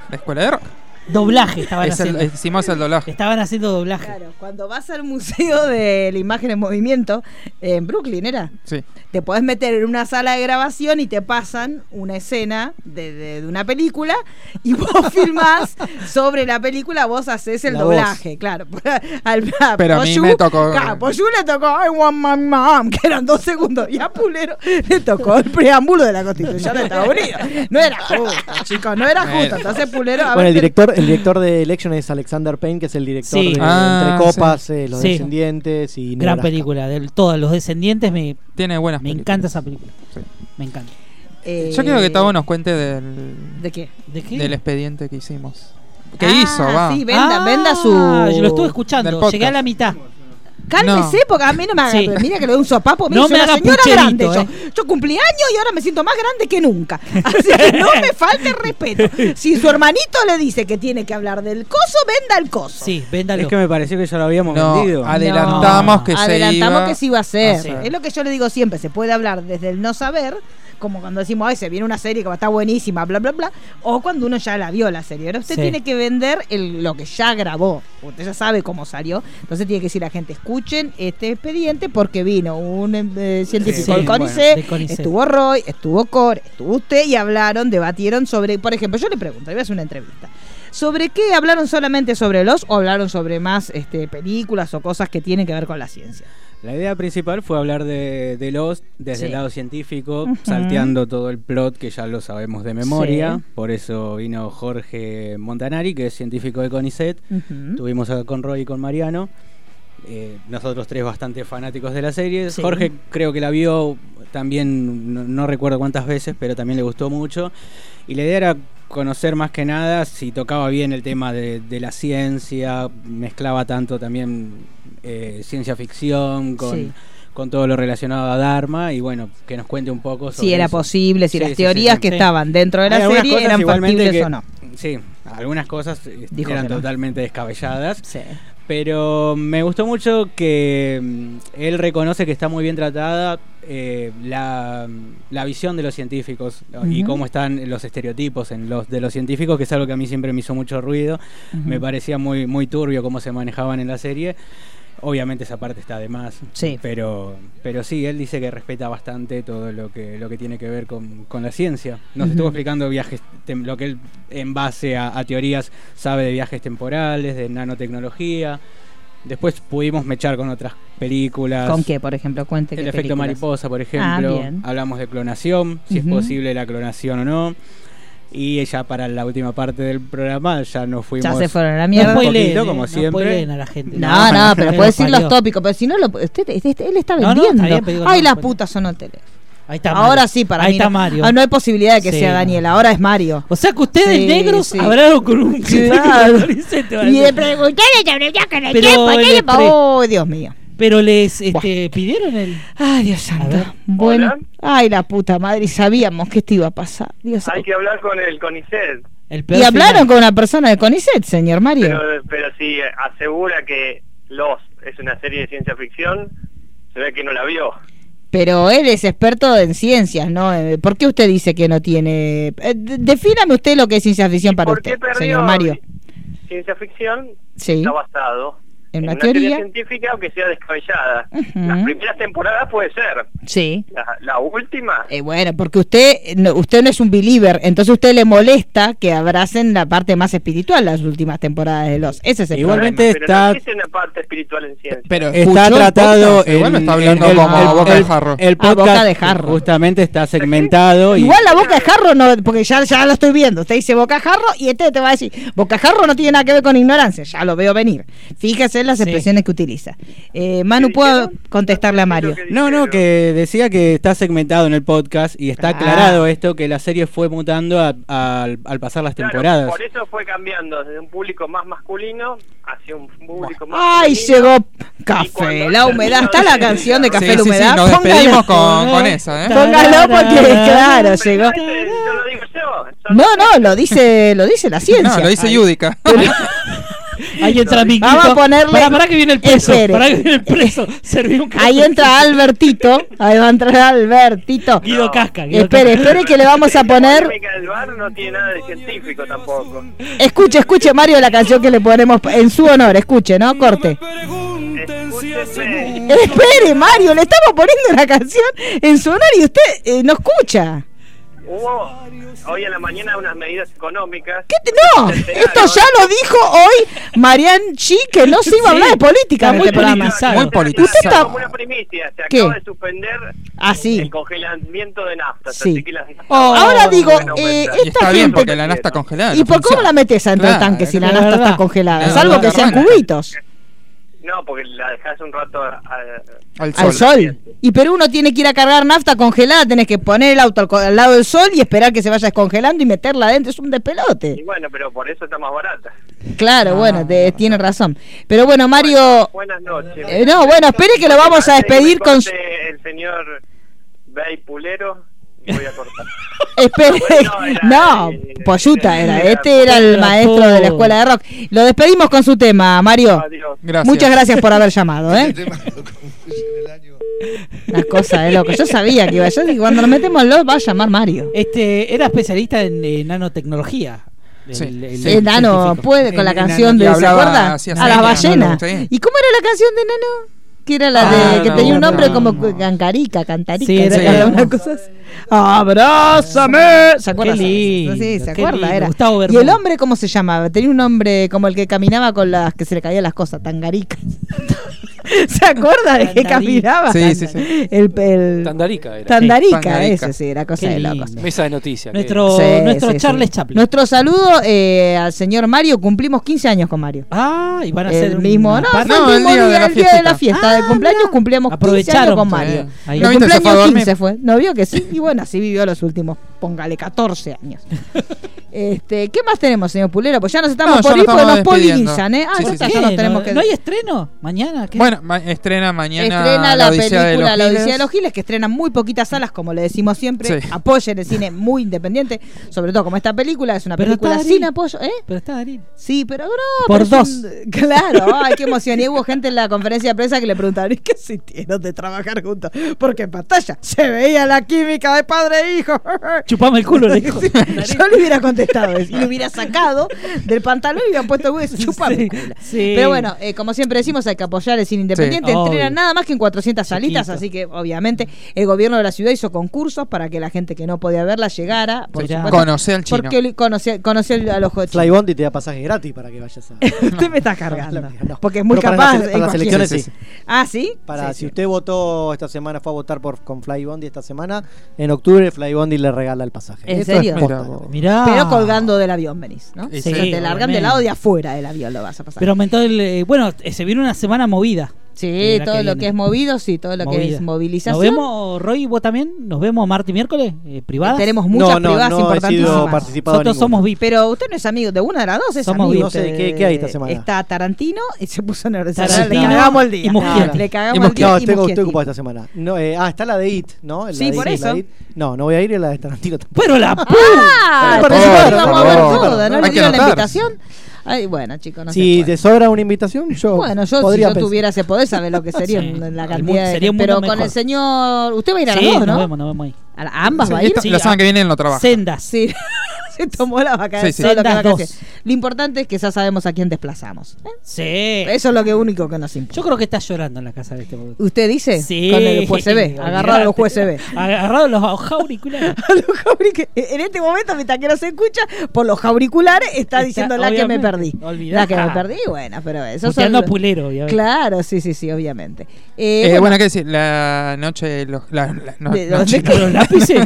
Speaker 4: De escuela de rock.
Speaker 3: Doblaje
Speaker 2: Ah,
Speaker 3: estaban
Speaker 4: Es el-
Speaker 3: haciendo.
Speaker 4: hicimos el doblaje.
Speaker 3: Estaban haciendo doblaje.
Speaker 2: Claro, cuando vas al Museo de la Imagen en Movimiento, en Brooklyn era,
Speaker 4: Sí.
Speaker 2: te podés meter en una sala de grabación y te pasan una escena de, de- de una película y vos filmás sobre la película, vos haces el
Speaker 8: La
Speaker 2: doblaje, claro. Al,
Speaker 4: Pero a mí
Speaker 2: Poyu-
Speaker 4: me tocó-
Speaker 2: claro, a Poyu le tocó I want my mom, que eran dos segundos, y a Pulero le tocó el preámbulo de la Constitución de Estados Unidos. No era justo, chicos, no era justo. Entonces Pulero... a
Speaker 8: Bueno, el
Speaker 2: ver,
Speaker 8: director, el director de Election es Alexander Payne, que es el director
Speaker 3: Sí.
Speaker 8: de
Speaker 4: Ah,
Speaker 8: Entre Copas,
Speaker 4: sí.
Speaker 8: eh, Los
Speaker 3: Sí.
Speaker 8: Descendientes y
Speaker 3: Gran
Speaker 8: Nebraska.
Speaker 3: película. De todos los descendientes me,
Speaker 4: Tiene buenas
Speaker 3: me
Speaker 4: películas.
Speaker 3: encanta esa película.
Speaker 4: Sí.
Speaker 3: Me encanta.
Speaker 2: eh,
Speaker 4: Yo quiero que Tavo nos cuente del,
Speaker 2: ¿De qué?
Speaker 3: ¿De qué?
Speaker 4: del expediente que hicimos. ¿Qué
Speaker 2: Ah,
Speaker 4: hizo? Va.
Speaker 2: Sí, venda,
Speaker 3: Ah,
Speaker 2: venda su.
Speaker 3: Yo lo estuve
Speaker 4: del
Speaker 3: escuchando.
Speaker 4: podcast.
Speaker 3: Llegué a la mitad.
Speaker 2: Cálmese, porque a mí no me haga.
Speaker 3: Sí.
Speaker 2: Mira que le doy un sopapo. Me
Speaker 3: No
Speaker 2: hizo
Speaker 3: me
Speaker 2: una
Speaker 3: haga
Speaker 2: señora
Speaker 3: pucherito,
Speaker 2: grande.
Speaker 3: eh.
Speaker 2: Yo, yo cumplí años y ahora me siento más grande que nunca. Así que no me falte el respeto. Si su hermanito le dice que tiene que hablar del coso, venda el coso.
Speaker 3: Sí, véndalo.
Speaker 5: Es que me pareció que ya lo habíamos
Speaker 4: No,
Speaker 5: vendido.
Speaker 4: adelantamos que se
Speaker 2: Adelantamos
Speaker 4: iba
Speaker 2: que se iba a hacer.
Speaker 4: a hacer.
Speaker 2: Es lo que yo le digo siempre. Se puede hablar desde el no saber, como cuando decimos, ay, se viene una serie que va a estar buenísima, bla, bla, bla. O cuando uno ya la vio la serie. Ahora usted
Speaker 10: Sí.
Speaker 2: tiene que vender el- lo que ya grabó. Usted ya sabe cómo salió. Entonces tiene que decir a la gente, escuchen este expediente porque vino un eh, científico
Speaker 10: Sí,
Speaker 2: del
Speaker 10: bueno,
Speaker 2: CONICET,
Speaker 10: del CONICET.
Speaker 2: estuvo Roy, estuvo Core, estuvo usted y hablaron, debatieron sobre, por ejemplo, yo le pregunto, le voy a hacer una entrevista. ¿Sobre qué hablaron solamente sobre los o hablaron sobre más este, películas o cosas que tienen que ver con la ciencia?
Speaker 5: La idea principal fue hablar de, de Lost desde
Speaker 2: Sí.
Speaker 5: el lado científico,
Speaker 2: Ujú.
Speaker 5: salteando todo el plot que ya lo sabemos de memoria.
Speaker 2: Sí.
Speaker 5: Por eso vino Jorge Montanari, que es científico de CONICET.
Speaker 2: Ujú.
Speaker 5: Tuvimos acá con Roy y con Mariano. Eh, nosotros tres bastante fanáticos de la serie.
Speaker 2: Sí.
Speaker 5: Jorge creo que la vio también, no, no recuerdo cuántas veces, pero también le gustó mucho. Y la idea era conocer más que nada si tocaba bien el tema de, de la ciencia, mezclaba tanto también eh, ciencia ficción con,
Speaker 2: Sí.
Speaker 5: con todo lo relacionado a Dharma y bueno, que nos cuente un poco sobre
Speaker 2: si era
Speaker 5: eso.
Speaker 2: posible, si
Speaker 5: Sí,
Speaker 2: las
Speaker 5: sí, sí,
Speaker 2: teorías
Speaker 5: sí.
Speaker 2: que
Speaker 5: Sí.
Speaker 2: estaban dentro de
Speaker 5: Hay
Speaker 2: la
Speaker 5: algunas
Speaker 2: serie
Speaker 5: cosas
Speaker 2: eran
Speaker 5: igualmente
Speaker 2: factibles
Speaker 5: que-
Speaker 2: o no.
Speaker 5: Sí, algunas cosas eh,
Speaker 2: Dijo
Speaker 5: eran
Speaker 2: que no.
Speaker 5: totalmente descabelladas. Pero me gustó mucho que mm, él reconoce que está muy bien tratada eh, la, mm, la visión de los científicos ¿no? y
Speaker 11: Ujú.
Speaker 5: cómo están los estereotipos en los de los científicos, que es algo que a mí siempre me hizo mucho ruido.
Speaker 11: Ujú.
Speaker 5: Me parecía muy, muy turbio cómo se manejaban en la serie. Obviamente esa parte está de más.
Speaker 2: Sí.
Speaker 5: Pero, pero sí, él dice que respeta bastante todo lo que, lo que tiene que ver con, con la ciencia. Nos
Speaker 11: Ujú.
Speaker 5: estuvo explicando viajes, tem- lo que él en base a, a teorías sabe de viajes temporales, de nanotecnología. Después pudimos mechar con otras películas.
Speaker 2: ¿Con qué, por ejemplo? Cuente
Speaker 5: El
Speaker 2: qué
Speaker 5: efecto
Speaker 2: películas.
Speaker 5: mariposa, por
Speaker 2: Ah,
Speaker 5: ejemplo.
Speaker 2: bien.
Speaker 5: Hablamos de clonación, si
Speaker 2: Ujú.
Speaker 5: es posible la clonación o no. Y ella para la última parte del programa ya nos fuimos.
Speaker 2: se fueron a la
Speaker 5: un
Speaker 2: mierda. No
Speaker 5: poquito,
Speaker 2: spoileen,
Speaker 3: eh,
Speaker 5: como
Speaker 3: no
Speaker 5: siempre.
Speaker 3: spoileen a la gente.
Speaker 2: No, no, pero puede
Speaker 3: Que lo
Speaker 2: decir los
Speaker 3: parió.
Speaker 2: tópicos, pero si no, lo, usted, este- este- él está
Speaker 3: No, no, está
Speaker 2: vendiendo.
Speaker 3: bien, pero digo,
Speaker 2: Ay,
Speaker 3: no,
Speaker 2: las
Speaker 3: pues-
Speaker 2: putas son el teléfono.
Speaker 3: Ahí está Mario.
Speaker 2: Ahora sí, para
Speaker 3: Ahí
Speaker 2: mí.
Speaker 3: está
Speaker 2: no.
Speaker 3: Mario.
Speaker 2: Ah, no hay posibilidad de que
Speaker 3: Sí,
Speaker 2: sea
Speaker 3: no.
Speaker 2: Daniel, ahora es Mario.
Speaker 3: O sea que ustedes
Speaker 2: Sí,
Speaker 3: negros
Speaker 2: sí.
Speaker 3: hablaron con un
Speaker 2: Claro. Y de
Speaker 3: Pero
Speaker 2: tiempo,
Speaker 3: el
Speaker 2: tiempo.
Speaker 3: pre-
Speaker 2: Oh, Dios mío.
Speaker 3: Pero les este, pidieron el.
Speaker 2: Ay, Dios santo. Bueno. Ay, la puta madre. y Sabíamos que esto iba a pasar. Dios
Speaker 14: Hay que hablar con el CONICET,
Speaker 3: el
Speaker 2: Y hablaron con una persona de CONICET, señor Mario.
Speaker 14: pero, pero si asegura que Los es una serie de ciencia ficción, se ve que no la vio.
Speaker 2: Pero él es experto en ciencias, ¿no? Eh, ¿Por qué usted dice que no tiene...? Eh, de- defíname usted lo que es ciencia ficción para
Speaker 14: por qué
Speaker 2: usted,
Speaker 14: perdió?
Speaker 2: señor Mario.
Speaker 14: Ciencia ficción
Speaker 2: Sí.
Speaker 14: está basado
Speaker 2: En una
Speaker 14: una teoría.
Speaker 2: teoría.
Speaker 14: científica aunque sea descabellada.
Speaker 2: Ujú.
Speaker 14: Las primeras temporadas puede ser.
Speaker 2: Sí.
Speaker 14: La, la última,
Speaker 2: Eh, bueno, porque usted eh, no, usted no es un believer, entonces usted le molesta que abracen la parte más espiritual las últimas temporadas de los. Ese es el
Speaker 5: Igualmente
Speaker 2: problema.
Speaker 14: pero
Speaker 5: está-
Speaker 14: no existe una parte espiritual en ciencia.
Speaker 5: está tratado en,
Speaker 4: Igual está hablando
Speaker 5: en el,
Speaker 4: como
Speaker 5: el-
Speaker 4: boca de
Speaker 5: el-
Speaker 4: jarro.
Speaker 5: el
Speaker 2: Ah,
Speaker 5: podcast
Speaker 2: boca de jarro.
Speaker 5: justamente está segmentado y
Speaker 2: Igual la boca de jarro no, porque ya, ya lo estoy viendo. Usted dice boca jarro y este te va a decir, boca jarro no tiene nada que ver con ignorancia, ya lo veo venir. Fíjese en las expresiones que utiliza. Eh, Manu, ¿puedo contestarle a Mario?
Speaker 5: No, no, que decía que está segmentado en el podcast y está
Speaker 2: Ah.
Speaker 5: aclarado esto, que la serie fue mutando a- a- al- al pasar las
Speaker 14: Claro,
Speaker 5: temporadas.
Speaker 14: por eso fue cambiando desde un público más masculino hacia un público más
Speaker 2: Ay, llegó
Speaker 14: cuando
Speaker 2: café, la humedad.
Speaker 14: terminó
Speaker 2: Está la
Speaker 14: de-
Speaker 2: canción de
Speaker 14: Sí,
Speaker 2: Café
Speaker 4: sí,
Speaker 2: la
Speaker 4: sí,
Speaker 2: humedad.
Speaker 4: nos
Speaker 2: Póngalo.
Speaker 4: despedimos con- con esa, ¿eh?
Speaker 2: Póngalo porque, claro, llegó. No, no, lo dice, lo dice la ciencia.
Speaker 4: No, lo dice Yudica.
Speaker 3: Ahí entra mi
Speaker 2: Vamos a ponerle.
Speaker 3: Para, que viene el preso.
Speaker 2: Espere.
Speaker 3: Para que viene el preso. Serví un
Speaker 2: Ahí entra Albertito. Ahí va a entrar Albertito.
Speaker 3: Guido Casca. Guido
Speaker 2: Espere,
Speaker 3: Casca.
Speaker 2: espere que le vamos a
Speaker 14: La
Speaker 2: poner.
Speaker 14: polémica del bar no tiene nada de científico tampoco.
Speaker 2: Escuche, escuche, Mario, la canción que le ponemos en su honor. Escuche, ¿no? Corte.
Speaker 14: Escúcheme.
Speaker 2: Espere, Mario, le estamos poniendo una canción en su honor y usted eh, no escucha.
Speaker 14: Hubo hoy en la mañana unas medidas económicas.
Speaker 2: ¿Qué te- No, esto ya lo dijo hoy Marianne Chi que no se iba a hablar de política en este programa. Usted está-
Speaker 14: Como una primicia, se
Speaker 2: ¿Qué?
Speaker 14: acaba de suspender
Speaker 2: Así.
Speaker 14: el congelamiento de naftas.
Speaker 2: Sí.
Speaker 14: Así que las naftas
Speaker 2: Oh. Ahora digo, eh, esta
Speaker 4: Y está bien
Speaker 2: gente-
Speaker 4: porque la nafta está congelada.
Speaker 2: ¿Y por cómo la metes dentro del
Speaker 4: Claro,
Speaker 2: tanque si la
Speaker 4: es
Speaker 2: nafta
Speaker 4: verdad.
Speaker 2: está congelada?
Speaker 4: Es
Speaker 2: Salvo que
Speaker 4: verdad,
Speaker 2: sean
Speaker 4: Carmen.
Speaker 2: cubitos.
Speaker 14: No, porque la dejás un rato a- a-
Speaker 4: Al
Speaker 2: Al sol. Y pero uno tiene que ir a cargar nafta congelada, tenés que poner el auto al, co- al lado del sol y esperar que se vaya descongelando y meterla adentro. Es un
Speaker 14: Y
Speaker 2: despelote.
Speaker 14: bueno, pero por eso está más barata.
Speaker 2: Claro, bueno, te- tiene razón. Pero bueno, Mario.
Speaker 14: Buenas noches.
Speaker 2: Eh, no, bueno, espere que lo vamos a
Speaker 14: Antes que me
Speaker 2: despedir con-
Speaker 14: corte El señor Bey Pulero, voy a cortar.
Speaker 2: Espere. No, Poyuta era. Este era el maestro de la escuela de rock. Lo despedimos con su tema, Mario.
Speaker 4: Gracias.
Speaker 2: Muchas gracias por haber llamado, ¿eh? Las cosas, de loco. Yo sabía que iba. Yo dije, cuando nos metemos los va a llamar Mario.
Speaker 3: Este, era especialista en eh, nanotecnología.
Speaker 4: Sí,
Speaker 2: El nano puede con la canción de. ¿Se acuerda? A las ballenas. ¿Y cómo era la canción de Nano? Que era la de.
Speaker 3: Ah,
Speaker 2: que
Speaker 3: no,
Speaker 2: tenía un
Speaker 3: no,
Speaker 2: nombre
Speaker 3: no,
Speaker 2: como Cancarica, Cantarica.
Speaker 3: Sí, era-
Speaker 2: era
Speaker 3: sí.
Speaker 2: una cosa así. ¡Abrázame! ¿Se acuerda?
Speaker 3: Qué lindo,
Speaker 2: sí, se
Speaker 3: qué
Speaker 2: acuerda.
Speaker 3: lindo.
Speaker 2: Era.
Speaker 3: Gustavo
Speaker 2: ¿Y el
Speaker 3: Bermúdez.
Speaker 2: hombre cómo se llamaba? Tenía un nombre como el que caminaba con las que se le caían las cosas, Tangarica. ¿Se acuerda de que
Speaker 7: Tandarica.
Speaker 2: caminaba?
Speaker 7: Sí, sí, sí.
Speaker 2: El, el-
Speaker 7: Tandarica era.
Speaker 2: Tandarica,
Speaker 7: Sí, Tandarica.
Speaker 2: ese sí, era cosa
Speaker 7: Qué
Speaker 2: de locos.
Speaker 7: lindo. Mesa de noticias.
Speaker 3: Nuestro-
Speaker 7: que-
Speaker 2: Sí, sí, sí. Nuestro saludo eh, al señor Mario. Cumplimos 15 años con Mario.
Speaker 3: Ah, y van a
Speaker 2: el
Speaker 3: hacer un-
Speaker 2: mismo,
Speaker 3: una
Speaker 2: no,
Speaker 3: parte-
Speaker 2: fue el
Speaker 3: No,
Speaker 2: mismo día, el día, de la
Speaker 3: fiestita.
Speaker 2: fiesta del cumpleaños cumplíamos 15 años
Speaker 3: Aprovecharon,
Speaker 2: con
Speaker 3: sí.
Speaker 2: Mario.
Speaker 3: Ahí.
Speaker 2: El
Speaker 3: ¿No viste, se fue a
Speaker 2: cumpleaños
Speaker 3: dormir?
Speaker 2: 15 fue. ¿No vio que sí? Y bueno, así vivió los últimos, póngale, 14 años. Este, ¿Qué más tenemos, señor Pulero? Pues ya nos estamos
Speaker 4: No, ya
Speaker 2: por
Speaker 4: nos
Speaker 2: ir porque nos
Speaker 4: estamos despidiendo.
Speaker 2: polinizan, ¿eh? Ah,
Speaker 4: Sí, sí,
Speaker 2: basta,
Speaker 4: sí.
Speaker 2: ya
Speaker 4: ¿Qué?
Speaker 2: nos tenemos que...
Speaker 3: ¿No hay estreno? ¿Mañana? ¿Qué?
Speaker 4: Bueno, ma- estrena mañana
Speaker 2: Estrena la,
Speaker 4: Odisea de
Speaker 2: película
Speaker 4: los
Speaker 2: La Odisea
Speaker 4: Giles.
Speaker 2: de los Giles, que estrena muy poquitas salas, como le decimos siempre.
Speaker 4: Sí.
Speaker 2: Apoyen el cine muy independiente, sobre todo como esta película, es una
Speaker 3: Pero
Speaker 2: película
Speaker 3: está
Speaker 2: sin
Speaker 3: Darín.
Speaker 2: apoyo, ¿eh?
Speaker 3: Pero está Darín.
Speaker 2: Sí, pero no,
Speaker 3: Por
Speaker 2: pero
Speaker 3: dos.
Speaker 2: es un- claro, ay, qué emoción. Y hubo gente en la conferencia de prensa que le preguntaron, ¿y qué sintieron de trabajar juntos? Porque en pantalla se veía la química de padre e hijo.
Speaker 3: Chupame el culo, le dijo.
Speaker 2: Sí, Yo le hubiera contestado eso, y le hubiera sacado del pantalón y hubiera puesto chupame el culo.
Speaker 3: sí.
Speaker 2: Pero bueno, eh, como siempre decimos, hay que apoyar el cine independiente.
Speaker 3: Sí, obvio.
Speaker 2: Entrenan nada más que en 400 salitas,
Speaker 3: Chiquito.
Speaker 2: así que obviamente el gobierno de la ciudad hizo concursos para que la gente que no podía verla llegara. Por
Speaker 4: Mirá.
Speaker 2: supuesto,
Speaker 4: Conoce al chino.
Speaker 2: Porque conoce, conoce a los ocho.
Speaker 8: Flybondi te da pasaje gratis para que vayas a.
Speaker 2: Usted me está cargando.
Speaker 8: No.
Speaker 2: Porque es muy
Speaker 8: Pero para
Speaker 2: capaz.
Speaker 8: las ele-
Speaker 2: en
Speaker 8: para las
Speaker 2: cualquier-
Speaker 8: elecciones, sí.
Speaker 2: Ah, sí.
Speaker 8: Para
Speaker 2: Sí,
Speaker 8: si
Speaker 2: sí.
Speaker 8: usted votó esta semana, fue a votar por con Flybondi esta semana, en octubre Flybondi le regala el pasaje.
Speaker 2: ¿En
Speaker 8: Esto es
Speaker 2: serio?
Speaker 8: posta.
Speaker 3: Mirá.
Speaker 8: Ah.
Speaker 2: Pero colgando del avión venís, ¿no?
Speaker 3: Sí,
Speaker 2: O sea, te largan
Speaker 3: obviamente.
Speaker 2: del lado de afuera del avión, lo vas a pasar.
Speaker 3: Pero aumentó el. eh, bueno, eh, se viene una semana movida.
Speaker 2: sí, todo lo que es movido, sí, todo lo que
Speaker 3: Movida.
Speaker 2: es movilización.
Speaker 3: ¿Nos vemos, Roy, vos también? ¿Nos vemos martes y miércoles? Eh, ¿Privadas?
Speaker 2: Tenemos muchas privadas importantísimas.
Speaker 3: Nosotros somos VIP.
Speaker 2: Pero usted no es amigo de una de las dos, es
Speaker 3: Somos
Speaker 2: amigo.
Speaker 3: VIP. No sé,
Speaker 8: ¿qué- qué hay esta semana?
Speaker 2: Está Tarantino y se puso en el
Speaker 3: Tarantino
Speaker 2: Le cagamos el día.
Speaker 3: y Muschietti.
Speaker 2: Le
Speaker 8: Y
Speaker 2: cagamos el
Speaker 8: Mosquito.
Speaker 2: día.
Speaker 8: No,
Speaker 2: y
Speaker 8: tengo, estoy
Speaker 2: Muschietti.
Speaker 8: ocupado esta semana. No, eh, ah, está la de IT, ¿no? La
Speaker 2: Sí,
Speaker 8: de
Speaker 2: por
Speaker 8: It,
Speaker 2: eso.
Speaker 8: la de It. No, no voy a ir a la de Tarantino.
Speaker 3: Pero la pu-
Speaker 2: ¡Ah!
Speaker 8: Por
Speaker 2: participó,
Speaker 8: favor,
Speaker 2: íbamos
Speaker 8: por
Speaker 2: a ver
Speaker 8: favor.
Speaker 2: todo, ¿no?
Speaker 8: Hay
Speaker 2: ¿Le
Speaker 8: que
Speaker 2: dieron la
Speaker 8: anotar.
Speaker 2: invitación? Ay, bueno, chicos, no
Speaker 8: si
Speaker 2: se puede.
Speaker 8: te sobra una invitación, yo.
Speaker 2: Bueno, yo
Speaker 8: podría
Speaker 2: si yo
Speaker 8: pensar.
Speaker 2: tuviera ese poder, saber lo que sería
Speaker 3: Sí.
Speaker 2: la
Speaker 3: El mundo-
Speaker 2: cantidad de...
Speaker 3: sería un mundo
Speaker 2: Pero con
Speaker 3: mejor.
Speaker 2: el señor... Usted va a ir a las
Speaker 3: Sí,
Speaker 2: dos,
Speaker 3: nos
Speaker 2: ¿no?
Speaker 3: vemos, nos vemos ahí.
Speaker 2: A la- ambas
Speaker 4: Sí,
Speaker 2: va a ir.
Speaker 4: esta- la semana que viene él no trabaja.
Speaker 3: Sendas.
Speaker 2: Sí. Se tomó la vacación.
Speaker 4: Sí, sí.
Speaker 2: todo lo, que
Speaker 3: Sendas
Speaker 2: vacaciones.
Speaker 3: dos.
Speaker 2: Lo importante es que ya sabemos a quién desplazamos. ¿eh?
Speaker 3: Sí.
Speaker 2: Eso es lo que único que nos importa.
Speaker 3: Yo creo que está llorando en la casa de este momento.
Speaker 2: ¿Usted dice?
Speaker 3: Sí.
Speaker 2: Con el USB. Agarrado los E USB.
Speaker 3: Agarrado los auriculares.
Speaker 2: A los auric- en este momento, mientras que no se escucha, por los auriculares está
Speaker 3: Está-
Speaker 2: diciendo la que me
Speaker 3: obviamente,
Speaker 2: perdí.
Speaker 3: olvidá.
Speaker 2: La que me perdí, bueno, pero eso
Speaker 3: Puteando a Pulero, obviamente.
Speaker 2: Claro, sí, sí, sí, obviamente. Eh,
Speaker 4: Eh, bueno,
Speaker 2: bueno,
Speaker 4: ¿qué decir? La noche de los. La, la- no,
Speaker 2: ¿De
Speaker 4: noche
Speaker 2: dónde?
Speaker 4: de los lápices.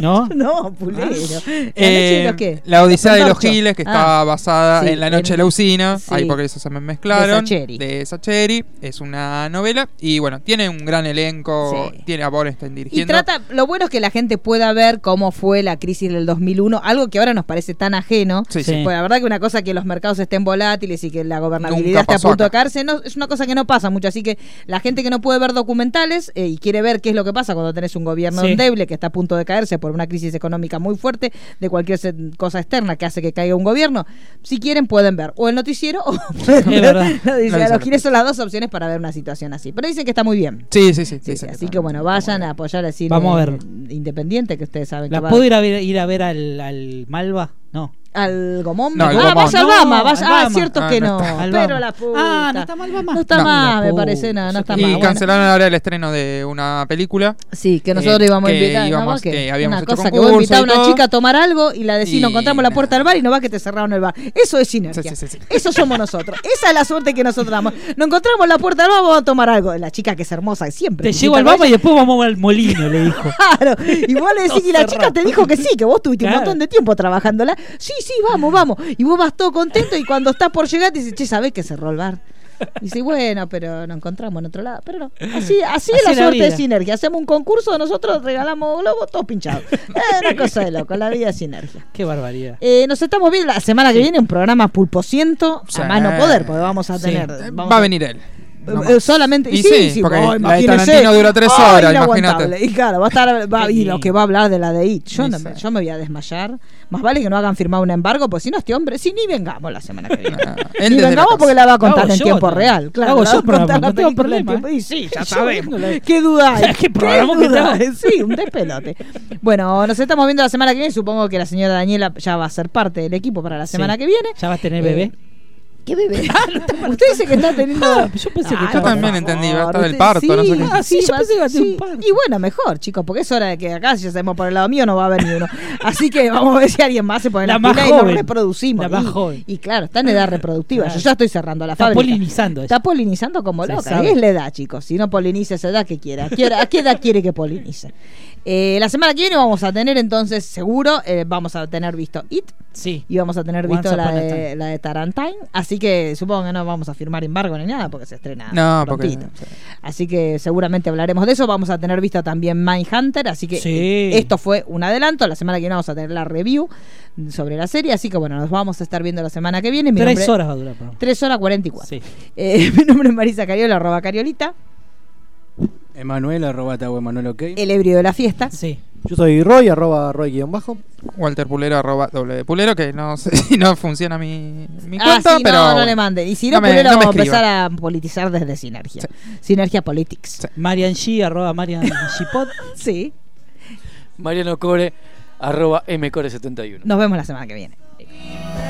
Speaker 3: ¿no?
Speaker 2: No, Pulero. ¿La noche de
Speaker 4: Ah. Eh,
Speaker 2: los qué?
Speaker 4: la Odisea de los
Speaker 2: Fantoches.
Speaker 4: Giles, que
Speaker 2: Ah,
Speaker 4: estaba basada
Speaker 2: sí,
Speaker 4: en La Noche
Speaker 2: en-
Speaker 4: de la Usina.
Speaker 2: sí.
Speaker 4: Ahí porque eso se me mezclaron.
Speaker 2: De Sacheri.
Speaker 4: Sacheri. Es una novela. Y bueno, tiene un gran elenco.
Speaker 2: Sí.
Speaker 4: Tiene a Borenstein
Speaker 2: Y
Speaker 4: dirigiendo.
Speaker 2: trata, lo bueno es que la gente pueda ver cómo fue la crisis del 2001, algo que ahora nos parece tan ajeno.
Speaker 4: Sí, sí.
Speaker 3: Sí.
Speaker 2: Pues la verdad que una cosa que los mercados estén volátiles y que la gobernabilidad
Speaker 4: Nunca
Speaker 2: esté a
Speaker 4: pasó
Speaker 2: punto de
Speaker 4: acá.
Speaker 2: caerse, no, es una cosa que no pasa mucho. Así que la gente que no puede ver documentales eh, y quiere ver qué es lo que pasa cuando tenés un gobierno
Speaker 3: Sí.
Speaker 2: endeble que está a punto de caerse por una crisis económica muy fuerte de cualquier se- cosa externa que hace que caiga un gobierno, si quieren pueden ver o el noticiero o pueden ver
Speaker 3: verdad.
Speaker 2: la Odisea de
Speaker 4: No,
Speaker 2: los
Speaker 4: no.
Speaker 2: Giles. son las dos opciones para ver una situación así. Pero dicen que está muy bien.
Speaker 4: Sí, sí, sí.
Speaker 2: Sí,
Speaker 4: dicen
Speaker 2: sí, así
Speaker 4: está-
Speaker 2: que bueno,
Speaker 4: está
Speaker 2: vayan
Speaker 4: muy
Speaker 2: a
Speaker 4: bien.
Speaker 2: apoyar el cine
Speaker 3: Vamos a ver.
Speaker 2: independiente que ustedes saben que
Speaker 3: ¿La
Speaker 2: va
Speaker 3: puedo ir a ver, ir a ver al, al Malva? No.
Speaker 2: al Gomón.
Speaker 4: No, al
Speaker 2: ah,
Speaker 4: Gomón.
Speaker 2: vaya al
Speaker 3: No,
Speaker 2: Bama, vaya-
Speaker 3: al
Speaker 2: ah,
Speaker 3: Bama.
Speaker 2: cierto
Speaker 4: Ah,
Speaker 2: que
Speaker 4: no
Speaker 2: no,
Speaker 4: está.
Speaker 3: Al
Speaker 2: pero
Speaker 3: Bama.
Speaker 2: la puta.
Speaker 3: Ah, no está Malva más.
Speaker 2: No está
Speaker 4: No.
Speaker 2: más,
Speaker 3: La
Speaker 2: me
Speaker 3: puta.
Speaker 2: parece, no, no está
Speaker 4: Y
Speaker 2: más. Bueno,
Speaker 4: cancelaron ahora el estreno de una película.
Speaker 2: Sí, que nosotros le íbamos a
Speaker 4: Eh, que
Speaker 2: invitar, ¿no?
Speaker 4: íbamos-
Speaker 2: Vos que
Speaker 4: que habíamos
Speaker 2: una
Speaker 4: hecho
Speaker 2: cosa que vos invitás a
Speaker 4: concurso y
Speaker 2: una
Speaker 4: todo.
Speaker 2: chica a tomar algo y la decís,
Speaker 4: Y
Speaker 2: no encontramos la
Speaker 4: nada.
Speaker 2: puerta del bar y no va que te cerraron el bar. Eso es sinergia.
Speaker 4: Sí, sí, sí, sí.
Speaker 2: Eso somos nosotros. Esa es la suerte que nosotros damos. No encontramos la puerta del bar, vamos a tomar algo. La chica que es hermosa siempre.
Speaker 3: Te llevo al
Speaker 2: invita a
Speaker 3: Bama y después vamos al molino, le dijo.
Speaker 2: Claro, y vos le decís,
Speaker 3: Todo
Speaker 2: y la chica
Speaker 3: cerrado.
Speaker 2: te dijo que sí, que vos tuviste un
Speaker 3: Claro.
Speaker 2: montón de tiempo trabajándola. Sí, sí, vamos, vamos. Y vos vas todo contento y cuando estás por llegar te dices, che, ¿sabés que cerró el bar? Y sí, bueno, pero nos encontramos en otro lado. Pero no. Así, así es
Speaker 10: Así
Speaker 2: la
Speaker 10: es la
Speaker 2: suerte de
Speaker 10: vida.
Speaker 2: sinergia. Hacemos un concurso, nosotros regalamos globos, todos pinchados. Es una cosa de loco, la vida es sinergia.
Speaker 3: Qué barbaridad.
Speaker 2: Eh, nos estamos viendo la semana que viene un programa pulpociento
Speaker 4: Sí.
Speaker 2: a mano poder, porque vamos a
Speaker 4: Sí.
Speaker 2: tener.
Speaker 4: Eh,
Speaker 2: vamos
Speaker 4: Va a venir él.
Speaker 2: eh,
Speaker 4: nomás.
Speaker 2: eh, solamente y
Speaker 4: Y
Speaker 2: sí,
Speaker 4: sí,
Speaker 2: sí,
Speaker 4: porque
Speaker 2: oh,
Speaker 4: la de
Speaker 2: imagínese.
Speaker 4: Tarantino dura tres
Speaker 2: Ay,
Speaker 4: horas,
Speaker 2: inaguantable.
Speaker 4: imagínate.
Speaker 2: Y claro, va a estar va- y lo que va a hablar de la de It. Yo,
Speaker 4: Sí,
Speaker 2: no
Speaker 4: sí.
Speaker 2: me, yo me voy a desmayar. Más vale que no hagan firmar un embargo, porque si no este hombre, si ni vengamos la semana que viene.
Speaker 4: Ah, él
Speaker 2: ni
Speaker 4: desde la
Speaker 2: vengamos
Speaker 4: casa.
Speaker 2: porque la va a
Speaker 4: Lo
Speaker 2: contar
Speaker 4: hago
Speaker 2: en
Speaker 4: yo,
Speaker 2: tiempo
Speaker 4: ¿no?
Speaker 2: real. Claro,
Speaker 4: Lo hago
Speaker 2: la va
Speaker 4: yo
Speaker 2: a contar
Speaker 4: programa,
Speaker 2: la
Speaker 4: no tengo
Speaker 2: película en
Speaker 4: problema,
Speaker 2: tiempo-
Speaker 4: ¿eh?
Speaker 2: Y sí, ya
Speaker 4: Yo
Speaker 2: sabemos.
Speaker 4: viéndola.
Speaker 2: ¿Qué duda hay?
Speaker 4: ¿Qué programa que
Speaker 2: duda
Speaker 4: tengo?
Speaker 2: hay? Sí, un despelote. Bueno, nos estamos viendo la semana que viene. Supongo que la señora Daniela ya va a ser parte del equipo para la semana
Speaker 3: Sí.
Speaker 2: que viene. Eh,
Speaker 3: ¿Ya va a tener bebé?
Speaker 2: ¿Qué bebé?
Speaker 3: Ah,
Speaker 2: Usted dice que está teniendo. yo pensé
Speaker 4: que estaba- también entendí, va a estar el parto, no sé qué. Ah,
Speaker 2: sí, yo pensé que iba a un parto. Y bueno, mejor, chicos, porque es hora de que acá, si ya sabemos por el lado mío, no va a haber ni uno. Así que vamos a ver si alguien más se pone
Speaker 3: La
Speaker 2: la
Speaker 3: más
Speaker 2: pila y nos
Speaker 3: joven.
Speaker 2: reproducimos.
Speaker 3: La más
Speaker 2: y,
Speaker 3: joven.
Speaker 2: y claro, está en edad reproductiva. Yo
Speaker 3: Claro.
Speaker 2: ya estoy cerrando la
Speaker 3: Está
Speaker 2: fábrica.
Speaker 3: polinizando
Speaker 2: Está polinizando como
Speaker 3: Se
Speaker 2: loca.
Speaker 3: sabe.
Speaker 2: Es la edad, chicos. Si no poliniza esa edad que quiera. ¿A qué, hora- a qué edad quiere que polinice? Eh, la semana que viene vamos a tener entonces, seguro, eh, vamos a tener visto It.
Speaker 3: Sí.
Speaker 2: Y vamos a tener
Speaker 3: Once
Speaker 2: visto la
Speaker 3: upon a
Speaker 2: de,
Speaker 3: time.
Speaker 2: la de Tarantine. Así que supongo que no vamos a firmar embargo ni nada porque se estrena.
Speaker 4: No, porque-
Speaker 2: prontito. Así que seguramente hablaremos de eso. Vamos a tener visto también Mindhunter. Así que
Speaker 3: Sí.
Speaker 2: eh, esto fue un adelanto. La semana que viene vamos a tener la review sobre la serie. Así que bueno, nos vamos a estar viendo la semana que viene. Mi
Speaker 3: Tres
Speaker 2: nombre-
Speaker 3: horas va a durar el programa.
Speaker 2: Tres horas cuarenta y cuatro.
Speaker 3: Sí.
Speaker 2: Eh, mi nombre es Marisa Cariola, arroba Cariolita.
Speaker 5: Emanuel, arroba Tabo Emanuel, ok.
Speaker 2: El ebrio de la fiesta.
Speaker 3: Sí.
Speaker 8: Yo soy Roy, arroba Roy guión bajo.
Speaker 4: Walter Pulero arroba doble Pulero, que no sé si no funciona mi, mi
Speaker 2: Ah,
Speaker 4: cuenta,
Speaker 2: sí,
Speaker 4: pero.
Speaker 2: no, no
Speaker 4: bueno.
Speaker 2: le manden. Y si no,
Speaker 4: me-
Speaker 2: Pulero,
Speaker 4: me
Speaker 2: vamos a
Speaker 4: escriba.
Speaker 2: empezar a politizar desde Sinergia. Sinergia Politics.
Speaker 3: Marian G, arroba Marian G Pod.
Speaker 2: Sí.
Speaker 7: Mariano Core, arroba mcore71.
Speaker 2: Nos vemos la semana que viene.